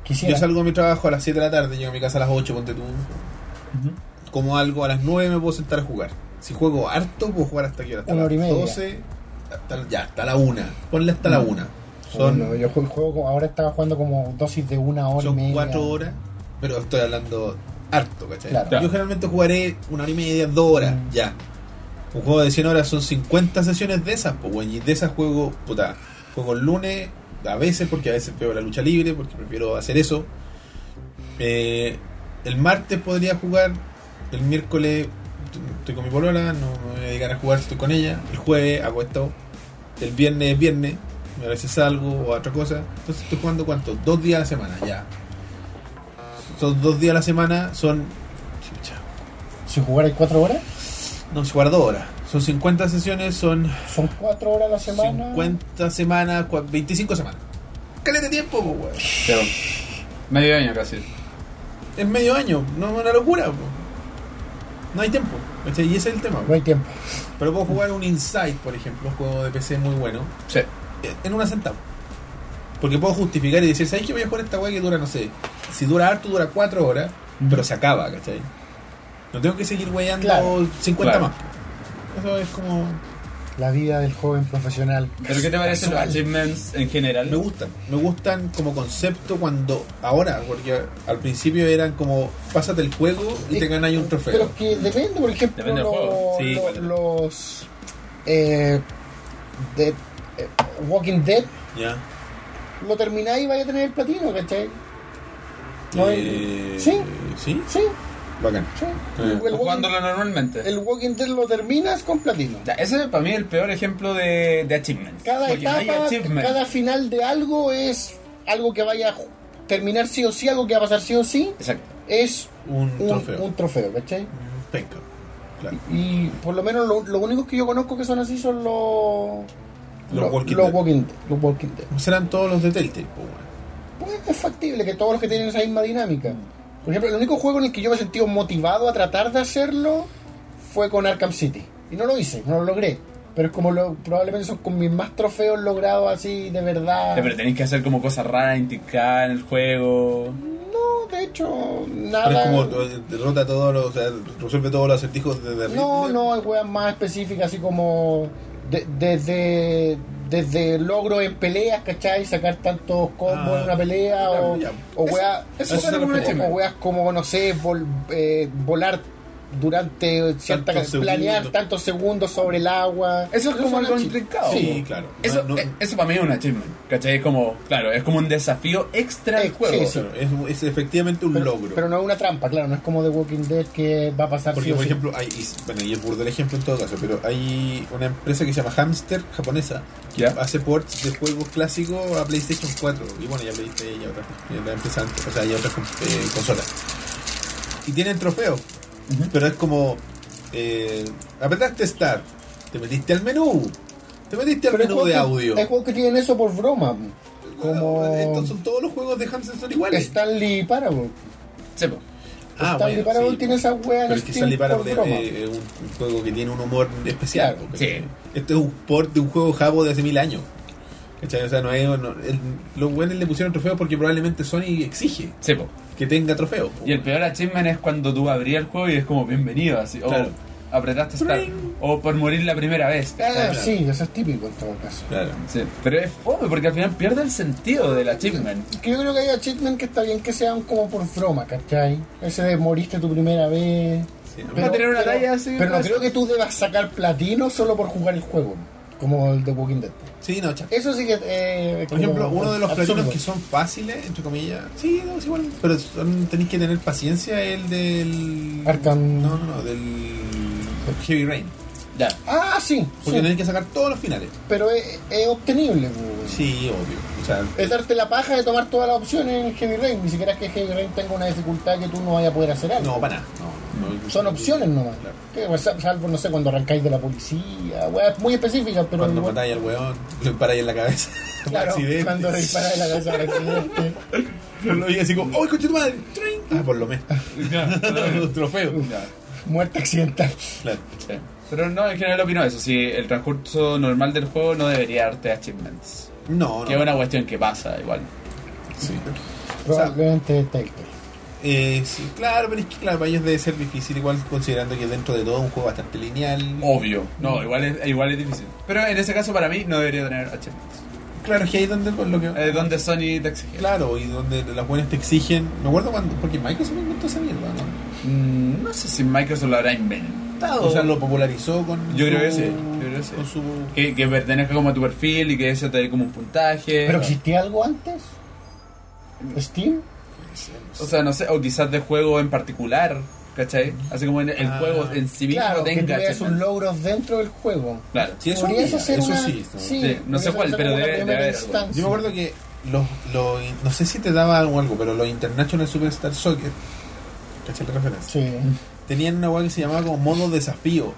Speaker 2: Quisiera.
Speaker 1: yo salgo de mi trabajo a las 7 de la tarde, llego a mi casa a las 8, ponte tú, como algo a las 9 me puedo sentar a jugar. Si juego harto, puedo jugar hasta que hora. Hasta
Speaker 2: Una
Speaker 1: las
Speaker 2: hora y media.
Speaker 1: 12, hasta, ya, hasta la 1. Ponle hasta la 1. Son,
Speaker 2: Bueno, yo juego, juego- ahora estaba jugando como dosis de una hora y
Speaker 1: son
Speaker 2: media.
Speaker 1: 4 horas, pero estoy hablando harto, ¿cachai?
Speaker 2: Claro.
Speaker 1: Yo generalmente jugaré una hora y media, 2 horas,
Speaker 2: Mm.
Speaker 1: ya. Un juego de 100 horas son 50 sesiones de esas, pues, bueno, y de esas juego, puta, juego el lunes, a veces, porque a veces veo la lucha libre, porque prefiero hacer eso. Eh, el martes podría jugar, el miércoles estoy con mi polola, no me voy a dedicar a jugar, estoy con ella. El jueves hago esto, el viernes es viernes, a veces salgo o a otra cosa. Entonces estoy jugando cuánto? Dos días a la semana, ya. Son dos días a la semana, son. chucha,
Speaker 2: Si jugar hay 4 horas,
Speaker 1: No, se jugar dos horas. Son 50 sesiones, son
Speaker 2: son 4 horas a la semana.
Speaker 1: 50 semanas, cua- 25 semanas. Caleta de tiempo, po, weón.
Speaker 3: Sí, po. Medio año casi.
Speaker 1: Es medio año, no es una locura, po. No hay tiempo, ¿cachai? y ese es el tema. po.
Speaker 2: No hay tiempo.
Speaker 1: Pero puedo jugar un Inside, por ejemplo, un juego de PC muy bueno, eh,
Speaker 3: Sí.
Speaker 1: en una sentada. Porque puedo justificar y decir, ¿sabes que voy a jugar esta weá que dura, no sé? Si dura harto, dura 4 horas, pero se acaba, ¿cachai? No tengo que seguir weyando
Speaker 2: Claro.
Speaker 1: 50
Speaker 3: Claro.
Speaker 1: más. Eso es como.
Speaker 2: La vida del joven profesional.
Speaker 3: ¿Pero qué te parecen los achievements en general?
Speaker 1: Me gustan, me gustan como concepto cuando. Ahora, porque al principio eran como, pásate el juego y te ganas ahí un
Speaker 2: Pero
Speaker 1: trofeo.
Speaker 2: es que depende, por ejemplo,
Speaker 3: Depende del
Speaker 2: lo-
Speaker 3: juego. Sí,
Speaker 2: lo-
Speaker 3: vale.
Speaker 2: los. eh, de- eh, Walking Dead,
Speaker 1: Ya.
Speaker 2: lo termináis y vais a tener el platino, ¿cachai? No
Speaker 1: Eh,
Speaker 2: hay- ¿Sí?
Speaker 1: ¿Sí?
Speaker 2: Sí,
Speaker 1: Bacán.
Speaker 2: sí.
Speaker 1: Eh.
Speaker 2: El, walking,
Speaker 3: Jugándolo normalmente.
Speaker 2: el Walking Dead lo terminas con platino.
Speaker 3: Ya, Ese para mí es el peor ejemplo de, de achievements.
Speaker 2: Cada
Speaker 3: Porque no hay
Speaker 2: etapa,
Speaker 3: achievement.
Speaker 2: cada final de algo es algo que vaya a ju- terminar sí o sí, algo que va a pasar sí o sí,
Speaker 3: Exacto.
Speaker 2: es
Speaker 1: Un,
Speaker 2: un
Speaker 1: trofeo.
Speaker 2: un trofeo ¿cachai?
Speaker 1: Penca. Claro.
Speaker 2: Y por lo menos lo- los únicos que yo conozco que son así son los.
Speaker 1: Los Walking Dead.
Speaker 2: Walking Dead, los Walking Dead.
Speaker 1: Serán todos los de Telltale, po, weón.
Speaker 2: Pues es factible que todos los que tienen esa misma dinámica. Por ejemplo, el único juego en el que yo me he sentido motivado a tratar de hacerlo fue con Arkham City. Y no lo hice, no lo logré. Pero es como lo, probablemente son con mis más trofeos logrados así de verdad.
Speaker 3: Ya, pero tenéis que hacer como cosas raras, indicar en el juego.
Speaker 2: No, de hecho,
Speaker 1: Pero es
Speaker 2: nada.
Speaker 1: como eh, derrota todos los, o sea, resuelve todos los acertijos de de-
Speaker 2: No,
Speaker 1: de-
Speaker 2: no, hay weas más específicas, así como de- desde desde logro en peleas, ¿cachai? Sacar tantos combos
Speaker 1: Ah.
Speaker 2: en una pelea o,
Speaker 1: Ya,
Speaker 2: o
Speaker 1: eso-
Speaker 2: weas,
Speaker 1: eso
Speaker 2: o-
Speaker 1: suena como un
Speaker 2: o-
Speaker 1: achievement.
Speaker 2: o weas como, no sé, vol- eh, volar durante cierta
Speaker 1: Tantos
Speaker 2: planear
Speaker 1: segundos.
Speaker 2: tantos segundos sobre el agua.
Speaker 3: Eso es como
Speaker 2: suena
Speaker 3: algo
Speaker 2: chi-
Speaker 3: intrincado.
Speaker 1: Sí, Oh, claro.
Speaker 3: Eso,
Speaker 1: No, no-
Speaker 3: eh, eso para mí es un achievement. ¿Cachai? Es como, claro, es como un desafío extra
Speaker 2: Eh,
Speaker 3: del juego.
Speaker 2: sí, sí.
Speaker 1: Claro, es, es efectivamente un
Speaker 2: Pero,
Speaker 1: logro.
Speaker 2: pero no es una trampa, claro, no es como The Walking Dead que va a pasar
Speaker 1: Porque,
Speaker 2: sí o
Speaker 1: por
Speaker 2: sí.
Speaker 1: ejemplo, hay, y- bueno, y es burdo el ejemplo en todo caso, pero hay una empresa que se llama Hamster japonesa que
Speaker 3: Ya.
Speaker 1: hace ports de juegos clásicos a PlayStation 4 y bueno, ya PlayStation y otras, ya empresa antes, o sea, ya otras eh, consolas. Y tienen trofeos,
Speaker 3: Ujú.
Speaker 1: pero es como eh, apretaste Start, te metiste al menú, te metiste al
Speaker 2: Pero hay
Speaker 1: menú
Speaker 2: juegos
Speaker 1: de
Speaker 2: que-
Speaker 1: audio.
Speaker 2: Hay juegos que tienen eso por broma. Como
Speaker 1: Estos son todos los juegos de Hamster son iguales. Ah,
Speaker 2: Stanley Parable.
Speaker 3: Sí, po.
Speaker 2: Stanley Parable
Speaker 1: sí, pues.
Speaker 2: tiene esa wea en
Speaker 1: Pero es que
Speaker 2: Steam
Speaker 1: Stanley Parable
Speaker 2: por
Speaker 1: es,
Speaker 2: broma.
Speaker 1: eh, un, un juego que tiene un humor especial.
Speaker 2: Claro,
Speaker 1: porque
Speaker 3: sí.
Speaker 1: Este es un port de un juego jabo de hace mil años. ¿Cachai? O sea, no es, no- el- los buenos le pusieron trofeos porque probablemente Sony exige
Speaker 3: Sí, po.
Speaker 1: que tenga trofeos. po.
Speaker 3: Y el peor achievement es cuando tú abrías el juego y es como bienvenido, así. O
Speaker 1: Claro.
Speaker 3: apretaste start. O por morir la primera vez.
Speaker 2: Ah,
Speaker 1: Claro.
Speaker 2: sí, eso es típico en todo caso.
Speaker 1: Claro.
Speaker 3: Sí, pero es fome porque al final pierde el sentido del achievement.
Speaker 2: Que yo creo que hay achievements que está bien que sean como por broma, ¿cachai? Ese de moriste tu primera vez.
Speaker 3: Va a tener una
Speaker 2: pero-
Speaker 3: talla así.
Speaker 2: Pero no
Speaker 3: pues.
Speaker 2: creo que tú debas sacar platino solo por jugar el juego, como el de Walking Dead.
Speaker 1: Sí, no, chac.
Speaker 2: Eso sí que. eh, es
Speaker 1: Por ejemplo,
Speaker 2: como
Speaker 1: uno de los
Speaker 2: absurdo.
Speaker 1: platinos que son fáciles, entre comillas. Sí, no, es igual. Pero son- tenéis que tener paciencia el del.
Speaker 2: Arkham.
Speaker 1: No, no, no, del. Heavy Rain.
Speaker 3: Ya.
Speaker 2: Ah, sí.
Speaker 1: Porque
Speaker 2: sí,
Speaker 1: tenéis que sacar todos los finales.
Speaker 2: Pero es, es obtenible. pues.
Speaker 1: Sí, obvio. O sea,
Speaker 2: Es darte la paja de tomar todas las opciones en Heavy Rain. Ni siquiera es que Heavy Rain tenga una dificultad que tú no vayas a poder hacer algo.
Speaker 1: no, para nada. No, no, no.
Speaker 2: Son opciones nomás.
Speaker 1: Claro.
Speaker 2: Que, pues, salvo, no sé, cuando arrancáis de la policía. weas muy específicas, pero.
Speaker 1: Cuando
Speaker 2: igual-
Speaker 1: matáis al weón, le paráis en la cabeza. Por
Speaker 2: Claro,
Speaker 1: accidente.
Speaker 2: cuando disparas de la cabeza por accidente.
Speaker 1: Lo oí así como, ¡ay, coche tu madre! ¡Tring! Ah, por lo menos. Un trofeo.
Speaker 3: Ya.
Speaker 2: Muerte accidental.
Speaker 1: Claro.
Speaker 3: Sí. Pero no, en general opino eso. Si el transcurso normal del juego no debería darte achievements.
Speaker 1: No, no.
Speaker 3: Que es una cuestión que pasa igual.
Speaker 1: Sí.
Speaker 2: Probablemente Telltale.
Speaker 1: Eh, sí, claro, pero es que claro, para ellos debe ser difícil, igual considerando que dentro de todo es un juego bastante lineal.
Speaker 3: Obvio.
Speaker 1: Mm.
Speaker 3: No, igual es, igual es difícil. Pero en ese caso para mí no debería tener achievements.
Speaker 1: Claro, es que ahí es donde pues, lo que.
Speaker 3: Eh, donde Sony te exige.
Speaker 1: Claro, y donde las buenas te exigen. Me acuerdo cuando. Porque Microsoft inventó esa mierda, ¿no?
Speaker 3: Mm, No sé si Microsoft lo habrá inventado.
Speaker 1: O sea, lo popularizó con.
Speaker 3: Oh. Yo creo que
Speaker 1: su-
Speaker 3: sí, yo creo que sí.
Speaker 1: Con su.
Speaker 3: que, que pertenezca como a tu perfil y que eso te dé como un
Speaker 1: Eh,
Speaker 3: puntaje.
Speaker 2: ¿Pero existía algo antes? ¿Steam?
Speaker 3: O sea, no sé, o quizás de juego en particular, ¿cachai? Así como en el
Speaker 1: Ah.
Speaker 3: juego en sí mismo
Speaker 2: Claro, que
Speaker 3: tenga.
Speaker 2: tuvieras
Speaker 3: achievements.
Speaker 2: sus logros dentro del juego.
Speaker 3: Claro.
Speaker 1: Sí, eso,
Speaker 2: Podrías
Speaker 1: había,
Speaker 2: hacer
Speaker 1: eso
Speaker 2: una-
Speaker 1: sí. ¿no?
Speaker 2: sí,
Speaker 3: Sí, no sé
Speaker 2: podrías
Speaker 3: cuál,
Speaker 2: hacer
Speaker 3: pero
Speaker 2: como una
Speaker 3: debe- debe
Speaker 2: primera
Speaker 3: haber algo.
Speaker 2: instancia.
Speaker 1: Yo me acuerdo que los, los- no sé si te daba algo, algo, pero los International Superstar Soccer, ¿cachai la referencia?
Speaker 2: Sí.
Speaker 1: Tenían una weá que se llamaba como modo desafío,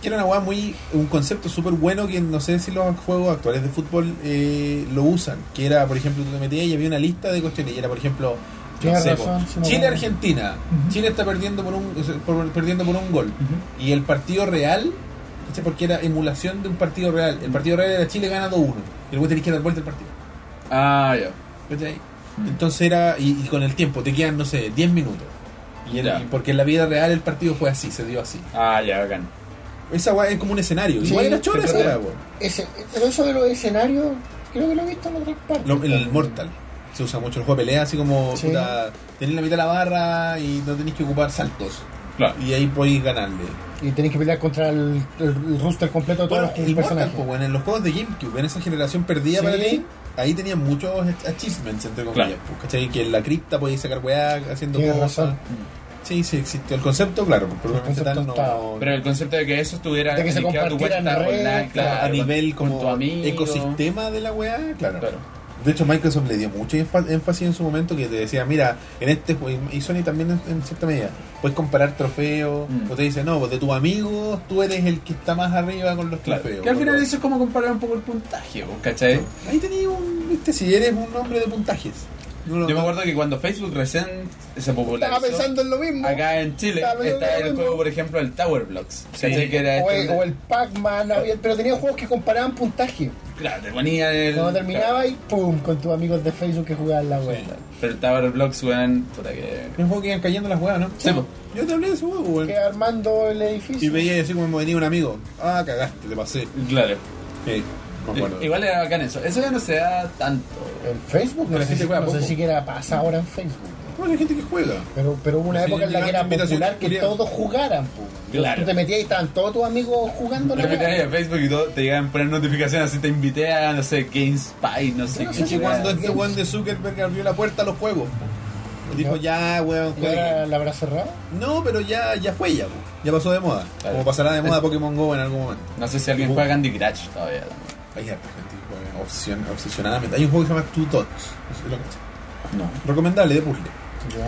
Speaker 1: que era una weá muy, un concepto súper bueno que no sé si los juegos actuales de fútbol eh, lo usan, que era, por ejemplo, tú te metías y había una lista de cuestiones, y era, por ejemplo, no
Speaker 2: Tienes
Speaker 1: sé, po,
Speaker 2: razón, sí me acuerdo.
Speaker 1: Chile-Argentina,
Speaker 2: Ujú.
Speaker 1: Chile está perdiendo por un, por- perdiendo por un gol, y el partido real, ¿cachai? porque era emulación de un partido real, el partido real era Chile gana 2-1, y luego tenés que dar vuelta el partido.
Speaker 3: Ah, ya.
Speaker 1: ¿Cachai? Entonces era, y, y con el tiempo, te quedan, no sé, 10 minutos. Y era-
Speaker 3: Ya.
Speaker 1: porque en la vida real el partido fue así, se dio así.
Speaker 3: Ah, ya, bacán.
Speaker 1: Esa weá es como un escenario.
Speaker 2: Sí,
Speaker 1: Igual era chora
Speaker 2: te
Speaker 1: esa
Speaker 2: acordás.
Speaker 1: weá, weón.
Speaker 2: Ese- pero eso de los escenarios, creo que lo he visto en otras partes.
Speaker 1: Lo- El Mortal. Se usa mucho el juego de pelea, así como,
Speaker 2: Sí.
Speaker 1: puta, tenés la mitad de la barra y no tenés que ocupar saltos.
Speaker 3: Claro.
Speaker 1: Y ahí podéis ganarle.
Speaker 2: Y tenés que pelear contra el, el, el roster completo de todos
Speaker 1: Bueno,
Speaker 2: los
Speaker 1: el Mortal,
Speaker 2: personajes.
Speaker 1: pues, weón, en los juegos de GameCube, en esa generación perdida
Speaker 2: Sí.
Speaker 1: para ti, ahí tenían muchos achievements, entre comillas.
Speaker 3: Claro.
Speaker 1: pues, ¿cachai? Que en la cripta podías sacar weá haciendo
Speaker 2: Tienes
Speaker 1: cosas.
Speaker 2: razón.
Speaker 1: Sí, sí, existió el concepto, claro, pero
Speaker 2: El concepto
Speaker 1: tal no,
Speaker 2: está-
Speaker 3: Pero el concepto de que eso estuviera
Speaker 2: De que se
Speaker 3: linkeado a tu
Speaker 2: compartiera
Speaker 3: cuenta
Speaker 2: en red,
Speaker 3: online,
Speaker 2: claro,
Speaker 1: a nivel
Speaker 3: con,
Speaker 1: como
Speaker 3: con tu amigo.
Speaker 1: ecosistema de la weá, claro.
Speaker 3: Claro.
Speaker 1: De hecho, Microsoft le dio mucho enfa- énfasis en su momento que te decía, mira, en este juego, y Sony también en, en cierta medida, puedes comparar trofeos,
Speaker 3: Mm.
Speaker 1: o te dice, no, pues de tus amigos tú eres el que está más arriba con los
Speaker 3: Claro.
Speaker 1: trofeos.
Speaker 3: Que al
Speaker 1: con
Speaker 3: final
Speaker 1: los-
Speaker 3: eso es como comparar un poco el puntaje, ¿vos? ¿cachai?
Speaker 1: Ahí tenías un, viste, si eres un hombre de puntajes. No lo-
Speaker 3: Yo me acuerdo que cuando Facebook recién se popularizó
Speaker 2: Estaba pensando en lo mismo.
Speaker 3: acá en Chile,
Speaker 2: Estaba pensando lo
Speaker 3: está el
Speaker 2: mismo.
Speaker 3: juego, por ejemplo, el Tower Blocks.
Speaker 1: Sí.
Speaker 3: ¿Cachai? Que era
Speaker 2: o, el,
Speaker 3: esto-
Speaker 2: o el Pac-Man, había- pero tenía juegos que comparaban puntaje.
Speaker 3: Claro, te ponía el.
Speaker 2: Cuando terminaba y pum, con tus amigos de Facebook que jugaban la web.
Speaker 3: Claro. Pero el Tower Blocks, weón, puta que.
Speaker 1: Es un juego que iban cayendo las weas, ¿no?
Speaker 3: Sí, po.
Speaker 1: Yo te hablé de ese juego, weón.
Speaker 2: Que armando el edificio.
Speaker 1: Y veía así como venía un amigo. Ah, cagaste, te pasé.
Speaker 3: Claro.
Speaker 1: Sí, me acuerdo.
Speaker 3: Igual era bacán eso. Eso ya no se da tanto.
Speaker 2: En Facebook,
Speaker 1: Pero
Speaker 2: no
Speaker 1: la
Speaker 2: sé,
Speaker 1: gente
Speaker 2: si,
Speaker 1: juega
Speaker 2: no sé
Speaker 1: poco.
Speaker 2: siquiera pasa ahora en Facebook.
Speaker 1: ¿Cómo la gente que juega?
Speaker 2: Pero, pero hubo una
Speaker 1: Sí,
Speaker 2: época en la que era
Speaker 1: llegaban
Speaker 2: popular que
Speaker 1: invitaciones.
Speaker 2: todos jugaran. po.
Speaker 3: Claro.
Speaker 2: Tú te metías y estaban todos tus amigos jugando la
Speaker 3: Te metías
Speaker 2: web.
Speaker 3: a Facebook y todo, te llegaban poner notificaciones así, te invité a, no sé, GameSpy,
Speaker 2: Yo no
Speaker 3: no sé qué.
Speaker 2: sé
Speaker 1: Es que
Speaker 2: Sí,
Speaker 1: cuando
Speaker 2: weón.
Speaker 1: este weón de Zuckerberg abrió la puerta a los juegos, po. dijo
Speaker 2: No.
Speaker 1: ya, weón,
Speaker 2: ¿Y
Speaker 1: jueguen".
Speaker 2: ahora la habrá cerrado?
Speaker 1: No, pero ya, ya fue ya, po. ya pasó de moda.
Speaker 3: Claro.
Speaker 1: Como pasará de moda Pokémon Go en algún momento.
Speaker 3: No sé si alguien juega Candy Crush todavía.
Speaker 1: Hay harta gente que juega obsesión- obsesionadamente. Hay un juego que se llama Two Dots. No sé si lo conoces.
Speaker 3: No.
Speaker 1: Recomendable de puzzle.
Speaker 2: Ya.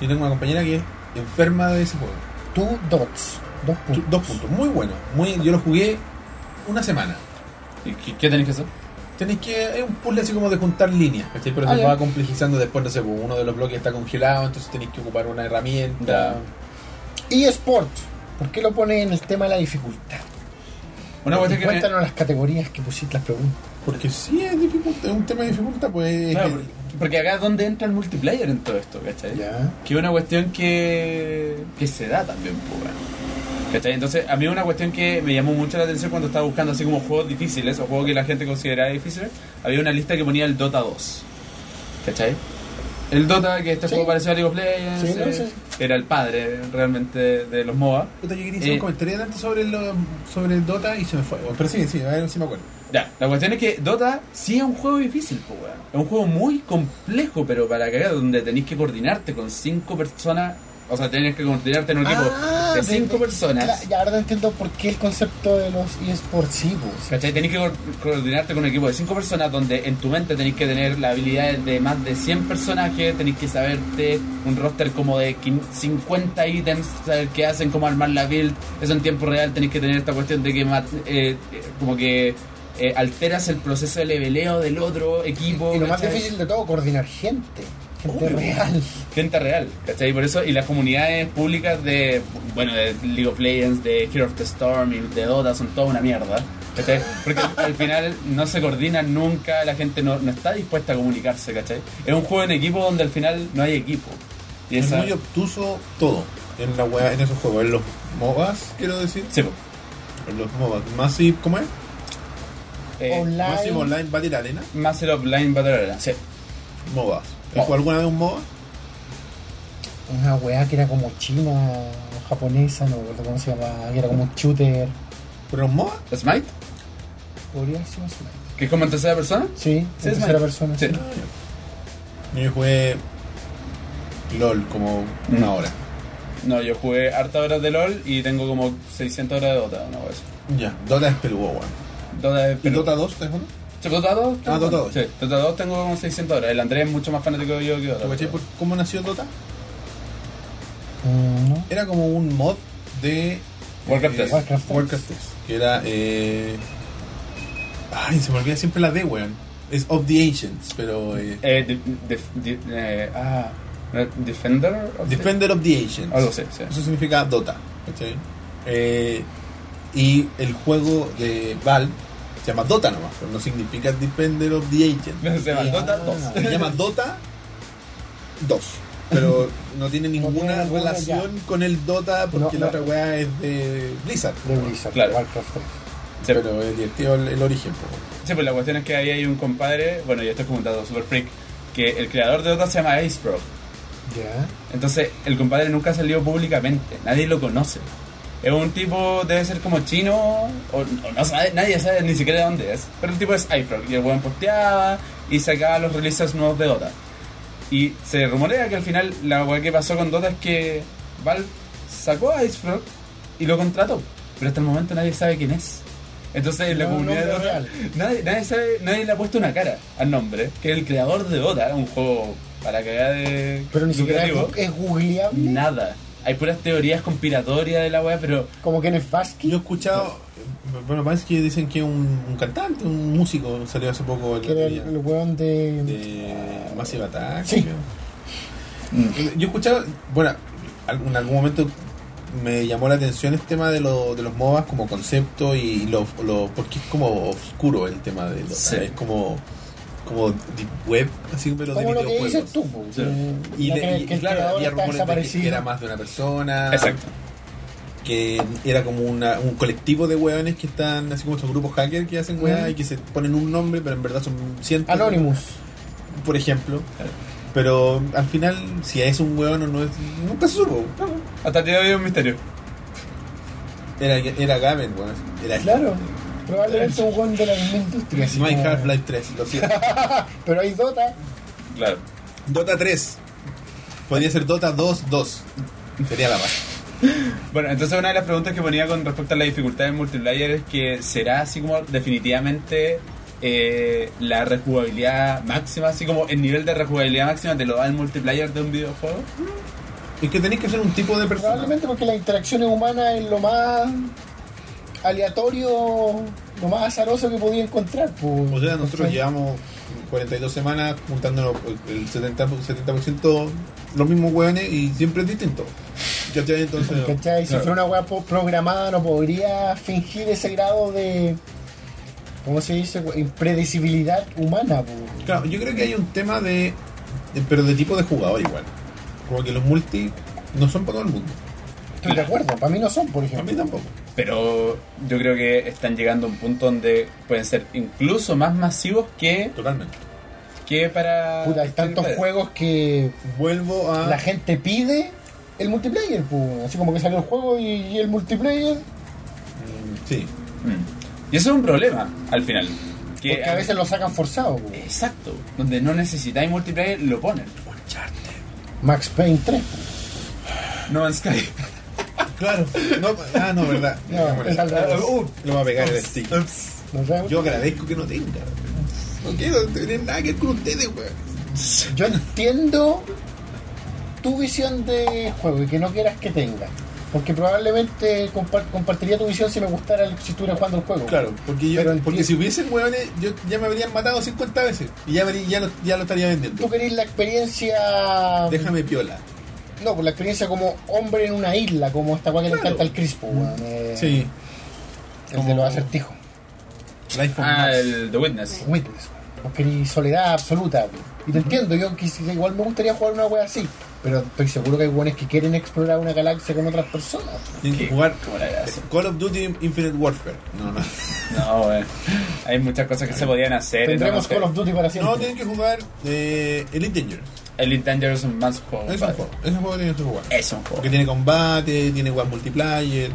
Speaker 1: Yo tengo una compañera que es enferma de ese juego.
Speaker 2: Two dots. Dos
Speaker 1: Two-
Speaker 2: puntos.
Speaker 1: Dos puntos, muy bueno. Muy, yo lo jugué una semana.
Speaker 3: ¿Y qué, qué tenés que hacer?
Speaker 1: Tenéis que. Es un puzzle así como de juntar líneas, ¿cachai? Pero
Speaker 3: Ah,
Speaker 1: se
Speaker 3: ya.
Speaker 1: va complejizando después, no sé, pues, uno de los bloques está congelado, entonces tenéis que ocupar una herramienta.
Speaker 2: Y Sport. ¿Por qué lo pones en el tema de la dificultad?
Speaker 3: Una cuestión que me-
Speaker 2: Cuéntanos las categorías que pusiste las preguntas.
Speaker 1: Porque sí es dificultad, es un tema de dificultad, pues.
Speaker 3: Claro,
Speaker 1: es-
Speaker 3: porque- porque acá es donde entra el multiplayer en todo esto, ¿cachai?
Speaker 2: Ya.
Speaker 3: Que es una cuestión que, que se da también, pues, bueno. ¿Cachai? Entonces, a mí una cuestión que me llamó mucho la atención cuando estaba buscando así como juegos difíciles o juegos que la gente consideraba difíciles, había una lista que ponía el Dota 2. ¿Cachai? El Dota, que este
Speaker 2: Sí.
Speaker 3: juego pareció a League of Legends,
Speaker 2: Sí, no,
Speaker 3: eh,
Speaker 2: sí.
Speaker 3: era el padre realmente de los MOBA.
Speaker 1: Puta, yo quería hacer
Speaker 3: Eh.
Speaker 1: un comentario antes sobre, lo- sobre el Dota y se me fue. weón. Pero sí, sí, a ver si me acuerdo.
Speaker 3: Ya, la cuestión es que Dota sí es un juego difícil, po, weón. Es un juego muy complejo, pero para cagar, donde tenéis que coordinarte con cinco personas. O sea, tenés que coordinarte en un equipo de
Speaker 2: Ah, de-
Speaker 3: cinco
Speaker 2: de-
Speaker 3: personas.
Speaker 2: cla- Ya ahora entiendo por qué el concepto de los eSports, sí, pues.
Speaker 3: ¿Cachai? Tenés que co- coordinarte con un equipo de 5 personas donde en tu mente tenés que tener la habilidad de más de 100 personajes, tenés que saberte un roster como de quin- 50 ítems, saber qué hacen, cómo armar la build, eso en tiempo real tenés que tener esta cuestión de que ma- eh, eh, como que eh, alteras el proceso de leveleo del otro equipo.
Speaker 2: Y lo más
Speaker 3: ¿cachai?
Speaker 2: difícil de todo, coordinar gente. Gente
Speaker 3: Obvio.
Speaker 2: real.
Speaker 3: gente real, ¿cachai? Por eso, y las comunidades públicas de, bueno, de League of Legends, de Hero of the Storm y de Dota son toda una mierda, ¿cachai? Porque al final no se coordinan nunca, la gente no, no está dispuesta a comunicarse, ¿cachai? Es un juego en equipo donde al final no hay equipo. Y
Speaker 1: Es
Speaker 3: esa...
Speaker 1: muy obtuso todo en la wea- en esos juegos. En los MOBAs, quiero decir.
Speaker 3: Sí, po.
Speaker 1: En los MOBAs. Massive, ¿cómo es?
Speaker 3: Eh,
Speaker 1: Massive
Speaker 2: Online.
Speaker 1: Online Battle Arena.
Speaker 3: Master of Line Battle Arena, sí.
Speaker 1: MOBAs. ¿Has
Speaker 3: Oh.
Speaker 1: jugado alguna vez un MOBA?
Speaker 2: Una weá que era como china, japonesa, no me acuerdo cómo se llamaba, que era como un shooter.
Speaker 1: ¿Pero un MOBA?
Speaker 3: ¿Smite?
Speaker 2: ¿Podría ser un Smite?
Speaker 3: ¿Que es como en tercera persona?
Speaker 2: Sí, en
Speaker 3: Sí,
Speaker 2: tercera
Speaker 3: Smite.
Speaker 2: persona.
Speaker 3: Sí.
Speaker 1: Yo jugué LOL como una hora.
Speaker 3: No, yo jugué harta horas de LOL y tengo como 600 horas de Dota, una cosa.
Speaker 1: Ya. Dota es peludo, weón.
Speaker 3: Dota es
Speaker 1: ¿Y
Speaker 3: peludo.
Speaker 1: Dota 2 te jugado?
Speaker 3: Sí, Dota 2.
Speaker 1: Ah, Dota 2.
Speaker 3: Sí, Dota 2 tengo como 600 horas. El Andrés es mucho más fanático que yo que
Speaker 1: ¿Te
Speaker 3: Dota.
Speaker 1: caché por cómo nació Dota?
Speaker 2: Mm, ¿no?
Speaker 1: Era como un mod de
Speaker 3: Warcraft
Speaker 1: eh,
Speaker 3: 3.
Speaker 2: Warcraft tres.
Speaker 1: Warcraft 3. Que era. Eh... Ay, se me olvida siempre la D, weón. Es Of the Ancients, pero. Eh...
Speaker 3: Eh, de- de- de- eh, ah, Defender. of the-
Speaker 1: Defender of the Ancients.
Speaker 3: Algo así, sí.
Speaker 1: Eso significa Dota. ¿cachai? Eh, y el juego de Valve se llama Dota nomás, pero no significa Defender of the Ancients.
Speaker 3: Se llama Dota 2.
Speaker 1: Se llama Dota 2. Pero no tiene ninguna
Speaker 2: ninguna,
Speaker 1: relación con el Dota porque
Speaker 2: No,
Speaker 1: la otra
Speaker 2: no.
Speaker 1: weá es de Blizzard.
Speaker 2: De Blizzard,
Speaker 3: Claro.
Speaker 2: Warcraft 3.
Speaker 3: Sí,
Speaker 1: Pero es divertido el, el origen. po.
Speaker 3: sí, pues la cuestión es que ahí hay un compadre, bueno, yo estoy comentando super freak, que el creador de Dota se llama Acebro.
Speaker 2: Ya.
Speaker 3: Entonces, el compadre nunca ha salido públicamente, nadie lo conoce. Es un tipo, debe ser como chino, o, o no sabe, nadie sabe ni siquiera de dónde es. Pero el tipo es iFrog, y el weón posteaba y sacaba los releases nuevos de Dota. Y se rumorea que al final la weá que pasó con Dota es que Valve sacó a Icefrog y lo contrató. Pero hasta el momento nadie sabe quién es. Entonces en la
Speaker 2: No,
Speaker 3: comunidad de
Speaker 2: nombre
Speaker 3: Dota
Speaker 2: real.
Speaker 3: nadie, nadie, sabe, nadie le ha puesto una cara al nombre, que es el creador de Dota, un juego para cagar de...
Speaker 2: Pero ni siquiera es,
Speaker 3: lucrativo.
Speaker 2: gu- es googleable.
Speaker 3: Nada. Hay puras teorías conspiratorias de la weá, pero
Speaker 2: Como que en el Fasky.
Speaker 1: Yo he escuchado, bueno, parece que dicen que un, un cantante, un músico, salió hace poco el,
Speaker 2: Que era el,
Speaker 1: día.
Speaker 2: el weón de.
Speaker 1: de Massive Attack.
Speaker 2: Sí.
Speaker 3: Mm.
Speaker 1: creo. Yo escuchaba, bueno, al- en algún momento me llamó la atención el tema de, lo- de los MOBAs como concepto y lo, lo- porque es como oscuro el tema de los
Speaker 3: Sí.
Speaker 1: es como como deep web, así pero de
Speaker 2: Como lo que
Speaker 1: videojuegos.
Speaker 2: dices tú, pues, po.
Speaker 3: Sí.
Speaker 1: Y,
Speaker 2: Y,
Speaker 1: de- y-
Speaker 2: que, que
Speaker 1: y
Speaker 2: el
Speaker 1: claro,
Speaker 2: creador
Speaker 1: había
Speaker 2: está
Speaker 1: rumores de que
Speaker 2: desaparecido.
Speaker 1: era más de una persona.
Speaker 3: Ah. Exacto.
Speaker 1: Que era como una- un colectivo de hueones que están, así como estos grupos hackers que hacen hueá
Speaker 2: Ujú.
Speaker 1: y que se ponen un nombre, pero en verdad son cientos. de-
Speaker 2: Anonymous.
Speaker 1: por ejemplo.
Speaker 3: Claro.
Speaker 1: Pero al final, si es un hueón o no es. Nunca se supo.
Speaker 3: hasta el día de hoy es un misterio.
Speaker 1: Era, era Gaben, weón. Era
Speaker 2: Claro. Probablemente un weón de la misma industria. así
Speaker 1: No hay
Speaker 2: como-
Speaker 1: Half-Life 3, lo siento.
Speaker 2: Pero hay Dota.
Speaker 3: Claro.
Speaker 1: Dota 3. Podría ser Dota 2 2. Sería la paz.
Speaker 3: Bueno, entonces una de las preguntas que ponía con respecto a la dificultad en multiplayer es que será así como definitivamente eh, la rejugabilidad máxima, así como el nivel de rejugabilidad máxima te lo da el multiplayer de un videojuego.
Speaker 1: Es que tenéis que ser un tipo de persona.
Speaker 2: Probablemente porque las interacciones humanas es lo más aleatorio, lo más azaroso que podía encontrar. po.
Speaker 1: O sea, nosotros
Speaker 2: ¿Cachai?
Speaker 1: llevamos 42 semanas juntándonos el 70%, 70% los mismos hueones y siempre es distinto. ¿Cachai? Entonces.
Speaker 2: ¿Cachai? Si
Speaker 3: Claro.
Speaker 2: fuera una weá po- programada no podría fingir ese grado de. ¿Cómo se dice? we- Impredecibilidad humana. pues. po.
Speaker 1: Claro, yo creo que hay un tema de, de- Pero de tipo de jugador igual. Como que los multi no son para todo el mundo.
Speaker 2: Estoy de acuerdo, para mí no son, por
Speaker 1: A mí
Speaker 2: ejemplo.
Speaker 1: tampoco.
Speaker 3: Pero yo creo que están llegando a un punto donde pueden ser incluso más masivos que
Speaker 1: Totalmente.
Speaker 3: que para. este
Speaker 2: Puta, hay tantos
Speaker 3: para-
Speaker 2: juegos que
Speaker 1: Vuelvo a.
Speaker 2: la gente pide el multiplayer, pues. Así como que salió el juego y, y el multiplayer.
Speaker 1: Sí.
Speaker 3: Mm. Y eso es un problema al final. Que
Speaker 2: Porque a veces lo sacan forzado, po.
Speaker 3: Exacto. Donde no necesitáis multiplayer, lo ponen. Uncharted.
Speaker 2: Max Payne 3. po.
Speaker 3: No Man's Sky.
Speaker 1: Claro. No, ah, no, verdad.
Speaker 2: No, es al revés.
Speaker 1: Uh, lo va a pegar el stick.
Speaker 2: ¿No sabes?
Speaker 1: Yo agradezco que no tenga. No quiero tener nada que ver con ustedes, weón.
Speaker 2: Yo entiendo tu visión de juego y que no quieras que tenga. Porque probablemente compar- compartiría tu visión si me gustara, el- si estuviera jugando el juego.
Speaker 1: Claro, porque yo,
Speaker 2: Pero
Speaker 1: porque
Speaker 2: empie-
Speaker 1: si hubiesen hueones, yo ya me habrían matado 50 veces y ya, me- ya, lo, ya lo estaría
Speaker 2: Tú
Speaker 1: vendiendo.
Speaker 2: querés la experiencia.
Speaker 1: Déjame piola.
Speaker 2: No, pues la experiencia como hombre en una isla, como esta cual que le
Speaker 1: Claro.
Speaker 2: encanta al Crispo, weón. eh,
Speaker 1: Sí,
Speaker 2: El de
Speaker 1: Como-
Speaker 2: los acertijos.
Speaker 1: el iPhone
Speaker 3: Ah,
Speaker 1: Max.
Speaker 3: el The Witness.
Speaker 2: Witness. Vos querís soledad absoluta. weón. Y te entiendo, yo quisiera, igual me gustaría jugar una wea así. Pero estoy seguro que hay weones que quieren explorar una galaxia con otras personas.
Speaker 1: Tienen que
Speaker 3: ¿Qué?
Speaker 1: jugar
Speaker 3: ¿Cómo la gracia?
Speaker 1: Call of Duty Infinite Warfare. No, no.
Speaker 3: No, eh. Hay muchas cosas que se podían hacer.
Speaker 2: Tendremos
Speaker 3: entonces,
Speaker 2: Call of Duty para siempre.
Speaker 1: No, tienen que jugar eh, Elite Dangerous.
Speaker 3: Elite Dangerous en más juego.
Speaker 1: Es un
Speaker 3: padre.
Speaker 1: juego, es un juego que tienen que jugar.
Speaker 3: Es un juego.
Speaker 1: Porque tiene combate, tiene web multiplayer,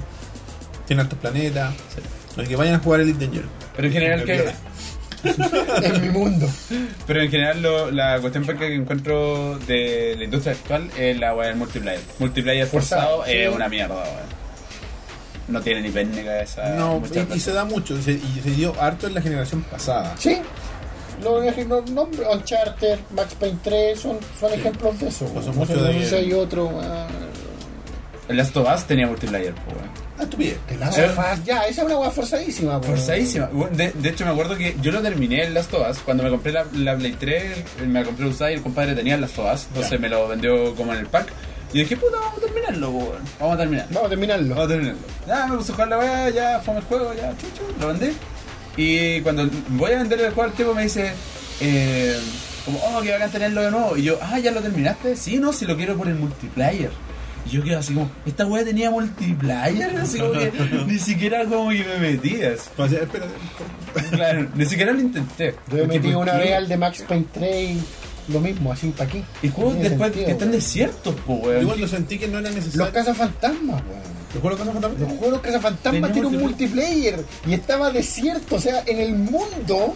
Speaker 1: tiene altos planetas. Los que vayan a jugar Elite Dangerous.
Speaker 3: Pero en general, que,
Speaker 1: Viola.
Speaker 2: en mi mundo.
Speaker 3: pero en general lo- la cuestión que encuentro de la industria actual es la weá del multiplayer. Multiplayer forzado,
Speaker 2: Forzado,
Speaker 3: es
Speaker 2: sí.
Speaker 3: una mierda, weá. No tiene ni pene ni cabeza.
Speaker 1: No,
Speaker 3: muchas
Speaker 1: y, y
Speaker 3: veces.
Speaker 1: se da mucho, y se, y se dio harto en la generación pasada.
Speaker 2: Sí. Los ejemplos, nombres, Uncharted, Max Payne 3, son, son ejemplos de eso.
Speaker 1: Pues
Speaker 2: weón.
Speaker 1: son muchos
Speaker 2: no sé,
Speaker 1: de-
Speaker 2: no sé si hay otro. ah,
Speaker 3: El Last of Us tenía multiplayer, po, weón.
Speaker 1: Ah, estupidez.
Speaker 2: The Last
Speaker 3: Eh.
Speaker 2: of Us, Ya, esa es una wea forzadísima. weón.
Speaker 3: Forzadísima. Bueno, De, de hecho, me acuerdo que yo lo terminé en Las Todas. Cuando me compré la, la Play 3, eh, me la compré usada y el compadre tenía Las Todas. Entonces me lo vendió como en el pack. Y dije, puta, vamos a terminarlo, po, weón. Vamos a terminarlo.
Speaker 2: Vamos a terminarlo.
Speaker 3: Vamos a terminarlo. Ya, me puse a jugar la weá, ya fue el juego, ya, chucho, lo vendí. Y cuando voy a vender el juego, el tipo me dice, eh, como, oh, que bacán tenerlo de nuevo. Y yo, ah, ¿ya lo terminaste? Sí, no, si lo quiero por el multiplayer. Y yo quedo así como, ¿esta weá tenía multiplayer? Así como que ni siquiera como que me metías.
Speaker 1: O sea, espérate.
Speaker 3: Claro, ni siquiera lo intenté.
Speaker 2: Yo me
Speaker 3: Porque,
Speaker 2: metí
Speaker 3: ¿por
Speaker 2: una
Speaker 3: qué?
Speaker 2: vez al de Max Payne 3 y lo mismo, así para aquí.
Speaker 3: Y juegos
Speaker 2: No tiene
Speaker 3: después
Speaker 2: sentido,
Speaker 3: que están
Speaker 2: weón.
Speaker 3: desiertos, po,
Speaker 1: Yo
Speaker 3: weón.
Speaker 1: cuando sentí que no era
Speaker 2: Los
Speaker 1: necesario.
Speaker 2: cazafantasmas, weón.
Speaker 1: ¿Te acuerdas cuando contamos?
Speaker 2: Los juegos cazafantasmas
Speaker 3: Tenía
Speaker 2: tienen un multiplayer y estaba desierto, o sea, en el mundo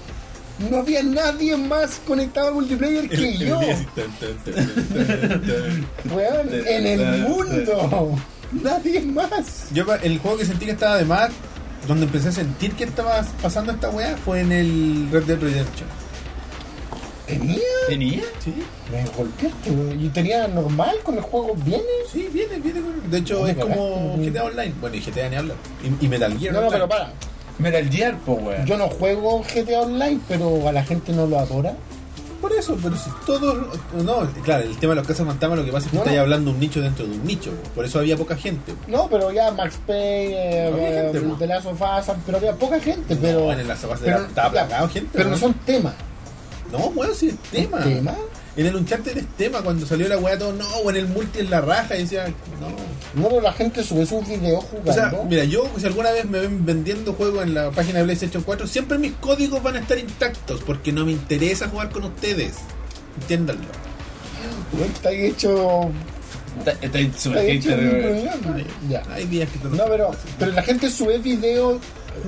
Speaker 2: no había nadie más conectado al multiplayer que
Speaker 1: El- el
Speaker 2: yo.
Speaker 1: día así, tan, tan, tan, tan, tan.
Speaker 2: Weón, en el mundo. Nadie más.
Speaker 1: Yo pa- el juego que sentí que estaba de mar, donde empecé a sentir que estaba pasando esta weá, fue en el Red Dead Redemption.
Speaker 2: ¿Tenía?
Speaker 3: ¿Tenía?
Speaker 1: Sí,
Speaker 2: Me golpeaste, weón. ¿Y tenía normal con el juego? ¿Viene?
Speaker 1: sí, viene, viene. con- De hecho,
Speaker 2: Me
Speaker 1: es como
Speaker 2: cagaste.
Speaker 1: GTA Online. Bueno, y GTA ni hablar. Y, y Metal Gear.
Speaker 2: Mm. No, no,
Speaker 1: Online.
Speaker 2: pero para.
Speaker 3: Metal Gear, po, weón.
Speaker 2: Yo no juego GTA Online, pero a la gente no lo adora.
Speaker 1: Por eso, pero si todos. No, claro, el tema de los casas fantasma, lo que pasa es que
Speaker 2: No,
Speaker 1: estáis
Speaker 2: no.
Speaker 1: hablando un nicho dentro de un nicho. Por eso había poca gente.
Speaker 2: No, pero ya Max Payne,
Speaker 1: Había
Speaker 2: eh,
Speaker 1: gente,
Speaker 2: eh,
Speaker 1: po.
Speaker 2: The Last of Us, pero había poca gente, pero.
Speaker 1: en la zapas
Speaker 2: pero-
Speaker 1: estaba
Speaker 2: ya,
Speaker 1: plagado gente.
Speaker 2: Pero no
Speaker 1: weón.
Speaker 2: son temas.
Speaker 1: No, weón, sí, es tema.
Speaker 2: ¿Tema?
Speaker 1: En el Uncharted es tema. Cuando salió la weá, todo no, o en el multi es la raja. Y decía, no.
Speaker 2: No, pero la gente sube sus videos jugando.
Speaker 1: O sea, mira, yo si alguna vez me ven vendiendo juegos en la página de PlayStation 4, siempre mis códigos van a estar intactos porque no me interesa jugar con ustedes. Entiéndanlo.
Speaker 2: Weón, Está ahí hecho.
Speaker 3: Está, está ahí
Speaker 2: Está
Speaker 3: super
Speaker 2: ahí hecho
Speaker 3: hater,
Speaker 2: un
Speaker 3: weón.
Speaker 2: programa. Ya.
Speaker 1: Hay días que
Speaker 2: No, pero, pero la gente sube videos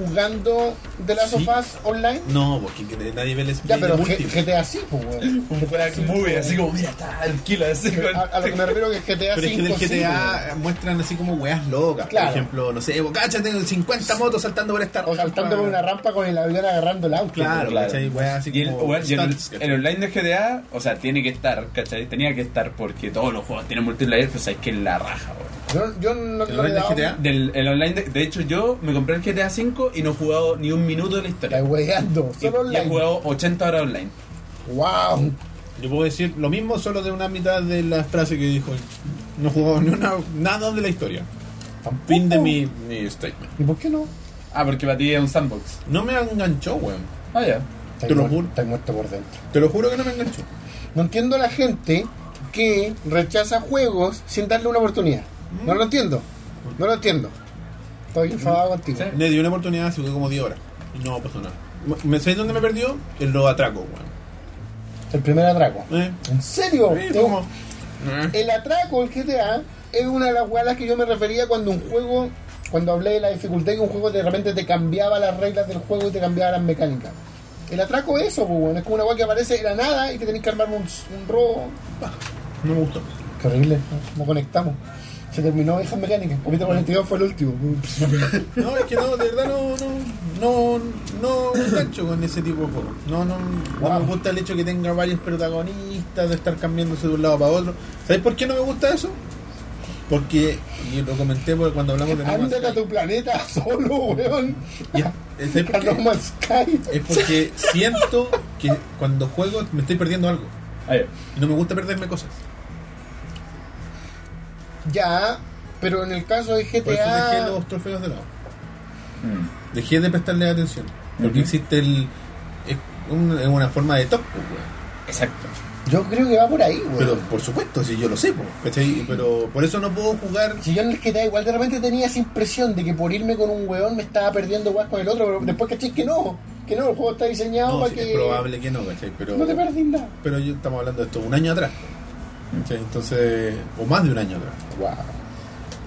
Speaker 2: jugando The Last
Speaker 1: Sí.
Speaker 2: of Us online.
Speaker 1: No, porque nadie ve el
Speaker 2: Ya,
Speaker 1: Play
Speaker 2: pero G-
Speaker 1: múltiple.
Speaker 2: GTA sí, pues, weón.
Speaker 3: Como fuera movie, así como, mira, está al kilo, así
Speaker 2: A,
Speaker 3: con...
Speaker 2: a lo que me refiero que GTA
Speaker 1: Pero es que en
Speaker 2: V
Speaker 1: el
Speaker 2: sí,
Speaker 1: GTA muestran así como weas locas.
Speaker 2: Claro.
Speaker 1: Por ejemplo, no sé, cacha, tengo 50 motos saltando por esta
Speaker 2: weón. O saltando
Speaker 1: rampa.
Speaker 2: por una rampa con el avión agarrando el auto.
Speaker 1: Claro,
Speaker 3: Claro.
Speaker 1: ¿cachai? Weas así
Speaker 3: Y el,
Speaker 1: como
Speaker 3: weón, y el-
Speaker 1: stunts, ¿cachai?
Speaker 3: el online de GTA, o sea, tiene que estar, ¿cachai? Tenía que estar porque todos los juegos tienen multiplayer, pues es que es la raja, weón.
Speaker 2: Yo, yo no
Speaker 1: ¿El
Speaker 2: no le
Speaker 1: online
Speaker 2: he
Speaker 1: de
Speaker 2: dado-
Speaker 1: GTA?
Speaker 3: Del, el online, de, de hecho, yo me compré el GTA V y no he jugado ni un minuto de la
Speaker 2: Está
Speaker 3: historia.
Speaker 2: hueveando. Solo
Speaker 3: Y, y he
Speaker 2: online.
Speaker 3: jugado 80 horas online.
Speaker 2: Wow.
Speaker 1: Yo puedo decir lo mismo solo de una mitad de la frase que dijo. No jugó ni una, nada de la historia. Fin
Speaker 2: Uh-huh.
Speaker 1: de mi, mi statement.
Speaker 2: ¿Y por qué no?
Speaker 3: Ah, porque para ti es un sandbox.
Speaker 1: No me enganchó, weón.
Speaker 3: Ah, ya.
Speaker 2: Está
Speaker 1: Te lo
Speaker 2: muer-
Speaker 1: juro.
Speaker 2: está muerto por dentro.
Speaker 1: Te lo juro que no me enganchó.
Speaker 2: No entiendo a la gente que rechaza juegos sin darle una oportunidad. No lo entiendo. No lo entiendo. Estoy enfadado contigo.
Speaker 3: Sí.
Speaker 1: Le di una oportunidad, se jugué como 10 horas. Y no pasó nada. ¿Me sabéis dónde me perdió? En los atracos, weón.
Speaker 2: El primer atraco.
Speaker 1: Eh.
Speaker 2: ¿En serio?
Speaker 1: Eh,
Speaker 2: Es-
Speaker 1: ¿cómo?
Speaker 2: El atraco, el GTA, es una de las weas a las que yo me refería cuando un juego, cuando hablé de la dificultad que un juego de repente te cambiaba las reglas del juego y te cambiaba las mecánicas. El atraco es eso, pues, weón. es como una wea que aparece de la nada y que tenés que armar un, un robo.
Speaker 1: No me gustó.
Speaker 2: Qué horrible, ¿no? no conectamos. Se terminó esas mecánicas. Capítulo 42 fue el último.
Speaker 1: No, es que no, de verdad no, no, no, no me engancho con ese tipo de juegos. No, no, no
Speaker 2: Wow.
Speaker 1: me gusta el hecho que tenga varios protagonistas, de estar cambiándose de un lado para otro. ¿Sabes por qué no me gusta eso? Porque, y lo comenté porque cuando hablamos de No Man's
Speaker 2: Ándate a tu planeta solo, weón.
Speaker 1: Sky. Ya, ¿sabes por
Speaker 2: A No
Speaker 1: qué?
Speaker 2: Man's Sky.
Speaker 1: Es porque siento que cuando juego me estoy perdiendo algo.
Speaker 3: Ahí.
Speaker 1: Y no me gusta perderme cosas.
Speaker 2: Ya, pero en el caso de
Speaker 1: Por eso dejé
Speaker 2: GTA.
Speaker 1: los trofeos de lado.
Speaker 3: Mm.
Speaker 1: Dejé de prestarle atención. Porque
Speaker 3: Ujú.
Speaker 1: existe el. Es un- es una forma de top, pues, weón.
Speaker 3: Exacto.
Speaker 2: Yo creo que va por ahí, weón.
Speaker 1: Pero por supuesto, si yo lo sé, po, ¿cachai? Pero por eso no puedo jugar.
Speaker 2: Si yo en el GTA igual de repente tenía esa impresión de que por irme con un weón me estaba perdiendo weas con el otro, pero después caché que no, que no, el juego está diseñado
Speaker 1: No,
Speaker 2: para
Speaker 1: sí,
Speaker 2: que
Speaker 1: es probable que no, ¿cachai? Pero,
Speaker 2: no te perdí nada.
Speaker 1: pero yo estamos hablando de esto un año atrás, ¿cachai? Entonces, o más de un año atrás.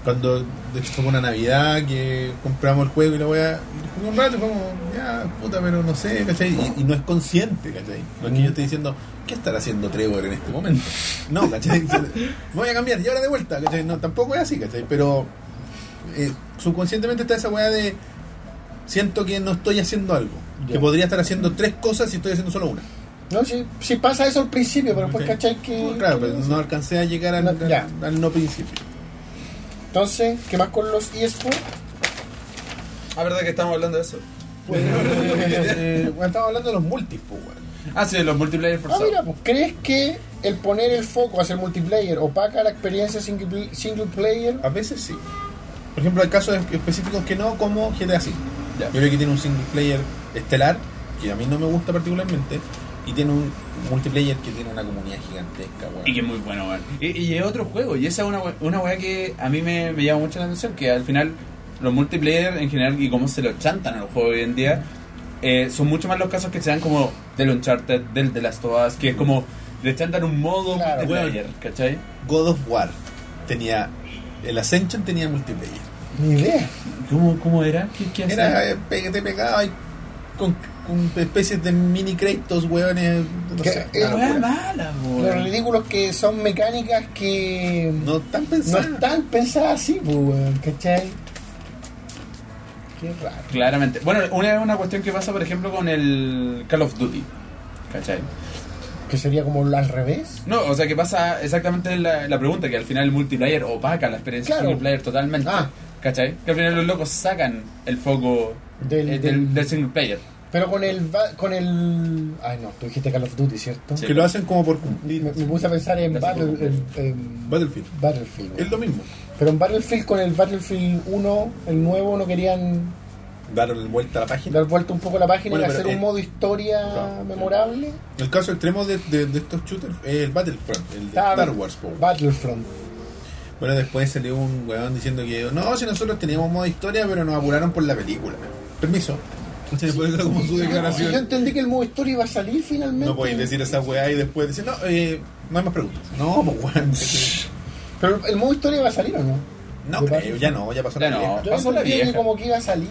Speaker 1: Cuando, de hecho, fue una Navidad que compramos el juego y la weá, jugué un rato y fue como, ya, puta, pero no sé, ¿cachai? Y, y no es consciente, ¿cachai? No es que yo esté diciendo, ¿qué estará haciendo Trevor en este momento? No, ¿cachai? Me voy a cambiar y ahora de vuelta, ¿cachai? No, tampoco es así, ¿cachai? Pero eh, subconscientemente está esa weá de, siento que no estoy haciendo algo,
Speaker 2: Ya.
Speaker 1: que podría estar haciendo tres cosas y estoy haciendo solo una.
Speaker 2: No, si, si pasa eso al principio, pero después
Speaker 1: Ok. Pues
Speaker 2: caché que.
Speaker 1: Claro, pero no alcancé a llegar al,
Speaker 2: No, ya.
Speaker 1: al- al no principio.
Speaker 2: Entonces, ¿qué más con los eSports?
Speaker 3: Ah, verdad que estamos hablando de eso.
Speaker 1: Eh, bueno, estamos hablando de los múltiples, weón.
Speaker 3: Ah, sí, de los multiplayer
Speaker 2: Ah,
Speaker 3: forzados.
Speaker 2: mira, pues, ¿crees que el poner el foco hacia el multiplayer opaca la experiencia single, pl- single player?
Speaker 1: A veces sí. Por ejemplo, hay casos específicos que no, como GTA V.
Speaker 3: Ya.
Speaker 1: Yo creo que tiene un single player estelar, que a mí no me gusta particularmente, y tiene un multiplayer que tiene una comunidad gigantesca, weón.
Speaker 3: Y que es muy bueno, weón. Y, y es otro juego, y esa es una, we- una weá que a mí me, me llama mucho la atención, que al final los multiplayer en general y cómo se lo chantan a los juegos hoy en día, eh, son mucho más los casos que se dan como del Uncharted, del de las Us, que es como le chantan un modo
Speaker 2: Claro,
Speaker 3: multiplayer, ¿cachai?
Speaker 1: God of War tenía. El Ascension tenía multiplayer.
Speaker 2: Ni idea.
Speaker 3: ¿Cómo, cómo era? ¿Qué, qué hacía?
Speaker 1: Era, eh, pe- te pegaba y con, con especies de mini créditos, weones. No
Speaker 2: Que-
Speaker 1: sé.
Speaker 2: eh,
Speaker 1: una
Speaker 3: La weá
Speaker 1: locura.
Speaker 3: mala,
Speaker 2: Los
Speaker 3: weón.
Speaker 2: ridículos que son mecánicas que.
Speaker 1: no están
Speaker 2: No
Speaker 1: pensadas.
Speaker 2: están pensadas así, pues, weón, ¿cachai? Qué raro.
Speaker 3: Claramente. Bueno, una, una cuestión que pasa, por ejemplo, con el Call of Duty, ¿cachai?
Speaker 2: Que sería como lo al revés.
Speaker 3: No, o sea que pasa exactamente la, la pregunta, que al final el multiplayer opaca la experiencia
Speaker 2: Claro.
Speaker 3: single player totalmente.
Speaker 2: Ah.
Speaker 3: ¿Cachai? Que al final los locos sacan el foco
Speaker 2: Del-
Speaker 3: eh, del,
Speaker 2: del-
Speaker 3: del single player.
Speaker 2: Pero con el. va- con el Ay, no, tú dijiste Call of Duty, ¿cierto?
Speaker 3: Sí.
Speaker 1: Que lo hacen como por cumplir.
Speaker 2: Me, me puse a pensar en,
Speaker 3: Casi
Speaker 2: Battle-
Speaker 3: como-
Speaker 2: en- en
Speaker 1: Battlefield.
Speaker 2: Battlefield. weón.
Speaker 1: Es lo mismo.
Speaker 2: Pero en Battlefield, con el Battlefield 1, el nuevo, no querían
Speaker 1: Darle vuelta a la página.
Speaker 2: dar vuelta un poco la página
Speaker 1: Bueno,
Speaker 2: y
Speaker 1: pero
Speaker 2: hacer
Speaker 1: el-
Speaker 2: un modo historia
Speaker 1: Claro.
Speaker 2: memorable.
Speaker 1: El caso extremo de, de- de estos shooters es el Battlefront, el de
Speaker 2: Ah,
Speaker 1: Star Wars. po.
Speaker 2: Battlefront.
Speaker 1: Bueno, después salió un weón diciendo que no, si nosotros teníamos modo historia, pero nos apuraron por la película. Permiso. Entonces, por eso como su
Speaker 2: Yo
Speaker 1: declaración.
Speaker 2: entendí que el modo historia iba a salir finalmente.
Speaker 1: No podéis decir esa weá y después decir, no, eh, no hay más preguntas. No, pues weón.
Speaker 2: Pero el modo historia iba a salir o no?
Speaker 1: No creo, ya no, ya pasó la
Speaker 3: Ya no.
Speaker 1: pelea.
Speaker 2: Yo
Speaker 3: Pasó la
Speaker 2: entendí que
Speaker 3: vieja.
Speaker 2: como que iba a salir.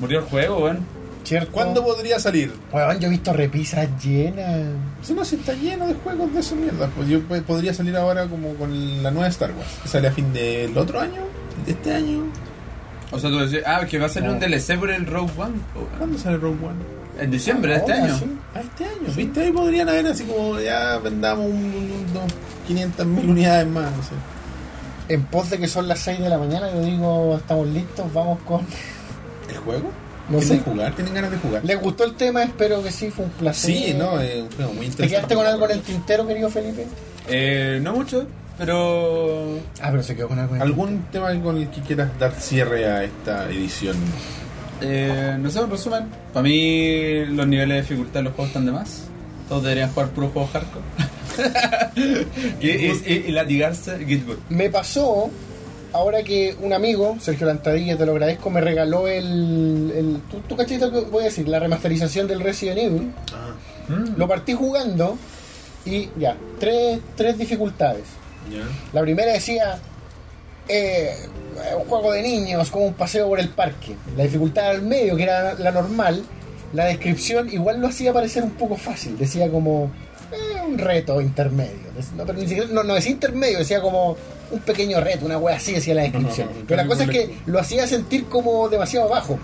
Speaker 3: Murió el juego, weón.
Speaker 2: ¿Cierto?
Speaker 1: ¿Cuándo podría salir?
Speaker 2: Weón, yo he visto repisas llenas.
Speaker 1: Si no, si está lleno de juegos de esa mierda. Pues yo pues, podría salir ahora como con la nueva Star Wars. que sale a fin del otro año, de este año.
Speaker 3: O sea, tú decís, ah, que va a salir
Speaker 2: No.
Speaker 3: un DLC por el Rogue One. weón.
Speaker 1: ¿Cuándo sale Rogue One?
Speaker 3: En diciembre de este
Speaker 2: Ahora,
Speaker 3: año.
Speaker 2: Ah, sí.
Speaker 1: a este año. ¿Viste? Ahí podrían haber así como ya vendamos un, un- un- dos, 500 mil unidades más, no sé.
Speaker 2: En pos de que son las 6 de la mañana, yo digo, estamos listos, vamos con...
Speaker 1: ¿El juego?
Speaker 2: No
Speaker 1: ¿Quieren
Speaker 2: sé.
Speaker 1: jugar? ¿Tienen ganas de jugar?
Speaker 2: ¿Les gustó el tema? Espero que sí, fue un placer.
Speaker 1: Sí, no, es un juego muy interesante.
Speaker 2: ¿Te quedaste con algo en el tintero, querido Felipe?
Speaker 3: Eh, no mucho, pero...
Speaker 2: Ah, pero se quedó con algo en el
Speaker 1: ¿Algún tema con el que quieras dar cierre a esta edición?
Speaker 3: Eh, no sé, en resumen, para mí los niveles de dificultad de los juegos están de más. Todos deberían jugar puro juego hardcore. y, y, y- y latigarse, get good.
Speaker 2: Me pasó, ahora que un amigo, Sergio Lantadilla, te lo agradezco, me regaló el... el ¿tú, tú cachito que voy a decir? La remasterización del Resident Evil.
Speaker 1: Ah,
Speaker 3: Mm.
Speaker 2: Lo partí jugando Y ya, tres, tres dificultades.
Speaker 1: Ya.
Speaker 2: La primera decía eh, un juego de niños, como un paseo por el parque. La dificultad al medio, que era la normal, la descripción igual lo hacía parecer un poco fácil. Decía como eh, un reto intermedio. Des- No, pero ni siquiera- no, no decía intermedio, decía como un pequeño reto, una wea así decía la descripción.
Speaker 1: Ajá,
Speaker 2: pero la cosa es que
Speaker 1: correcto.
Speaker 2: lo hacía sentir como demasiado bajo.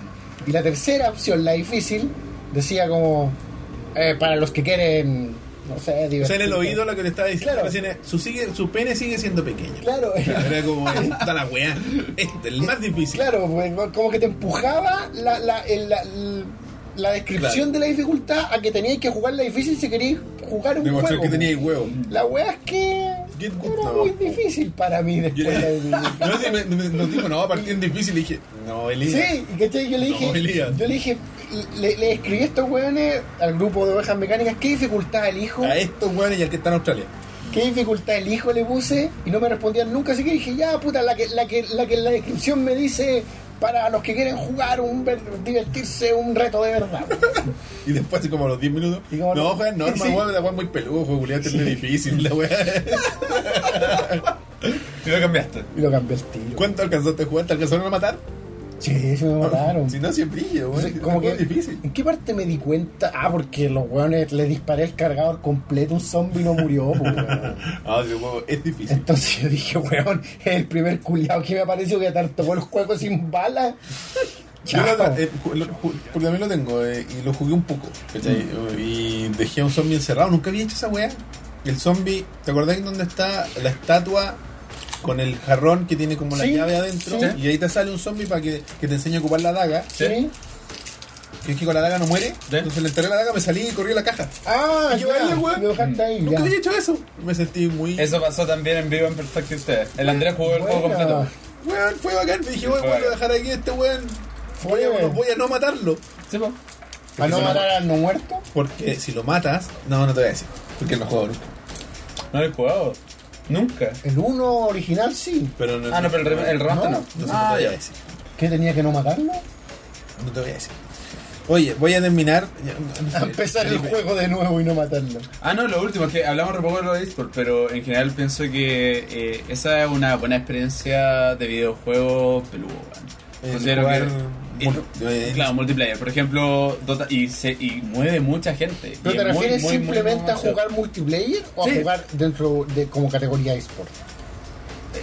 Speaker 2: Y la tercera opción, la difícil, decía como eh, para los que quieren, no sé,
Speaker 1: O sea, en el
Speaker 2: divertirse.
Speaker 1: oído lo que le estaba diciendo
Speaker 2: Claro.
Speaker 1: recién es, su, sigue, su pene sigue siendo pequeño.
Speaker 2: Claro,
Speaker 1: Era como, está la weá. Este, el más difícil.
Speaker 2: Claro, pues, como que te empujaba la, la, el- la- el- la descripción
Speaker 1: Claro.
Speaker 2: de la dificultad a que tenías que jugar la difícil si querías jugar un
Speaker 1: Demostrar
Speaker 2: juego.
Speaker 1: que tenía huevo.
Speaker 2: La wea es que
Speaker 1: Get good,
Speaker 2: era
Speaker 1: no.
Speaker 2: muy difícil para mí después
Speaker 1: Yo-
Speaker 2: de
Speaker 1: No, sí, me, me- nos dijo, no, partí en difícil. Y dije, no, Elías.
Speaker 2: Sí, y ¿cachai? Yo le dije,
Speaker 1: No, Elías.
Speaker 2: yo le dije, le, le escribí a estos weones al grupo de ovejas mecánicas, ¿qué dificultad elijo?
Speaker 1: A estos weones y al que está en Australia.
Speaker 2: ¿Qué dificultad elijo le puse? Y no me respondían nunca, así que dije, ya puta, la que, la que, la que en la descripción me dice para los que quieren jugar, un ver- divertirse, un reto de verdad.
Speaker 1: Y después, así como a los 10 minutos,
Speaker 2: Y como
Speaker 1: no,
Speaker 2: los-
Speaker 1: juega normal,
Speaker 2: sí.
Speaker 1: weón, la weá es muy peludo, juega Julián, es difícil, la weá.
Speaker 3: Y lo cambiaste.
Speaker 2: Y lo cambié el tiro.
Speaker 1: ¿Cuánto alcanzaste a jugar? ¿Te alcanzaron a matar?
Speaker 2: Sí, se me mataron.
Speaker 1: Si no, siempre brillo,
Speaker 2: Entonces,
Speaker 1: weón.
Speaker 2: como que,
Speaker 1: es difícil.
Speaker 2: ¿En qué parte me di cuenta? Ah, porque los weones le disparé el cargador completo, un zombie no murió, pues, weón.
Speaker 1: Ah, sí, weón, es difícil.
Speaker 2: Entonces yo dije, weón, es el primer culiao que me apareció que tanto tocó el juego sin balas.
Speaker 1: Yo
Speaker 2: Chao.
Speaker 1: lo- eh, ju- lo- ju- porque también lo tengo eh, y lo jugué un poco. ¿cachai?
Speaker 2: Mm.
Speaker 1: Y dejé a un zombie encerrado. Nunca había hecho esa weá. El zombie, ¿te acordás dónde está la estatua con el jarrón que tiene como la
Speaker 2: Sí,
Speaker 1: llave adentro?
Speaker 2: sí.
Speaker 1: Y ahí te sale un zombie para que, que te enseñe a ocupar la daga.
Speaker 2: ¿Sí?
Speaker 1: Que es que con la daga no muere.
Speaker 3: ¿Sí?
Speaker 1: Entonces le enterré la daga, me salí y corrí a la caja.
Speaker 2: Ah,
Speaker 1: Y yo,
Speaker 2: ya,
Speaker 1: "Oye, weón,
Speaker 2: me dejaste ahí,
Speaker 1: Nunca
Speaker 2: ya.
Speaker 1: había hecho eso. Me sentí muy.
Speaker 3: Eso pasó también en vivo en Perfect ustedes. El Andrés jugó el juego
Speaker 2: Buena.
Speaker 3: completo.
Speaker 1: Weón, fue bacán. Me dije, weón,
Speaker 3: Fue
Speaker 1: voy a
Speaker 3: bacán.
Speaker 1: dejar aquí a este weón. Voy a,
Speaker 2: Fue.
Speaker 1: voy a no matarlo.
Speaker 3: Sí, po.
Speaker 2: ¿Para no matar al no muerto?
Speaker 1: Porque si lo matas, no, no te voy a decir. Porque no juego nunca.
Speaker 3: No lo he jugado. Nunca.
Speaker 2: El uno original sí.
Speaker 1: Pero no,
Speaker 3: Ah, no, pero el, rem- el remaster
Speaker 2: No,
Speaker 3: no.
Speaker 1: Entonces no te
Speaker 3: Ah,
Speaker 1: voy a
Speaker 3: ya.
Speaker 1: decir.
Speaker 2: ¿Qué tenía que no matarlo?
Speaker 1: No te voy a decir. Oye, voy a terminar. ya, no,
Speaker 2: A
Speaker 1: no,
Speaker 2: empezar el
Speaker 1: Felipe.
Speaker 2: juego de nuevo y no matarlo.
Speaker 3: Ah, no, lo último, es que hablamos un poco de los eSports, pero en general pienso que eh, esa es una buena experiencia de videojuego peludo, weón.
Speaker 1: Eh,
Speaker 3: Considero
Speaker 1: jugar
Speaker 3: que. y-
Speaker 1: mul- eh,
Speaker 3: claro, multiplayer, por ejemplo, Dota, y, se, y mueve mucha gente. y
Speaker 2: ¿Pero te
Speaker 3: es muy,
Speaker 2: refieres
Speaker 3: muy, muy
Speaker 2: simplemente a
Speaker 3: emocionante.
Speaker 2: jugar multiplayer o a
Speaker 3: Sí.
Speaker 2: jugar dentro de como categoría eSport?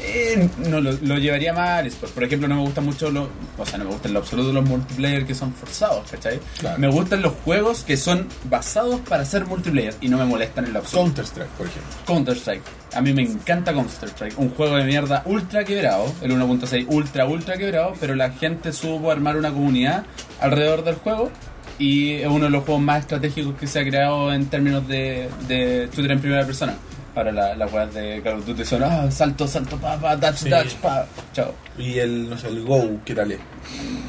Speaker 3: Eh, no, lo, lo llevaría mal Por ejemplo, no me gustan mucho los. O sea, no me gustan en lo absoluto los multiplayer que son forzados, ¿cachai?
Speaker 1: Claro.
Speaker 3: Me gustan los juegos que son basados para ser multiplayer y no me molestan en lo absoluto.
Speaker 1: Counter-Strike, por ejemplo.
Speaker 3: Counter-Strike. A mí me encanta Counter-Strike. Un juego de mierda ultra quebrado, el 1.6 ultra, ultra quebrado, pero la gente supo armar una comunidad alrededor del juego y es uno de los juegos más estratégicos que se ha creado en términos de, de shooter en primera persona. Ahora la- las weas de Call of Duty son ah, salto, salto, pa, pa, dash,
Speaker 1: Sí.
Speaker 3: dash, pa, chao.
Speaker 1: Y el, no sé, el Go, ¿qué tal es?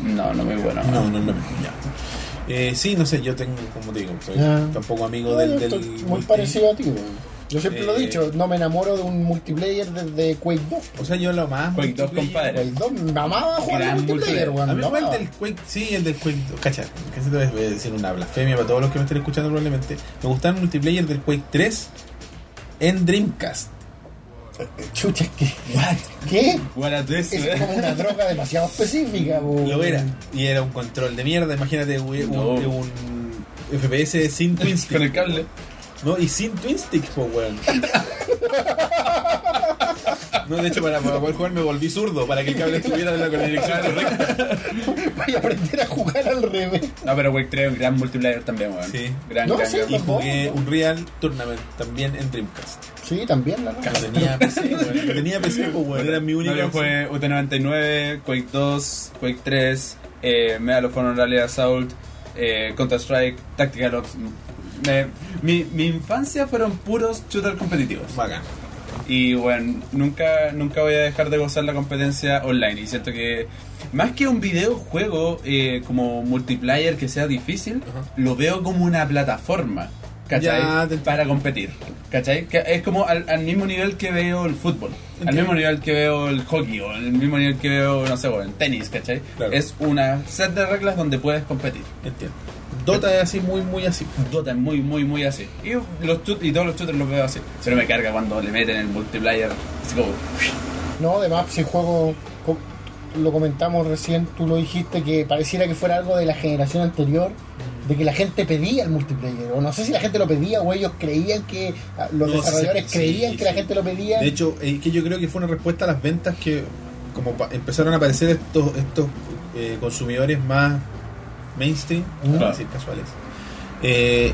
Speaker 3: No, no muy bueno.
Speaker 1: No, no es lo mismo, ya. Eh, sí, no sé, yo tengo, como te digo, soy
Speaker 2: Ah.
Speaker 1: tampoco amigo
Speaker 2: No,
Speaker 1: del.
Speaker 2: yo
Speaker 1: del
Speaker 2: estoy muy
Speaker 1: multi.
Speaker 2: parecido a ti, weón. Yo siempre lo he
Speaker 1: Eh,
Speaker 2: dicho, no me enamoro de un multiplayer desde Quake 2.
Speaker 1: O sea, yo lo más.
Speaker 3: Quake dos,
Speaker 1: multiplayer-
Speaker 3: compadre.
Speaker 2: Quake 2, me amaba jugar
Speaker 3: Gran
Speaker 2: al multiplayer,
Speaker 3: multiplayer.
Speaker 2: weón.
Speaker 1: A mí me
Speaker 2: me
Speaker 1: gusta el Quake, sí, el del Quake 2. Cacha, que se te voy a decir una blasfemia para todos los que me estén escuchando probablemente. Me gustaron multiplayer del Quake 3 en Dreamcast.
Speaker 2: amaba. Chucha, ¿qué? ¿Qué?
Speaker 3: What a this,
Speaker 2: Es
Speaker 3: eh.
Speaker 2: como una droga demasiado específica, weón.
Speaker 1: Lo era. Y era un control de mierda. Imagínate güey, un,
Speaker 3: No.
Speaker 1: un FPS sin Twin
Speaker 3: Con el
Speaker 1: Stick.
Speaker 3: cable.
Speaker 1: no, y sin Twin Stick, pues, weón. No, de hecho, para, para poder jugar me volví zurdo para que el cable estuviera en la dirección correcta.
Speaker 2: Voy a aprender a jugar al revés.
Speaker 3: No, pero Wake 3 es un gran multiplayer también, weón.
Speaker 1: Sí.
Speaker 3: Gran,
Speaker 2: No,
Speaker 3: gran,
Speaker 2: sí,
Speaker 3: gran.
Speaker 1: Y jugué un Real Tournament también en Dreamcast.
Speaker 2: Sí, también, la verdad.
Speaker 1: No tenía PC, weón. No tenía PC, pues, weón. Era mi único.
Speaker 3: No, yo jugué UT99, Quake 2, Quake 3, eh, Medal of Honor Alien Assault, eh, Counter-Strike, Tactical Ops. Me- mi, mi infancia fueron puros shooters competitivos.
Speaker 1: Bacán.
Speaker 3: Y bueno, nunca, nunca voy a dejar de gozar la competencia online. Y siento que más que un videojuego eh, como multiplayer que sea difícil,
Speaker 1: Ajá.
Speaker 3: lo veo como una plataforma. ¿Cachai?
Speaker 1: Ya, te entiendo.
Speaker 3: Para competir. ¿Cachai? Que es como al, al mismo nivel que veo el fútbol. Al
Speaker 1: Entiendo.
Speaker 3: mismo nivel que veo el hockey o al mismo nivel que veo, no sé, bueno, el tenis, ¿cachai?
Speaker 1: Claro.
Speaker 3: Es una set de reglas donde puedes competir.
Speaker 1: Entiendo. Dota es así, muy, muy así.
Speaker 3: Dota es muy, muy, muy así. Y, los tut- y todos los shooters los veo así. Pero me carga cuando le meten el multiplayer. Así como.
Speaker 2: No, además, si juego, co- lo comentamos recién, tú lo dijiste, que pareciera que fuera algo de la generación anterior, de que la gente pedía el multiplayer, o no sé si la gente lo pedía, o ellos creían que, ah, los
Speaker 1: No, sí,
Speaker 2: desarrolladores
Speaker 1: sí,
Speaker 2: creían
Speaker 1: sí.
Speaker 2: que la gente lo pedía.
Speaker 1: De hecho, es que yo creo que fue una respuesta a las ventas que como pa- empezaron a aparecer estos estos eh, consumidores más mainstream,
Speaker 2: Mm.
Speaker 1: para decir casuales, eh,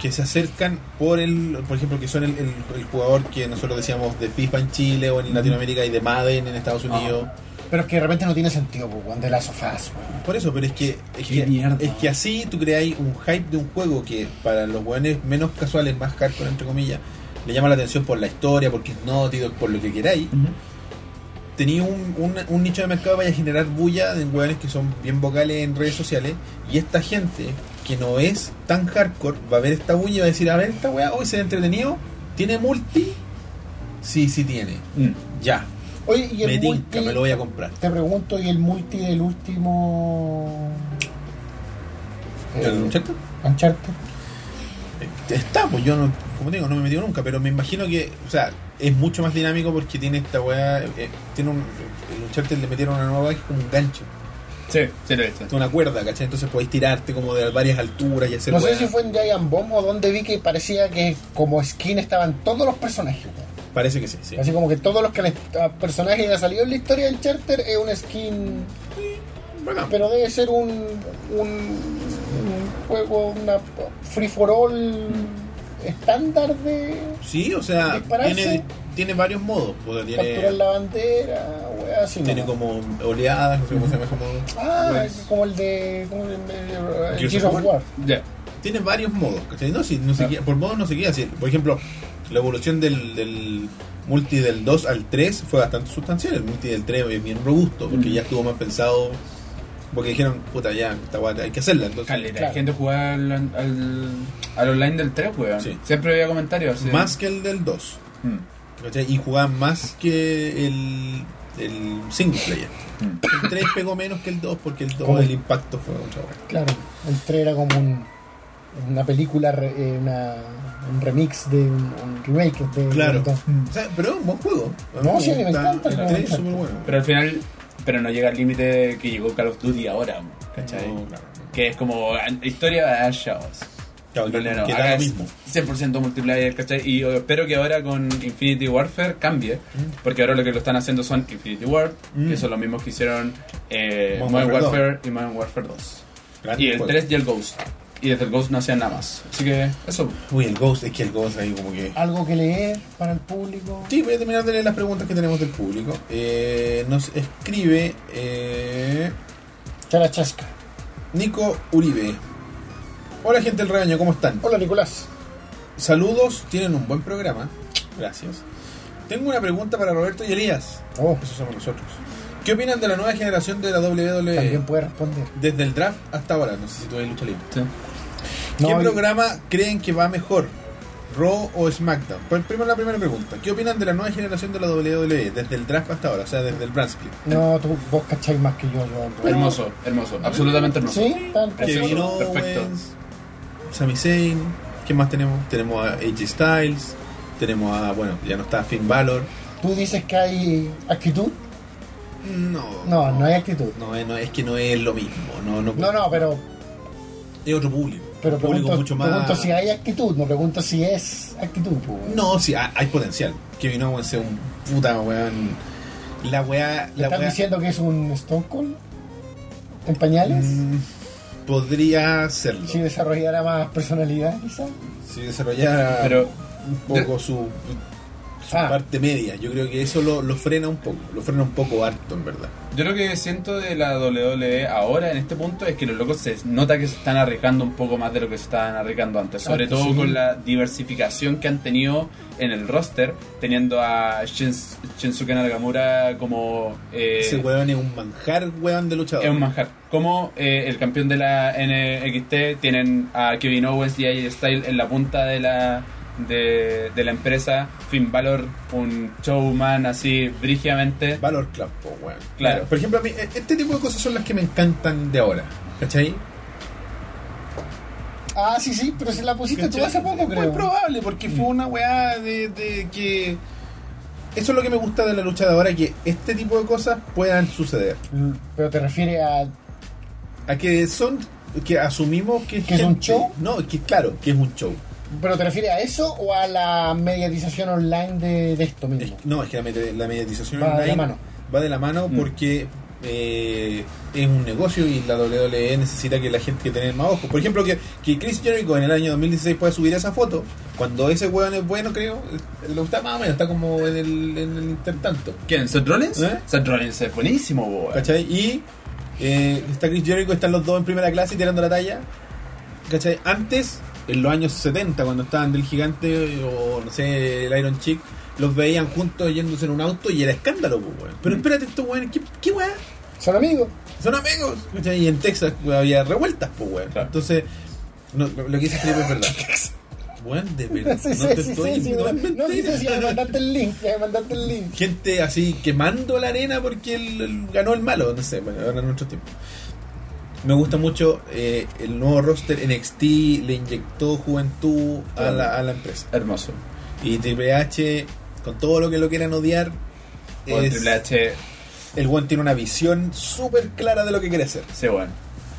Speaker 1: que se acercan por el, por ejemplo, que son el, el- el jugador que nosotros decíamos de FIFA en Chile o en Latinoamérica y de Madden en Estados Unidos.
Speaker 2: pero es que de repente no tiene sentido, pues, cuando de las sofás, weón.
Speaker 1: Por eso, pero es que es
Speaker 3: Qué
Speaker 1: que,
Speaker 3: mierda.
Speaker 1: es que así tú creáis un hype de un juego que para los buenos menos casuales, más hardcore entre comillas, le llama la atención por la historia, porque es nótido, por lo que queráis. tenía un, un, un nicho de mercado para generar bulla de hueones que son bien vocales en redes sociales y esta gente que no es tan hardcore va a ver esta bulla y va a decir, a ver esta weá, hoy se ve entretenido, ¿tiene multi? Sí, sí tiene.
Speaker 3: Mm.
Speaker 1: Ya,
Speaker 2: Oye, y el
Speaker 1: me tinca,
Speaker 2: multi,
Speaker 1: me lo voy a comprar.
Speaker 2: te pregunto, ¿y el multi del último...
Speaker 1: ¿El
Speaker 2: eh,
Speaker 1: Uncharted?
Speaker 2: Uncharted?
Speaker 1: Está, pues yo no, como te digo, no me he metido nunca, pero me imagino que, o sea, es mucho más dinámico porque tiene esta weá, eh, tiene un, el Uncharted le metieron una nueva weá que es como un gancho,
Speaker 3: Sí, sí, lo he visto.
Speaker 1: es una cuerda, ¿cachai? Entonces podéis tirarte como de varias alturas y hacer
Speaker 2: No sé
Speaker 1: weá.
Speaker 2: si fue en Giant Bomb o donde vi que parecía que como skin estaban todos los personajes. weón.
Speaker 1: Parece que sí, sí.
Speaker 2: Así como que todos los que les- a personajes que ha salido en la historia del charter es un skin.
Speaker 1: Bacán.
Speaker 2: Pero debe ser un, un, un juego, una free for all estándar de
Speaker 1: Sí, o sea,
Speaker 2: Dispararse.
Speaker 1: tiene, tiene varios modos. O sea,
Speaker 2: capturar
Speaker 1: tiene,
Speaker 2: la bandera, weá, así.
Speaker 1: tiene
Speaker 2: nomás.
Speaker 1: como oleadas, no sé cómo se llama. Como,
Speaker 2: Ah,
Speaker 1: Pues,
Speaker 2: como el de. Como el de el
Speaker 1: Gears
Speaker 2: Gears
Speaker 1: of
Speaker 2: of
Speaker 1: War.
Speaker 2: War.
Speaker 3: Ya.
Speaker 1: tiene varios modos. ¿cachai? No, si, no se
Speaker 3: Ah.
Speaker 1: queda- por modos no se queda así. Por ejemplo, la evolución del, del multi del 2 al 3 fue bastante sustancial. El multi del 3 es bien robusto porque
Speaker 3: Mm.
Speaker 1: ya estuvo más pensado. Porque dijeron, puta, ya, esta guata hay que hacerla. Entonces,
Speaker 3: Caleta,
Speaker 2: Claro.
Speaker 3: hay gente jugaba al, al, al online del 3, weón.
Speaker 1: Sí.
Speaker 3: Siempre había comentarios. así.
Speaker 1: más que el del 2.
Speaker 3: Mm.
Speaker 1: ¿cachai? Y jugaban más que el, el single player.
Speaker 3: Mm.
Speaker 1: El 3 pegó menos que el 2 porque el 2
Speaker 2: ¿Cómo?
Speaker 1: el impacto fue otra cosa.
Speaker 2: Claro, el 3 era como un- una película, re- eh, una- un remix de un, un remake de
Speaker 1: Claro.
Speaker 2: de-
Speaker 1: O sea, pero es un buen juego. A mí
Speaker 2: No, sí, me
Speaker 1: gusta,
Speaker 2: encanta el
Speaker 1: el tres
Speaker 2: juego,
Speaker 1: es
Speaker 2: exacto.
Speaker 1: súper bueno.
Speaker 3: Pero al final, pero no llega al límite que llegó Call of Duty ahora, ¿cachai?
Speaker 1: No, claro.
Speaker 3: Que es como ah, historia de Ash Shadows.
Speaker 1: Claro,
Speaker 3: No, no, no,
Speaker 1: que da
Speaker 3: acá
Speaker 1: lo
Speaker 3: es
Speaker 1: mismo.
Speaker 3: 100% multiplayer, ¿cachai? Y yo espero que ahora con Infinity Warfare cambie, porque ahora lo que lo están haciendo son Infinity War,
Speaker 1: Mm.
Speaker 3: que son los mismos que hicieron eh,
Speaker 1: Modern
Speaker 3: Modern
Speaker 1: Warfare Ah,
Speaker 3: Warfare y Modern Warfare 2.
Speaker 1: Gran
Speaker 3: Y el
Speaker 1: juego.
Speaker 3: 3 y el Ghost. Y desde el Ghost no hacían nada más. Así que eso.
Speaker 1: Uy, el Ghost, es que el Ghost ahí como que.
Speaker 2: Algo que leer para el público.
Speaker 1: Sí, voy a terminar de leer las preguntas que tenemos del público. Eh, nos escribe eh,
Speaker 2: Chara chasca.
Speaker 1: Nico Uribe. Hola, gente del rebaño, ¿cómo están?
Speaker 2: Hola Nicolás.
Speaker 1: Saludos, tienen un buen programa. Gracias. Tengo una pregunta para Roberto y Elías.
Speaker 2: Oh,
Speaker 1: Esos somos nosotros. ¿Qué opinan de la nueva generación de la WWE?
Speaker 2: también puede responder.
Speaker 1: Desde el draft hasta ahora, no sé si tú ves lucha libre.
Speaker 3: Sí.
Speaker 1: ¿Qué
Speaker 2: No, y-
Speaker 1: programa creen que va mejor? ¿Raw o SmackDown? Pues primero la primera pregunta. ¿Qué opinan de la nueva generación de la WWE desde el draft hasta ahora? O sea, desde el brand split.
Speaker 2: No, tú, vos cacháis más que yo. yo-
Speaker 3: Hermoso, hermoso, absolutamente hermoso.
Speaker 2: Sí, tan-
Speaker 3: Sí,
Speaker 1: Kevin
Speaker 3: no.
Speaker 1: Owens,
Speaker 3: perfecto.
Speaker 1: Sami Zayn. ¿Qué más tenemos? Tenemos a AJ Styles. Tenemos a, bueno, ya no está Finn Balor.
Speaker 2: Tú dices que hay actitud.
Speaker 1: No.
Speaker 2: No, no hay actitud.
Speaker 1: No, es- no, es que no es lo mismo. No, no,
Speaker 2: No, no, pero,
Speaker 1: Es otro público.
Speaker 2: pero
Speaker 1: Un público
Speaker 2: pregunto,
Speaker 1: mucho más.
Speaker 2: pregunto si hay actitud, no pregunto si es actitud. pues.
Speaker 1: No, sí, ha- hay potencial. Kevin Owens es un puta weón. La weá.
Speaker 2: ¿Le
Speaker 1: La
Speaker 2: están
Speaker 1: weá.
Speaker 2: diciendo que es un Stone Cold? ¿En pañales?
Speaker 1: Mm, podría serlo.
Speaker 2: Si desarrollara más personalidad, quizás.
Speaker 1: Si desarrollara
Speaker 3: Pero
Speaker 1: un poco su, su
Speaker 2: Ah.
Speaker 1: parte media. Yo creo que eso lo, lo frena un poco. Lo frena un poco harto, en verdad.
Speaker 3: Yo lo que siento de la WWE ahora en este punto es que los locos se nota que se están arriesgando un poco más de lo que se estaban arriesgando antes, sobre
Speaker 2: Ah,
Speaker 3: todo
Speaker 2: sí.
Speaker 3: con la diversificación que han tenido en el roster, teniendo a Shins- Shinsuke Nakamura como eh,
Speaker 1: Ese weón es un manjar weón de luchador.
Speaker 3: es un manjar. Como eh, el campeón de la NXT, tienen a Kevin Owens y AJ Styles en la punta de la de, de la empresa, Finn Balor, un showman así brígidamente.
Speaker 1: Valor Club, po, weón.
Speaker 3: Claro.
Speaker 1: Por ejemplo, a mí, e- este tipo de cosas son las que me encantan de ahora. ¿Cachai?
Speaker 2: Ah, sí, sí, pero se la pusiste tú hace poco,
Speaker 1: Es muy
Speaker 2: creo.
Speaker 1: probable, porque fue una weá de, de que. Eso es lo que me gusta de la lucha de ahora, que este tipo de cosas puedan suceder.
Speaker 2: Mm, Pero te refieres a.
Speaker 1: A que son. que asumimos que.
Speaker 2: ¿Que es un show?
Speaker 1: No, que claro, que es un show.
Speaker 2: ¿Pero te refieres a eso o a la mediatización online de, de esto
Speaker 1: Es-
Speaker 2: mismo?
Speaker 1: no, es que la, medi- la mediatización
Speaker 2: Mm. Va de la
Speaker 1: online
Speaker 2: mano.
Speaker 1: va de la mano
Speaker 3: Mm.
Speaker 1: porque eh, es un negocio y la WWE necesita que la gente que tiene más ojos. Por ejemplo, que, que Chris Jericho en el año 2016 pueda subir esa foto, cuando ese weón es bueno, creo, lo está más o menos, está como en el, en el intertanto.
Speaker 3: ¿Quién? ¿Seth Rollins?
Speaker 1: ¿Eh?
Speaker 3: Seth Rollins es buenísimo, boy.
Speaker 1: ¿Cachai? Y eh, está Chris Jericho, están los dos en primera clase y tirando la talla. ¿Cachai? Antes, en los años 70, cuando estaban del gigante o no sé, el Iron Chick, los veían juntos yéndose en un auto y era escándalo, pues, weón.
Speaker 2: Mm.
Speaker 1: Pero espérate, estos weones, ¿qué, qué weá?
Speaker 2: ¿Son amigos?
Speaker 1: Son amigos. ¿Cachai? Y en Texas weón, había revueltas, pues, weón.
Speaker 3: Claro.
Speaker 1: Entonces, no, lo lo que dice Felipe es verdad. Weón, de verdad.
Speaker 2: Sí,
Speaker 1: no te
Speaker 2: sí, sí,
Speaker 1: estoy
Speaker 2: sí, sí,
Speaker 1: diciendo
Speaker 2: no,
Speaker 1: las
Speaker 2: no, sí, sí,
Speaker 1: mentiras.
Speaker 2: sí, me mandaste el link, me mandaste el link.
Speaker 1: gente así quemando la arena porque él, él ganó el malo, no sé, bueno, ahora en nuestro tiempo. Me gusta mucho eh, el nuevo roster NXT, le inyectó juventud a la, a la empresa.
Speaker 3: Hermoso.
Speaker 1: Y Triple H, con todo lo que lo quieran odiar,
Speaker 3: O
Speaker 1: es-
Speaker 3: Triple H,
Speaker 1: el one tiene una visión súper clara de lo que quiere hacer.
Speaker 3: sí, bueno.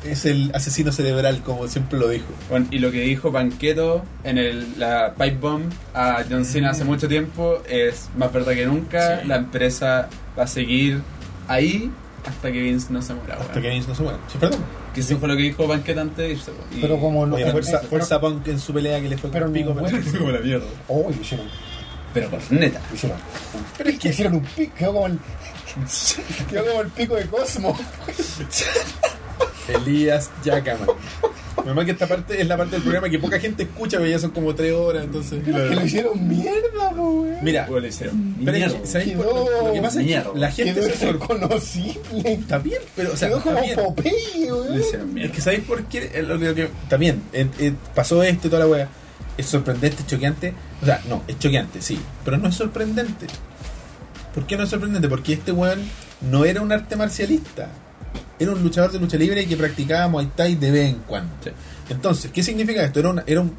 Speaker 1: Es el asesino cerebral, como siempre lo dijo.
Speaker 3: Bueno, y lo que dijo Banqueto en el, la Pipe Bomb a John Cena hace mucho tiempo es más verdad que nunca.
Speaker 1: Mm. Sí.
Speaker 3: La empresa va a seguir ahí hasta que Vince no se muera.
Speaker 1: Hasta
Speaker 3: weón.
Speaker 1: que Vince no se muera. Sí, perdón.
Speaker 3: Que eso fue lo que dijo Banqueto antes de irse. weón. Y-
Speaker 2: Pero como no.
Speaker 1: Oye,
Speaker 2: como-
Speaker 1: fuerza,
Speaker 2: pero-
Speaker 1: fuerza Punk en su pelea que le fue
Speaker 2: Pero
Speaker 1: con
Speaker 2: no
Speaker 1: pico.
Speaker 2: muere.
Speaker 1: pero-
Speaker 3: como la mierda.
Speaker 2: Oh, lo hicieron,
Speaker 3: Pero por neta.
Speaker 2: lo hicieron.
Speaker 1: Pero es
Speaker 2: Que
Speaker 1: que
Speaker 2: hicieron un pico, quedó como el. Quedó como el pico de Cosmo.
Speaker 1: Elías Yacaman. Menos que esta parte es la parte del programa que poca gente escucha, pero ya son como tres horas, entonces.
Speaker 2: Que lo hicieron mierda, po, weón.
Speaker 1: Mira,
Speaker 3: Bueno, le hicieron.
Speaker 1: Mm. pero es que,
Speaker 3: Mierda.
Speaker 1: ¿sabes
Speaker 2: Quedó-
Speaker 1: por- lo, lo que pasa es
Speaker 3: Mierda.
Speaker 1: que la gente
Speaker 2: Quedó
Speaker 1: se sorprende.
Speaker 2: irreconocible.
Speaker 1: Está bien, pero o sea,
Speaker 2: Quedó
Speaker 1: está
Speaker 2: como
Speaker 1: bien.
Speaker 2: Popeye,
Speaker 3: Le
Speaker 2: weón.
Speaker 3: hicieron
Speaker 1: Es que
Speaker 3: mierda.
Speaker 1: ¿sabéis por qué? Eh, Lo, lo que, está bien, eh, eh, pasó esto y toda la wea. Es sorprendente, es choqueante. O sea, no, es choqueante, sí. Pero no es sorprendente. ¿Por qué no es sorprendente? Porque este weón no era un arte marcialista. Era un luchador de lucha libre que practicaba Muay Thai de vez en cuando.
Speaker 3: Sí.
Speaker 1: Entonces, ¿qué significa esto? ¿Era, una- era, un,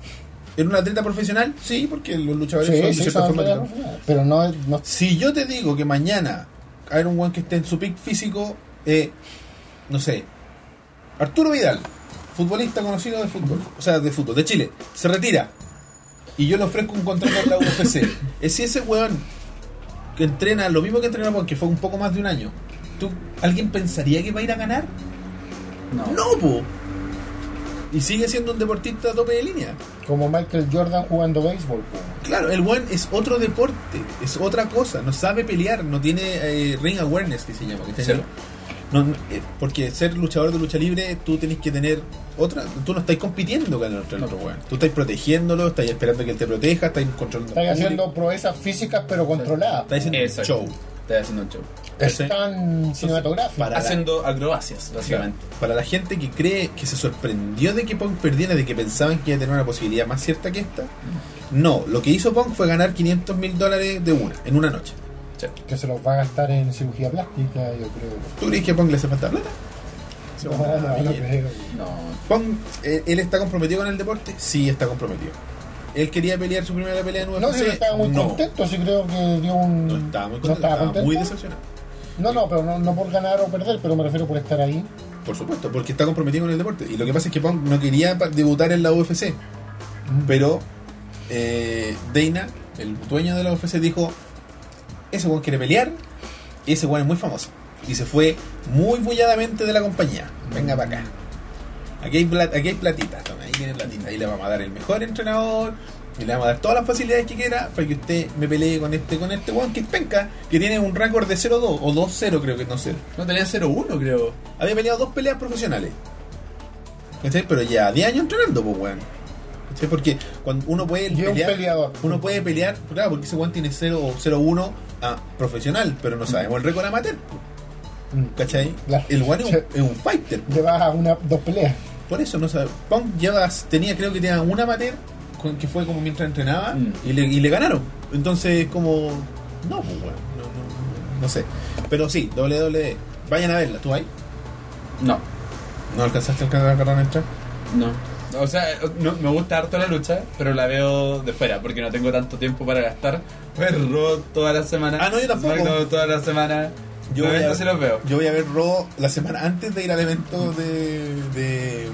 Speaker 1: ¿Era un atleta profesional? Sí, porque los luchadores son de
Speaker 2: Sí, sí,
Speaker 1: cierta
Speaker 2: son
Speaker 1: forma
Speaker 2: atletas
Speaker 1: tener-
Speaker 2: profesionales. Pero no, no
Speaker 1: si yo te digo que mañana hay un one que esté en su pick físico, eh, no sé, Arturo Vidal, futbolista conocido de fútbol, o sea, de fútbol, de Chile, se retira y yo le ofrezco un contrato a la UFC. es eh, si ese weón que entrena, lo mismo que entrenó porque fue un poco más de un año, ¿tú, ¿alguien pensaría que va a ir a ganar?
Speaker 3: No.
Speaker 1: No, po. Y sigue siendo un deportista a tope de línea.
Speaker 2: como Michael Jordan jugando béisbol, pues. po.
Speaker 1: Claro, el buen es otro deporte, es otra cosa, no sabe pelear, no tiene eh, ring awareness que se llama. ¿cachai?
Speaker 3: Cero.
Speaker 1: No, no, eh, porque ser luchador de lucha libre, tú tenés que tener otra. Tú no estás compitiendo con el otro, el otro weón. Tú estás protegiéndolo, estás esperando que él te proteja, estás controlando.
Speaker 2: Están
Speaker 1: al
Speaker 2: haciendo
Speaker 1: público,
Speaker 2: proezas físicas pero controladas.
Speaker 1: Estás haciendo un
Speaker 3: Exacto.
Speaker 1: show.
Speaker 3: Está haciendo un show.
Speaker 1: ¿cachai?
Speaker 2: Están cinematográficas.
Speaker 1: Para la-
Speaker 3: Haciendo acrobacias, básicamente.
Speaker 1: Para la gente que cree que se sorprendió de que Punk perdiera, de que pensaban que iba a tener una posibilidad más cierta que esta, no. Lo que hizo Punk fue ganar 500 mil dólares de una, en una noche.
Speaker 2: que se los va a gastar en cirugía plástica, yo creo.
Speaker 1: ¿Tú crees que a Punk le hace falta plata? Se
Speaker 2: No,
Speaker 1: va a
Speaker 2: no,
Speaker 1: ganar
Speaker 2: no,
Speaker 1: billete.
Speaker 2: creo.
Speaker 3: No.
Speaker 1: Punk, eh, ¿él está comprometido con el deporte? Sí, está comprometido. ¿Él quería pelear su primera pelea en UFC?
Speaker 2: No, sí, estaba muy
Speaker 1: no,
Speaker 2: contento, sí creo que dio un...
Speaker 1: No estaba muy
Speaker 2: ¿No
Speaker 1: contento,
Speaker 2: estaba
Speaker 1: estaba
Speaker 2: contento?
Speaker 1: muy decepcionado.
Speaker 2: No, no, pero no, no por ganar o perder, pero me refiero por estar ahí.
Speaker 1: Por supuesto, porque está comprometido con el deporte. Y lo que pasa es que Punk no quería pa- debutar en la UFC. Pero eh, Dana, el dueño de la UFC, dijo: Ese weón quiere pelear, y ese weón es muy famoso. Y se fue muy bulladamente de la compañía. Venga para acá. Aquí hay, pla- aquí hay platita, toma, ahí tiene platita. Y le vamos a dar el mejor entrenador, y le vamos a dar todas las facilidades que quiera para que usted me pelee con este con este weón que es penca, que tiene un récord de 0-2 o 2-0, creo que no 0.
Speaker 3: No tenía 0-1, creo.
Speaker 1: Había peleado dos peleas profesionales. ¿Cachai? Pero ya 10 años entrenando, pues, weón. ¿Cachai? Porque cuando uno puede
Speaker 2: Y es un
Speaker 1: pelear.
Speaker 2: peleador.
Speaker 1: Uno puede pelear, claro, porque ese weón tiene 0 o 0-1 a ah, profesional, pero no sabemos el récord amateur.
Speaker 2: Mm.
Speaker 1: ¿Cachai?
Speaker 2: Claro.
Speaker 1: El weón es un,
Speaker 2: Sí.
Speaker 1: es un fighter.
Speaker 2: Llevas a una, dos peleas.
Speaker 1: Por eso no sabemos. Punk lleva, tenía, creo que tenía un amateur con, que fue como mientras entrenaba
Speaker 3: Mm.
Speaker 1: y, le, y le ganaron. Entonces, como. No, pues, weón. No, no, no, no sé. Pero sí, WWE. Vayan a verla, ¿tú ahí?
Speaker 3: No.
Speaker 1: ¿No alcanzaste a alcanzar a entrar?
Speaker 3: No. O sea, no- me gusta harto la lucha, pero la veo de fuera, porque no tengo tanto tiempo para gastar. Perro toda la semana.
Speaker 1: Ah, no, yo tampoco.
Speaker 3: SmackDown toda la semana.
Speaker 1: Yo
Speaker 3: Yo
Speaker 1: voy a-
Speaker 3: sí los veo.
Speaker 1: Yo voy a ver Raw la semana antes de ir al evento de. de.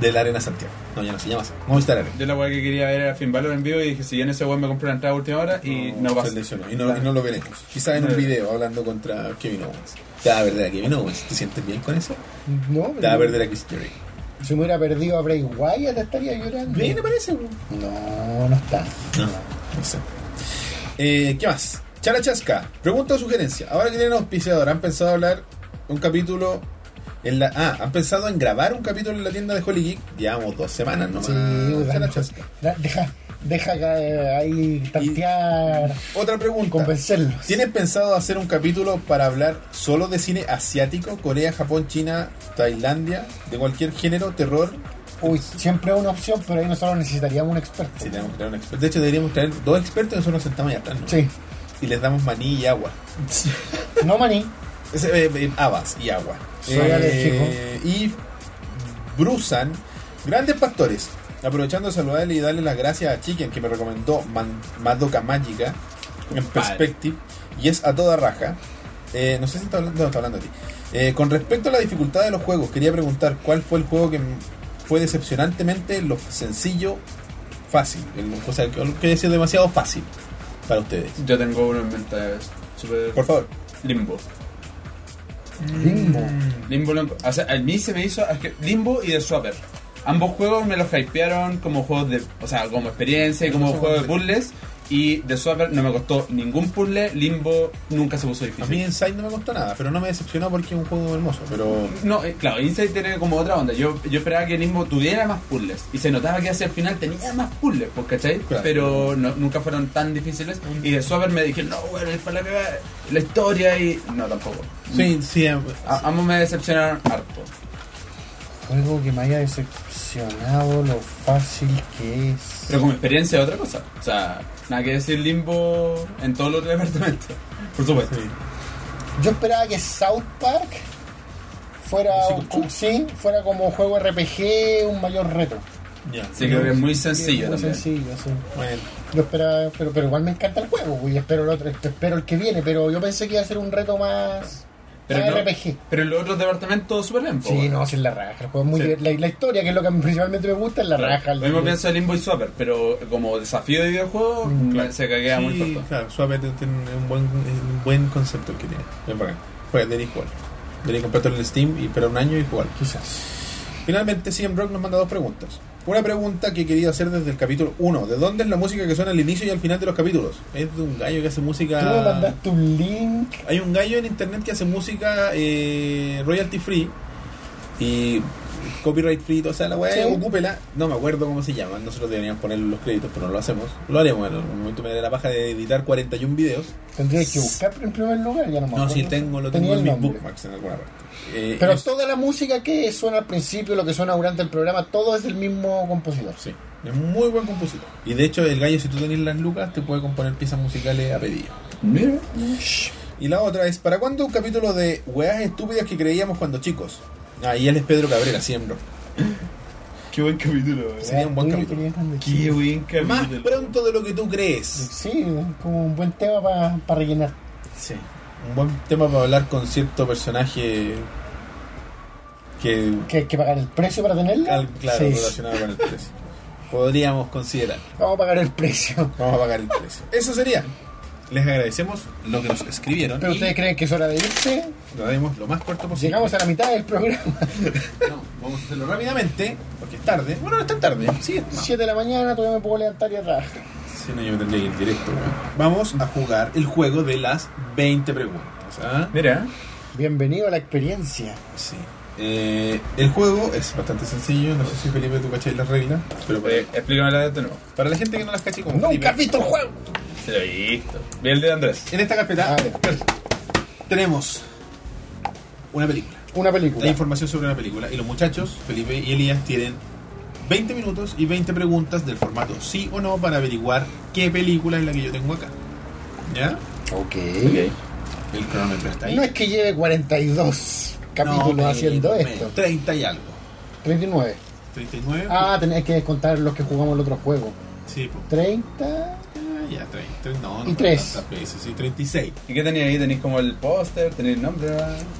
Speaker 1: de la Arena Santiago. No, ya no se llama así. Movistar Arena.
Speaker 3: Yo la weá que quería ver era Finn Balor en vivo y dije, si yo en ese weón me compré una entrada a última hora y no,
Speaker 1: Se
Speaker 3: pasa.
Speaker 1: lesionó, y no, y no lo veremos. Quizás en un video hablando contra Kevin Owens. Te va a perder a Kevin Owens. ¿Te sientes bien con eso?
Speaker 2: No,
Speaker 1: Te va a perder a Chris Jericho.
Speaker 2: si me hubiera perdido a Bray Wyatt estaría llorando.
Speaker 1: Bien, aparece. bro.
Speaker 2: No, no está.
Speaker 1: No, no sé. Eh, ¿Qué más? Chala Chasca, pregunta o sugerencia. Ahora que tienen auspiciador, ¿han pensado hablar un capítulo en la. Ah, ¿han pensado en grabar un capítulo en la tienda de Holy Geek? Llevamos dos semanas nomás.
Speaker 2: Sí, dan
Speaker 1: Chala
Speaker 2: mucho-
Speaker 1: Chasca.
Speaker 2: da- deja, deja ca- ahí tantear,
Speaker 1: Otra pregunta.
Speaker 2: convencerlos.
Speaker 1: ¿Tienen pensado hacer un capítulo para hablar solo de cine asiático? Corea, Japón, China, Tailandia, de cualquier género, terror.
Speaker 2: Uy, siempre es una opción, pero ahí nosotros necesitaríamos un experto.
Speaker 1: Sí, tenemos que traer un experto. De hecho, deberíamos traer dos expertos y nosotros nos sentamos allá atrás. ¿no?
Speaker 2: Sí.
Speaker 1: Y les damos maní y agua.
Speaker 2: No maní.
Speaker 1: Es, eh, eh, habas y agua.
Speaker 2: Soy
Speaker 1: Eh, y Brusan, grandes pastores. Aprovechando de saludarle y darle las gracias a Chicken que me recomendó Man- Madoka Mágica en Perspective y es a toda raja. Eh, no sé si está hablando, no, está hablando a ti. Eh, con respecto a la dificultad de los juegos, quería preguntar cuál fue el juego que m- fue decepcionantemente lo sencillo, fácil. El- o sea, que que decir demasiado fácil para ustedes.
Speaker 3: Yo tengo uno en mente súper...
Speaker 1: Por favor.
Speaker 3: Limbo.
Speaker 2: Limbo.
Speaker 3: Limbo lo- O sea, a mí se me hizo es que Limbo y The Swapper. Ambos juegos me los hypearon como juegos de. O sea, como experiencia y como juego de puzzles. Y The Swapper no me costó ningún puzzle. Limbo nunca se puso
Speaker 1: A mí
Speaker 3: difícil.
Speaker 1: Inside no me costó nada, pero no me decepcionó porque es un juego hermoso. Pero
Speaker 3: No, eh, claro, Inside tiene como otra onda. Yo, yo esperaba que Limbo tuviera más puzzles. Y se notaba que hacia el final tenía más puzzles, pues, ¿cachai?
Speaker 1: Claro.
Speaker 3: Pero no- nunca fueron tan difíciles. Y The Swapper me dije, no, bueno, es para la, cagada, la historia y. No, tampoco.
Speaker 1: Sí, sí. eh,
Speaker 3: A- ambos me decepcionaron harto.
Speaker 2: Juego que me haya decepcionado lo fácil que es.
Speaker 3: Pero como experiencia es otra cosa. O sea, nada que decir limbo en todos los departamentos. Por supuesto.
Speaker 2: Yo esperaba que South Park fuera
Speaker 1: Sí,
Speaker 2: un-
Speaker 1: como-
Speaker 2: sí, fuera como juego RPG un mayor reto.
Speaker 1: Ya.
Speaker 3: Sí, creo que es muy
Speaker 2: Sí,
Speaker 3: sencillo
Speaker 2: muy
Speaker 3: también.
Speaker 2: sencillo, sí.
Speaker 1: Bueno,
Speaker 2: Yo esperaba, pero, pero igual me encanta el juego, y espero el otro, espero el que viene, pero yo pensé que iba a ser un reto más,
Speaker 3: Pero,
Speaker 2: más
Speaker 3: no-
Speaker 2: RPG.
Speaker 1: Oh,
Speaker 3: pero en los otros departamentos súper bien. po,
Speaker 2: Sí,
Speaker 3: bueno.
Speaker 2: no, sí, es la raja. El juego es muy
Speaker 3: Sí.
Speaker 2: divertido. la, la historia, que es lo que a mí principalmente me gusta, es la raja.
Speaker 3: Lo
Speaker 2: el-
Speaker 3: mismo pienso de Limbo y Swapper, pero como desafío de videojuego
Speaker 2: Mm,
Speaker 3: me- se caguea muy
Speaker 1: sí,
Speaker 3: corto.
Speaker 1: claro, suave tiene- tiene un buen, un buen concepto el que tiene. Es bacán. Juega, debería jugar. Debería comprarlo en Steam y esperar un año y jugar.
Speaker 2: Quizás.
Speaker 1: Finalmente, CM Rock nos manda dos preguntas. Una pregunta que he querido hacer desde el capítulo 1. ¿De dónde es la música que suena al inicio y al final de los capítulos? Es de un gallo que hace
Speaker 2: Tú me
Speaker 1: música...
Speaker 2: mandaste un link.
Speaker 1: Hay un gallo en internet que hace música eh, royalty free y copyright free, o sea, la weá,
Speaker 2: Sí.
Speaker 1: ocúpela. No me acuerdo cómo se llama, nosotros deberíamos poner los créditos, pero no lo hacemos. Lo haremos en algún momento, me daré la paja de editar 41 videos.
Speaker 2: Tendría que buscar en primer lugar, ya no me
Speaker 1: No,
Speaker 2: acuerdo.
Speaker 1: si tengo, lo
Speaker 2: Tenía
Speaker 1: tengo en
Speaker 2: el
Speaker 1: mis
Speaker 2: nombre.
Speaker 1: bookmarks en alguna parte. Eh,
Speaker 2: Pero
Speaker 1: y-
Speaker 2: toda la música que suena al principio, lo que suena durante el programa, todo es del mismo compositor.
Speaker 1: Sí, es muy buen compositor. Y de hecho, el gallo, si tú tenés las lucas, te puede componer piezas musicales a pedido.
Speaker 3: Mira.
Speaker 1: Y la otra es, ¿para cuándo un capítulo de weas estúpidas que creíamos cuando chicos? Ah, y él es Pedro Cabrera, siempre.
Speaker 3: Qué buen capítulo, eh.
Speaker 1: Sería un buen
Speaker 2: Mira,
Speaker 1: capítulo.
Speaker 2: qué grande.
Speaker 3: Qué buen
Speaker 1: Más
Speaker 3: capítulo.
Speaker 1: pronto de lo que tú crees.
Speaker 2: Sí, como un buen tema para rellenar.
Speaker 1: Sí. Un buen tema para hablar con cierto personaje que
Speaker 2: Que hay que pagar el precio para tenerlo.
Speaker 1: al- claro,
Speaker 2: Sí.
Speaker 1: relacionado con el precio. Podríamos considerar.
Speaker 2: Vamos a pagar el precio.
Speaker 1: Vamos a pagar el precio. Eso sería. Les agradecemos lo que nos escribieron.
Speaker 2: Pero
Speaker 1: y
Speaker 2: ustedes creen que es hora de irse.
Speaker 1: lo haremos lo más corto posible.
Speaker 2: Llegamos a la mitad del programa.
Speaker 1: No, vamos a hacerlo rápidamente, porque es tarde. Bueno, no es tan tarde. Sí, es más.
Speaker 2: 7 de la mañana, todavía me puedo levantar y atrás.
Speaker 1: Si no, yo me tendría que ir directo. weón. Vamos a jugar el juego de las 20 preguntas. ¿ah?
Speaker 3: Mira,
Speaker 2: Bienvenido a la experiencia.
Speaker 1: Sí. Eh, el juego es bastante sencillo. No sé si Felipe tú cacháis las reglas. Pero para,
Speaker 3: eh, explícame la de nuevo.
Speaker 1: para la gente que no las caché como
Speaker 2: Nunca
Speaker 1: Felipe,
Speaker 2: has visto el juego.
Speaker 3: Se lo he visto. Vi el de Andrés.
Speaker 1: En esta carpeta
Speaker 2: A ver.
Speaker 1: tenemos una película.
Speaker 2: Una
Speaker 1: La
Speaker 2: película.
Speaker 1: información sobre una película. Y los muchachos, Felipe y Elías, tienen 20 minutos y 20 preguntas del formato sí o no para averiguar qué película es la que yo tengo acá. ¿Ya?
Speaker 2: Ok.
Speaker 1: El cronómetro está ahí.
Speaker 2: No es que lleve 42 capítulos
Speaker 1: No,
Speaker 2: haciendo
Speaker 1: menos,
Speaker 2: esto.
Speaker 1: menos, 30 y algo.
Speaker 2: 39.
Speaker 1: 39.
Speaker 2: Ah, tenés que contar los que jugamos el otro juego.
Speaker 1: Sí, pues.
Speaker 2: 30.
Speaker 1: Ah, ya, 30. No,
Speaker 2: Y
Speaker 1: no
Speaker 2: tres.
Speaker 1: tantas veces, sí, 36.
Speaker 3: ¿Y qué tenéis ahí? ¿Tenéis como el póster? ¿Tenéis el nombre?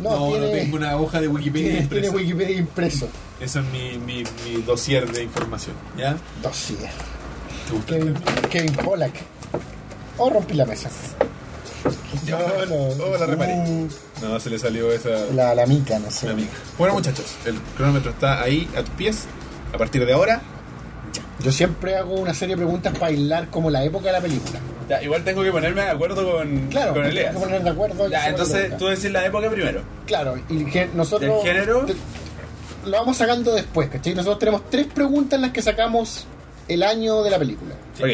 Speaker 2: No, tiene,
Speaker 1: tengo una hoja de Wikipedia
Speaker 2: tiene, tiene
Speaker 1: impresa.
Speaker 2: Wikipedia impreso.
Speaker 1: Eso es mi, mi, mi dossier de información. ¿Ya?
Speaker 2: Dossier.
Speaker 1: ¿Te gusta el
Speaker 2: Kevin,
Speaker 1: término?
Speaker 2: Kevin Pollack. O rompí la mesa.
Speaker 1: Ya.
Speaker 2: No, no. Uh.
Speaker 1: Oh, la reparé. No, se le salió esa.
Speaker 2: La, la mica, no sé.
Speaker 1: una mica. Bueno, muchachos, el cronómetro está ahí a tus pies. A partir de ahora,
Speaker 2: Yo siempre hago una serie de preguntas para hilar como la época de la película.
Speaker 3: Ya, igual tengo que ponerme de acuerdo con,
Speaker 2: Claro,
Speaker 3: con
Speaker 2: me
Speaker 3: Elías.
Speaker 2: tengo que poner de acuerdo.
Speaker 3: Ya,
Speaker 2: sobre la
Speaker 3: entonces tú
Speaker 2: época.
Speaker 3: decís la época primero.
Speaker 2: Claro, y que nosotros.
Speaker 3: ¿Del género?
Speaker 2: te- Lo vamos sacando después, ¿cachai? Nosotros tenemos tres preguntas en las que sacamos el año de la película.
Speaker 3: Ok.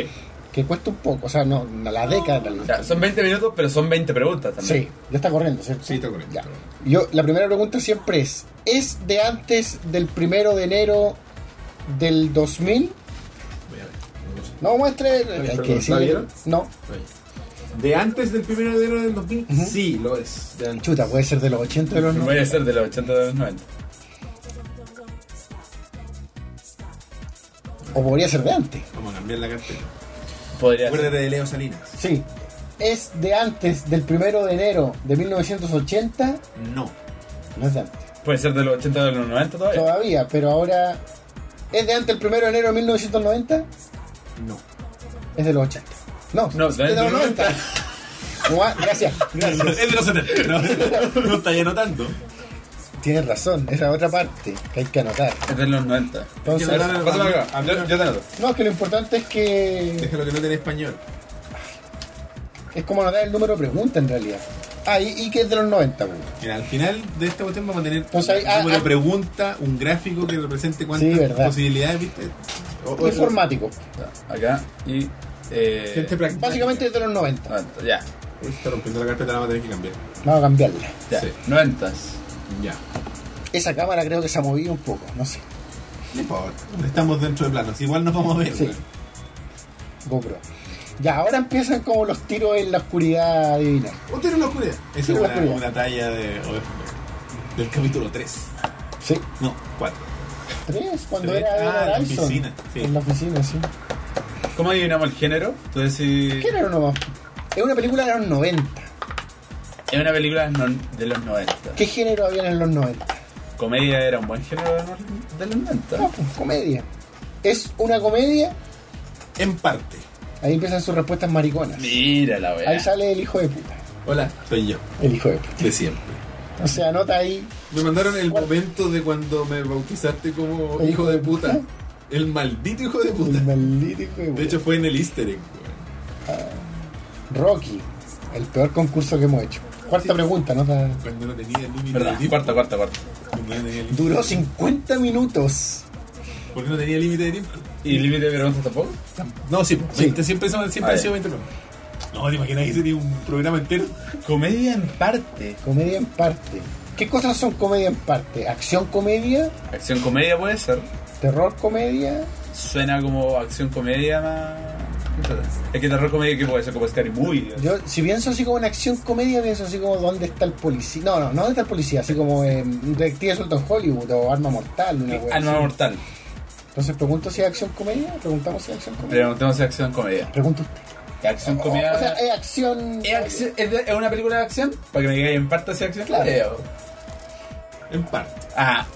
Speaker 2: Que cuesta un poco, o sea, no, no, la década en realidad.
Speaker 3: Ya, son 20 minutos, pero son 20 preguntas también.
Speaker 2: Sí, ya está corriendo, ¿cierto?
Speaker 1: Sí, está corriendo.
Speaker 2: Ya. Yo, la primera pregunta siempre es, ¿es de antes del primero de enero del 2000?
Speaker 1: voy a ver.
Speaker 2: No muestre... Hay
Speaker 4: perdón,
Speaker 2: que
Speaker 4: ¿la
Speaker 2: decirle-
Speaker 4: vieron?
Speaker 2: No,
Speaker 1: De antes del 1 de enero del 2000, sí, lo es. De antes.
Speaker 2: chuta, puede ser de los 80 de los
Speaker 3: No
Speaker 2: 90.
Speaker 3: Voy a ser de los 80 a los 90.
Speaker 2: O podría ser de antes.
Speaker 1: Vamos a cambiar la cartera.
Speaker 3: Podría ser.
Speaker 1: Acuérdate de Leo Salinas.
Speaker 2: Sí. ¿Es de antes del primero de enero de 1980?
Speaker 1: No.
Speaker 2: No es de antes.
Speaker 3: Puede ser de los 80 a los 90 todavía.
Speaker 2: Todavía, pero ahora... ¿Es de antes del primero de enero de 1990?
Speaker 1: No.
Speaker 2: Es de los 80. No,
Speaker 3: No,
Speaker 2: es de los 90. Guau, Gracias, gracias.
Speaker 1: Es de los 70. No, no está lleno tanto.
Speaker 2: Tienes razón, esa otra parte que hay que anotar.
Speaker 3: Es de los 90.
Speaker 2: Entonces,
Speaker 1: Hay que hablar-
Speaker 3: Pásame acá. Yo, yo te anoto.
Speaker 2: No, que lo importante es que
Speaker 1: Déjalo que no tiene español.
Speaker 2: es como anotar el número de pregunta en realidad. Ah, y, y que es de los 90, pues.
Speaker 1: Mira, al final de esta cuestión vamos a tener
Speaker 2: Pues hay- ah,
Speaker 1: como una
Speaker 2: ah.
Speaker 1: pregunta, un gráfico que represente
Speaker 2: Sí,
Speaker 1: cuántas
Speaker 2: verdad.
Speaker 1: posibilidades, ¿viste? O- o-
Speaker 2: Informático.
Speaker 3: Ya, Acá y. Eh,
Speaker 1: Gente práctica.
Speaker 2: Básicamente es de los 90.
Speaker 3: 90, ya,
Speaker 1: Uy, está rompiendo la carpeta, la vamos a tener que cambiar.
Speaker 2: Vamos a cambiarla.
Speaker 3: ya.
Speaker 1: Sí.
Speaker 3: 90.
Speaker 1: Ya.
Speaker 2: Esa cámara creo que se ha movido un poco, no sé.
Speaker 1: No importa. Estamos dentro de planos. Igual nos vamos a ver.
Speaker 2: Sí.
Speaker 1: weón.
Speaker 2: GoPro. Ya, ahora empiezan como los tiros en la oscuridad adivina.
Speaker 1: O tiene la oscuridad. Esa
Speaker 2: Tiro
Speaker 1: es
Speaker 2: en la
Speaker 1: una,
Speaker 2: oscuridad.
Speaker 1: una talla de, o- del capítulo 3.
Speaker 2: Sí,
Speaker 1: No, 4.
Speaker 2: tres, cuando
Speaker 1: Sí.
Speaker 2: era
Speaker 1: Ah,
Speaker 2: Edgar
Speaker 1: en la
Speaker 2: Alson.
Speaker 1: oficina, sí.
Speaker 2: En la oficina, sí.
Speaker 3: ¿Cómo adivinamos el género? Tú decís.
Speaker 2: ¿Qué era nomás? Es una película de los 90.
Speaker 3: Es una película non- de los 90.
Speaker 2: ¿Qué género había en los 90?
Speaker 3: ¿Comedia era un buen género de los- de los 90?
Speaker 2: No, pues, comedia. ¿Es una comedia?
Speaker 1: En parte.
Speaker 2: Ahí empiezan sus respuestas mariconas.
Speaker 3: Mira la wea.
Speaker 2: Ahí sale el hijo de puta.
Speaker 1: Hola, soy yo.
Speaker 2: El hijo de puta.
Speaker 1: De siempre.
Speaker 2: O sea, anota ahí.
Speaker 1: Me mandaron el momento de cuando me bautizaste como
Speaker 2: ¿El
Speaker 1: hijo de
Speaker 2: ¿eh?
Speaker 1: puta. El maldito hijo de puta.
Speaker 2: El maldito hijo de puta.
Speaker 1: De hecho, fue en el Easter egg. weón.
Speaker 2: Rocky. El peor concurso que hemos hecho. Cuarta pregunta, nota.
Speaker 1: Cuando no tenía ni límite de
Speaker 3: ¿Verdad?
Speaker 1: tiempo.
Speaker 3: Cuarta, cuarta, cuarta.
Speaker 1: Cuando no tenía límite-
Speaker 2: Duró 50 minutos.
Speaker 1: ¿Por qué no tenía límite de tiempo?
Speaker 3: ¿Y límite de preguntas tampoco?
Speaker 1: No, sí, pues,
Speaker 2: Sí.
Speaker 1: 20, siempre, son- siempre
Speaker 3: Ah,
Speaker 1: han
Speaker 3: ya.
Speaker 1: sido 20 programas. No, te imaginas que sería un programa entero.
Speaker 3: Comedia en parte.
Speaker 2: Comedia en parte. ¿Qué cosas son comedia en parte? ¿Acción comedia?
Speaker 3: Acción comedia puede ser.
Speaker 2: ¿Terror comedia?
Speaker 3: Suena como acción comedia más. Es que terror comedia que puede ser como Scary Movie.
Speaker 2: Yo, si pienso así como en acción comedia, pienso así como ¿dónde está el policía? No, no, no ¿dónde está el policía? Así como eh, Detective Suelto en Hollywood o Arma Mortal. Una wea
Speaker 3: Alma
Speaker 2: así.
Speaker 3: Mortal.
Speaker 2: Entonces pregunto si es acción comedia, preguntamos si es acción comedia.
Speaker 3: Preguntemos si es acción comedia. Oh,
Speaker 2: Pregunto usted. Oh,
Speaker 3: Acción Eh, comedia.
Speaker 2: O sea, es acción.
Speaker 3: ¿Es, acción- es de- es una película de acción? Para que me digáis en parte si es acción
Speaker 2: Claro.
Speaker 3: comedia. o-
Speaker 1: En parte.
Speaker 3: Ah,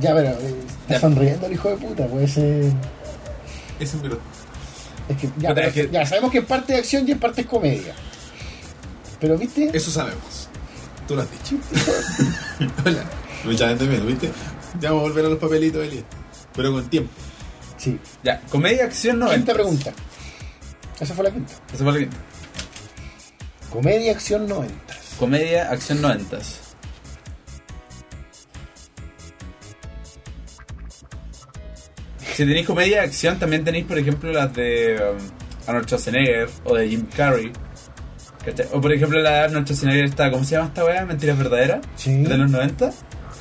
Speaker 2: Ya, pero eh, está
Speaker 3: Ya.
Speaker 2: sonriendo el hijo de puta, pues eh,
Speaker 1: Eso me lo.
Speaker 2: es que ya,
Speaker 3: Puta,
Speaker 2: pero-
Speaker 3: es que-
Speaker 2: ya sabemos que en parte es acción y en parte es comedia. Pero viste,
Speaker 1: Eso sabemos. Tú lo has dicho. Hola. Mucha gente menos, ¿viste? Ya vamos a volver a los papelitos, Eli. Pero con tiempo.
Speaker 2: sí.
Speaker 3: ya. Comedia, acción, no.
Speaker 2: Quinta pregunta. Esa fue la quinta.
Speaker 3: Eso fue lo que-
Speaker 2: Comedia, acción 90.
Speaker 3: Comedia, acción noventas. Si tenéis comedia de acción, también tenéis, por ejemplo, las de um, Arnold Schwarzenegger o de Jim Carrey. ¿cachai? O, por ejemplo, la de Arnold Schwarzenegger está, ¿cómo se llama esta weá? ¿Mentiras verdaderas?
Speaker 2: Sí.
Speaker 3: De los 90,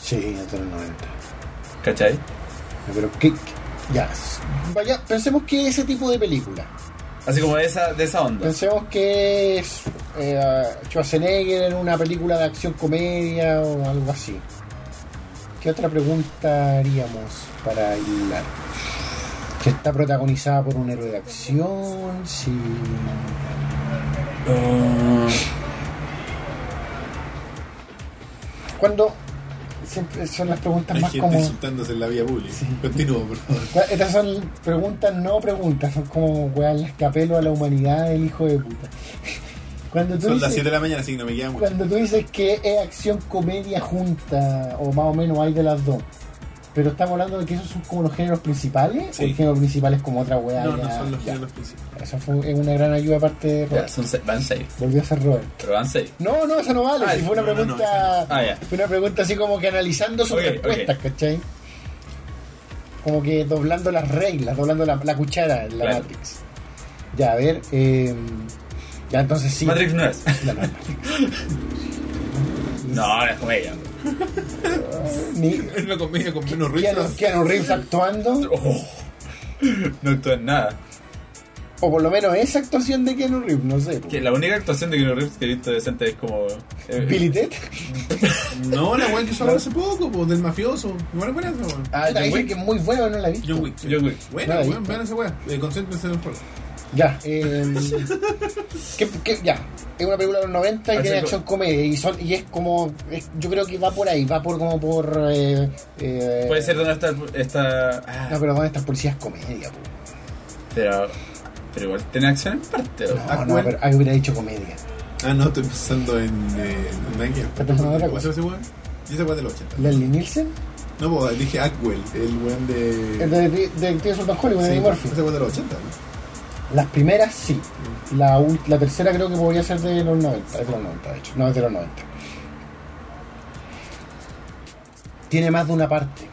Speaker 2: Sí, hasta los 90.
Speaker 3: ¿cachai?
Speaker 2: Pero qué. qué- Ya. Vaya, pensemos que ese tipo de película.
Speaker 3: Así como de esa, de esa onda.
Speaker 2: Pensemos que es eh, Schwarzenegger en una película de acción comedia o algo así. ¿Qué otra pregunta haríamos para hilar? Que está protagonizada por un héroe de acción, sí. Cuando siempre son las preguntas
Speaker 1: Hay
Speaker 2: más
Speaker 1: gente
Speaker 2: como
Speaker 1: insultándose en la vía pública.
Speaker 2: Sí.
Speaker 1: Continúo, por favor.
Speaker 2: estas son preguntas no preguntas, son como weón, las que apelo a la humanidad del hijo de puta. Cuando tú
Speaker 1: Son las
Speaker 2: dices-
Speaker 1: 7 de la mañana, así que no me queda mucho.
Speaker 2: Cuando tú dices que es acción comedia junta, o más o menos hay de las dos. Pero estamos hablando de que esos son como los géneros principales,
Speaker 1: Sí.
Speaker 2: o el género principal es como otra weá.
Speaker 1: No,
Speaker 2: ya?
Speaker 1: no son los
Speaker 2: Ya.
Speaker 1: géneros principales.
Speaker 2: Eso fue es una gran ayuda aparte de
Speaker 3: Ya,
Speaker 2: Robert.
Speaker 3: son se- van seis.
Speaker 2: Volvió a ser Robert.
Speaker 3: Pero van seis.
Speaker 2: No, no, eso no vale.
Speaker 3: Ah,
Speaker 2: si fue una
Speaker 1: no, no, no,
Speaker 2: pregunta.
Speaker 1: esa
Speaker 3: no. Ah, ya.
Speaker 2: Fue una pregunta así como que analizando sus
Speaker 3: Ok,
Speaker 2: respuestas, ¿cachai? Como que doblando las reglas, doblando la, la cuchara en la
Speaker 3: Claro.
Speaker 2: Matrix. Ya, a ver. eh, ya, entonces sí.
Speaker 3: Matrix no es.
Speaker 2: La Matrix.
Speaker 3: No, no es comedia.
Speaker 2: Ni,
Speaker 1: Es una comedia con menos
Speaker 2: Keanu,
Speaker 1: risas.
Speaker 2: Keanu Reeves actuando,
Speaker 3: Oh, no actúa en nada.
Speaker 2: o por lo menos esa actuación de Keanu Reeves, no sé. po.
Speaker 3: Que la única actuación de Keanu Reeves que he visto decente es como. eh,
Speaker 2: Billy Ted.
Speaker 1: No, la weá que hizo ahora hace poco, po, del mafioso. No era buena esa weá.
Speaker 2: Ah,
Speaker 3: John
Speaker 2: dicen
Speaker 3: Wick.
Speaker 2: que es muy bueno, no la vi.
Speaker 1: John Wick. sí.
Speaker 3: John Wick.
Speaker 1: Buena,
Speaker 2: Ah, ahí.
Speaker 1: weón, vean esa weá. Eh, concéntrense en el juego.
Speaker 2: Ya, eh, que- que- ya. Es una película de los 90 y tiene
Speaker 3: Así como-
Speaker 2: acción comedia. Y, son, y es como. es- yo creo que va por ahí, va por como por. eh, eh,
Speaker 3: Puede ser donde está. está ah,
Speaker 2: No, pero van estas policías comedia, po.
Speaker 3: pero. Pero igual tiene acción en parte.
Speaker 2: No,
Speaker 3: ¿o?
Speaker 2: no,
Speaker 1: Aquaman.
Speaker 2: pero ahí hubiera dicho comedia.
Speaker 1: Ah, no, estoy pensando en. Eh, en Nike.
Speaker 2: Está pensando en otra
Speaker 1: ¿Cómo se llama ese weón? Y ese weón del 80.
Speaker 2: Leslie Nielsen,
Speaker 1: No, po, dije Ackwell, el weón de.
Speaker 2: el de de- Detective Sultan Hollywood, de
Speaker 1: Sí,
Speaker 2: Eddie Murphy.
Speaker 1: ese weón de los 80. ¿no?
Speaker 2: Las primeras sí. La, ul- la tercera creo que podría ser de los 90. Es de los 90, de hecho. No, es de los 90. Tiene más de una parte.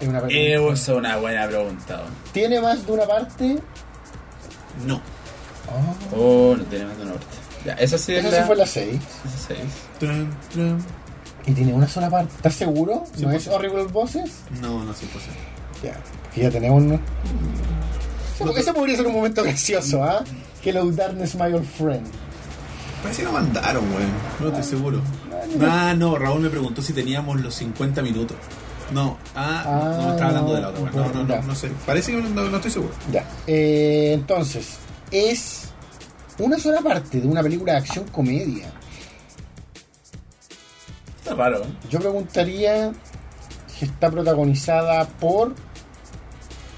Speaker 2: Es una pregunta.
Speaker 3: Eh, esa es una buena pregunta. ¿o?
Speaker 2: Tiene más de una parte.
Speaker 1: No.
Speaker 2: Ah,
Speaker 3: Oh, no tiene más de una parte. Ya, esa sí es
Speaker 2: Esa sí
Speaker 3: la.
Speaker 2: fue la 6.
Speaker 3: esa seis.
Speaker 1: Trum, trum.
Speaker 2: Y tiene una sola parte. ¿Estás seguro?
Speaker 1: Sí,
Speaker 2: ¿No
Speaker 1: por
Speaker 2: es
Speaker 1: supuesto.
Speaker 2: Horrible Voces?
Speaker 1: No, pues, no, 100%.
Speaker 2: Ya. porque ya tenemos uno. Ese, ese podría ser un momento gracioso, ¿ah? Que lo Darkness My Old Friend.
Speaker 1: Parece que lo mandaron, weón. No estoy seguro. Ah, no, Raúl me preguntó si teníamos los 50 minutos. No, ah, no, no,
Speaker 2: Ah,
Speaker 1: estaba hablando de la
Speaker 2: no,
Speaker 1: otra, weón. No, no,
Speaker 2: ya.
Speaker 1: no, no sé. Parece que no, no estoy seguro.
Speaker 2: Ya. Eh, entonces, es una sola parte de una película de acción comedia.
Speaker 3: Está raro. ¿eh?
Speaker 2: Yo preguntaría si está protagonizada por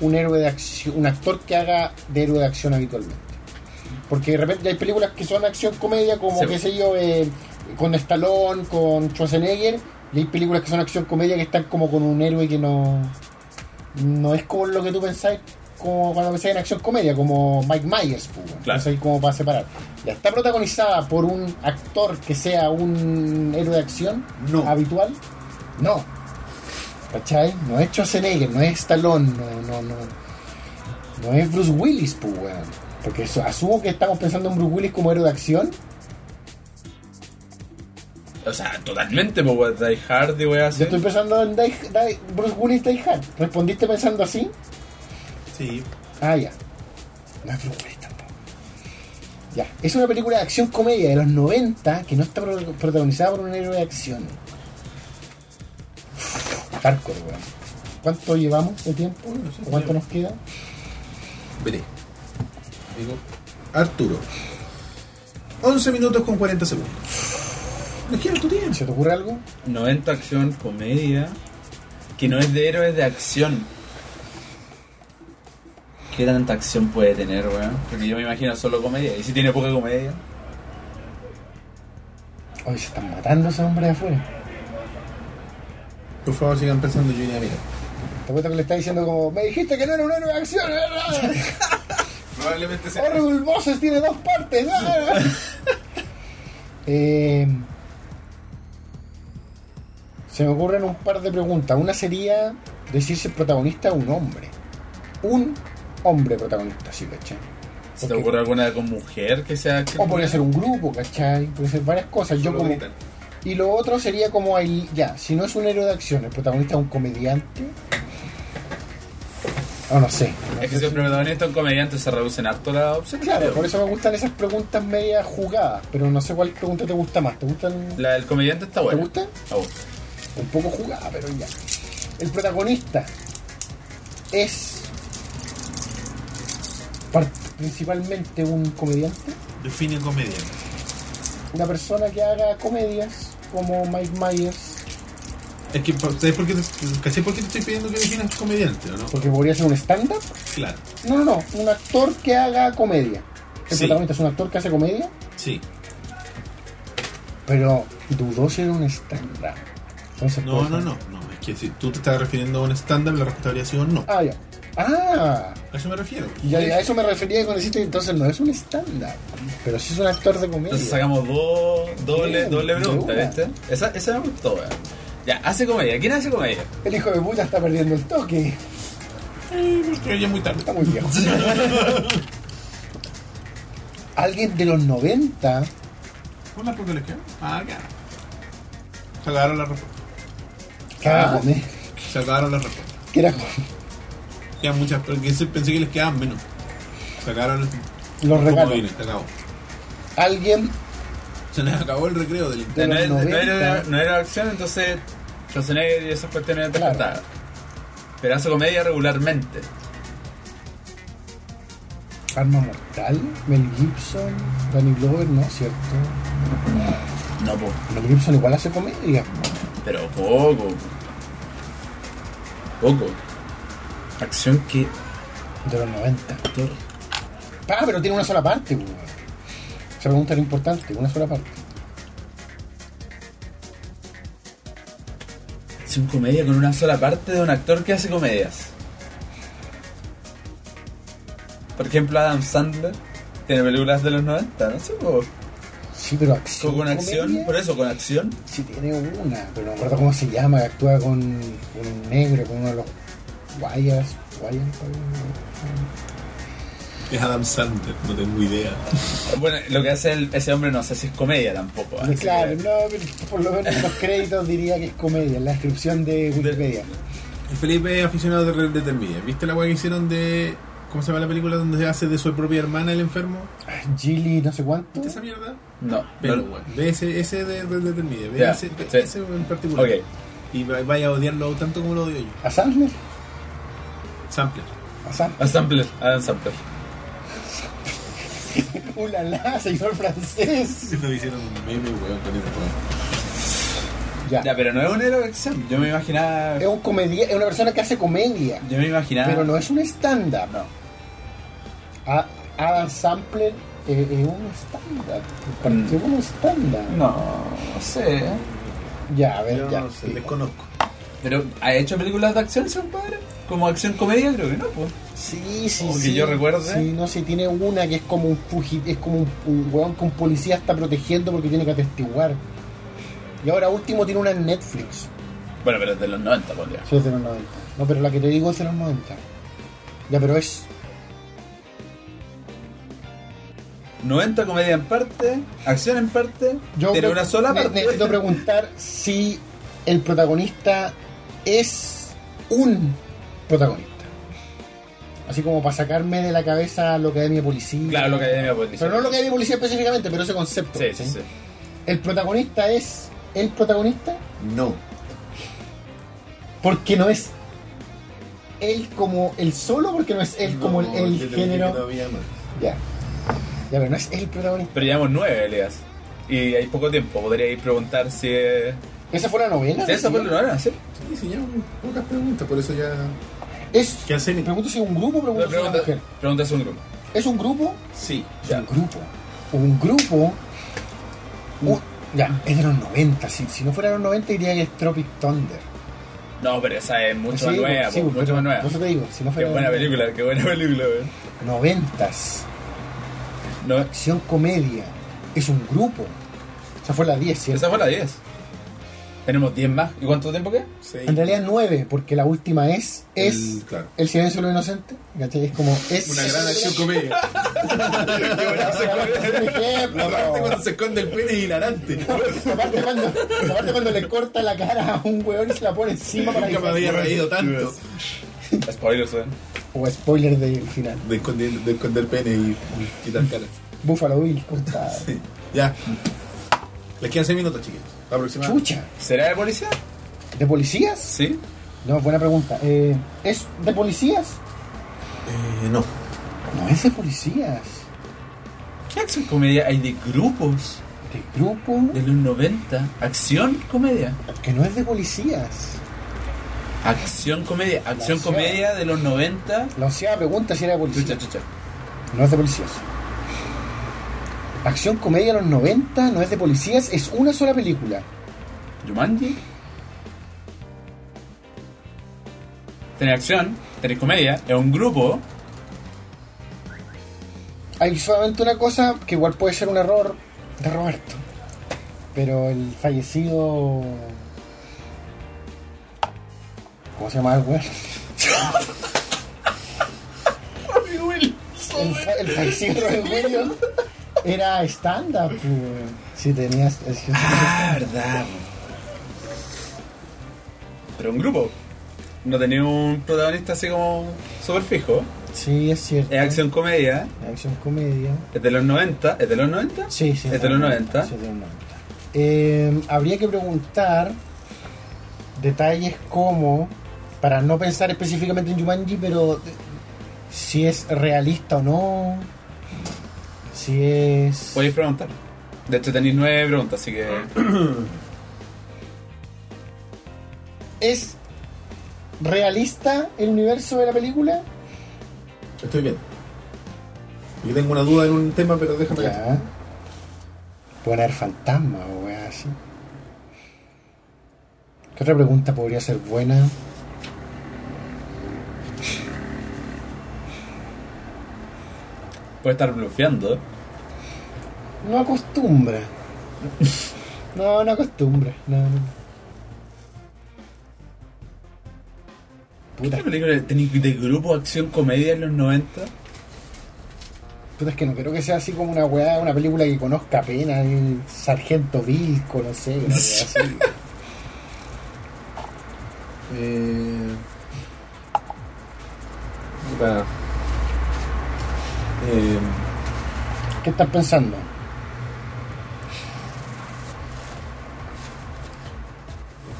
Speaker 2: un héroe de acción, un actor que haga de héroe de acción habitualmente. Porque de repente hay películas que son acción comedia, como
Speaker 3: Sí.
Speaker 2: qué sé yo, eh, con Stallone, con Schwarzenegger, y hay películas que son acción comedia que están como con un héroe que no no es como lo que tú pensáis como cuando pensáis en acción comedia, como Mike Myers, pues, bueno.
Speaker 3: Claro.
Speaker 2: Pensáis como para separar. Ya está protagonizada por un actor que sea un héroe de acción
Speaker 1: No.
Speaker 2: habitual. No. ¿Cachai? No es Schwarzenegger, no es Stallone, no, no, no. No es Bruce Willis, pues, weón. Porque eso- asumo que estamos pensando en Bruce Willis como héroe de acción.
Speaker 3: O sea, totalmente, pues, weón, Die Hard y weón así.
Speaker 2: Yo estoy pensando en Die- Die- Bruce Willis Die Hard. ¿Respondiste pensando así?
Speaker 1: Sí.
Speaker 2: Ah, ya. No es Bruce Willis tampoco. Ya. Es una película de acción comedia de los 90 que no está pro- protagonizada por un héroe de acción. Hardcore, weón. ¿Cuánto llevamos de tiempo? ¿O ¿Cuánto nos queda?
Speaker 1: Veré. Digo, Arturo. 11 minutos con 40 segundos. No quiero tu tiempo.
Speaker 2: ¿Se te ocurre algo?
Speaker 3: 90 acción, comedia. Que no es de héroes de acción. ¿Qué tanta acción puede tener, weón? Porque yo me imagino solo comedia. ¿Y si tiene poca comedia?
Speaker 2: Hoy se están matando esos hombres de afuera.
Speaker 1: Por favor, sigan pensando, yo iría a mirar.
Speaker 2: Te apuesto que le está diciendo como, me dijiste que no era un héroe de acción.
Speaker 1: Probablemente sea.
Speaker 2: Horrible Bosses Oh, tiene dos partes. Eh, se me ocurren un par de preguntas. Una sería decir si el protagonista es un hombre. Un hombre protagonista, sí, ¿cachai?
Speaker 3: ¿Se te
Speaker 2: Porque-
Speaker 3: ocurre alguna con mujer que sea
Speaker 2: O podría ser un grupo, ¿cachai? Puede ser varias cosas. Yo como, y lo otro sería como ahí, ya, si no es un héroe de acción, el protagonista es un comediante. O no sé. no
Speaker 3: Es que
Speaker 2: sé
Speaker 3: si el
Speaker 2: si-
Speaker 3: protagonista es un comediante se reducen harto las opciones.
Speaker 2: Claro,
Speaker 3: weón.
Speaker 2: por eso me gustan esas preguntas medias jugadas, pero no sé cuál pregunta te gusta más. ¿Te gustan?
Speaker 3: La del comediante está
Speaker 2: ¿Te
Speaker 3: buena.
Speaker 2: gusta?
Speaker 3: Me gusta.
Speaker 2: un poco jugada, pero ya. El protagonista es par- principalmente un comediante,
Speaker 1: Define comedia.
Speaker 2: una persona que haga comedias como Mike Myers,
Speaker 1: Es que, ¿sabes por qué te, ¿cachai por qué te estoy pidiendo que definas comediante o no?
Speaker 2: porque podría ser un stand-up.
Speaker 1: Claro,
Speaker 2: No, no, no, un actor que haga comedia. El
Speaker 1: Sí.
Speaker 2: protagonista es un actor que hace comedia,
Speaker 1: sí.
Speaker 2: pero dudó ser un stand-up. Entonces,
Speaker 1: No,
Speaker 2: puede
Speaker 1: no,
Speaker 2: ser-
Speaker 1: no, no. Es que si tú te estás refiriendo a un estándar, la respuesta habría sido no.
Speaker 2: Ah, ya. Ah,
Speaker 1: A eso me refiero.
Speaker 2: ya, ya, a eso me refería cuando dijiste entonces no es un stand-up, pero sí es un actor de comedia.
Speaker 3: Entonces sacamos dos doble,
Speaker 2: Bien,
Speaker 3: doble
Speaker 2: de
Speaker 3: pregunta,
Speaker 2: una.
Speaker 3: ¿viste? Esa, esa me gustó, weón. Ya, hace comedia. ¿Quién hace comedia?
Speaker 2: El hijo de puta está perdiendo el toque.
Speaker 1: Pero ya es muy tarde.
Speaker 2: Está muy viejo. Alguien de los 90.
Speaker 1: ¿Cuál es la pregunta que les queda? Ah, ya. Se acabaron las respuestas.
Speaker 2: Cagamos, ¿eh?
Speaker 1: Se acabaron las respuestas.
Speaker 2: Que era
Speaker 1: Quedan muchas, pero que se- pensé que les quedaban menos. Se acabaron los,
Speaker 2: los regalos.
Speaker 1: comodines, se acabó.
Speaker 2: Alguien
Speaker 1: este Se nos acabó el recreo del internet.
Speaker 2: De
Speaker 3: no,
Speaker 2: los
Speaker 3: era, no, era,
Speaker 2: 90.
Speaker 3: no era acción, entonces Schwarzenegger y esas cuestiones te
Speaker 2: Claro.
Speaker 3: faltaban. Pero hace comedia regularmente.
Speaker 2: Arma Mortal, Mel Gibson, Danny Glover, ¿no? ¿Cierto?
Speaker 3: No, po.
Speaker 2: Mel Gibson igual hace comedia.
Speaker 3: pero poco. Poco. Acción que.
Speaker 2: De los 90. Ah, pero tiene una sola parte, weón. Esa pregunta era importante, una sola parte.
Speaker 3: Acción comedia con una sola parte de un actor que hace comedias. Por ejemplo, Adam Sandler tiene películas de los 90, no sé, po.
Speaker 2: Sí, pero acción.
Speaker 3: Con, con acción,
Speaker 2: comedia,
Speaker 3: por eso, con acción.
Speaker 2: Sí, tiene una, pero no me acuerdo cómo se llama, que actúa con, con un negro, con uno de los guayas. guayas
Speaker 1: Es Adam Sandler, no tengo idea.
Speaker 3: Bueno, lo que hace el- ese hombre no sé si es comedia tampoco. ¿eh? así
Speaker 2: claro,
Speaker 3: que-
Speaker 2: no, pero por lo menos en los créditos diría que es comedia, en la descripción de Wikipedia.
Speaker 1: El Felipe es aficionado de Red Dead Media. ¿Viste la weá que hicieron de. ¿Cómo se llama la película donde se hace de su propia hermana el enfermo?
Speaker 2: Gilly, no sé cuánto.
Speaker 1: ¿Viste esa mierda?
Speaker 3: No,
Speaker 1: Pero,
Speaker 3: no.
Speaker 1: weón, ve ese, ese de Red Dead Media, ve
Speaker 3: Ya,
Speaker 1: ese, ve
Speaker 3: sí.
Speaker 1: ese en particular.
Speaker 3: Ok.
Speaker 1: Y va- vaya a odiarlo tanto como lo odio yo.
Speaker 2: ¿A Sandler?
Speaker 1: Sampler.
Speaker 2: ¿A Sandler?
Speaker 3: A Sampler, a Sampler.
Speaker 2: ¡Ulala, Uh, señor francés!
Speaker 1: Lo hicieron un meme, weón, con esa weá.
Speaker 2: Ya.
Speaker 3: Ya, pero no es un héroe de acción. Yo me imaginaba.
Speaker 2: Es un comedia, es una persona que hace comedia,
Speaker 3: Yo me imaginaba.
Speaker 2: pero no es un stand-up.
Speaker 3: No.
Speaker 2: A- Adam Sampler es un stand-up. Partió como stand-up.
Speaker 3: No, no sé. ¿eh?
Speaker 2: Ya, a ver,
Speaker 1: Yo
Speaker 2: ya.
Speaker 1: no sé,
Speaker 2: sí.
Speaker 1: desconozco.
Speaker 3: Pero, ¿ha hecho películas de acción ese compadre? Como acción comedia, creo que no, pues.
Speaker 2: Sí, sí,
Speaker 3: O que
Speaker 2: sí.
Speaker 3: yo ¿eh? recuerde.
Speaker 2: Sí, no sé, tiene una que es como un fugi, es como un, un weón que un policía está protegiendo porque tiene que atestiguar. Y ahora último tiene una en Netflix.
Speaker 3: Bueno, pero es de los 90, podría.
Speaker 2: Sí, es de los 90. No, pero la que te digo es de los 90. Ya, pero es
Speaker 3: 90 comedia en parte, acción en parte,
Speaker 2: Yo
Speaker 3: pero
Speaker 2: creo-
Speaker 3: una sola
Speaker 2: ne-
Speaker 3: parte.
Speaker 2: Necesito preguntar si el protagonista es un protagonista. Así como para sacarme de la cabeza lo que hay de mi policía.
Speaker 3: Claro, lo que hay de mi policía.
Speaker 2: Pero no lo que hay de mi policía específicamente, pero ese concepto.
Speaker 3: Sí, sí,
Speaker 2: ¿sí?
Speaker 3: sí.
Speaker 2: El protagonista es el protagonista
Speaker 1: No.
Speaker 2: porque no es él como el solo, porque no es él como el,
Speaker 1: No,
Speaker 2: el
Speaker 1: yo te dije que
Speaker 2: género.
Speaker 1: todavía más.
Speaker 2: Ya. Ya, pero no es el protagonista.
Speaker 3: Pero llevamos 9 Elias. Y hay poco tiempo. Podríais preguntar si es.
Speaker 2: ¿Esa fue la novela?
Speaker 3: Si esa fue la novela, ¿sí?
Speaker 1: Sí, sí, ya, pocas preguntas, por eso ya.
Speaker 2: Es,
Speaker 1: ¿Qué hacen?
Speaker 2: pregunto si es un grupo o pregunto si es una
Speaker 3: Pregunta,
Speaker 2: mujer.
Speaker 3: pregunta es un grupo.
Speaker 2: ¿Es un grupo?
Speaker 1: Sí.
Speaker 3: Ya.
Speaker 2: Un grupo. Un grupo. un- ya, es de los 90. Si, si no fuera de los 90, diría que es Tropic Thunder.
Speaker 3: No, pero esa es mucho más
Speaker 2: Sí,
Speaker 3: nueva,
Speaker 2: sí,
Speaker 3: po, mucho
Speaker 2: pero
Speaker 3: más nueva.
Speaker 2: Por eso te digo, si no
Speaker 3: Qué
Speaker 2: fuera
Speaker 3: buena
Speaker 2: de los
Speaker 3: película, qué buena película, weón.
Speaker 2: 90.
Speaker 3: No,
Speaker 2: Acción comedia. Es un grupo. O sea, fue la 10, ¿cierto?
Speaker 3: esa fue la 10. Tenemos 10 más. ¿Y cuánto tiempo queda?
Speaker 1: Sí.
Speaker 2: En realidad 9, porque la última es. Es.
Speaker 1: El- claro.
Speaker 2: El silencio de los inocentes. ¿Cachai? Es como. Es.
Speaker 1: Una gran acción comedia.
Speaker 2: Es un ejemplo.
Speaker 1: Aparte cuando se esconde el pene es hilarante.
Speaker 2: Aparte cuando, aparte cuando le corta la cara a un weón y se la pone encima para
Speaker 1: Nunca me había reído tanto.
Speaker 3: Spoilers, weón.
Speaker 2: O spoiler del final.
Speaker 1: De esconder, de esconder pene y quitar caras.
Speaker 2: Buffalo Bill, puta.
Speaker 1: Sí. Ya. Les quedan 6 minutos, chicos. Aproximadamente.
Speaker 2: Chucha.
Speaker 3: ¿Será de policía?
Speaker 2: ¿De policías?
Speaker 3: ¿Sí?
Speaker 2: No, buena pregunta. Eh, ¿Es de policías?
Speaker 1: Eh, no.
Speaker 2: No es de policías.
Speaker 3: ¿Qué acción comedia hay de grupos
Speaker 2: De grupo
Speaker 3: de los 90? Acción comedia.
Speaker 2: que no es de policías.
Speaker 3: Acción comedia. Acción
Speaker 2: Acción.
Speaker 3: comedia de los 90.
Speaker 2: La onceava pregunta si era de
Speaker 3: Chucha,
Speaker 2: policías.
Speaker 3: chucha.
Speaker 2: No es de policías. Acción comedia de los 90, no es de policías, es una sola película.
Speaker 3: Jumanji. Tenés acción, tenés comedia, es un grupo.
Speaker 2: Hay solamente una cosa que igual puede ser un error de Roberto. Pero el fallecido. ¿Cómo se llama el weón? El, fa- el fallecido Robin Williams era stand-up. weón. Si tenías. es que-
Speaker 3: Ah, verdad. Pero un grupo. No tenía un protagonista así como súper fijo.
Speaker 2: Sí, es cierto.
Speaker 3: Es acción comedia.
Speaker 2: Es acción comedia.
Speaker 3: Es de los 90. ¿Es de los 90?
Speaker 2: Sí, sí.
Speaker 3: Es de los 90.
Speaker 2: Sí, de los 90. Eh, habría que preguntar detalles como, para no pensar específicamente en Jumanji, pero de- si es realista o no, si es...
Speaker 3: Podéis preguntar. De hecho tenéis nueve preguntas, así que.
Speaker 2: ¿Es realista el universo de la película?
Speaker 1: Estoy bien.
Speaker 4: Yo tengo una duda en un tema, pero déjame acá.
Speaker 2: Ya. Pueden haber fantasmas o weas así. ¿Qué otra pregunta podría ser buena?
Speaker 3: Puede estar blufeando.
Speaker 2: No acostumbra. No, no acostumbra. No, no.
Speaker 3: ¿Qué
Speaker 2: Puta,
Speaker 3: película tenéis de grupo acción comedia en los 90?
Speaker 2: puta, es que no creo que sea así como una weá, una película que conozca apenas. El Sargento Vilco, no sé. una weá así.
Speaker 4: Eh... puta. Eh,
Speaker 2: ¿Qué estás pensando?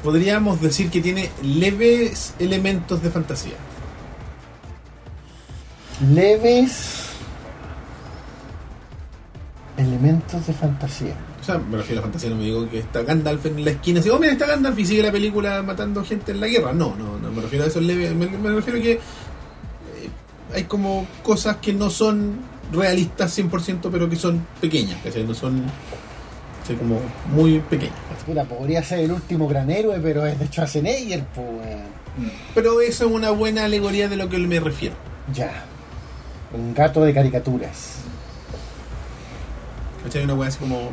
Speaker 1: Podríamos decir que tiene leves elementos de fantasía.
Speaker 2: Leves elementos de fantasía.
Speaker 1: O sea, me refiero a fantasía, no me digo que está Gandalf en la esquina. Si, oh, mira, está Gandalf y sigue la película matando gente en la guerra. No, no, no me refiero a eso. leve- Me, me refiero a que eh, hay como cosas que no son realistas 100%, pero que son pequeñas. ¿cachai? No son ¿cachai? como muy pequeñas.
Speaker 2: Puta, podría ser el último gran héroe, pero es de Schwarzenegger, pues. weón.
Speaker 1: Pero eso es una buena alegoría de lo que me refiero.
Speaker 2: Ya. Un gato de caricaturas.
Speaker 1: ¿Cachai? Una weá así como.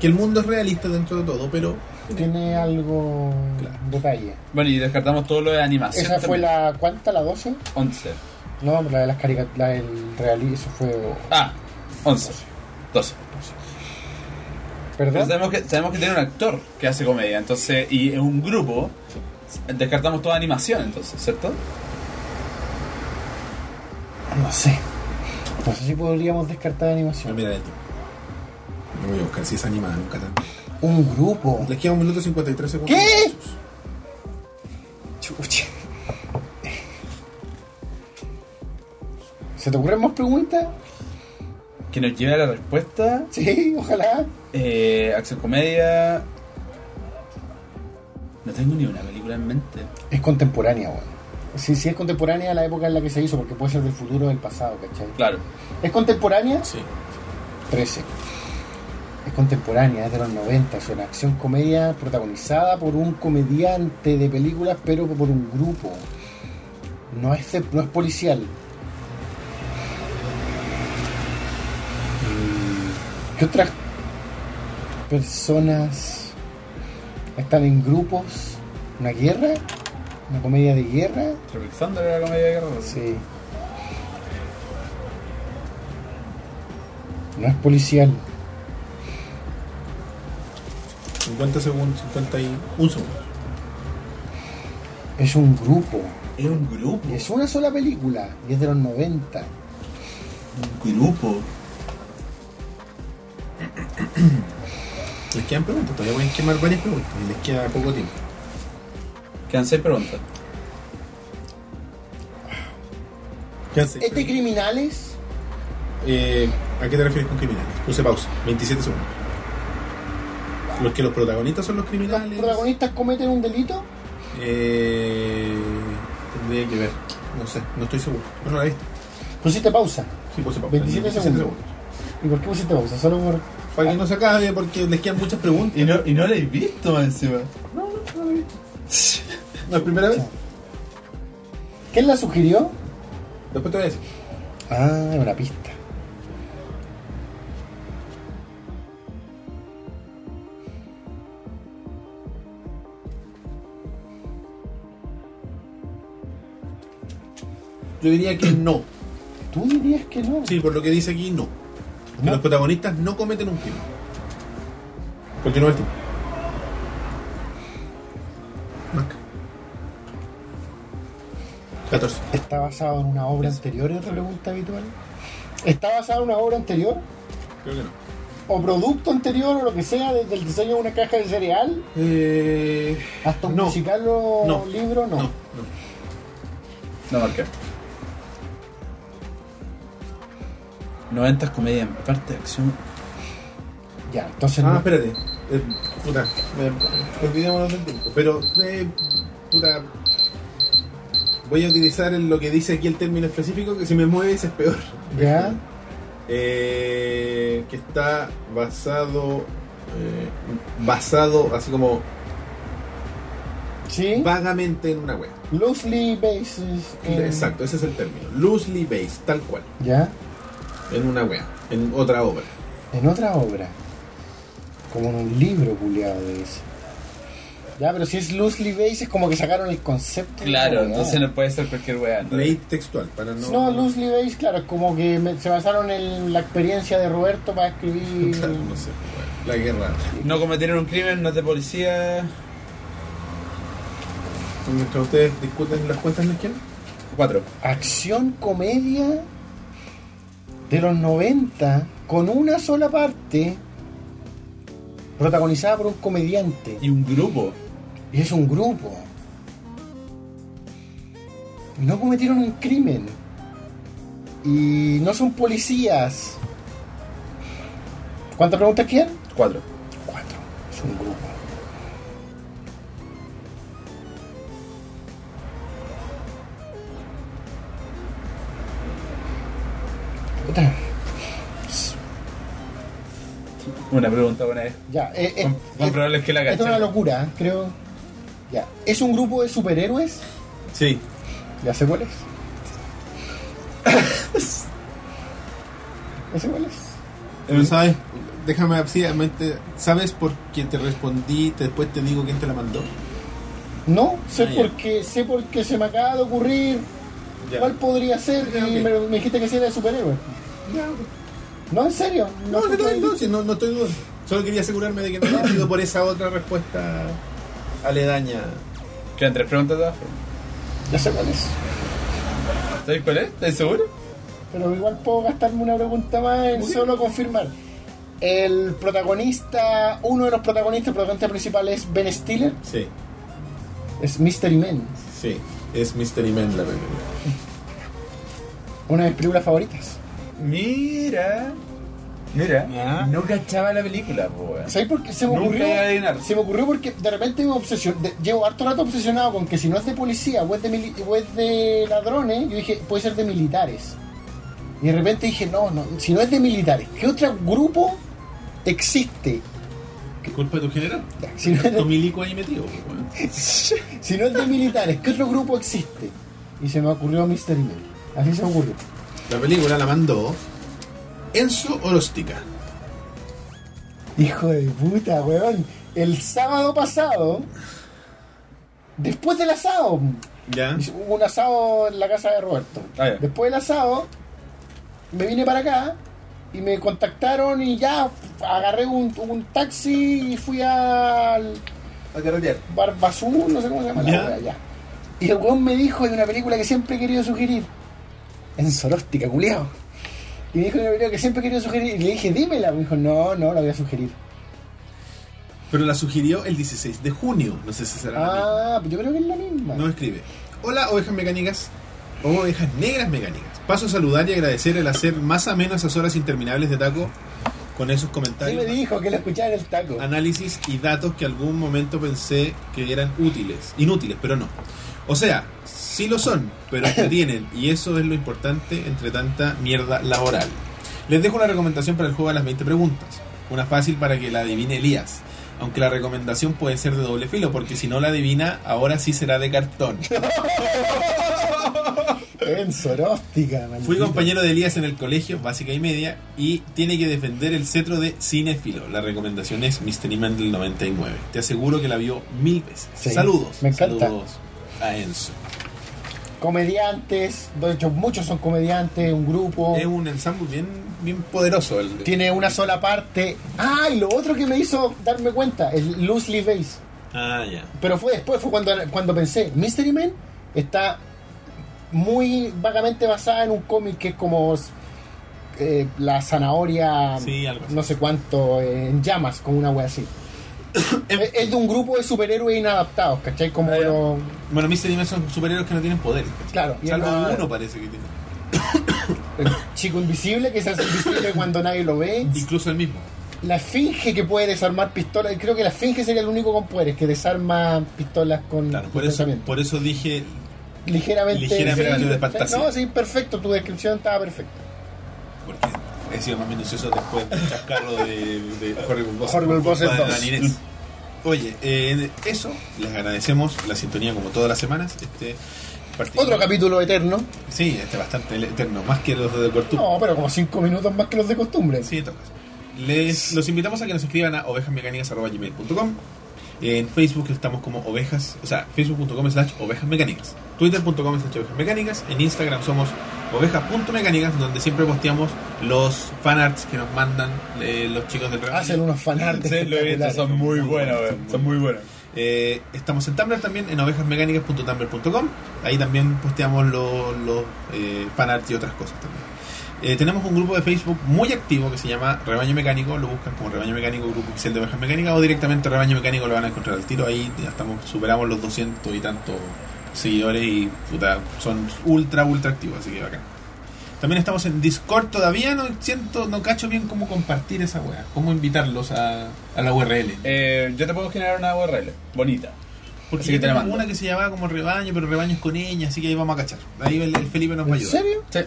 Speaker 1: Que el mundo es realista dentro de todo, pero.
Speaker 2: Tiene algo
Speaker 1: Claro.
Speaker 2: detalle.
Speaker 3: Bueno, y descartamos todo lo de animación.
Speaker 2: Esa fue
Speaker 3: también.
Speaker 2: la cuánta, la 12?
Speaker 3: 11.
Speaker 2: No, la de las caricaturas, la del realismo, eso fue
Speaker 3: Ah, 11. 12. Pero
Speaker 2: perdón.
Speaker 3: sabemos que, sabemos que tiene un actor que hace comedia, entonces, y es un grupo. Descartamos toda animación, entonces, ¿cierto?
Speaker 2: No sé. No sé si podríamos descartar
Speaker 1: Ah,
Speaker 2: animación.
Speaker 1: mira esto. Me voy a buscar si es animada, nunca tan.
Speaker 2: Un grupo.
Speaker 1: Les queda un minuto 53 segundos.
Speaker 2: ¿Qué? Chucha. ¿Se te ocurren más preguntas?
Speaker 3: Que nos lleve a la respuesta.
Speaker 2: Sí, ojalá.
Speaker 3: Eh, acción comedia. No tengo ni una película en mente.
Speaker 2: Es contemporánea, weón. Sí, sí es contemporánea a la época en la que se hizo, porque puede ser del futuro o del pasado, ¿cachai?
Speaker 3: Claro.
Speaker 2: ¿Es contemporánea?
Speaker 1: Sí.
Speaker 2: 13. Es contemporánea, es de los 90, es una acción comedia protagonizada por un comediante de películas, pero por un grupo. No es, de- no es policial. Mm, ¿Qué otras personas están en grupos? ¿Una guerra? ¿Una comedia de guerra?
Speaker 3: Tropic Thunder era comedia de guerra.
Speaker 2: Sí. No es policial.
Speaker 1: 50 segundos, 51 segundos.
Speaker 2: Es un grupo.
Speaker 3: Es un grupo.
Speaker 2: Y es una sola película. Y es de los 90.
Speaker 3: un grupo.
Speaker 1: Les quedan preguntas, todavía pueden quemar varias preguntas y les queda poco tiempo.
Speaker 3: Quedan seis preguntas.
Speaker 1: ¿Qué hace?
Speaker 2: ¿Es de criminales?
Speaker 1: Eh, ¿A qué te refieres con criminales? Puse pausa, 27 segundos. ¿Los que los protagonistas son los
Speaker 2: ¿Los
Speaker 1: criminales?
Speaker 2: protagonistas cometen un delito?
Speaker 1: Eh, tendría que ver. No sé, no estoy seguro. No, no la he visto.
Speaker 2: Pusiste pausa.
Speaker 1: Sí, puse pausa.
Speaker 2: 27 segundos. ¿Y por qué pusiste pausa? Solo por.
Speaker 1: Para que no se acabe, porque les quedan muchas preguntas.
Speaker 5: Y no, y no la he visto más encima.
Speaker 1: No es primera vez.
Speaker 2: ¿Quién la sugirió?
Speaker 1: Después te voy a decir.
Speaker 2: Ah, una pista.
Speaker 1: Yo diría que no.
Speaker 2: ¿Tú dirías que no?
Speaker 1: Sí, por lo que dice aquí, no. Que
Speaker 2: ¿No?
Speaker 1: los protagonistas no cometen un crimen. Porque no es tú. Marca. 14.
Speaker 2: ¿Está basado en una obra anterior? Es la pregunta habitual. ¿Está basado en una obra anterior?
Speaker 1: Creo que no.
Speaker 2: ¿O producto anterior o lo que sea? Desde el diseño de una caja de cereal
Speaker 1: Eh,
Speaker 2: hasta un
Speaker 1: No.
Speaker 2: musical o
Speaker 1: No.
Speaker 2: libro?
Speaker 1: no,
Speaker 2: No.
Speaker 1: no.
Speaker 3: No marqué. 90 comedia en parte de acción.
Speaker 2: Ya, entonces
Speaker 1: Ah,
Speaker 2: no.
Speaker 1: espérate. Eh, puta, eh, olvidémonos del tiempo. Pero, eh, puta. Voy a utilizar el- lo que dice aquí el término específico, que si me mueves es peor.
Speaker 2: ¿Ya?
Speaker 1: Eh, que está basado. eh, basado así como
Speaker 2: ¿Sí?
Speaker 1: vagamente en una web.
Speaker 2: Loosely bases. en-
Speaker 1: Exacto, ese es el término. Loosely based, tal cual.
Speaker 2: ¿Ya?
Speaker 1: En una web, en otra obra.
Speaker 2: En otra obra. Como en un libro culiado de eso. Ya, pero si es loosely based es como que sacaron el concepto. de la
Speaker 3: Claro,
Speaker 2: weá.
Speaker 3: entonces no puede ser cualquier weá. ¿no?
Speaker 1: Leí textual para no.
Speaker 2: No, loosely based, claro, es como que me- se basaron en la experiencia de Roberto para escribir.
Speaker 1: Claro, no sé. bueno, La guerra.
Speaker 3: No cometieron un crimen, no es de policía.
Speaker 1: Mientras ustedes discuten las cuentas, ¿no es quién?
Speaker 3: Cuatro.
Speaker 2: Acción, comedia de los 90 con una sola parte protagonizada por un comediante.
Speaker 3: Y un grupo.
Speaker 2: Y es un grupo. No cometieron un crimen. Y no son policías. ¿Cuántas preguntas quieren?
Speaker 3: Cuatro.
Speaker 2: Cuatro. Es un grupo. Puta,
Speaker 3: Una pregunta buena es.
Speaker 2: Ya, eh, eh,
Speaker 3: Con- con
Speaker 2: eh,
Speaker 3: probables que la
Speaker 2: esto es una
Speaker 3: cachen.
Speaker 2: locura, ¿eh? creo. Ya. ¿Es un grupo de superhéroes?
Speaker 1: Sí.
Speaker 2: ¿Ya sé cuál es? ¿Ya sé cuál es?
Speaker 1: Pero sabes, Eh, déjame absurdamente. ¿Sabes por qué te respondí? Te- Después te digo quién te la mandó.
Speaker 2: No, sé
Speaker 1: Ah, ya.
Speaker 2: por qué, sé por qué se me acaba de ocurrir cuál podría ser
Speaker 1: Ya,
Speaker 2: y
Speaker 1: ok.
Speaker 2: me, me dijiste que si era de superhéroe.
Speaker 1: Ya, ok.
Speaker 2: No, en serio.
Speaker 1: No, no,
Speaker 2: sé
Speaker 1: no,
Speaker 2: cuál
Speaker 1: no,
Speaker 2: es.
Speaker 1: si no, no estoy dudando. Solo quería asegurarme de que no había sido por esa otra respuesta aledaña.
Speaker 3: Quedan tres preguntas de todas formas.
Speaker 2: Ya sé cuál es.
Speaker 3: ¿Sabes cuál es? ¿Estás seguro?
Speaker 2: Pero igual puedo gastarme una pregunta más en solo confirmar. El protagonista, uno de los protagonistas, el protagonista principal es Ben Stiller,
Speaker 1: Sí,
Speaker 2: es Mystery Men,
Speaker 1: sí. Es Mystery Man la película.
Speaker 2: una de mis películas favoritas.
Speaker 3: Mira. Mira.
Speaker 1: Ya.
Speaker 3: No cachaba la película, po, weón.
Speaker 2: ¿Sabes por qué Ah. se me
Speaker 3: Nunca
Speaker 2: ocurrió?
Speaker 3: iba a adivinar.
Speaker 2: Se me ocurrió porque de repente me obsesioné. llevo harto rato obsesionado con que si no es de policía o es de, mili- o es de ladrones, yo dije, puede ser de militares. Y de repente dije, no, no, si no es de militares, ¿qué otro grupo existe?
Speaker 1: ¿Culpa de tu general?
Speaker 2: Si no es de,
Speaker 1: Tu milico ahí metido. pues, weón.
Speaker 2: si no es de militares, ¿qué otro grupo existe? Y se me ocurrió Mr. Miller. Así se me ocurrió.
Speaker 1: La película la mandó Enzo Orostica.
Speaker 2: Hijo de puta, weón. El sábado pasado, después del asado,
Speaker 1: ¿Ya?
Speaker 2: Hubo un asado en la casa de Roberto.
Speaker 3: Ah, ya.
Speaker 2: Después del asado, me vine para acá y me contactaron y ya agarré un, un taxi y fui al
Speaker 1: A carretear.
Speaker 2: Barbazú, no sé cómo se llama
Speaker 1: Ya.
Speaker 2: la wea, ya. Y el weón me dijo de una película que siempre he querido sugerir. En Soróstica, culiao. Y me dijo de una película que siempre he querido sugerir. Y le dije, dímela. Me dijo, no, no la voy a sugerir.
Speaker 1: Pero la sugirió el 16 de junio. No sé si será la misma.
Speaker 2: Ah, yo creo que es la misma.
Speaker 1: No escribe. Hola, ovejas mecánicas. o Ovejas negras mecánicas. Paso a saludar y agradecer el hacer más ameno esas horas interminables de taco con esos
Speaker 2: Sí
Speaker 1: comentarios,
Speaker 2: me dijo que la escuchaba en el taco.
Speaker 1: Ah. análisis y datos que algún momento pensé que eran útiles. Inútiles, pero no. O sea, sí lo son, pero te tienen. Y eso es lo importante entre tanta mierda laboral. Les dejo una recomendación para el juego de las 20 preguntas. Una fácil para que la adivine Elías. Aunque la recomendación puede ser de doble filo, porque si no la adivina, ahora sí será de cartón.
Speaker 2: En Soróstica, maldito.
Speaker 1: Fui compañero de Elías en el colegio, básica y media, y tiene que defender el cetro de cinefilo. La recomendación es Mystery Man del 99. Te aseguro que la vio mil veces.
Speaker 2: Sí,
Speaker 1: Saludos.
Speaker 2: me encanta.
Speaker 1: Saludos a Enzo.
Speaker 2: Comediantes, de hecho, muchos son comediantes, un grupo.
Speaker 1: Es un ensamble bien, bien poderoso. El,
Speaker 2: Oh. Tiene una sola parte. Ah, y lo otro que me hizo darme cuenta es Loosely Base.
Speaker 1: Ah, ya.
Speaker 2: Pero fue después, fue cuando, cuando pensé, Mystery Man está muy vagamente basada en un cómic que es como eh, la zanahoria,
Speaker 1: Sí, algo así.
Speaker 2: no sé cuánto, eh, en llamas, como una wea así. es, es de un grupo de superhéroes inadaptados, ¿cachai? Como
Speaker 3: Ah, ya.
Speaker 2: los-
Speaker 1: Bueno, Mystery Man son superhéroes que no tienen poder.
Speaker 2: Claro, y
Speaker 1: Salvo
Speaker 2: el-
Speaker 1: uno parece que tiene.
Speaker 2: el chico invisible que se hace invisible cuando nadie lo ve.
Speaker 1: Incluso el mismo.
Speaker 2: La esfinge que puede desarmar pistolas. Creo que la esfinge sería el único con poderes que desarma pistolas con
Speaker 1: Claro,
Speaker 2: con
Speaker 1: por eso,
Speaker 2: pensamiento.
Speaker 1: por eso dije
Speaker 2: ligeramente,
Speaker 1: Ligeramente
Speaker 2: sí,
Speaker 1: de fantasía.
Speaker 2: No, sí, perfecto, tu descripción estaba perfecta.
Speaker 1: porque he sido más minucioso después del chascarro de, de Horrible Bosses.
Speaker 2: Horrible Bosses
Speaker 1: Culpa de
Speaker 2: 2.
Speaker 1: la Inés. Oye, eh, eso, les agradecemos la sintonía como todas las semanas. Este particular-
Speaker 2: Otro capítulo eterno.
Speaker 1: Sí, este bastante eterno, más que los de Cortú.
Speaker 2: No, pero como cinco minutos más que los de costumbre.
Speaker 1: Sí, tocas. Les, los invitamos a que nos escriban a ovejasmecánicas.gmail.com En Facebook estamos como ovejas, o sea, facebook.com slash ovejasmecánicas. Twitter.com slash ovejasmecánicas. En Instagram somos ovejas.mecánicas, donde siempre posteamos los fanarts que nos mandan eh, los chicos del programa.
Speaker 2: Hacen unos fanarts.
Speaker 3: Sí, lo he visto,
Speaker 2: espectaculares.
Speaker 3: son muy buenas, weón, Son muy buenas.
Speaker 1: Eh, estamos en Tumblr también, en ovejasmecánicas.tumblr.com. Ahí también posteamos los fanarts y otras cosas también. Eh, tenemos un grupo de Facebook muy activo que se llama Rebaño Mecánico. Lo buscan como Rebaño Mecánico, Grupo Excel de Ovejas Mecánicas o directamente Rebaño Mecánico lo van a encontrar al tiro. Ahí ya estamos, superamos los 200 y tantos seguidores y puta, son ultra, ultra activos, así que bacán. También estamos en Discord todavía, no siento, no cacho bien cómo compartir esa wea, cómo invitarlos a, a la URL.
Speaker 3: Eh, yo te puedo generar una URL bonita.
Speaker 1: Porque
Speaker 3: Así que te la
Speaker 1: tenemos
Speaker 3: mando.
Speaker 1: una que se llamaba como rebaño, pero rebaño es con ella, así que ahí vamos a cachar. Ahí el, el Felipe nos va a
Speaker 2: ¿En
Speaker 1: ayudar.
Speaker 2: serio?
Speaker 3: Sí.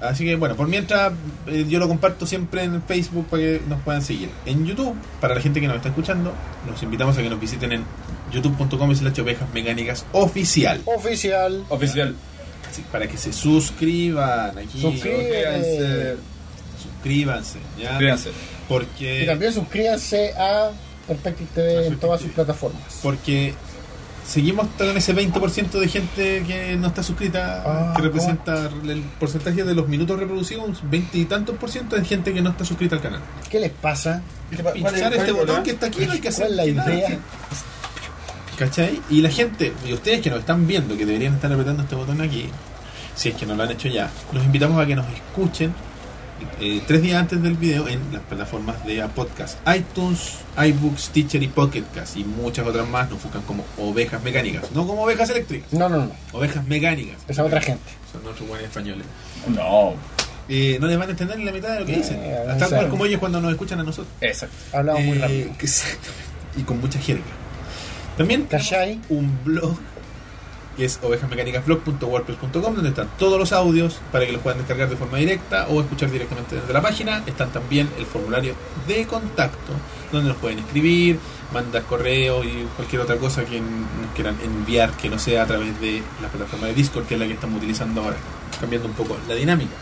Speaker 1: Así que bueno, por mientras eh, yo lo comparto siempre en Facebook para que nos puedan seguir. En YouTube, para la gente que nos está escuchando, los invitamos a que nos visiten en youtube.com slash ovejas mecánicas oficial.
Speaker 2: Oficial.
Speaker 3: Oficial.
Speaker 1: Así, para que se suscriban aquí.
Speaker 2: Suscríbanse.
Speaker 3: Suscríbanse.
Speaker 1: Suscríbanse, ¿ya?
Speaker 3: Suscríbanse.
Speaker 1: Porque...
Speaker 2: Y también suscríbanse a Perspective TV en
Speaker 1: Perspective
Speaker 2: todas sus
Speaker 1: TV.
Speaker 2: plataformas.
Speaker 1: Porque seguimos con ese 20% de gente que no está suscrita,
Speaker 2: Ah,
Speaker 1: que representa el porcentaje de los minutos reproducidos, un 20 y tantos por ciento de gente que no está suscrita al canal.
Speaker 2: ¿Qué les pasa?
Speaker 3: ¿Cuál es-
Speaker 1: Pinchar
Speaker 3: cuál es
Speaker 1: este
Speaker 3: el
Speaker 1: botón
Speaker 3: problema?
Speaker 1: que está aquí no hay que hacer.
Speaker 2: ¿Cuál es la
Speaker 1: nada.
Speaker 2: idea?
Speaker 1: ¿Cachai? Y la gente, y ustedes que nos están viendo, que deberían estar apretando este botón aquí, si es que no lo han hecho ya, los invitamos a que nos escuchen eh, tres días antes del video en las plataformas de a podcast, iTunes, iBooks, Teacher y Pocketcast y muchas otras más. Nos buscan como ovejas mecánicas, no como ovejas eléctricas,
Speaker 2: No, no, no.
Speaker 1: ovejas mecánicas.
Speaker 2: Esa otra gente.
Speaker 1: Son nuestros buenos españoles.
Speaker 3: No.
Speaker 1: Eh, no les van a entender ni la mitad de lo que dicen.
Speaker 2: Eh,
Speaker 1: Hasta
Speaker 2: claro.
Speaker 1: cual como ellos cuando nos escuchan a nosotros.
Speaker 3: Exacto.
Speaker 2: Hablamos muy
Speaker 1: Eh,
Speaker 2: rápido.
Speaker 1: que- exactamente. Y con mucha jerga. También tenemos
Speaker 2: ¿Cachai?
Speaker 1: un blog que es ovejasmecánicasblog.wordpress.com donde están todos los audios para que los puedan descargar de forma directa o escuchar directamente desde la página. Están también el formulario de contacto donde nos pueden escribir, mandar correo y cualquier otra cosa que nos quieran enviar que no sea a través de la plataforma de Discord que es la que estamos utilizando ahora, cambiando un poco la dinámica.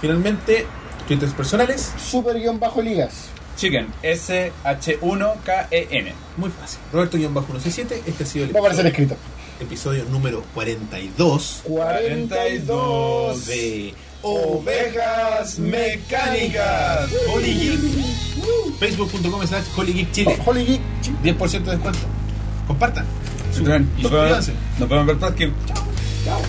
Speaker 1: Finalmente, clientes personales,
Speaker 2: Super guión bajo ligas.
Speaker 3: Chicken. S-H-1-K-E-N.
Speaker 1: muy fácil. Roberto-167, este ha sido el
Speaker 2: Va a aparecer escrito.
Speaker 1: episodio número 42
Speaker 2: 42.
Speaker 1: de Ovejas Mecánicas Holy Geek Facebook.com slash Holy Geek Chile
Speaker 2: Holy Geek.
Speaker 1: 10% de descuento Compartan
Speaker 3: Nos vemos
Speaker 1: suscríbanse.
Speaker 3: nos vemos en el podcast.
Speaker 2: Chao.